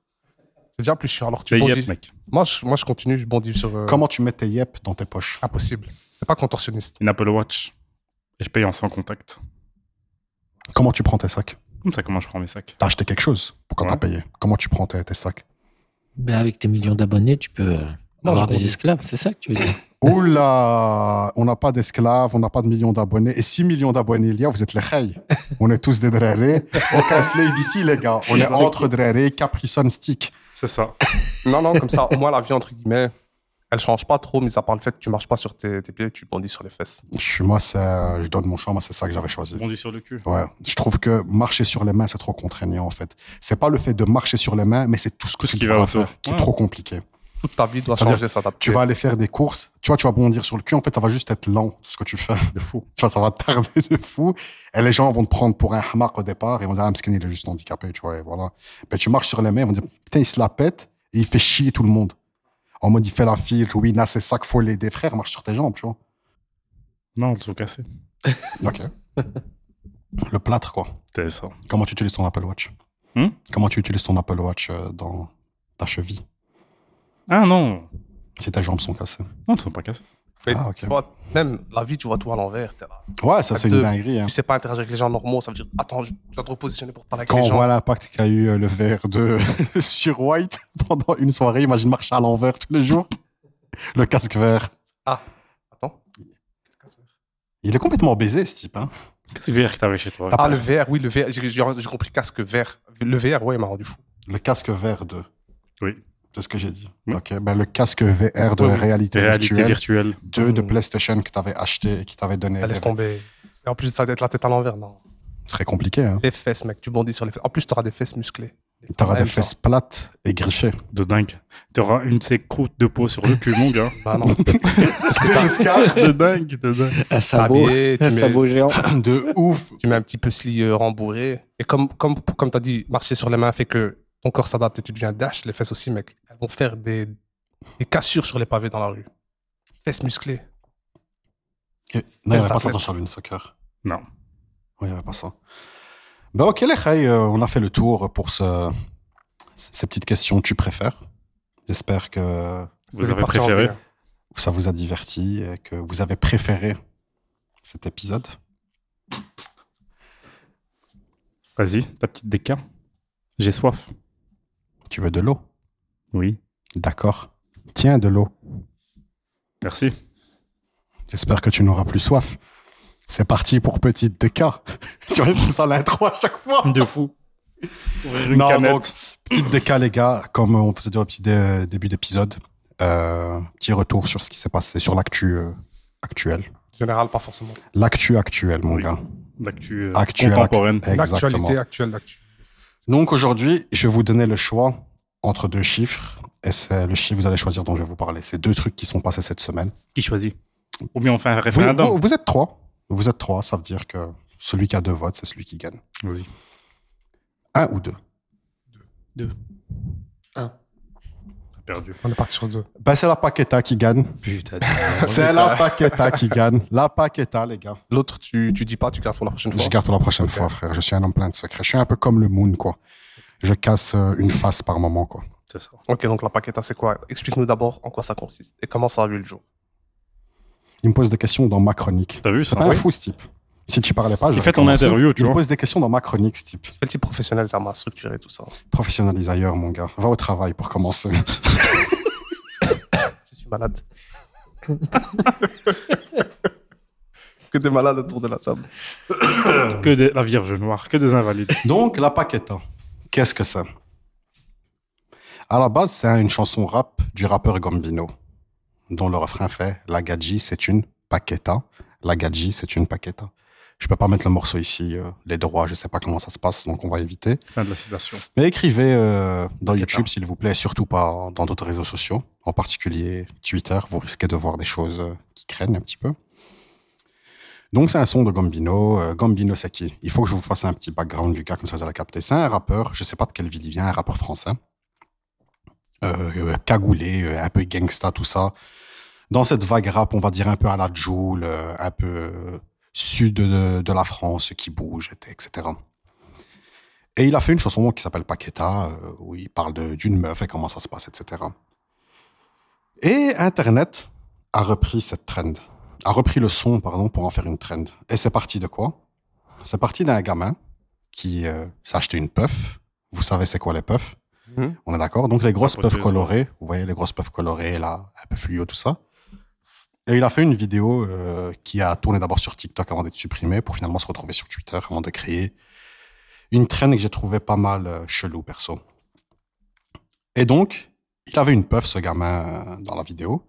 [SPEAKER 4] C'est déjà plus chiant. Alors, que
[SPEAKER 2] Tu
[SPEAKER 4] tu bondis.
[SPEAKER 2] yep, mec.
[SPEAKER 4] Moi je, moi, je continue, je bondis sur. euh,
[SPEAKER 3] Comment tu mets tes yep dans tes poches
[SPEAKER 4] Impossible. C'est pas contorsionniste.
[SPEAKER 2] Une Apple Watch. Et je paye en sans contact.
[SPEAKER 3] Comment tu prends tes sacs
[SPEAKER 2] Comme ça, comment je prends mes sacs
[SPEAKER 3] T'as acheté quelque chose Pourquoi
[SPEAKER 2] Ouais.
[SPEAKER 3] t'as payé Comment tu prends tes, tes sacs
[SPEAKER 5] Ben, avec tes millions d'abonnés, tu peux euh,
[SPEAKER 4] Non,
[SPEAKER 5] avoir
[SPEAKER 4] je
[SPEAKER 5] des
[SPEAKER 4] bondis.
[SPEAKER 5] esclaves. C'est ça que tu veux dire
[SPEAKER 3] Oula On n'a pas d'esclaves, on n'a pas de millions d'abonnés. Et 6 millions d'abonnés il y a, vous êtes les khayes. on est tous des drérés. Aucun slave ici, les gars. On est entre drérés, Capri Sun Stick.
[SPEAKER 2] C'est ça.
[SPEAKER 4] Non, non, comme ça, au moins, la vie, entre guillemets, elle change pas trop, mis à part le fait que tu marches pas sur tes, tes pieds, tu bondis sur les fesses.
[SPEAKER 3] Je suis moi, c'est- je donne mon champ, moi, c'est ça que j'avais choisi.
[SPEAKER 2] Bondis sur le cul.
[SPEAKER 3] Ouais, je trouve que marcher sur les mains, c'est trop contraignant en fait. C'est pas le fait de marcher sur les mains, mais c'est tout ce que
[SPEAKER 2] Tout ce
[SPEAKER 3] tu
[SPEAKER 2] qui va
[SPEAKER 3] dois
[SPEAKER 2] autour.
[SPEAKER 3] faire qui est
[SPEAKER 2] Ouais.
[SPEAKER 3] trop compliqué.
[SPEAKER 4] Toute ta vie doit
[SPEAKER 3] C'est-à-dire,
[SPEAKER 4] changer, s'adapter.
[SPEAKER 3] Tu vas aller faire des courses, tu vois, tu vas bondir sur le cul, en fait, ça va juste être lent, tout ce que tu fais.
[SPEAKER 2] De fou.
[SPEAKER 3] Tu vois, ça va tarder de fou. Et les gens vont te prendre pour un hamak au départ et on dit, ah, Mskin, il est juste handicapé, tu vois, et voilà. Mais tu marches sur les mains, ils vont dire, putain, il se la pète et il fait chier tout le monde. En mode, il fait la file, oui, il a ses sacs, faut l'aider, frère, marche sur tes jambes, tu vois.
[SPEAKER 2] Non, le sont cassé.
[SPEAKER 3] Ok. le plâtre, quoi.
[SPEAKER 2] C'était ça.
[SPEAKER 3] Comment tu utilises ton Apple Watch
[SPEAKER 2] Hmm
[SPEAKER 3] Comment tu utilises ton Apple Watch euh, dans, ta cheville,
[SPEAKER 2] Ah non,
[SPEAKER 3] si tes jambes sont cassées.
[SPEAKER 2] non, ils sont pas cassés.
[SPEAKER 4] Mais
[SPEAKER 3] Ah, ok.
[SPEAKER 4] tu vois, même la vie, tu vois tout à l'envers. t'es là.
[SPEAKER 3] Ouais, ça, c'est
[SPEAKER 4] Acte-
[SPEAKER 3] une dinguerie. hein.
[SPEAKER 4] Tu sais pas interagir avec les gens normaux, ça veut dire, attends, je je dois te repositionner pour parler avec
[SPEAKER 3] Quand
[SPEAKER 4] les
[SPEAKER 3] on
[SPEAKER 4] gens.
[SPEAKER 3] voit l'impact qu'a eu euh, le verre de sur White pendant une soirée, imagine marcher à l'envers tous les jours. Le casque vert.
[SPEAKER 4] Attends.
[SPEAKER 3] Il est complètement baisé, ce type. Hein.
[SPEAKER 2] Qu'est-ce que t'avais chez toi
[SPEAKER 3] T'as
[SPEAKER 4] Ah,
[SPEAKER 3] pas-
[SPEAKER 4] le VR, oui, le VR. J'ai j'ai- j'ai compris casque vert. Le VR, ouais, il m'a rendu fou.
[SPEAKER 3] Le casque vert de.
[SPEAKER 2] Oui.
[SPEAKER 3] C'est ce que j'ai dit.
[SPEAKER 2] Oui.
[SPEAKER 3] Ok, ben, le casque VR de
[SPEAKER 2] Oui, oui.
[SPEAKER 3] réalité,
[SPEAKER 2] Réalité
[SPEAKER 3] virtuelle,
[SPEAKER 2] virtuelle.
[SPEAKER 3] 2 de
[SPEAKER 4] Mm.
[SPEAKER 3] PlayStation que t'avais acheté et qui t'avait donné.
[SPEAKER 4] Elle Ah, laisse tomber. Et en plus de ça, d'être la tête à l'envers, non.
[SPEAKER 3] Très compliqué. Hein.
[SPEAKER 4] Les fesses, mec, tu bondis sur les fesses. En plus, t'auras des fesses musclées.
[SPEAKER 3] T'auras
[SPEAKER 4] Ouais,
[SPEAKER 3] des
[SPEAKER 4] ça.
[SPEAKER 3] fesses plates et griffées.
[SPEAKER 2] De dingue. T'auras une de ces croûtes de peau sur le cul, mon gars.
[SPEAKER 4] Bah non.
[SPEAKER 3] Des escarres
[SPEAKER 2] De dingue, de dingue.
[SPEAKER 5] Un sabot,
[SPEAKER 4] Habillé,
[SPEAKER 5] un
[SPEAKER 4] tu mets,
[SPEAKER 5] sabot géant.
[SPEAKER 3] de ouf.
[SPEAKER 4] tu mets un petit puzzle euh, rembourré. Et comme, comme, comme t'as dit, marcher sur les mains fait que ton corps s'adapte et tu deviens dash. Les fesses aussi, mec. Elles vont faire des, des cassures sur les pavés dans la rue. Fesses musclées.
[SPEAKER 3] Et- Euh, Non, il n'y avait
[SPEAKER 4] Test
[SPEAKER 3] pas ça
[SPEAKER 4] athlète.
[SPEAKER 3] dans Charlene Soccer.
[SPEAKER 2] Non.
[SPEAKER 3] Oui, il n'y avait pas ça. Ben ok, les Khay, euh, on a fait le tour pour ce, ces petites questions tu préfères. J'espère que
[SPEAKER 2] Vous
[SPEAKER 4] Je vais
[SPEAKER 2] avez
[SPEAKER 4] partir en
[SPEAKER 2] préféré
[SPEAKER 4] vrai.
[SPEAKER 3] ça vous a diverti et que vous avez préféré cet épisode.
[SPEAKER 2] Vas-y, ta petite déca. J'ai soif.
[SPEAKER 3] Tu veux de l'eau
[SPEAKER 2] Oui.
[SPEAKER 3] D'accord. Tiens, de l'eau.
[SPEAKER 2] Merci.
[SPEAKER 3] J'espère que tu n'auras plus soif. C'est parti pour Petite DK. tu vois, c'est ça l'intro à chaque fois.
[SPEAKER 2] De fou. Ouvrir une
[SPEAKER 3] Non,
[SPEAKER 2] canette.
[SPEAKER 3] donc, Petite déca, les gars, comme on faisait dire au petit dé- début d'épisode, euh, petit retour sur ce qui s'est passé, sur l'actu euh, actuelle.
[SPEAKER 4] En Général, pas forcément.
[SPEAKER 3] L'actu actuelle, mon
[SPEAKER 2] Oui.
[SPEAKER 3] gars.
[SPEAKER 2] L'actu euh,
[SPEAKER 3] Actuelle,
[SPEAKER 2] contemporaine.
[SPEAKER 3] Exactement.
[SPEAKER 4] L'actualité actuelle d'actu.
[SPEAKER 3] Donc aujourd'hui, je vais vous donner le choix entre deux chiffres. Et c'est le chiffre que vous allez choisir dont je vais vous parler. C'est deux trucs qui sont passés cette semaine.
[SPEAKER 2] Qui choisit Ou bien on fait un
[SPEAKER 3] Vous,
[SPEAKER 2] référendum.
[SPEAKER 3] vous- vous êtes trois. Vous êtes trois, ça veut dire que celui qui a deux votes, c'est celui qui gagne.
[SPEAKER 2] Vas-y.
[SPEAKER 3] Un ou deux.
[SPEAKER 2] T'as perdu.
[SPEAKER 4] On est parti sur deux.
[SPEAKER 3] Ben, c'est la Paqueta qui gagne.
[SPEAKER 2] Putain.
[SPEAKER 3] C'est la Paqueta qui gagne. La Paqueta, les gars.
[SPEAKER 4] L'autre, tu, tu dis pas, tu gardes pour la prochaine fois.
[SPEAKER 3] Je garde pour la prochaine
[SPEAKER 4] Ok.
[SPEAKER 3] fois, frère. Je suis un homme plein de secrets. Je suis un peu comme le moon, quoi. Je casse euh, une face par moment, quoi.
[SPEAKER 2] C'est ça.
[SPEAKER 4] Ok, donc la paqueta, c'est quoi Explique-nous d'abord en quoi ça consiste et comment ça a vu le jour.
[SPEAKER 3] Il me pose des questions dans ma chronique.
[SPEAKER 2] T'as vu
[SPEAKER 3] C'est
[SPEAKER 2] ça hein
[SPEAKER 3] pas un
[SPEAKER 2] Oui.
[SPEAKER 3] fou, ce type. Si tu parlais pas, je.
[SPEAKER 2] Ah Il fait ton interview, tu
[SPEAKER 3] Il me
[SPEAKER 2] vois.
[SPEAKER 3] pose des questions dans ma chronique, ce type.
[SPEAKER 4] Quel type professionnel ça m'a structuré tout ça
[SPEAKER 3] Professionnalise ailleurs, mon gars. Va au travail pour commencer.
[SPEAKER 4] Je suis malade. que des malades autour de la table.
[SPEAKER 2] Que des- la Vierge Noire, que des invalides.
[SPEAKER 3] Donc, la Paqueta. Qu'est-ce que c'est À la base, c'est une chanson rap du rappeur Gambino, dont le refrain fait La gadji, c'est une paqueta. La gadji, c'est une paqueta. Je peux pas mettre le morceau ici, euh, les droits, je sais pas comment ça se passe, donc on va éviter.
[SPEAKER 2] Fin de la citation.
[SPEAKER 3] Mais écrivez euh, dans
[SPEAKER 4] Paqueta.
[SPEAKER 3] YouTube, s'il vous plaît, surtout pas dans d'autres réseaux sociaux, en particulier Twitter, vous risquez de voir des choses euh, qui craignent un petit peu. Donc c'est un son de Gambino. Euh, Gambino, c'est qui Il faut que je vous fasse un petit background du gars, comme ça vous allez capter. C'est un rappeur, je sais pas de quelle ville il vient, un rappeur français. Euh, euh, cagoulé, euh, un peu gangsta, tout ça. Dans cette vague rap, on va dire un peu à la Joule, euh, un peu euh, sud de, de la France qui bouge, etc. Et il a fait une chanson qui s'appelle Paqueta, euh, où il parle de- d'une meuf et comment ça se passe, etc. Et Internet a repris cette trend, a repris le son, pardon, pour en faire une trend. Et c'est parti de quoi C'est parti d'un gamin qui euh, s'est acheté une puff. Vous savez c'est quoi les puffs
[SPEAKER 4] Mhm.
[SPEAKER 3] On est d'accord Donc les grosses
[SPEAKER 2] Pas
[SPEAKER 3] puffs
[SPEAKER 2] poteuse,
[SPEAKER 3] colorées, vous voyez les grosses puffs colorées, là, un peu fluo, tout ça. Et il a fait une vidéo euh, qui a tourné d'abord sur TikTok avant d'être supprimée, pour finalement se retrouver sur Twitter avant de créer une traîne que j'ai trouvée pas mal euh, chelou, perso. Et donc, il avait une puff, ce gamin, euh, dans la vidéo.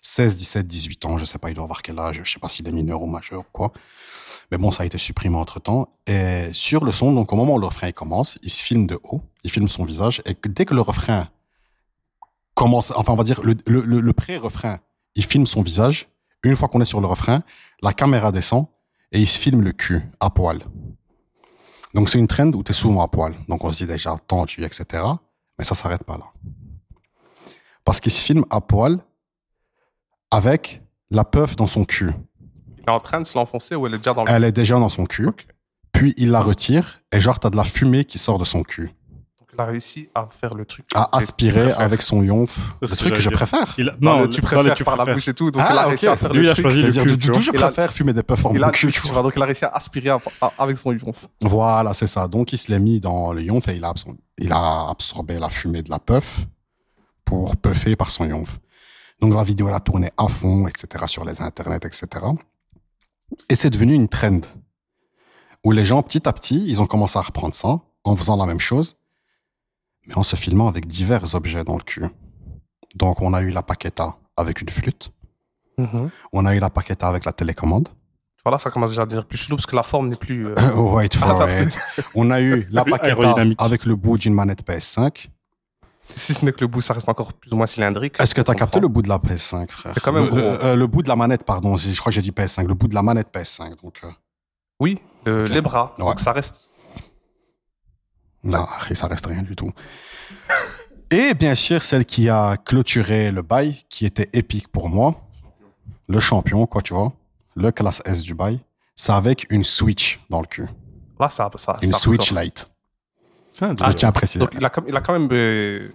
[SPEAKER 3] 16, 17, 18 ans, je sais pas, il doit avoir quel âge, je sais pas s'il est mineur ou majeur ou quoi. Mais bon, ça a été supprimé entre temps. Et sur le son, donc au moment où le refrain commence, il se filme de haut, il filme son visage. Et que- dès que le refrain commence, enfin, on va dire le, le, le- le pré-refrain, il filme son visage. Une fois qu'on est sur le refrain, la caméra descend et il se filme le cul à poil. Donc c'est une trend où tu es souvent à poil. Donc on se dit déjà tendu, etc. Mais ça s'arrête pas là. Parce qu'il se filme à poil avec la puff dans son cul.
[SPEAKER 4] Il est en train de se l'enfoncer ou elle est déjà
[SPEAKER 3] Ah.
[SPEAKER 4] dans le.
[SPEAKER 3] Elle est déjà dans son cul.
[SPEAKER 4] Ok.
[SPEAKER 3] Puis il la retire et genre, t'as de la fumée qui sort de son cul.
[SPEAKER 4] Donc, il a réussi à faire le truc.
[SPEAKER 3] À aspirer
[SPEAKER 4] préfères.
[SPEAKER 3] avec son yonf.
[SPEAKER 2] C'est ce
[SPEAKER 3] Le
[SPEAKER 2] que
[SPEAKER 3] truc que je
[SPEAKER 2] j'allais dire.
[SPEAKER 3] préfère.
[SPEAKER 2] Il a-
[SPEAKER 4] Non,
[SPEAKER 2] Non,
[SPEAKER 4] tu
[SPEAKER 2] dans
[SPEAKER 4] préfères
[SPEAKER 2] les
[SPEAKER 4] par la
[SPEAKER 2] préfères.
[SPEAKER 4] bouche et tout. Donc,
[SPEAKER 3] Ah,
[SPEAKER 4] il a
[SPEAKER 3] ok.
[SPEAKER 4] réussi à faire
[SPEAKER 2] Lui,
[SPEAKER 4] le
[SPEAKER 2] il a
[SPEAKER 4] truc.
[SPEAKER 2] choisi
[SPEAKER 3] Je
[SPEAKER 2] le
[SPEAKER 3] veux dire,
[SPEAKER 2] cul,
[SPEAKER 3] du-
[SPEAKER 2] tu
[SPEAKER 3] du
[SPEAKER 2] vois.
[SPEAKER 3] coup, je
[SPEAKER 4] Et là-
[SPEAKER 3] préfère fumer des puffs en
[SPEAKER 4] Et
[SPEAKER 3] mon
[SPEAKER 4] là,
[SPEAKER 3] cul,
[SPEAKER 4] tu,
[SPEAKER 3] tu
[SPEAKER 4] tu
[SPEAKER 3] vois.
[SPEAKER 4] te vois, donc il a réussi à aspirer à- à- avec son yonf.
[SPEAKER 3] Voilà, c'est ça. Donc, il se l'est mis dans le yonf et il a, absor- il a absorbé la fumée de la puff pour puffer par son yonf. Donc, la vidéo, elle a tourné à fond, etc., sur les internets, etc. Et c'est devenu une trend où les gens, petit à petit, ils ont commencé à reprendre ça en faisant la même chose, mais en se filmant avec divers objets dans le cul. Donc, on a eu la paqueta avec une flûte. On a eu la paqueta avec la télécommande.
[SPEAKER 4] Voilà, ça commence déjà à devenir plus chelou parce que la forme n'est plus. euh,
[SPEAKER 3] Wait for
[SPEAKER 4] adaptée.
[SPEAKER 3] it. On a eu la
[SPEAKER 2] plus
[SPEAKER 3] paqueta
[SPEAKER 2] aérodynamique.
[SPEAKER 3] avec le bout d'une manette PS5.
[SPEAKER 4] si ce n'est que le bout, ça reste encore plus ou moins cylindrique.
[SPEAKER 3] Est-ce que tu as
[SPEAKER 4] On
[SPEAKER 3] capté
[SPEAKER 4] prend.
[SPEAKER 3] le bout de la PS5, frère
[SPEAKER 4] C'est quand même
[SPEAKER 3] le,
[SPEAKER 4] gros.
[SPEAKER 3] euh, euh, le bout de la manette, pardon. Je crois que j'ai dit PS5. Le bout de la manette PS5. Donc, euh,
[SPEAKER 4] Oui, euh,
[SPEAKER 3] Ok.
[SPEAKER 4] les bras.
[SPEAKER 3] Ouais.
[SPEAKER 4] Donc ça reste.
[SPEAKER 3] non, arrête, ça reste rien du tout. Et bien sûr, celle qui a clôturé le bail, qui était épique pour moi, le champion, quoi, tu vois, le classe S du bail, c'est avec une Switch dans le cul.
[SPEAKER 4] Là, ça. ça
[SPEAKER 3] Une
[SPEAKER 4] Ah, ça Ah,
[SPEAKER 3] Switch
[SPEAKER 4] ressort.
[SPEAKER 3] Lite.
[SPEAKER 2] Putain,
[SPEAKER 3] Je
[SPEAKER 2] déjà.
[SPEAKER 3] Ah, tiens à préciser.
[SPEAKER 4] Donc il a, quand- il a quand même euh,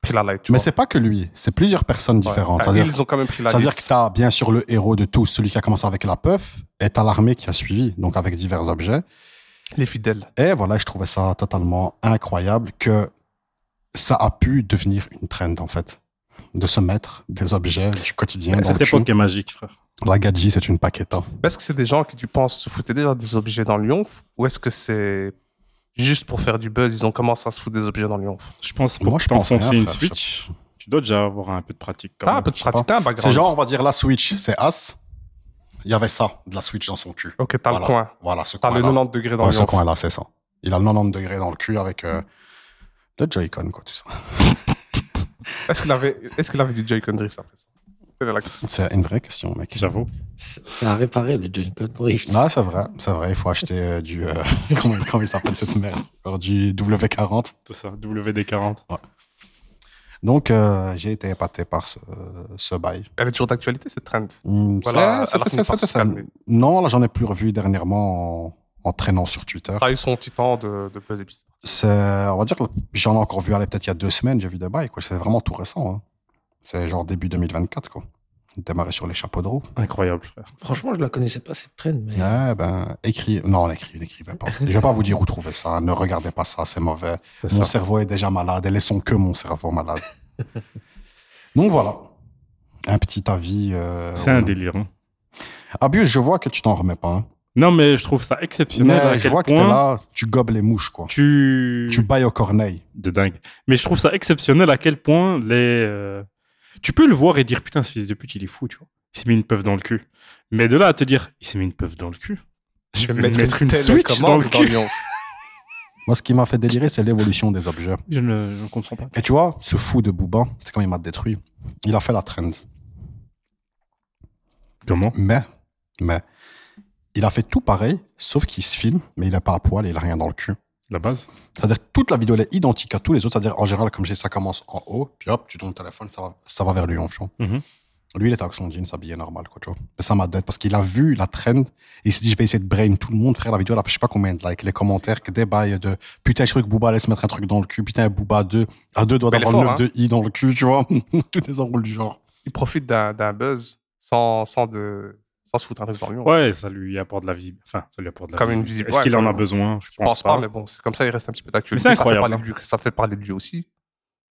[SPEAKER 4] pris la light. tu
[SPEAKER 3] Mais
[SPEAKER 4] vois.
[SPEAKER 3] c'est pas que lui, c'est plusieurs personnes
[SPEAKER 4] Ouais.
[SPEAKER 3] différentes.
[SPEAKER 4] Enfin,
[SPEAKER 3] C'est-à-dire-
[SPEAKER 4] Ils ont quand même pris la
[SPEAKER 3] C'est-à-dire
[SPEAKER 4] light.
[SPEAKER 3] que tu as bien sûr le héros de tous, celui qui a commencé avec la puff, et t'as l'armée qui a suivi, donc avec divers objets.
[SPEAKER 4] Les fidèles.
[SPEAKER 3] Et voilà, je trouvais ça totalement incroyable que ça a pu devenir une trend, en fait, de se mettre des objets du quotidien dans
[SPEAKER 2] Cette
[SPEAKER 3] le cul.
[SPEAKER 2] époque est magique, frère.
[SPEAKER 3] La gadji, c'est une hein. paqueta.
[SPEAKER 4] Est-ce que c'est des gens qui, tu penses, se foutaient déjà des objets dans le yonf ou est-ce que c'est juste pour faire du buzz, ils ont commencé à se foutre des objets dans le yonf
[SPEAKER 2] Je pense
[SPEAKER 3] Moi,
[SPEAKER 2] pour
[SPEAKER 3] je pense rien,
[SPEAKER 2] t'enfoncer une
[SPEAKER 3] frère, je
[SPEAKER 2] Switch, tu dois déjà avoir un peu de pratique. quand
[SPEAKER 4] Ah, un
[SPEAKER 2] même.
[SPEAKER 4] peu de
[SPEAKER 3] je sais
[SPEAKER 4] pratique, t'as un background.
[SPEAKER 3] C'est genre, on va dire, la Switch, c'est As. Il y avait ça, de la Switch dans son cul.
[SPEAKER 4] Ok, t'as
[SPEAKER 3] Voilà.
[SPEAKER 4] le coin.
[SPEAKER 3] Voilà, ce
[SPEAKER 4] T'as le
[SPEAKER 3] coin-là.
[SPEAKER 4] 90 degrés dans
[SPEAKER 3] Ouais,
[SPEAKER 4] le
[SPEAKER 3] ce
[SPEAKER 4] yonf.
[SPEAKER 3] coin-là, c'est ça. Il a le 90 degrés dans le cul avec euh, le Joy-Con, quoi, tout ça.
[SPEAKER 4] Est-ce qu'il avait, est qu'il avait du Joy-Con Drift après ça C'est la question.
[SPEAKER 3] C'est une vraie question, mec.
[SPEAKER 2] J'avoue.
[SPEAKER 5] C'est à réparer le Joy-Con. Oui, je-
[SPEAKER 3] Non, c'est vrai, c'est vrai, il faut acheter euh, du. euh, comment, comment il s'appelle cette merde Encore Du W40.
[SPEAKER 2] C'est ça, WD-40.
[SPEAKER 3] Donc, euh, j'ai été épaté par ce, ce bail.
[SPEAKER 4] Elle est toujours d'actualité, cette trend.
[SPEAKER 3] Hmm,
[SPEAKER 4] Voilà,
[SPEAKER 3] c'est-
[SPEAKER 4] elle a
[SPEAKER 3] c'était
[SPEAKER 4] fini
[SPEAKER 3] ça,
[SPEAKER 4] par
[SPEAKER 3] c'était
[SPEAKER 4] se
[SPEAKER 3] ça.
[SPEAKER 4] calmer.
[SPEAKER 3] Non, là, j'en ai plus revu dernièrement en, en traînant sur Twitter.
[SPEAKER 4] Ça a eu son petit temps de, de buzz et puis-
[SPEAKER 3] C'est- On va dire que j'en ai encore vu, allez, peut-être il y a deux semaines, j'ai vu des bails, quoi. C'est vraiment tout récent. hein. C'est genre début 2024, quoi. Démarrer sur les chapeaux de roue.
[SPEAKER 2] Incroyable, frère.
[SPEAKER 5] Franchement, je la connaissais pas cette trend, mais
[SPEAKER 3] Ouais, ben, écris. Non, n'écrivez n'écrivez pas. Je vais pas vous dire où trouver ça. Ne regardez pas ça, c'est mauvais.
[SPEAKER 2] C'est
[SPEAKER 3] Mon
[SPEAKER 2] ça.
[SPEAKER 3] cerveau est déjà malade et laissons que mon cerveau malade. Donc voilà. Un petit avis. euh,
[SPEAKER 2] C'est un
[SPEAKER 3] ouais.
[SPEAKER 2] délire. hein.
[SPEAKER 3] Abus, je vois que tu t'en remets pas. hein.
[SPEAKER 2] Non, mais je trouve ça exceptionnel à
[SPEAKER 3] Mais je
[SPEAKER 2] quel
[SPEAKER 3] vois que t'es
[SPEAKER 2] point
[SPEAKER 3] là, tu gobes les mouches, quoi.
[SPEAKER 2] tu...
[SPEAKER 3] Tu bailles aux corneilles.
[SPEAKER 2] De dingue. Mais je trouve ça exceptionnel à quel point les... euh, Tu peux le voir et dire, putain, ce fils de pute, il est fou, tu vois. Il s'est mis une puff dans le cul. Mais de là à te dire, il s'est mis une puff dans le cul. Je vais me mettre, une,
[SPEAKER 4] telle
[SPEAKER 2] Switch dans
[SPEAKER 4] commande
[SPEAKER 2] le cul.
[SPEAKER 4] yonf.
[SPEAKER 3] Moi, ce qui m'a fait délirer, c'est l'évolution des objets.
[SPEAKER 2] Je ne, je ne comprends pas.
[SPEAKER 3] Et tu vois, ce fou de Booba, c'est quand il m'a détruit. Il a fait la trend.
[SPEAKER 2] Comment
[SPEAKER 3] Mais, mais, il a fait tout pareil, sauf qu'il se filme, mais il a pas à poil et il a rien dans le cul.
[SPEAKER 2] La base
[SPEAKER 3] C'est-à-dire que toute la vidéo elle est identique à tous les autres. C'est-à-dire en général, comme je dis, ça commence en haut, puis hop, tu tournes le téléphone, ça va, ça va vers lui en fond.
[SPEAKER 2] Mhm.
[SPEAKER 3] Lui, il était avec son jean, s'habillait normal, quoi, tu vois. Et ça m'a dette parce qu'il a vu la trend et il s'est dit, je vais essayer de brain tout le monde, frère. La vidéo, elle a fait je sais pas combien de likes, les commentaires, que des bails de putain, je crois que Booba allait se mettre un truc dans le cul, putain, Booba à deux, à deux doigts
[SPEAKER 4] Mais il est
[SPEAKER 3] d'avoir
[SPEAKER 4] fort, hein.
[SPEAKER 3] 9 de i dans le cul, tu vois. Tous les enroules du genre.
[SPEAKER 4] Il profite d'un d'un buzz sans, sans, de, sans se foutre un truc dans le yonf.
[SPEAKER 2] Ouais, ça lui apporte de la visibilité. Enfin, ça lui apporte de la
[SPEAKER 4] Comme une
[SPEAKER 2] visibilité. Est-ce qu'il
[SPEAKER 4] visibilité, ouais,
[SPEAKER 2] en a
[SPEAKER 4] comme-
[SPEAKER 2] besoin Je
[SPEAKER 4] Je pense pas, mais bon, c'est comme ça, il reste un petit peu d'actualité.
[SPEAKER 2] Mais c'est
[SPEAKER 4] Ça fait
[SPEAKER 2] incroyable, hein.
[SPEAKER 4] parler de lui- Ça fait parler de lui aussi.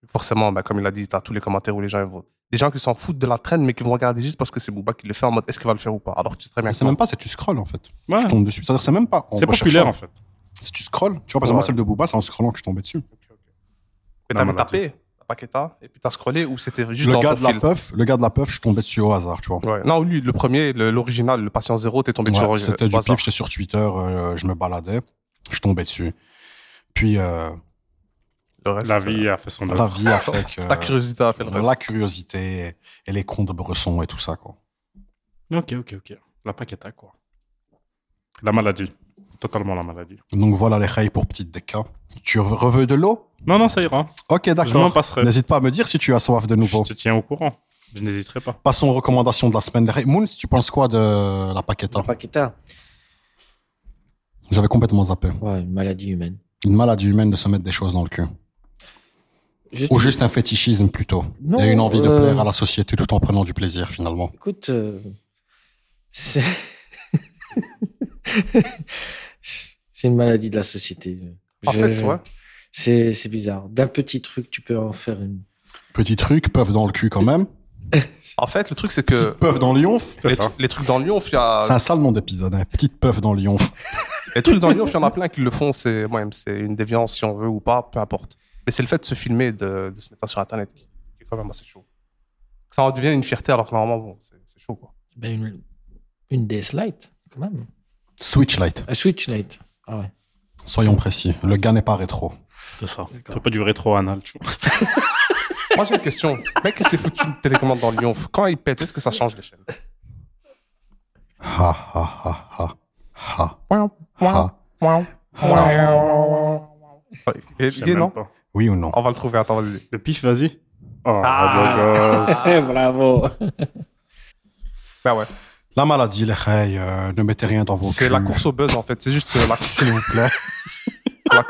[SPEAKER 4] Forcément, bah, comme il a dit, tu as tous les commentaires où les gens ils vont. Des gens qui s'en foutent de la traîne, mais qui vont regarder juste parce que c'est Booba qui le fait en mode est-ce qu'il va le faire ou pas Alors que tu sais très bien
[SPEAKER 3] Mais
[SPEAKER 4] que
[SPEAKER 3] c'est
[SPEAKER 4] non.
[SPEAKER 3] même pas, c'est tu scrolls, en fait.
[SPEAKER 2] Ouais.
[SPEAKER 3] Tu tombes dessus. C'est-à-dire, c'est même pas. en
[SPEAKER 2] C'est
[SPEAKER 3] recherchant.
[SPEAKER 2] populaire, en fait.
[SPEAKER 3] Si tu scrolls, tu vois, par exemple,
[SPEAKER 4] Ouais.
[SPEAKER 3] celle de Booba, c'est en scrollant que je tombais dessus.
[SPEAKER 4] Mais t'avais
[SPEAKER 2] Non, mais là,
[SPEAKER 4] tapé la paqueta et puis t'as scrollé ou c'était juste
[SPEAKER 3] Le
[SPEAKER 4] dans
[SPEAKER 3] gars,
[SPEAKER 4] ton
[SPEAKER 3] de la
[SPEAKER 4] fil.
[SPEAKER 3] puff, le gars de la puff, je tombais dessus au hasard, tu vois.
[SPEAKER 4] Ouais. Non, lui, le premier, le- l'original, le, patient zéro, t'es tombé
[SPEAKER 3] Ouais,
[SPEAKER 4] sur euh,
[SPEAKER 3] C'était du
[SPEAKER 4] au hasard.
[SPEAKER 3] pif, j'étais sur Twitter, euh, je me baladais, je tombais dessus. Puis euh,
[SPEAKER 4] Le reste,
[SPEAKER 2] La
[SPEAKER 4] euh,
[SPEAKER 2] vie a fait son
[SPEAKER 3] la
[SPEAKER 2] œuvre.
[SPEAKER 3] vie a fait que,
[SPEAKER 4] Ta curiosité a fait le
[SPEAKER 3] euh,
[SPEAKER 4] reste.
[SPEAKER 3] la curiosité et les cons de Bresson et tout ça. Quoi.
[SPEAKER 2] Ok, ok, ok. La paqueta, quoi. La maladie. Totalement la maladie.
[SPEAKER 3] Donc voilà les rails pour petite déca. Tu re- reveux de l'eau
[SPEAKER 2] Non, non, ça ira.
[SPEAKER 3] Ok,
[SPEAKER 2] Je m'en
[SPEAKER 3] d'accord.
[SPEAKER 2] passerai.
[SPEAKER 3] N'hésite pas à me dire si tu as soif de nouveau.
[SPEAKER 2] Je te tiens au courant. Je n'hésiterai pas.
[SPEAKER 3] Passons aux recommandations de la semaine. Les rails- Moons, tu penses quoi de la paqueta
[SPEAKER 5] la paqueta.
[SPEAKER 3] J'avais complètement zappé.
[SPEAKER 5] Ouais, une maladie humaine.
[SPEAKER 3] Une maladie humaine de se mettre des choses dans le cul.
[SPEAKER 5] Juste-
[SPEAKER 3] Ou juste un fétichisme plutôt.
[SPEAKER 5] Non,
[SPEAKER 3] et une envie de
[SPEAKER 5] euh,
[SPEAKER 3] plaire à la société tout en prenant du plaisir finalement.
[SPEAKER 5] Écoute, euh, c'est c'est une maladie de la société.
[SPEAKER 4] En
[SPEAKER 5] Je-
[SPEAKER 4] fait,
[SPEAKER 5] je-
[SPEAKER 4] ouais.
[SPEAKER 5] C'est c'est bizarre. D'un petit truc, tu peux en faire une.
[SPEAKER 3] Petit truc, peuvent dans le cul quand même.
[SPEAKER 4] En fait, le truc, c'est
[SPEAKER 3] Petite
[SPEAKER 4] que
[SPEAKER 3] peuvent dans Lyonf.
[SPEAKER 4] les,
[SPEAKER 2] C'est ça.
[SPEAKER 4] les trucs dans Lyon, il y a-
[SPEAKER 3] C'est un sale nom d'épisode, hein. Petite peuvent dans Lyonf.
[SPEAKER 4] les trucs dans Lyon, il y en a plein qui le font. C'est moi c'est une déviance si on veut ou pas, peu importe. Mais c'est le fait de se filmer, et de, de se mettre ça sur Internet qui qui est quand même assez chaud. Ça en devient une fierté alors que normalement, bon, c'est c'est chaud quoi.
[SPEAKER 5] Ben, une, une DS Lite, quand même.
[SPEAKER 3] Switch Lite.
[SPEAKER 5] Un Switch Lite. Ah ouais.
[SPEAKER 3] Soyons précis. Le gars n'est pas rétro.
[SPEAKER 2] C'est ça.
[SPEAKER 5] D'accord.
[SPEAKER 2] C'est pas du rétro anal, tu vois.
[SPEAKER 4] Moi j'ai une question. Le mec qui s'est foutu une télécommande dans Lyon, quand il pète, est-ce que ça change l'échelle
[SPEAKER 3] Ha ha ha ha. Ha ha.
[SPEAKER 4] Ouais, il est
[SPEAKER 2] Je sais
[SPEAKER 4] gay,
[SPEAKER 2] même
[SPEAKER 4] non
[SPEAKER 2] pas.
[SPEAKER 3] Oui ou non
[SPEAKER 4] On va le trouver, attends, vas-y.
[SPEAKER 2] Le pif, vas-y. Oh, beau
[SPEAKER 4] Ah.
[SPEAKER 2] gosse.
[SPEAKER 5] bravo.
[SPEAKER 4] Bah ouais.
[SPEAKER 3] La maladie, les reilles, euh, ne mettez rien dans vos
[SPEAKER 4] C'est
[SPEAKER 3] culs.
[SPEAKER 4] la course au buzz en fait. C'est juste euh, la
[SPEAKER 3] S'il vous plaît.
[SPEAKER 4] La-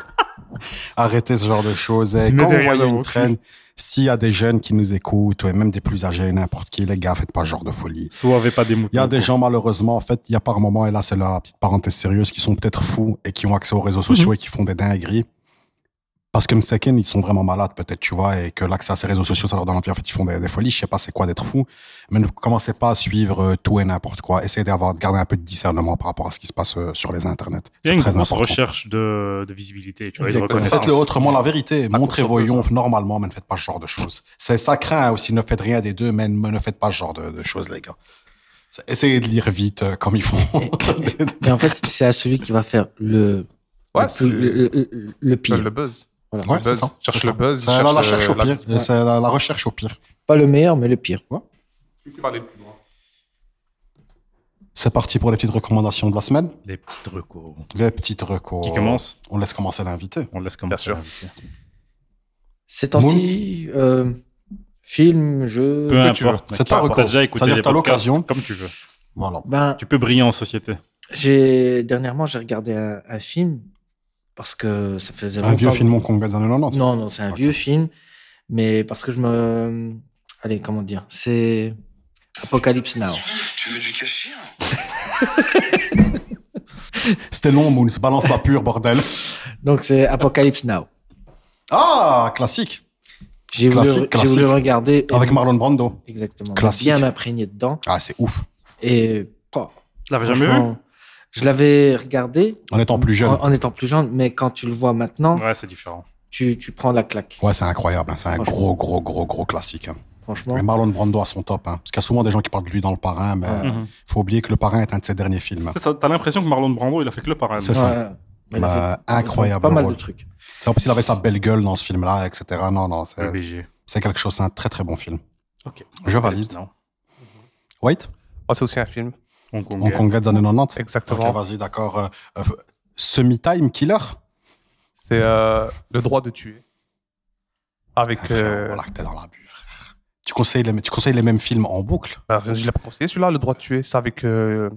[SPEAKER 3] Arrêtez ce genre de choses. Et
[SPEAKER 2] Mettez
[SPEAKER 3] quand vous
[SPEAKER 2] rien dans
[SPEAKER 3] voyez une
[SPEAKER 2] vos culs.
[SPEAKER 3] traîne, s'il y a des jeunes qui nous écoutent, et même des plus âgés, n'importe qui, les gars, faites pas ce genre de folie.
[SPEAKER 2] Soit avait pas des moutons.
[SPEAKER 3] Il y a des gens, malheureusement, en fait, il y a par moments, et là, c'est la petite parenthèse sérieuse, qui sont peut-être fous et qui ont accès aux réseaux sociaux et qui font des dingueries. Parce que Mseken, ils sont vraiment malades, peut-être, tu vois, et que l'accès à ces réseaux sociaux, ça leur donne envie. En fait, ils font des, des folies. Je sais pas c'est quoi d'être fou. Mais ne commencez pas à suivre euh, tout et n'importe quoi. Essayez d'avoir, de garder un peu de discernement par rapport à ce qui se passe euh, sur les internets.
[SPEAKER 2] Il y a
[SPEAKER 3] C'est
[SPEAKER 2] une
[SPEAKER 3] très
[SPEAKER 2] grosse
[SPEAKER 3] important.
[SPEAKER 2] recherche de, de visibilité, tu vois, et de
[SPEAKER 5] Exactement.
[SPEAKER 2] reconnaissance.
[SPEAKER 3] Faites-le autrement la vérité.
[SPEAKER 4] La
[SPEAKER 3] Montrez
[SPEAKER 4] course
[SPEAKER 3] vos
[SPEAKER 4] au buzz,
[SPEAKER 3] yonfs normalement, mais ne faites pas ce genre de choses. C'est ça craint hein, aussi. Ne faites rien des deux, mais ne ne faites pas ce genre de, de choses, les gars. C'est- Essayez de lire vite euh, comme ils font.
[SPEAKER 5] Et en fait, c'est à celui qui va faire le,
[SPEAKER 4] Ouais,
[SPEAKER 5] le,
[SPEAKER 4] c'est
[SPEAKER 5] plus- le, le- le- le pire.
[SPEAKER 4] le buzz.
[SPEAKER 5] Voilà.
[SPEAKER 3] Ouais,
[SPEAKER 4] Le
[SPEAKER 3] c'est
[SPEAKER 4] buzz.
[SPEAKER 3] ça.
[SPEAKER 4] Cherche
[SPEAKER 3] c'est
[SPEAKER 4] le
[SPEAKER 3] ça.
[SPEAKER 4] buzz,
[SPEAKER 3] C'est la, la
[SPEAKER 4] cherche
[SPEAKER 5] euh,
[SPEAKER 3] recherche
[SPEAKER 4] le-
[SPEAKER 3] au
[SPEAKER 4] la-
[SPEAKER 3] pire.
[SPEAKER 4] ouais.
[SPEAKER 3] C'est la, la recherche au pire.
[SPEAKER 5] Pas le meilleur, mais le pire.
[SPEAKER 4] Tu peux aller plus loin.
[SPEAKER 3] C'est parti pour les petites recommandations de la semaine.
[SPEAKER 2] Les petites recours.
[SPEAKER 3] Les petites recos.
[SPEAKER 2] Qui commence
[SPEAKER 3] On laisse commencer l'invité.
[SPEAKER 2] On laisse commencer.
[SPEAKER 4] sûr.
[SPEAKER 5] Ces temps-ci, euh, film, jeu.
[SPEAKER 2] Peu
[SPEAKER 3] tu veux.
[SPEAKER 2] importe.
[SPEAKER 3] C'est
[SPEAKER 2] mec,
[SPEAKER 3] ta
[SPEAKER 2] peu importe.
[SPEAKER 3] reco.
[SPEAKER 2] T'as déjà écouté
[SPEAKER 3] C'est-à-dire
[SPEAKER 2] les
[SPEAKER 3] t'as
[SPEAKER 2] podcasts
[SPEAKER 3] l'occasion.
[SPEAKER 2] Comme tu veux.
[SPEAKER 3] Voilà.
[SPEAKER 5] Ben,
[SPEAKER 2] Tu peux briller en société.
[SPEAKER 5] j'ai dernièrement, j'ai regardé un, un film parce que ça faisait
[SPEAKER 3] Un
[SPEAKER 5] longtemps.
[SPEAKER 3] vieux film hongkongais des années 90.
[SPEAKER 5] Non, non, c'est un
[SPEAKER 3] Ok.
[SPEAKER 5] vieux film, mais parce que je me. Allez, comment dire C'est Apocalypse Now.
[SPEAKER 6] Tu veux du cachir
[SPEAKER 3] C'était long, Moons. Balance la pure, bordel.
[SPEAKER 5] Donc c'est Apocalypse Now.
[SPEAKER 3] Ah, classique.
[SPEAKER 5] J'ai voulu,
[SPEAKER 3] Classique,
[SPEAKER 5] j'ai
[SPEAKER 3] classique.
[SPEAKER 5] voulu regarder. et-
[SPEAKER 3] Avec Marlon Brando.
[SPEAKER 5] Exactement.
[SPEAKER 3] Classique.
[SPEAKER 5] Bien m'imprégner dedans.
[SPEAKER 3] Ah, c'est ouf.
[SPEAKER 5] Et. oh,
[SPEAKER 2] Tu l'avais jamais vu
[SPEAKER 5] franchement, Je l'avais regardé.
[SPEAKER 3] En étant plus jeune.
[SPEAKER 5] En, en étant plus jeune, mais quand tu le vois maintenant,
[SPEAKER 2] Ouais, c'est différent.
[SPEAKER 5] tu, tu prends la claque.
[SPEAKER 3] Ouais, c'est incroyable. hein. C'est un
[SPEAKER 5] Franchement.
[SPEAKER 3] gros, gros, gros, gros classique. hein.
[SPEAKER 5] Franchement.
[SPEAKER 3] Mais Marlon Brando à son top. hein. Parce qu'il y a souvent des gens qui parlent de lui dans Le Parrain, mais
[SPEAKER 5] Ouais.
[SPEAKER 2] Mhm.
[SPEAKER 3] faut oublier que Le Parrain est un de ses derniers films.
[SPEAKER 2] Ça, T'as l'impression que Marlon Brando, il a fait que le parrain.
[SPEAKER 3] C'est ça.
[SPEAKER 5] Ouais. Mais il a
[SPEAKER 3] Bah,
[SPEAKER 5] fait-
[SPEAKER 3] incroyable
[SPEAKER 5] Pas mal
[SPEAKER 3] rôle.
[SPEAKER 5] de trucs.
[SPEAKER 3] C'est en plus, il avait sa belle gueule dans ce film-là, etc. Non, non, c'est
[SPEAKER 2] BG.
[SPEAKER 3] c'est quelque chose. C'est un très, très bon film.
[SPEAKER 2] Ok.
[SPEAKER 3] Je valide.
[SPEAKER 2] Non.
[SPEAKER 3] Wait,
[SPEAKER 4] Oh, c'est aussi un film.
[SPEAKER 2] Hong Kong.
[SPEAKER 3] Hongkongais des années 90.
[SPEAKER 4] Exactement.
[SPEAKER 3] Ok, vas-y, d'accord. Euh, euh, Semi-time killer
[SPEAKER 4] C'est euh, le droit de tuer. Avec.
[SPEAKER 3] Frère,
[SPEAKER 4] euh,
[SPEAKER 3] Ah, Voilà, que t'es dans la bulle, frère. Tu conseilles, les, tu conseilles les mêmes films en boucle
[SPEAKER 4] alors, je l'ai pas conseillé celui-là, le droit de tuer. C'est avec euh,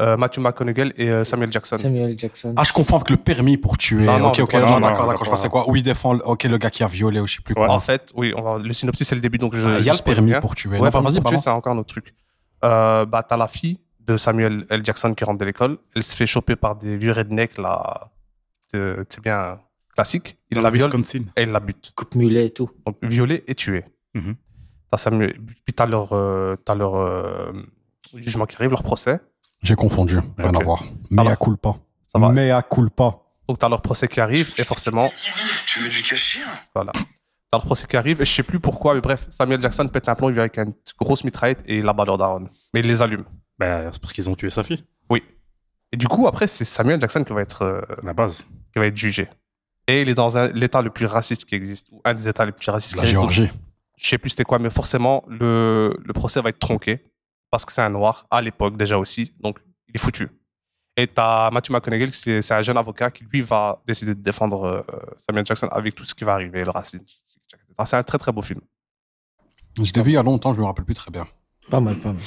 [SPEAKER 4] euh, Matthew McConaughey et euh, Samuel Jackson.
[SPEAKER 5] Samuel Jackson.
[SPEAKER 3] Ah, je confonds avec le permis pour tuer.
[SPEAKER 4] Non, non,
[SPEAKER 3] ok, ok,
[SPEAKER 4] non,
[SPEAKER 3] non,
[SPEAKER 2] non,
[SPEAKER 3] d'accord,
[SPEAKER 2] non,
[SPEAKER 3] d'accord. Je vois
[SPEAKER 2] non.
[SPEAKER 3] c'est quoi. Où il défend le- ok, le gars qui a violé ou je sais plus
[SPEAKER 2] Ouais.
[SPEAKER 3] quoi.
[SPEAKER 4] En fait, oui, on va- le synopsis c'est le début, donc je.
[SPEAKER 3] Ah, Il y
[SPEAKER 4] je
[SPEAKER 3] a le
[SPEAKER 4] spoil
[SPEAKER 3] permis
[SPEAKER 4] rien.
[SPEAKER 3] pour tuer.
[SPEAKER 4] Ouais,
[SPEAKER 3] Non,
[SPEAKER 4] enfin,
[SPEAKER 3] vas-y,
[SPEAKER 4] pour tuer,
[SPEAKER 3] pardon.
[SPEAKER 4] c'est encore un autre truc. Euh, bah, t'as la fille de Samuel L. Jackson qui rentre de l'école. Elle se fait choper par des vieux rednecks, là. de- C'est bien classique. Il la viole
[SPEAKER 2] Wisconsin.
[SPEAKER 4] et il la bute.
[SPEAKER 5] Coupe mulet et tout.
[SPEAKER 4] Donc, violée et tuée.
[SPEAKER 2] Mhm.
[SPEAKER 4] T'as Samuel- Puis t'as leur, euh, t'as leur euh, jugement qui arrive, leur procès.
[SPEAKER 3] J'ai confondu. Rien
[SPEAKER 4] Ok.
[SPEAKER 3] à voir. Mea
[SPEAKER 4] va.
[SPEAKER 3] culpa.
[SPEAKER 4] Ça va.
[SPEAKER 3] Mea culpa.
[SPEAKER 4] Donc, t'as leur procès qui arrive, et forcément,
[SPEAKER 6] Tu veux du hein. cachir
[SPEAKER 4] voilà. T'as leur procès qui arrive, et je sais plus pourquoi, mais bref, Samuel Jackson pète un plomb, il vient avec une grosse mitraillette et il abat leur daronne. Mais il les allume.
[SPEAKER 2] Bah, c'est parce qu'ils ont tué sa fille,
[SPEAKER 4] Et du coup, après, c'est Samuel Jackson qui va être, euh,
[SPEAKER 2] à la base.
[SPEAKER 4] qui va être jugé. Et il est dans un- l'état le plus raciste qui existe, ou un des états les plus racistes qui
[SPEAKER 3] La
[SPEAKER 4] existe. Donc,
[SPEAKER 3] Géorgie.
[SPEAKER 4] Je sais plus c'était quoi, mais forcément, le, le procès va être tronqué, parce que c'est un noir, à l'époque déjà aussi, donc il est foutu. Et t'as Matthew McConaughey, qui c'est c'est un jeune avocat qui, lui, va décider de défendre euh, Samuel Jackson avec tout ce qui va arriver, le racisme. Enfin, c'est un très très beau film.
[SPEAKER 3] Je l'ai vu il y a longtemps, je me rappelle plus très bien.
[SPEAKER 5] Pas mal, pas mal.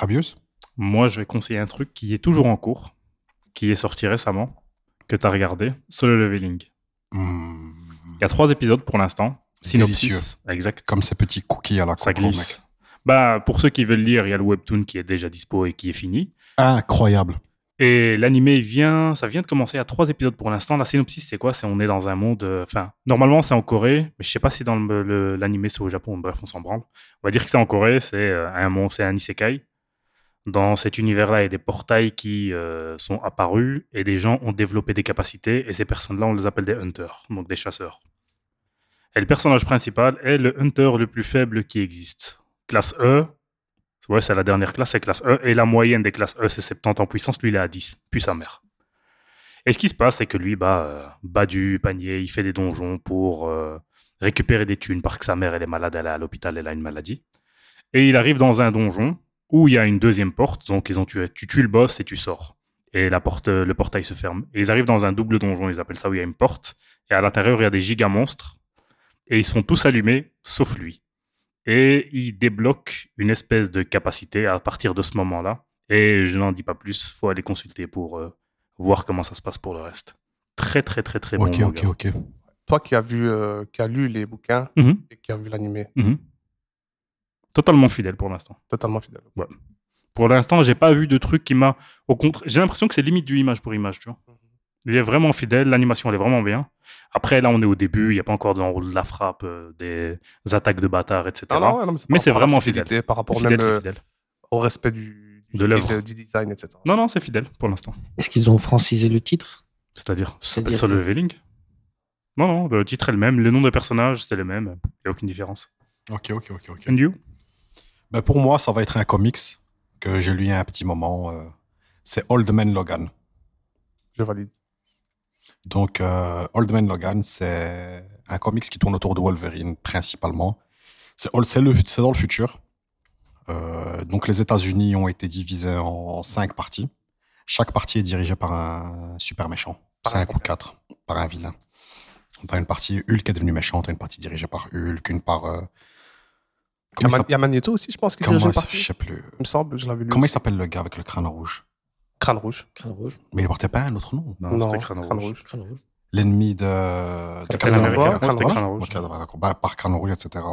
[SPEAKER 3] Habius
[SPEAKER 2] Moi, je vais conseiller un truc qui est toujours en cours, qui est sorti récemment, que t'as regardé, Solo Leveling.
[SPEAKER 3] Hmm.
[SPEAKER 2] Il y a trois épisodes pour l'instant. Synopsis.
[SPEAKER 3] Délicieux.
[SPEAKER 2] Exact.
[SPEAKER 3] Comme ces petits cookies à la
[SPEAKER 2] Ça
[SPEAKER 3] Coco, mec.
[SPEAKER 2] glisse. Bah, pour ceux qui veulent lire, il y a le webtoon qui est déjà dispo et qui est fini.
[SPEAKER 3] Incroyable.
[SPEAKER 2] Et l'animé vient, ça vient de commencer à trois épisodes pour l'instant. La synopsis, c'est quoi C'est on est dans un monde. euh, Enfin, normalement, c'est en Corée, mais je sais pas si dans le- le- l'animé c'est au Japon. Bref, on s'en branle. On va dire que c'est en Corée. C'est euh, un monde, c'est un isekai. Dans cet univers-là, il y a des portails qui euh, sont apparus et des gens ont développé des capacités. Et ces personnes-là, on les appelle des hunters, donc des chasseurs. Et le personnage principal est le hunter le plus faible qui existe. Classe E, Ouais, c'est la dernière classe, c'est classe E. Et la moyenne des classes E, c'est 70 en puissance. Lui, il est à 10. Puis sa mère. Et ce qui se passe, c'est que lui, bah, euh, bat du panier, il fait des donjons pour euh, récupérer des thunes parce que sa mère, elle est malade, elle est à l'hôpital, elle a une maladie. Et il arrive dans un donjon où il y a une deuxième porte. Donc, ils ont tué, tu tues le boss et tu sors. Et la porte, euh, le portail se ferme. Et ils arrivent dans un double donjon, ils appellent ça, où il y a une porte. Et à l'intérieur, il y a des gigamonstres. Et ils sont tous allumés, sauf lui et il débloque une espèce de capacité à partir de ce moment-là. Et je n'en dis pas plus, faut aller consulter pour euh, voir comment ça se passe pour le reste. Très très très très
[SPEAKER 3] Ok,
[SPEAKER 2] bon.
[SPEAKER 3] ok,
[SPEAKER 2] manga.
[SPEAKER 3] ok.
[SPEAKER 4] Toi qui as vu, euh, qui as lu les bouquins
[SPEAKER 2] Mhm,
[SPEAKER 4] et qui as vu l'animé,
[SPEAKER 2] mhm. Totalement fidèle pour l'instant.
[SPEAKER 4] totalement fidèle.
[SPEAKER 2] Pour l'instant, j'ai pas vu de truc qui m'a. Au contraire, j'ai l'impression que c'est limite du image pour image, tu vois. Il est vraiment fidèle, l'animation elle est vraiment bien. Après, là, on est au début, il n'y a pas encore de de la frappe, euh, des attaques de bâtards, etc.
[SPEAKER 4] Ah non, ouais, non,
[SPEAKER 2] Mais
[SPEAKER 4] par
[SPEAKER 2] c'est
[SPEAKER 4] rapport à la
[SPEAKER 2] vraiment
[SPEAKER 4] fidélité,
[SPEAKER 2] fidèle.
[SPEAKER 4] Par rapport
[SPEAKER 2] Fidèle,
[SPEAKER 4] même
[SPEAKER 2] c'est
[SPEAKER 4] euh,
[SPEAKER 2] fidèle.
[SPEAKER 4] au respect du, du
[SPEAKER 2] De l'œuvre.
[SPEAKER 4] style, euh, du design, etc.
[SPEAKER 2] Non, non, c'est fidèle pour l'instant.
[SPEAKER 5] Est-ce qu'ils ont francisé le titre
[SPEAKER 2] C'est-à-dire, ça
[SPEAKER 5] C'est-à-dire
[SPEAKER 2] s'appelle ça le
[SPEAKER 5] que-
[SPEAKER 2] leveling Non, non, le titre est le même, le nom des personnages, c'est le même, il n'y a aucune différence.
[SPEAKER 3] Ok, ok, ok, ok.
[SPEAKER 2] And you
[SPEAKER 3] Ben, pour moi, ça va être un comics que j'ai lu il y a un petit moment. euh, c'est Old Man Logan.
[SPEAKER 4] Je valide.
[SPEAKER 3] Donc, euh, Old Man Logan, c'est un comics qui tourne autour de Wolverine principalement. C'est old- c'est le- c'est dans le futur. Euh, donc, les États-Unis ont été divisés en cinq parties. Chaque partie est dirigée par un super méchant,
[SPEAKER 4] Par un
[SPEAKER 3] cinq ou
[SPEAKER 4] super.
[SPEAKER 3] quatre, par un vilain. T'as une partie Hulk qui est devenue méchante, t'as une partie dirigée par Hulk, une par. euh,
[SPEAKER 4] Il y a
[SPEAKER 3] Comment il
[SPEAKER 4] Man-
[SPEAKER 3] s'appelle-
[SPEAKER 4] il y a Magneto aussi, je pense, qui
[SPEAKER 3] comment
[SPEAKER 4] dirige une
[SPEAKER 3] il s'appelle
[SPEAKER 4] partie.
[SPEAKER 3] Je sais plus.
[SPEAKER 4] Il me semble, je l'avais lu.
[SPEAKER 3] Comment il
[SPEAKER 4] aussi.
[SPEAKER 3] s'appelle le gars avec le crâne rouge
[SPEAKER 4] Crâne rouge.
[SPEAKER 5] Crâne rouge.
[SPEAKER 3] Mais il portait pas un autre nom.
[SPEAKER 2] Non, c'était Crâne Rouge.
[SPEAKER 5] Crâne rouge.
[SPEAKER 3] L'ennemi de. de
[SPEAKER 2] Captain
[SPEAKER 4] Crâne
[SPEAKER 2] America,
[SPEAKER 4] Rouge,
[SPEAKER 2] ouais,
[SPEAKER 4] Crâne
[SPEAKER 2] c'était
[SPEAKER 4] Rouge.
[SPEAKER 2] Crâne Rouge.
[SPEAKER 3] Ok, d'accord. Bah, par Crâne Rouge, etc.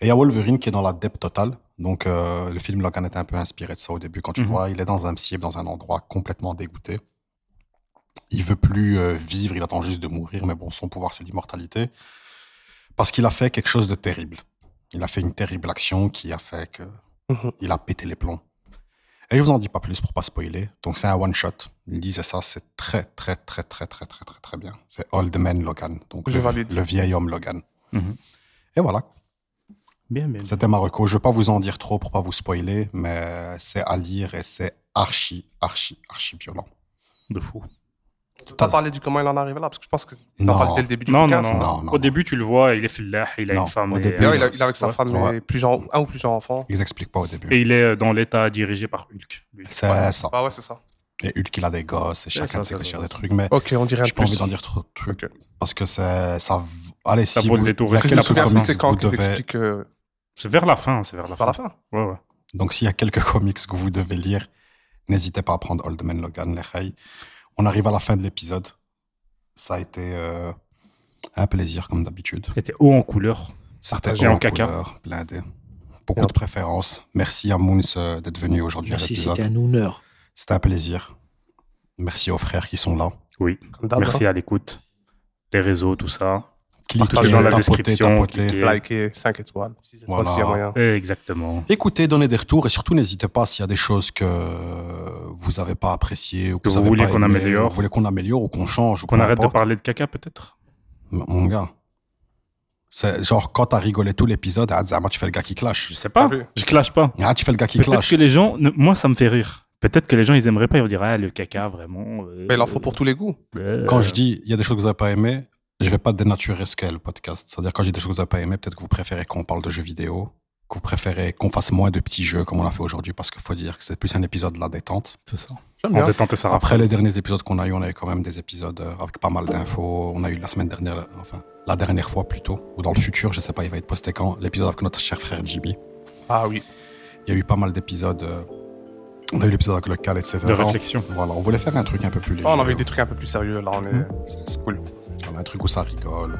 [SPEAKER 3] Et il y a Wolverine qui est dans la dep totale. Donc, euh, le film Logan était un peu inspiré de ça au début. Quand tu
[SPEAKER 2] Mhm.
[SPEAKER 3] vois, il est dans un psy, dans un endroit complètement dégoûté. Il veut plus euh, vivre, il attend juste de mourir, mais bon, son pouvoir, c'est l'immortalité. Parce qu'il a fait quelque chose de terrible. Il a fait une terrible action qui a fait que
[SPEAKER 4] Mhm.
[SPEAKER 3] il a pété les plombs. Et je vous en dis pas plus pour pas spoiler. Donc, c'est un one-shot. Ils disent ça, c'est très, très, très, très, très, très, très, très bien. C'est Old Man Logan. Donc,
[SPEAKER 4] Je
[SPEAKER 3] le-
[SPEAKER 4] valide.
[SPEAKER 3] le vieil homme Logan.
[SPEAKER 2] Mhm.
[SPEAKER 3] Et voilà,
[SPEAKER 2] Bien, bien.
[SPEAKER 3] c'était ma reco. Je ne vais pas vous en dire trop pour pas vous spoiler, mais c'est à lire et c'est archi, archi, archi violent.
[SPEAKER 2] De fou.
[SPEAKER 4] Tu as parlé du comment il en est arrivé là, parce que je pense que tu
[SPEAKER 3] Non.
[SPEAKER 4] parlé dès le début du
[SPEAKER 2] Non, non,
[SPEAKER 4] bouquin. ça.
[SPEAKER 2] non,
[SPEAKER 3] Non, non,
[SPEAKER 2] Au
[SPEAKER 3] non.
[SPEAKER 2] début, tu le vois, il est fillah, il a
[SPEAKER 3] Non,
[SPEAKER 2] une femme.
[SPEAKER 3] au
[SPEAKER 2] et-
[SPEAKER 3] début,
[SPEAKER 4] D'ailleurs, il, a- il est avec sa
[SPEAKER 2] Ouais.
[SPEAKER 4] femme
[SPEAKER 3] Ouais.
[SPEAKER 4] et plus en- un ou plusieurs enfants.
[SPEAKER 3] Ils expliquent pas au début.
[SPEAKER 2] Et il est euh, dans l'état dirigé par Hulk. lui.
[SPEAKER 3] C'est ça.
[SPEAKER 4] Ah ouais, c'est ça.
[SPEAKER 3] Et Hulk, il a des gosses, et
[SPEAKER 2] ça,
[SPEAKER 3] chacun de ses
[SPEAKER 2] ça,
[SPEAKER 3] déchire
[SPEAKER 2] ça,
[SPEAKER 3] des
[SPEAKER 2] ça.
[SPEAKER 3] trucs, mais
[SPEAKER 4] Ok, on dirait
[SPEAKER 3] je n'ai pas
[SPEAKER 4] plus.
[SPEAKER 3] envie d'en dire trop de trucs.
[SPEAKER 4] Ok.
[SPEAKER 3] Parce que c'est- ça. v- Allez,
[SPEAKER 2] Ça
[SPEAKER 3] si
[SPEAKER 2] vaut le
[SPEAKER 3] vous-
[SPEAKER 2] détour.
[SPEAKER 3] il y a
[SPEAKER 2] Est-ce que
[SPEAKER 4] Je me
[SPEAKER 2] la
[SPEAKER 3] quelques
[SPEAKER 4] souviens,
[SPEAKER 2] première
[SPEAKER 3] comics
[SPEAKER 4] c'est
[SPEAKER 3] que
[SPEAKER 4] quand
[SPEAKER 3] vous
[SPEAKER 4] qu'ils
[SPEAKER 3] devez-
[SPEAKER 4] expliquent euh,
[SPEAKER 2] C'est vers la fin, c'est vers la
[SPEAKER 4] par
[SPEAKER 2] fin.
[SPEAKER 4] la fin.
[SPEAKER 2] Ouais, ouais.
[SPEAKER 3] Donc, s'il y a quelques comics que vous devez lire, n'hésitez pas à prendre Old Man Logan, les Rey. On arrive à la fin de l'épisode. Ça a été euh, un plaisir, comme d'habitude.
[SPEAKER 2] C'était haut en couleur.
[SPEAKER 3] Certains
[SPEAKER 2] Partagé en
[SPEAKER 3] en
[SPEAKER 2] caca.
[SPEAKER 3] couleur, blindé. Beaucoup de préférences. Merci à Moons euh, d'être venu aujourd'hui à
[SPEAKER 5] Merci, c'était
[SPEAKER 3] l'épisode.
[SPEAKER 5] un honneur.
[SPEAKER 3] C'était un plaisir. Merci aux frères qui sont là.
[SPEAKER 2] Oui.
[SPEAKER 4] Comme d'hab. hein.
[SPEAKER 2] Merci à l'écoute. Les réseaux, tout ça. Tout est
[SPEAKER 3] Cliquez,
[SPEAKER 2] dans la
[SPEAKER 3] tapotez,
[SPEAKER 2] description.
[SPEAKER 3] tapotez.
[SPEAKER 2] cliquez.
[SPEAKER 4] Liker 5 étoiles. 6 étoiles
[SPEAKER 3] Voilà.
[SPEAKER 4] s'il y a moyen.
[SPEAKER 2] Exactement.
[SPEAKER 3] Écoutez, donnez des retours et surtout n'hésitez pas s'il y a des choses que vous n'avez pas appréciées ou que
[SPEAKER 2] Que
[SPEAKER 3] vous,
[SPEAKER 2] vous
[SPEAKER 3] avez
[SPEAKER 2] voulez
[SPEAKER 3] pas
[SPEAKER 2] qu'on
[SPEAKER 3] aimées,
[SPEAKER 2] améliore.
[SPEAKER 3] Vous voulez qu'on améliore ou qu'on change ou
[SPEAKER 2] Qu'on
[SPEAKER 3] peu
[SPEAKER 2] arrête de
[SPEAKER 3] importe.
[SPEAKER 2] parler de caca, peut-être
[SPEAKER 3] M- Mon gars, c'est genre quand t'as rigolé tout l'épisode, ah, Zama, tu fais le gars qui clash.
[SPEAKER 2] Je sais pas.
[SPEAKER 4] T'as vu
[SPEAKER 2] Je clash pas.
[SPEAKER 3] Ah, tu fais le gars qui
[SPEAKER 2] Peut-être
[SPEAKER 3] clash.
[SPEAKER 2] que les gens, ne- moi ça me fait rire. Peut-être que les gens ils aimeraient pas, ils vont dire ah le caca vraiment. euh,
[SPEAKER 4] Mais il en faut pour tous les goûts.
[SPEAKER 2] euh,
[SPEAKER 3] Quand je dis il y a des choses que vous n'avez pas aimées, je vais pas dénaturer ce qu'est le podcast. C'est-à-dire quand j'ai des choses que vous n'avez pas aimées, peut-être que vous préférez qu'on parle de jeux vidéo, que vous préférez qu'on fasse moins de petits jeux comme on a fait aujourd'hui, parce qu'il faut dire que c'est plus un épisode de la détente.
[SPEAKER 2] c'est ça.
[SPEAKER 4] J'aime
[SPEAKER 2] On
[SPEAKER 4] bien.
[SPEAKER 2] t'a tenté ça
[SPEAKER 3] Après les derniers épisodes qu'on a eu, on a eu quand même des épisodes euh, avec pas mal d'infos. On a eu la semaine dernière, enfin la dernière fois plutôt, ou dans le futur, je sais pas, il va être posté quand, l'épisode avec notre cher frère Jimmy.
[SPEAKER 4] Ah oui.
[SPEAKER 3] Il y a eu pas mal d'épisodes. euh, on a eu l'épisode avec le Cal, etc.
[SPEAKER 2] de réflexion.
[SPEAKER 3] Voilà, on voulait faire un truc un peu plus léger. Mhm.
[SPEAKER 4] Oh, on avait des trucs un peu plus sérieux là. On est...
[SPEAKER 3] C'est- c'est
[SPEAKER 4] Cool.
[SPEAKER 3] Voilà, un truc où ça rigole.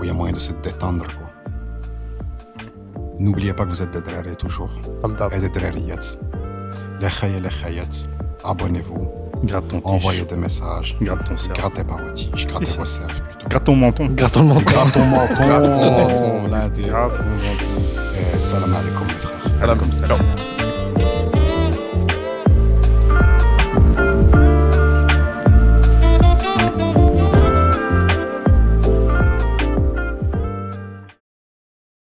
[SPEAKER 3] où il y a moyen de se détendre. quoi. N'oubliez pas que vous êtes des drarés toujours.
[SPEAKER 4] Comme d'hab.
[SPEAKER 3] Et des drariettes. Les khayes, les khayettes. Abonnez-vous.
[SPEAKER 2] Gratte ton
[SPEAKER 3] Envoyez
[SPEAKER 2] tige.
[SPEAKER 3] des messages.
[SPEAKER 2] Gratte ton cerf.
[SPEAKER 3] Grattez pas vos tiges. Grattez vos cerfs plutôt.
[SPEAKER 2] Gratte ton menton.
[SPEAKER 5] Grattons le menton.
[SPEAKER 3] Grattez ton menton.
[SPEAKER 4] Grattez ton menton.
[SPEAKER 3] Grattez ton menton.
[SPEAKER 2] Gratte ton menton.
[SPEAKER 3] Salam alaikum les frères.
[SPEAKER 4] Salam. Ciao.